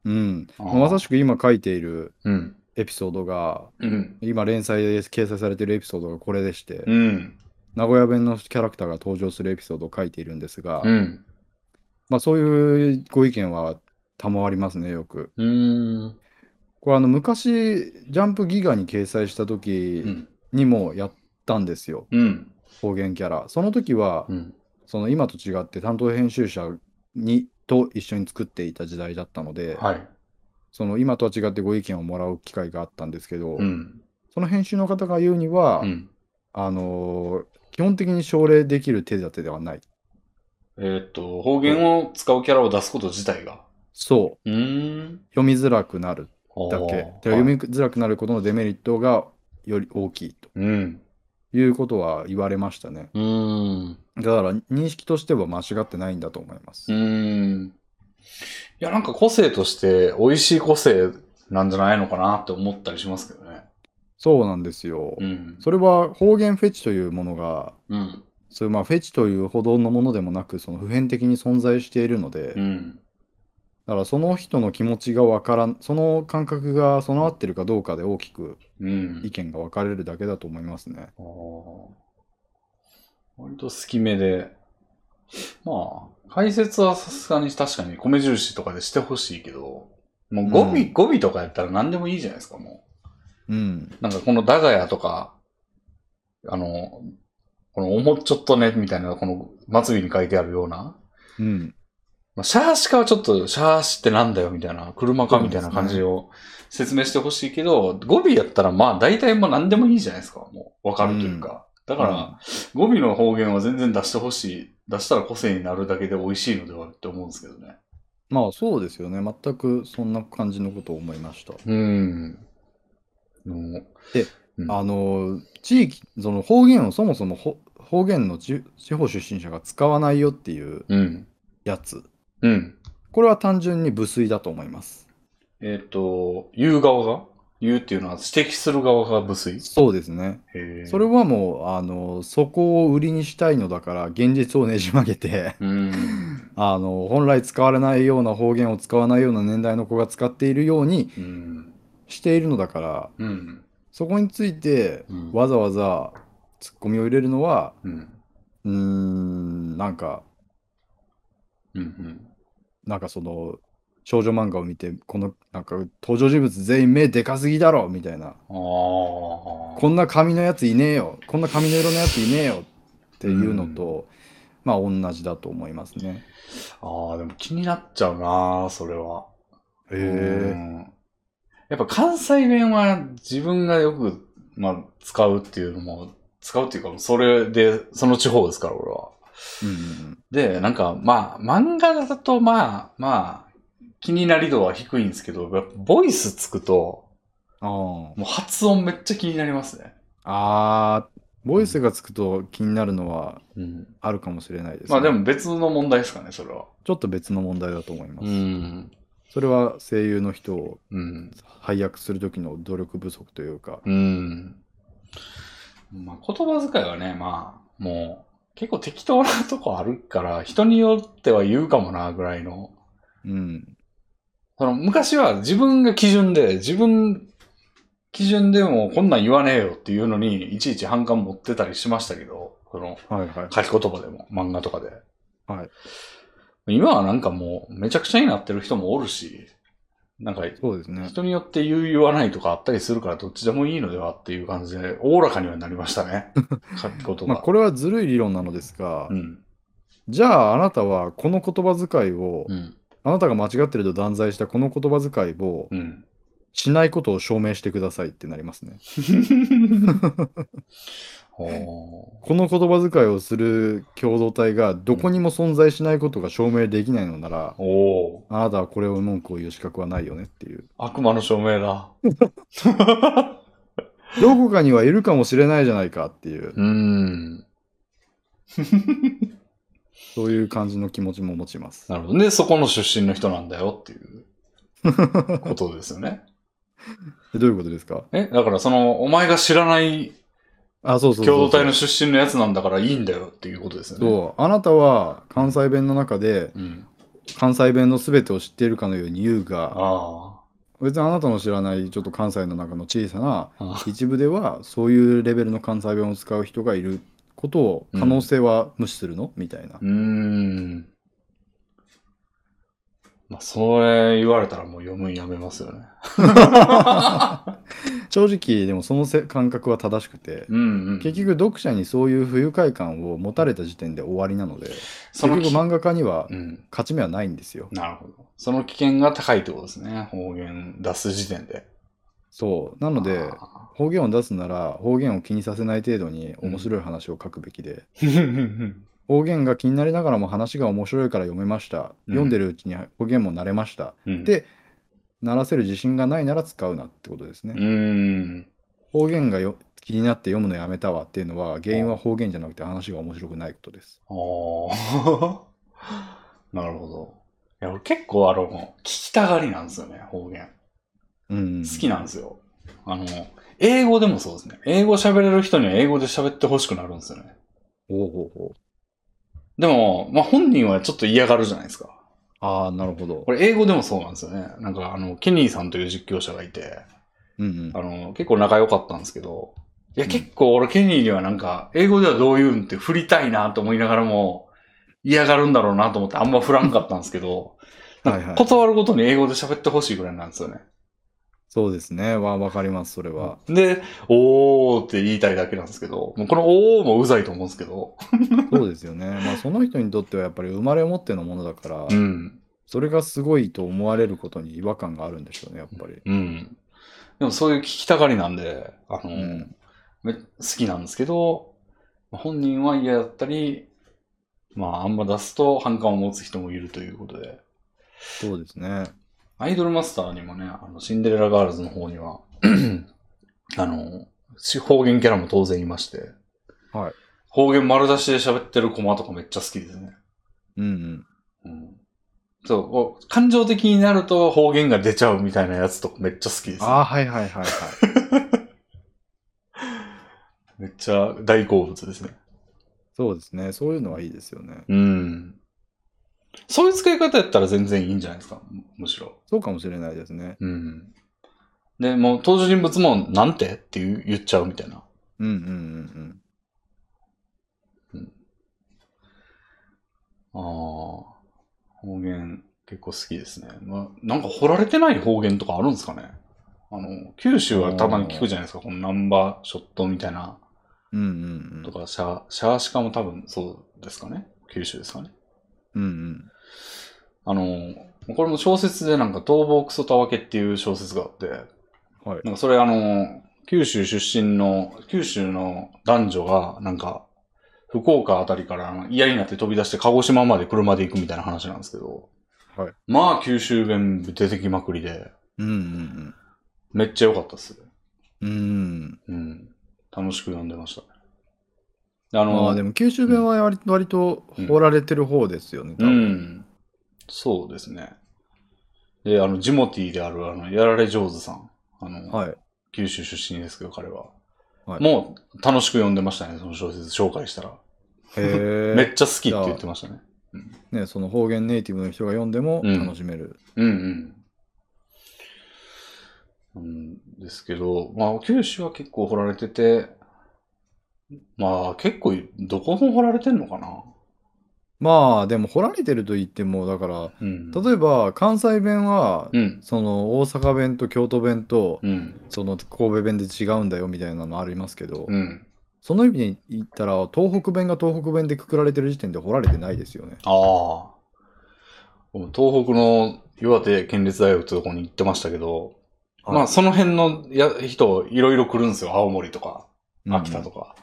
B: うん。
A: あー
B: まさしく今書いている
A: うん。
B: エピソードが、
A: うん。
B: 今連載で掲載されているエピソードがこれでして、
A: うん。
B: 名古屋弁のキャラクターが登場するエピソードを書いているんですが、
A: うん。
B: まあそういうご意見は賜りますね、よく。
A: うーん。
B: これあの昔、ジャンプギガに掲載した
A: う
B: 時
A: ん。
B: にもやったんですよ、
A: うん。
B: 方言キャラ。その時は、
A: うん。
B: その今と違って担当編集者にと一緒に作っていた時代だったので、
A: はい。
B: その今とは違ってご意見をもらう機会があったんですけど、
A: うん。
B: その編集の方が言うには、
A: うん。
B: あのー基本的に奨励できる手立てではない。
A: えーっと、方言を使うキャラを出すこと自体が。
B: そう
A: ーん
B: う、。読みづらくなるだ
A: あ
B: け。
A: ー
B: だか
A: は
B: ら
A: い
B: 読みづらくなることのデメリットがより大きいと
A: うん。
B: いうことは言われましたね。
A: うーん。
B: だから認識としては間違ってないんだと思います。
A: うーん。いや、なんか個性として、美味しい個性なんじゃないのかなって思ったりしますけどね。
B: そうなんですよ。
A: うん。
B: それは方言フェチというものが、
A: うん。
B: そういうまあフェチというほどのものでもなく、その普遍的に存在しているので、
A: うん。
B: だからその人の気持ちがわからん、その感覚が備わってるかどうかで大きく
A: うん
B: 意。見が分かれるだけだと思いますね。
A: あー割と好きめで。まあ、解説はさすがに確かに米印とかでしてほしいけど、もう語尾、
B: うん
A: 語尾とかやったら何でもいいじゃないですか、もう。
B: うん。
A: なんかこのダガヤとか、あの、このおもっちょっとね、みたいな、この末尾に書いてあるような、
B: うん。
A: まあ、シャーシカはちょっと、シャーシってなんだよ、みたいな、車かみたいな感じを説明してほしいけど、語尾やったら、まあ、大体もう何でもいいじゃないですか、もう、わかるというか。だから、語尾の方言は全然出してほしい、出したら個性になるだけで美味しいのではって思うんですけどね。
B: まあそうですよね。全くそんな感じのことを思いました。
A: うん。もううん
B: あの、地域、その方言をそもそもほ方言の地地方出身者が使わないよっていう
A: うん。
B: やつ。
A: うん。
B: これは単純に無粋だと思います。
A: えっ、と、言う側が言うっていうのは指摘する側が無粋
B: そうですね。それ
A: を。
B: はもう、あの、そこを売りにしたいのだから、現実をねじ曲げて、
A: うん。
B: あの、本来使われないような方言を使わないような年代の子が使っているように
A: うん。
B: しているのだから、
A: うん。
B: そこについて
A: うん
B: わざわざツッコミを入れるのは、
A: うん。
B: うーん、なんか、
A: うん。うん。
B: なんかその、少女漫画を見て、この、なんか登場人物全員目でかすぎだろみたいな、
A: ああ。
B: こんな髪のやついねえよ、こんな髪の色のやついねえよっていうのと、まあ同じだと思いますね。
A: ああ、でも気になっちゃうな、それは。
B: へ
A: うんやっぱ関西弁は自分がよく、まあ、使うっていうのも、使うっていうか、それで、その地方ですから、俺は。
B: うんうん
A: で、なんか、まあ、漫画だと、まあ、まあ、気になり度は低いんですけど、やっぱボイスつくと、
B: うん。あー
A: もう発音めっちゃ気になりますね。
B: あー、ボイスがつくと気になるのは
A: うん。
B: あるかもしれないです、ね。
A: まあでも別の問題ですかね、それは。
B: ちょっと別の問題だと思います。
A: ん。
B: それは声優の人を
A: うん。
B: 配役する時の努力不足というか、
A: うん。まあ言葉遣いはね、まあ、もう、結構適当なとこあるから、人によっては言うかもな、ぐらいの
B: うん。
A: その昔は自分が基準で、自分基準でもこんなん言わねえよっていうのに、いちいち反感持ってたりしましたけど、その
B: はいはい。
A: 書き言葉でも、漫画とかで。
B: はい。
A: 今はなんかもう、めちゃくちゃになってる人もおるし、なんか、
B: そうですね。
A: 人によって言う言わないとかあったりするから、どっちでもいいのではっていう感じで、おおらかにはなりました ね。書き言葉。
B: まあ、これはずるい理論なのですが、
A: うん。
B: じゃああなたはこの言葉遣いを、
A: うん。
B: あなたが間違ってると断罪したこの言葉遣いを
A: うん。
B: しないことを証明してくださいってなりますね。
A: ほ
B: この言葉遣いをする共同体がどこにも存在しないことが証明できないのなら
A: う、おー
B: あなたはこれを文句を言う資格はないよねっていう。
A: 悪魔の証明だ。
B: どこかにはいるかもしれないじゃないかっていう、
A: うーん。
B: そういう感じの気持ちも持ちます。
A: なるほど。で、そこの出身の人なんだよっていうことですよね。
B: でどういうことですか
A: え、だからその、お前が知らない
B: あ、そうそう
A: 共
B: そう
A: 同体の出身のやつなんだからいいんだよっていうことですよね。
B: そう、あなたは関西弁の中で
A: うん。
B: 関西弁の全てを知っているかのように言うが、
A: あ
B: 別にあなたの知らないちょっと関西の中の小さな
A: あ。
B: 一部ではそういうレベルの関西弁を使う人がいることを可能性は無視するの、みたいな
A: うー。ん。まあ、それ言われたらもう読むんやめますよね。
B: 正直でもそのせ感覚は正しくて、
A: うんうん。
B: 結局読者にそういう不愉快感を持たれた時点で終わりなので
A: その
B: 結局
A: き、
B: 漫画家には
A: うん。
B: 勝ち目はないんですよ。
A: なるほど。その危険が高いってことですね。方言出す時点で。
B: そうなので
A: あ
B: 方言を出すなら方言を気にさせない程度に面白い話を書くべきで、
A: ー
B: 方言が気になりながらも話が面白いから読めました、
A: うん
B: 読んでるうちに方言も慣れました
A: うん
B: で慣らせる自信がないなら使うなってことですね。
A: うーん。
B: 方言がよ気になって読むのやめたわっていうのは原因は方言じゃなくて話が面白くないことです。
A: あー なるほど。いや、俺結構あの、聞きたがりなんですよね、方言。
B: うん、
A: 好きなんですよ。あの、英語でもそうですね。英語喋れる人には英語で喋ってほしくなるんですよね。
B: おうほうほう
A: でも、まあ、本人はちょっと嫌がるじゃないですか。
B: ああなるほど
A: こ。れ英語でもそうなんですよね。なんか、あの、ケニーさんという実況者がいて、
B: うんうん
A: あの、結構仲良かったんですけど、いや、
B: うん
A: 結構俺、ケニーにはなんか、英語ではどういうんって振りたいなと思いながらも、嫌がるんだろうなと思ってあんま振らんかったんですけど、
B: はいはい
A: 断るごとに英語で喋ってほしいぐらいなんですよね。
B: そうですね。わわかりますそれは。
A: で、おーって言いたいだけなんですけど、もうこのおーもうざいと思うんですけど、
B: そうですよね。まあその人にとってはやっぱり生まれ持ってのものだから、
A: うん、
B: それがすごいと思われることに違和感があるんでしょうねやっぱり。
A: うん。でもそういう聞きたがりなんで、あの、
B: うん
A: め好きなんですけど、本人は嫌だったり、まあ、あんま出すと反感を持つ人もいるということで。
B: そうですね。
A: アイドルマスターにもね、あのシンデレラガールズの方には、 あの、し方言キャラも当然いまして、
B: はい
A: 方言丸出しで喋ってるコマとかめっちゃ好きですね。
B: うんう
A: う
B: ん。
A: ん、そうこう、感情的になると方言が出ちゃうみたいなやつとかめっちゃ好きです、
B: ああはいはいはいはい。
A: めっちゃ大好物ですね。
B: そうですね。そういうのはいいですよね。
A: うん。そういう使い方やったら全然いいんじゃないですか、むむしろ。
B: そうかもしれないですね。
A: うん。で、もう登場人物もなんてって言う言っちゃうみたいな。
B: うんうんうん
A: ああ、方言結構好きですね。まあ、なんか掘られてない方言とかあるんですかねあの、九州はたまに聞くじゃないですか。このナンバーショットみたいな
B: うん。うんうんうん
A: と。か、シャー、シャーシカも多分そうですかね九州ですかね
B: うんうん。
A: あの、これも小説でなんか、逃亡クソたわけっていう小説があって、
B: はい。
A: なんかそれあの、九州出身の、九州の男女が、なんか、福岡あたりからあの嫌になって飛び出して鹿児島まで車で行くみたいな話なんですけど、
B: はい
A: まあ九州弁出てきまくりで、
B: うんうん
A: めっちゃ良かったっす。
B: うん。うん。
A: うん。楽しく読んでましたね。であ
B: あ
A: の、
B: あでも九州弁は割と割と掘られてる方ですよね。多
A: う
B: 分
A: ん。そうですね。で、あの、ジモティーである、あの、やられ上手さん。あの、
B: はい。
A: 九州出身ですけど、彼は。
B: はい
A: もう、楽しく読んでましたね、その小説紹介したら。
B: へえ。
A: めっちゃ好きって言ってましたね。
B: ね、その方言ネイティブの人が読んでも
A: うん
B: 楽しめる。
A: うんうん。うんですけど、まあ、九州は結構掘られてて、まあ、結構、どこも掘られてんのかな。
B: まあでも掘られてると言ってもだから
A: うん。
B: 例えば関西弁は、
A: うん。
B: その大阪弁と京都弁と
A: うん。
B: その神戸弁で違うんだよみたいなのありますけど、
A: うん。
B: その意味で言ったら東北弁が東北弁でくくられてる時点で掘られてないですよね。
A: ああ。僕東北の岩手県立大学ってとこに行ってましたけど、まあ、その辺のや人、いろいろ来るんですよ。青森とか。秋田とか。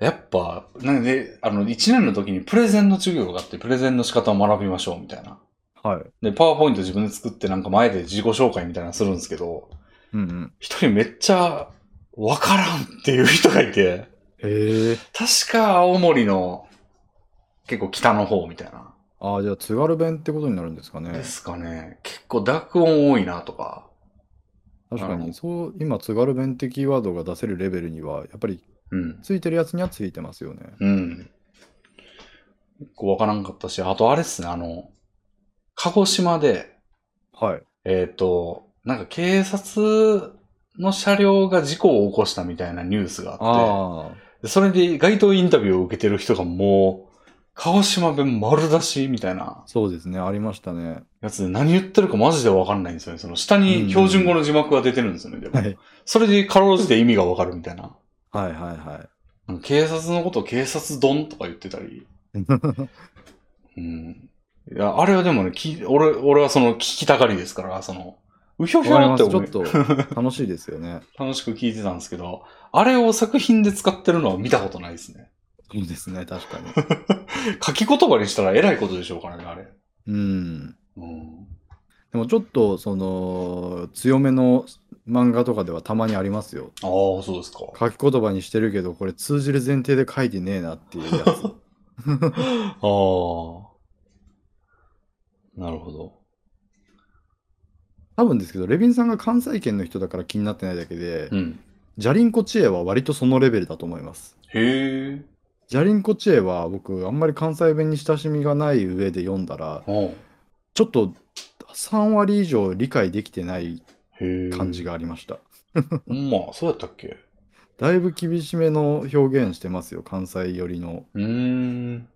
A: やっぱ、なんで、あの、1年の時にプレゼンの授業があって、プレゼンの仕方を学びましょうみたいな。
B: か。はい。
A: で、パワーポイント自分で作って、なんか前で自己紹介みたいなのするんですけど、
B: うんうん。
A: 一人めっちゃ、わからんっていう人がいて、
B: へえ。
A: 確か青森の、結構北の方みたいな。
B: ああ、じゃあ津軽弁ってことになるんですかね
A: で。すかね。結構濁音多いなとか。
B: 確か
A: あの
B: に、そう、今津軽弁ってキーワードが出せるレベルには、やっぱり
A: うん。
B: ついてるやつにはついてますよね。
A: うん。結構わからんかったし、あとあれっすね、あの、鹿児島で、
B: はい。
A: えっ、と、なんか警察の車両が事故を起こしたみたいなニュースがあって、
B: ああ。
A: でそれで街頭インタビューを受けてる人がもう、鹿児島弁丸出しみたいな
B: そうですね、ありましたね。
A: やつで何言ってるかマジでわかんないんですよね。その下に標準語の字幕が出てるんですよね、でも。
B: はい。
A: それでかろうじて意味がわかるみたいな。
B: はいはいは
A: なんか警察のことを警察丼とか言ってた り。
B: い。
A: うん。いや、あれはでもね、き俺、俺はその聞きたがりですから、その、うひょひょって
B: わか
A: 思
B: りま
A: う
B: すちょっ と楽しいですよね。
A: 楽しく聞いてたんですけど、あれを作品で使ってるのは見たことないですね。
B: そうですね、確かに。
A: 書き言葉にしたらえらいことでしょうからね、あれ。
B: うん。
A: うん。
B: でもちょっと、その、強めの漫画とかではたまにありますよ。
A: ああ、そうで すか。
B: 書き言葉にしてるけど、これ通じる前提で書いてねえなっていうやつ。
A: ああ。なるほど。
B: 多分ですけど、レビンさんが関西圏の人だから気になってないだけで、
A: うん。
B: ジャリンコ知恵は割とそのレベルだと思います。
A: へえ。
B: ジャリンコ知恵は僕、あんまり関西弁に親しみがない上で読んだら、
A: おう
B: ちょっと3割以上理解できてない
A: へえ。
B: 感じ。がありました。
A: ほんま、そうやったっけ
B: だいぶ厳しめの表現してますよ、関西寄りの。
A: うーん。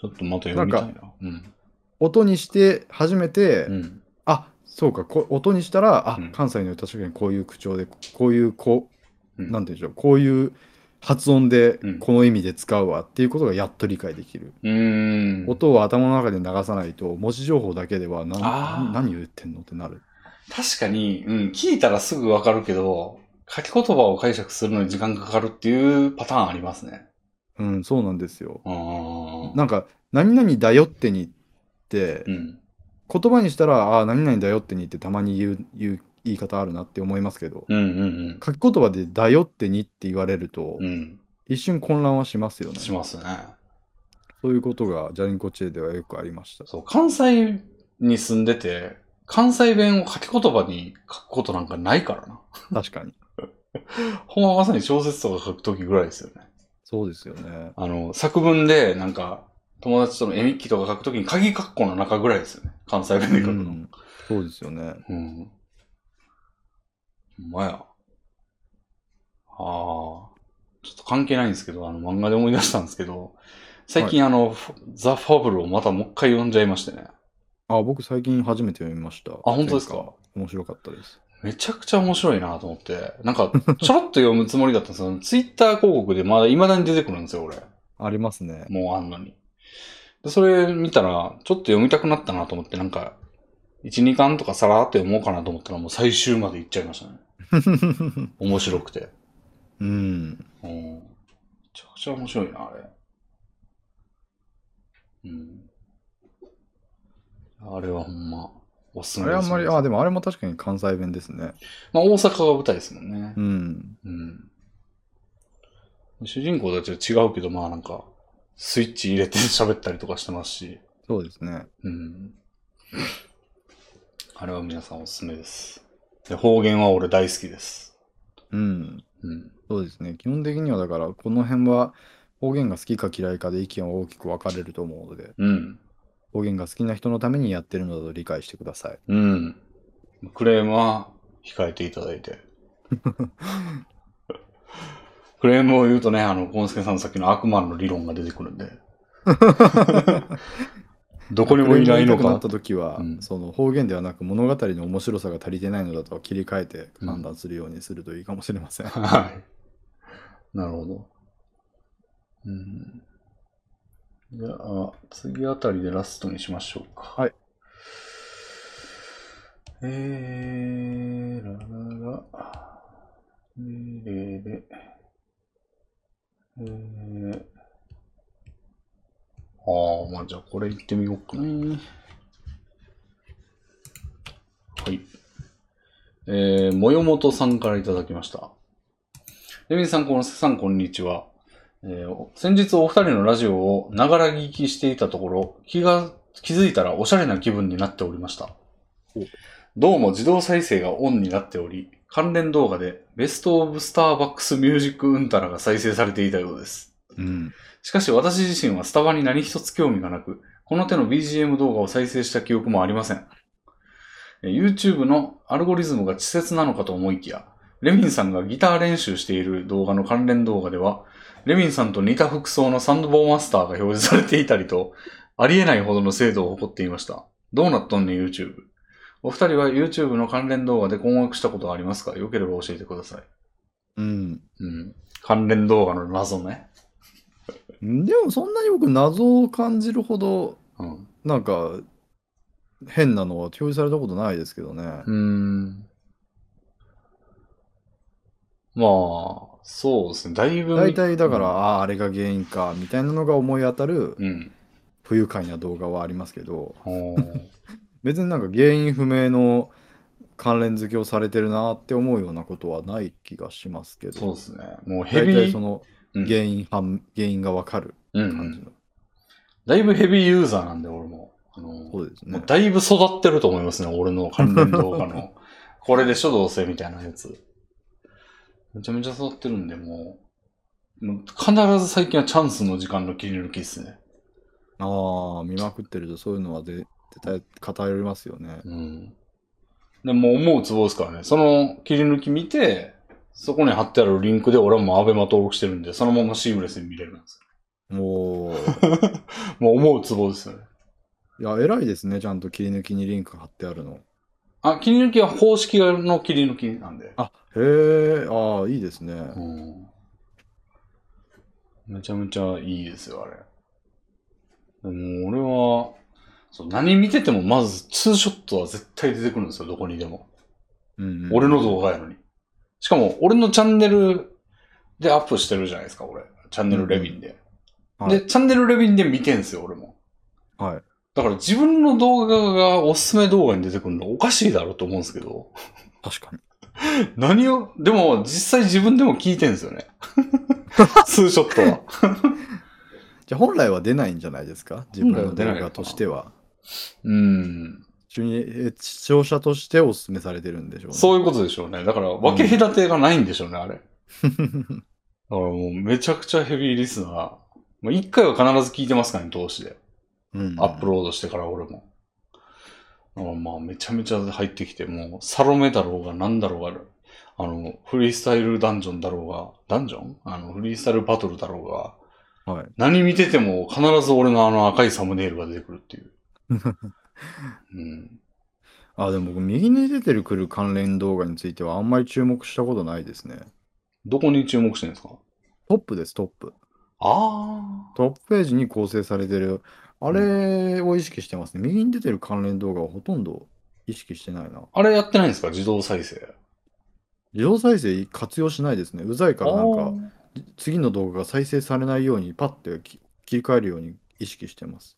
A: ちょっとまた読みたいな。
B: なん
A: うん。
B: 音にして初めて、
A: うん。
B: あそうかこ音にしたらあ、
A: うん
B: 関西の人は確かにこういう口調でこういうこう、
A: うん
B: なんて言うんでしょうこういう発音で
A: うん
B: この意味で使うわっていうことがやっと理解できる、
A: うーん。
B: 音を頭の中で流さないと文字情報だけでは何
A: あー
B: 何何言ってんのってなる
A: 確かに、うん、聞いたらすぐわかるけど、書き言葉を解釈するのに時間かかるっていうパターンありますね。
B: うんそうなんですよ
A: うーん。
B: なんか「何々だよってに」って
A: うん。
B: 言葉にしたら「あー何々だよってに」ってたまに言う言う言い方あるなって思いますけど
A: うんうん
B: 書き言葉で「だよってに」って言われると、
A: うん。うん。
B: 一瞬混乱はしますよね
A: しますね。
B: そういうことがジャリンコチェではよくありました。
A: そう、関西に住んでて、関西弁を書き言葉に書くことなんかないからな。
B: 確かに。
A: ほんままさに小説とか書くときぐらいですよね。
B: そうですよね。
A: あの、作文でなんか、友達との絵日記とか書くときに鍵括弧の中ぐらいですよね。関西弁で書くの。
B: うんそうですよね。
A: うん。ほんまや。ああ。ちょっと関係ないんですけど、あの漫画で思い出したんですけど、最近あの、フォザ・ファブルをまたもう一回読んじゃいましてね。
B: あ、僕最近初めて読みました。あ
A: 本当ですか
B: 面白かったです。
A: めちゃくちゃ面白いなと思って、なんか、ちょろっと読むつもりだったんですけど、ツイッター広告でまだ未だに出てくるんですよ、俺。
B: ありますね。
A: もうあんのに。で、それ見たら、ちょっと読みたくなったなと思って、なんか、1、2巻とかさらーって読もうかなと思ったら、もう最終まで行っちゃいましたね。面白くて。
B: うん。
A: うん。めちゃくちゃ面白いな、あれ。うん。あれはほんま、おすす
B: あ
A: め
B: れあんまり、あ、
A: あ
B: でもあれも確かに関西弁ですね。
A: まあ、大阪が舞台ですもんね
B: う。ん。
A: うん。主人公たちは違うけど、まあなんか、スイッチ入れて 喋ったりとかしてますし、
B: そうですね。
A: うん。あれは皆さんおすすめです。で方言は俺大好きです。
B: うん。
A: うん。
B: そうですね。基本的にはだから、この辺は方言が好きか嫌いかで意見は大きく分かれると思うので、
A: うん。
B: 方言が好きな人のためにやってるのだと理解してください。
A: うん。クレームは控えていただいて。クレームを言うとね、あの、ゴンスケさんのさっきの悪魔の理論が出てくるんで。どこにもいないの
B: クレームが言たくな
A: か
B: っ。た時は、
A: うん
B: その方言ではなく物語の面白さが足りてないのだと切り替えて判断するようにするといいかもしれません。
A: はい。なるほど。うん。じゃあ、次あたりでラストにしましょうか。
B: はい。
A: えー、ラララ。えー、レレ。えー。ああ、まあじゃあこれ行ってみようかね。はい。えー、もよもとさんからいただきました。レミンさん、このさん、こんにちは。えーお先日お二人のラジオをながら聞きしていたところ、気が、気づいたらおしゃれな気分になっておりました
B: お。
A: どうも自動再生がオンになっており、関連動画でベストオブスターバックスミュージックうんたらが再生されていたようです。
B: うん。
A: しかし私自身はスタバに何一つ興味がなく、この手の BGM 動画を再生した記憶もありません。え YouTube のアルゴリズムが稚拙なのかと思いきや、レミンさんがギター練習している動画の関連動画では、レミンさんと似た服装のサンドボーマスターが表示されていたりと、ありえないほどの精度を誇っていました。どうなっとんねん YouTube。お二人は YouTube の関連動画で困惑したことはありますかよければ教えてください。
B: うん。
A: うん。関連動画の謎ね。
B: でもそんなに僕謎を感じるほど
A: うん。
B: なんか変なのは表示されたことないですけどね。
A: うーん。まあ、そうですね。だいぶ。
B: 大体だから、ああーあれが原因かみたいなのが思い当たる
A: うん。
B: 不愉快な動画はありますけど
A: ほ ー
B: 別になんか原因不明の関連付けをされてるなって思うようなことはない気がしますけ
A: そう
B: ど
A: ですね。もうヘ
B: 大
A: ビ
B: 体そ
A: ー、
B: の
A: うん
B: 原因は原因がわかる
A: うんう
B: 感じ
A: ん、
B: の、
A: だいぶヘビーユーザーなんで、俺も。あの
B: そうです
A: も
B: ね
A: うだいぶ育ってると思いますね、俺の関連動画 の。これでしょ、どうせみたいなやつ。めちゃめちゃ育ってるんで、もう、もう必ず最近はチャンスの時間の切り抜きですね。
B: ああ見まくってるとそういうのはぜ絶対偏りますよね
A: うん。でもう思うツボですからね。その切り抜き見て、そこに貼ってあるリンクで俺はもうアベマ登録してるんで、そのままシームレスに見れるんです
B: もう
A: よ。もう思うツボですよね。
B: いや偉いですねちゃんと切り抜きにリンク貼ってあるの
A: あ、切り抜きは方式の切り抜きなんで。
B: あへえああいいですね、
A: うん。めちゃめちゃいいですよ、あれ。でも俺は、そう何見ててもまずツーショットは絶対出てくるんですよ、どこにでも。
B: うんうん
A: 俺の動画やのに。しかも、俺のチャンネルでアップしてるじゃないですか、俺。チャンネルレビンで。
B: うんはい
A: で、チャンネルレビンで見てんすよ、俺も。
B: はい
A: だから自分の動画がおすすめ動画に出てくるのおかしいだろうと思うんですけ ど。
B: 確かに
A: 何を、でも実際自分でも聞いてんすよ ね。ツーショットは。
B: じゃあ本来は出ないんじゃないですか自分の動画としては
A: うん。
B: 主にえ視聴者としてお勧めされてるんでしょうね
A: そういうことでしょうね。だから分け隔てがないんでしょうね、あれ。だからもうめちゃくちゃヘビーリスナー。まあ、一回は必ず聞いてますからね、投資で。
B: うん
A: アップロードしてから俺も。あまあ、めちゃめちゃ入ってきて、もう、サロメだろうが、なんだろうが、あの、フリースタイルダンジョンだろうが、ダンジョンあの、フリースタイルバトルだろうが、
B: はい
A: 何見てても必ず俺のあの赤いサムネイルが出てくるって いう。うん。
B: あでも僕右に出てるくる関連動画についてはあんまり注目したことないですね
A: どこに注目してるんですか
B: トップですトップ
A: あ
B: トップページに構成されてるあれを意識してますね右に出てる関連動画はほとんど意識してないな
A: あ。あれやってないんですか自動再生。
B: 自動再生活用しないですねうざいからなんか次の動画が再生されないようにパッてき切り替えるように意識してます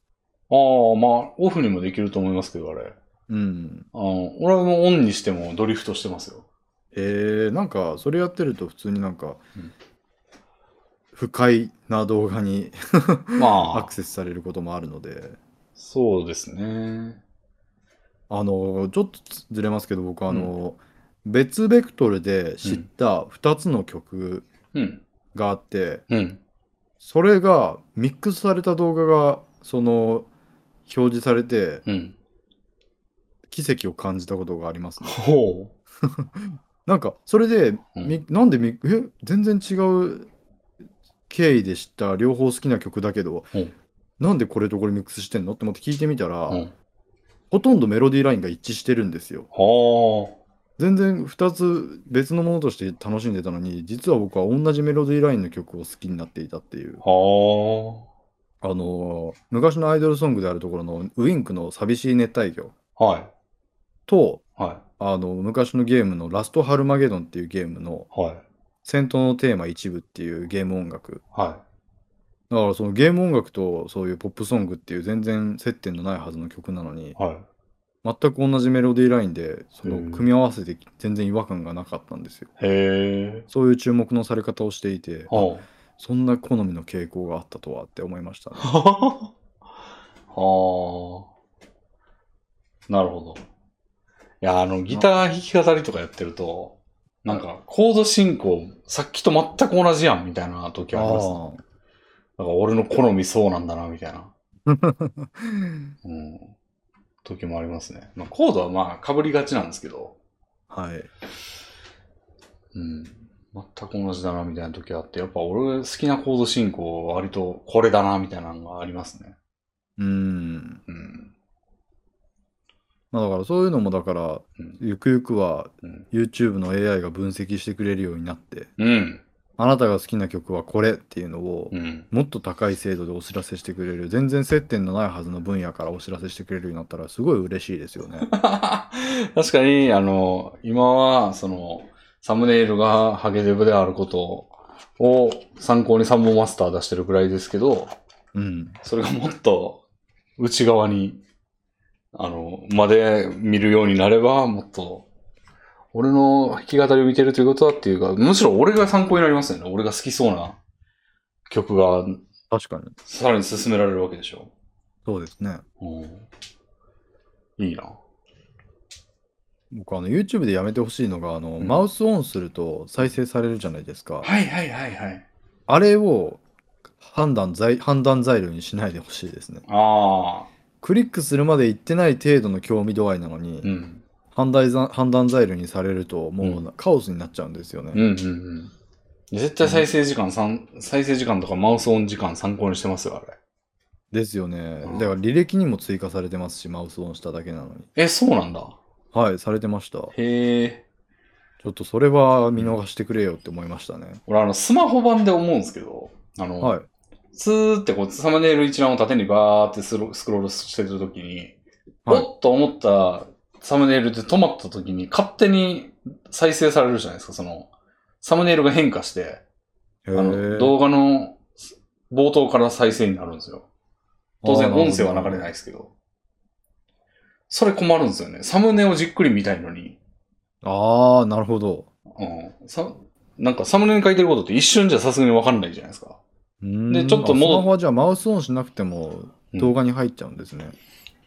A: あーあー、まあ、オフにもできると思いますけど、あれ。
B: うん
A: あの俺はもうオンにしてもドリフトしてますよ。
B: えー、なんかそれやってると普通になんか、
A: うん
B: 不快な動画に
A: まあ。
B: アクセスされることもあるので
A: そうですね。
B: あのちょっとずれますけど僕あの、別ベクトルで知った2つの曲
A: うん。
B: があって、
A: うん。
B: それがミックスされた動画がその表示されて
A: うん。
B: 奇跡を感じたことがありますね。
A: ほ
B: なんかそれで、
A: うん
B: みなんでみえ全然違う経緯でした両方好きな曲だけど、
A: うん
B: なんでこれとこれミックスしてんのって思って聞いてみたら、
A: うん
B: ほとんどメロディーラインが一致してるんですよ。
A: は
B: 全然2つ別のものとして楽しんでたのに実は僕は同じメロディーラインの曲を好きになっていたっていう
A: あ。は
B: あのー昔のアイドルソングであるところのウインクの「寂しい熱帯魚
A: あ。はい。」
B: と
A: は
B: あの昔のゲームの「ラストハルマゲドン」っていうゲームの
A: い。はい。
B: 「戦闘のテーマ一部」っていうゲーム音楽
A: は
B: だからそのゲーム音楽とそういうポップソングっていう全然接点のないはずの曲なのに
A: い。は
B: 全く同じメロディーラインでそ
A: へえ
B: の組み合わせて全然違和感がなかったんですよ
A: い。へえ。
B: そういう注目のされ方をしていて
A: はあ。
B: そんな好みの傾向があったとはって思いましたね。
A: はあ。なるほど。いや、あの、ギター弾き語りとかやってると、なんか、コード進行、さっきと全く同じやん、みたいな時あります、ね。
B: あ
A: なんか、俺の好みそうなんだな、みたいな、
B: ー
A: うん、時もありますね。まあ、コードはまあ、被りがちなんですけど、
B: はい。
A: うん、全く同じだな、みたいな時あって、やっぱ俺好きなコード進行は割とこれだな、みたいなのがありますね。
B: うん。
A: うん。
B: まあだからそういうのもだから、
A: うん
B: ゆくゆくは
A: うん
B: YouTube の AI が分析してくれるようになって、
A: うん。
B: あなたが好きな曲はこれっていうのを、
A: うん。
B: もっと高い精度でお知らせしてくれる、全然接点のないはずの分野からお知らせしてくれるようになったら、すごい嬉しいです よね。
A: 確かに、あの、今は、その、サムネイルがハゲデブであることを参考にサンボマスター出してるくらいですけど、
B: うん。
A: それがもっと内側に、あの、まで見るようになれば、もっと、俺の弾き語りを見てるということだっていうか、むしろ俺が参考になりますよね。俺が好きそうな曲が
B: 確かに。
A: さらに進められるわけでしょ。
B: そうですね。
A: うん。いいな。
B: 僕あの YouTube でやめてほしいのが、あの、
A: うん
B: マウスオンすると再生されるじゃないですか。
A: はいはいはいはい。
B: あれを判断材判断材料にしないでほしいですね。
A: ああ。
B: クリックするまで行ってない程度の興味度合いなのに、
A: うん。
B: 判断ざ判断材料にされると
A: う
B: も
A: ん
B: うカオスになっちゃうんですよね。
A: うんうんうん。絶対再生時間、さん、再生時間とかマウスオン時間参考にしてますよ、あれ。
B: ですよね
A: うん。
B: だから履歴にも追加されてますしマウスオンしただけなのに。
A: え、そうなんだ。
B: はいされてました。ち
A: へえ。
B: ょっとそれは見逃してくれよって思いましたね。
A: 俺、あの、スマホ版で思うんですけど、あの、
B: はい。
A: ツーってこう、サムネイル一覧を縦にバーってスロスクロールしてるときに、
B: はい
A: おっと思ったサムネイルで止まったときに、勝手に再生されるじゃないですか、その、サムネイルが変化して、
B: へ
A: あの、動画の冒頭から再生になるんですよ。当然音声は流れない
B: い。
A: ですけど。それ困るんですよね。サムネをじっくり見たいのに。
B: あーなるほど。
A: うん。さなんかサムネに書いてることって一瞬じゃさすがにわかんないじゃないですか。
B: うーん
A: でちょっと
B: あス
A: 戻っ
B: マホはじゃあマウスオンしなくても
A: うん
B: 動画に入っちゃうんですね。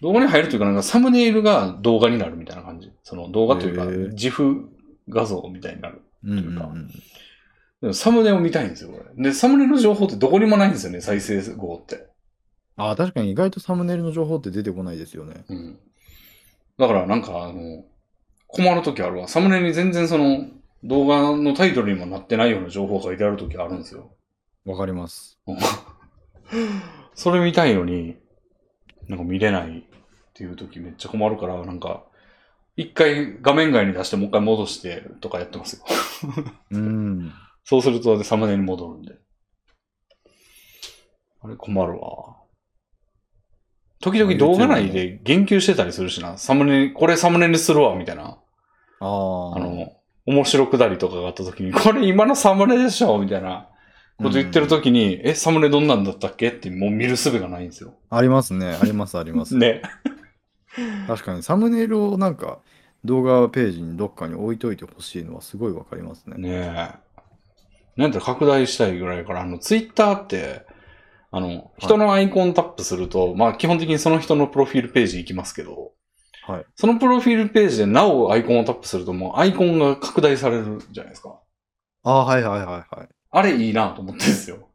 A: 動画に入るというか、なんかサムネイルが動画になるみたいな感じ。その動画というか
B: へー、
A: 自負画像みたいになる。
B: うんうん
A: というか
B: うん
A: でもサムネを見たいんですよ、これ。で、サムネの情報ってどこにもないんですよね、再生後って。
B: あー確かに意外とサムネイルの情報って出てこないですよね。
A: うん。だからなんか、あの、困るときあるわ。サムネに全然その、動画のタイトルにもなってないような情報が書いてあるときあるんですよ。
B: わかります。
A: それ見たいのに、なんか見れないっていう時めっちゃ困るから、なんか、一回画面外に出してもう一回戻してとかやってますよ。
B: うん。
A: そうするとサムネに戻るんで。あれ困るわ。時々動画内で言及してたりするしな、サムネ、これサムネにするわ、みたいな。
B: ああ。
A: あの、面白くだりとかがあった時に、これ今のサムネでしょみたいなこと言ってる時に、え、サムネどんなんだったっけってもう見る術がないんですよ。
B: ありますね。あります、ありま す。
A: ね。
B: 確かに、サムネイルをなんか、動画ページにどっかに置いといてほしいのはすごいわかりますね。
A: ねえ。なんて拡大したいぐらいから、あの、ツイッターって、あの、人のアイコンタップすると、まあ基本的にその人のプロフィールページ行きますけど、
B: はい。
A: そのプロフィールページでなおアイコンをタップすると、もうアイコンが拡大されるじゃないですか。
B: ああ、はいはいはいはい。
A: あれいいなと思ってんですよ。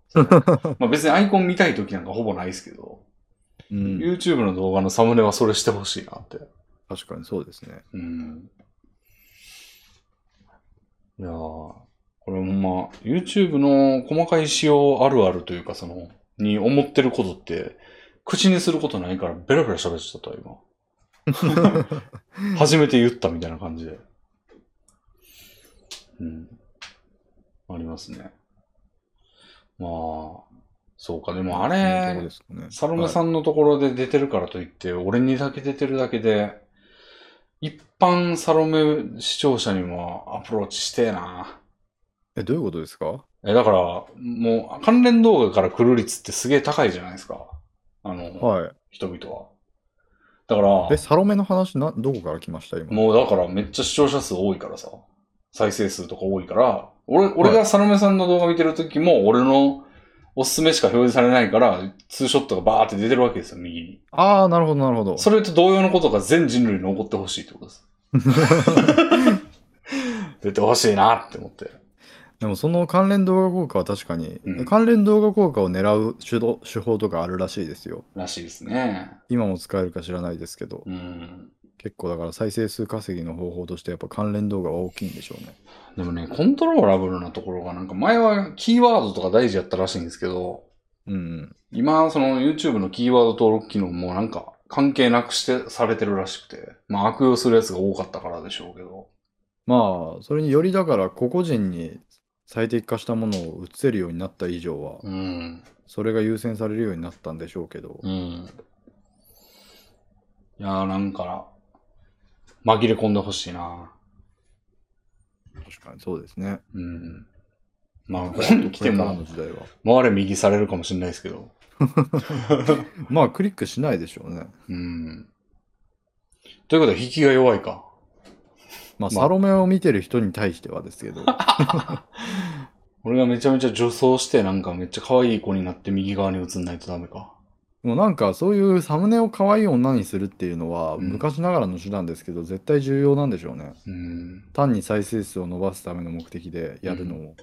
A: まあ別にアイコン見たい時なんかほぼないですけど、
B: うん
A: YouTube の動画のサムネはそれしてほしいなって。
B: 確かにそうですね。
A: うん。いやーこれほんま、YouTube の細かい仕様あるあるというか、その、に思ってることって、口にすることないからベラベラ喋っちゃった、今。 初めて言ったみたいな感じで。うん。ありますね。まあ、そうか、でもあ
B: そんなとこ
A: れ
B: で、すかね
A: サロメさんのところで出てるからといって、俺にだけ出てるだけで、一般サロメ視聴者にもアプローチしてえな。
B: え、どういうことですか
A: え、だから、もう関連動画から来る率ってすげえ高いじゃないですか。あの、
B: は
A: 人々は。だか
B: い。え、
A: ら、
B: サロメの話な、どこから来ました今。
A: もうだからめっちゃ視聴者数多いからさ、再生数とか多いから、俺、俺がサロメさんの動画見てる時も、俺のおすすめしか表示されないから、ツーショットがバーって出てるわけですよ、右に。
B: ああ、なるほど、なるほど。
A: それと同様のことが全人類に起こってほしいってことです。 出てほしいなって思って。
B: でもその関連動画効果は確かに、
A: うん
B: 関連動画効果を狙う手動手法とかあるらしいですよ。
A: らしいですね。
B: 今も使えるか知らないですけど、
A: うん。
B: 結構だから再生数稼ぎの方法としてやっぱ関連動画は大きいんでしょうね。
A: でもね、コントローラブルなところが、なんか前はキーワードとか大事やったらしいんですけど、
B: うんうん。
A: 今、その YouTube のキーワード登録機能もなんか関係なくしてされてるらしくて、まあ悪用するやつが多かったからでしょうけど。
B: まあ、それによりだから個々人に最適化したものを移せるようになった以上は、
A: うん。
B: それが優先されるようになったんでしょうけど、
A: うん。いやーなんか、紛れ込んでほしいな。
B: 確かにそうですね。
A: うん。まあ、
B: こ
A: 今度来て
B: れから
A: も
B: の、時代は。
A: 回れ右されるかもしれないですけど。
B: まあ、クリックしないでしょうね。
A: うん。ということは、引きが弱いか。
B: まあ、
A: まあ
B: サロメを見てる人に対してはです けど、
A: 俺がめちゃめちゃ女装して、なんかめっちゃ可愛い子になって右側に移んないとダメか。
B: もうなんかそういうサムネを可愛い女にするっていうのは、
A: うん
B: 昔ながらの手段ですけど、絶対重要なんでしょうね。
A: うん。
B: 単に再生数を伸ばすための目的でやるのも。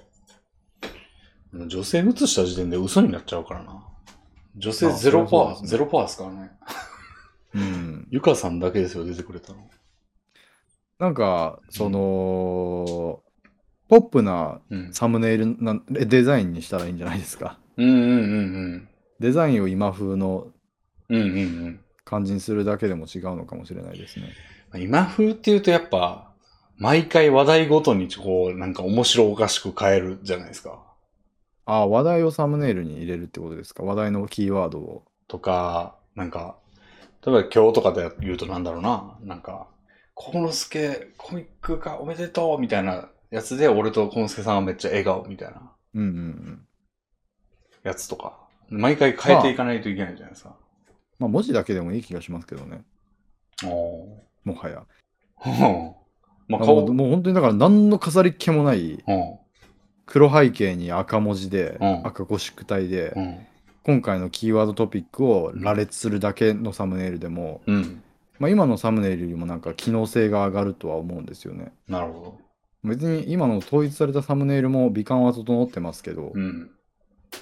A: 女性移した時点で嘘になっちゃうからな。女性
B: まあそれ
A: 0%、
B: はそうですね
A: ゼロパーですからね。
B: うん。
A: ゆかさんだけですよ、出てくれたの。
B: なんか、その、ポップな
A: うん。
B: サムネイルなデザインにしたらいいんじゃないですか。
A: うんうんうん
B: デザインを今風の
A: うん。うんうんうん。
B: 感じにするだけでも違うのかもしれないですね。
A: 今風っていうとやっぱ、毎回話題ごとにこう、なんか面白おかしく変えるじゃないですか。
B: ああ、話題をサムネイルに入れるってことですか。話題のキーワードを。
A: とか、なんか、例えば今日とかで言うとなんだろうな、なんか、コ之助コミック化おめでとうみたいなやつで、俺とコ之助さんはめっちゃ笑顔みたいな
B: うんうんうん。
A: やつとか、毎回変えていかないといけないじゃないですか。
B: まあ、文字だけでもいい気がしますけどね。
A: お
B: もはや。
A: ー まあ
B: も
A: 顔、
B: う
A: うん。
B: もう本当にだから何の飾り気もない黒背景に赤文字で、
A: うん
B: 赤ゴシック体で、
A: うん。
B: 今回のキーワードトピックを羅列するだけのサムネイルでも、
A: うん。
B: まあ、今のサムネイルよりもなんか機能性が上がるとは思うんですよね。
A: なるほど。
B: 別に今の統一されたサムネイルも美観は整ってますけど、
A: うん。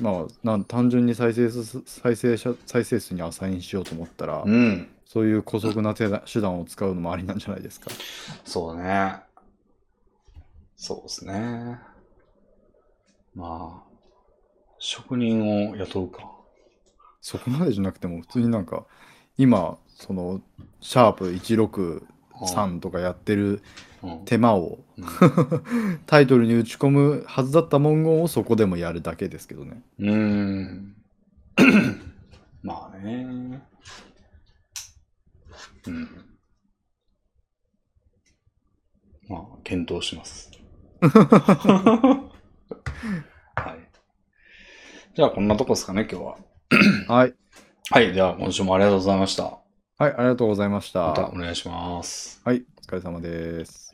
B: まあなん単純に再生数再生者再生数にアサインしようと思ったら、
A: うん。
B: そういう姑息な手段手段を使うのもありなんじゃないですか。
A: そうね。そうですね。まあ、職人を雇うか。
B: そこまでじゃなくても普通になんか今そのシャープ163とかやってる
A: うん。
B: 手間を
A: うん
B: タイトルに打ち込むはずだった文言をそこでもやるだけですけどね。
A: うーん。 まあね。うん。まあ、検討します。 はい。じゃあ、こんなとこですかね、今日は。
B: はい。
A: はい。では、今週もありがとうございました。
B: はい、ありがとうございました。
A: またお願いします。
B: はい、お疲れ様です。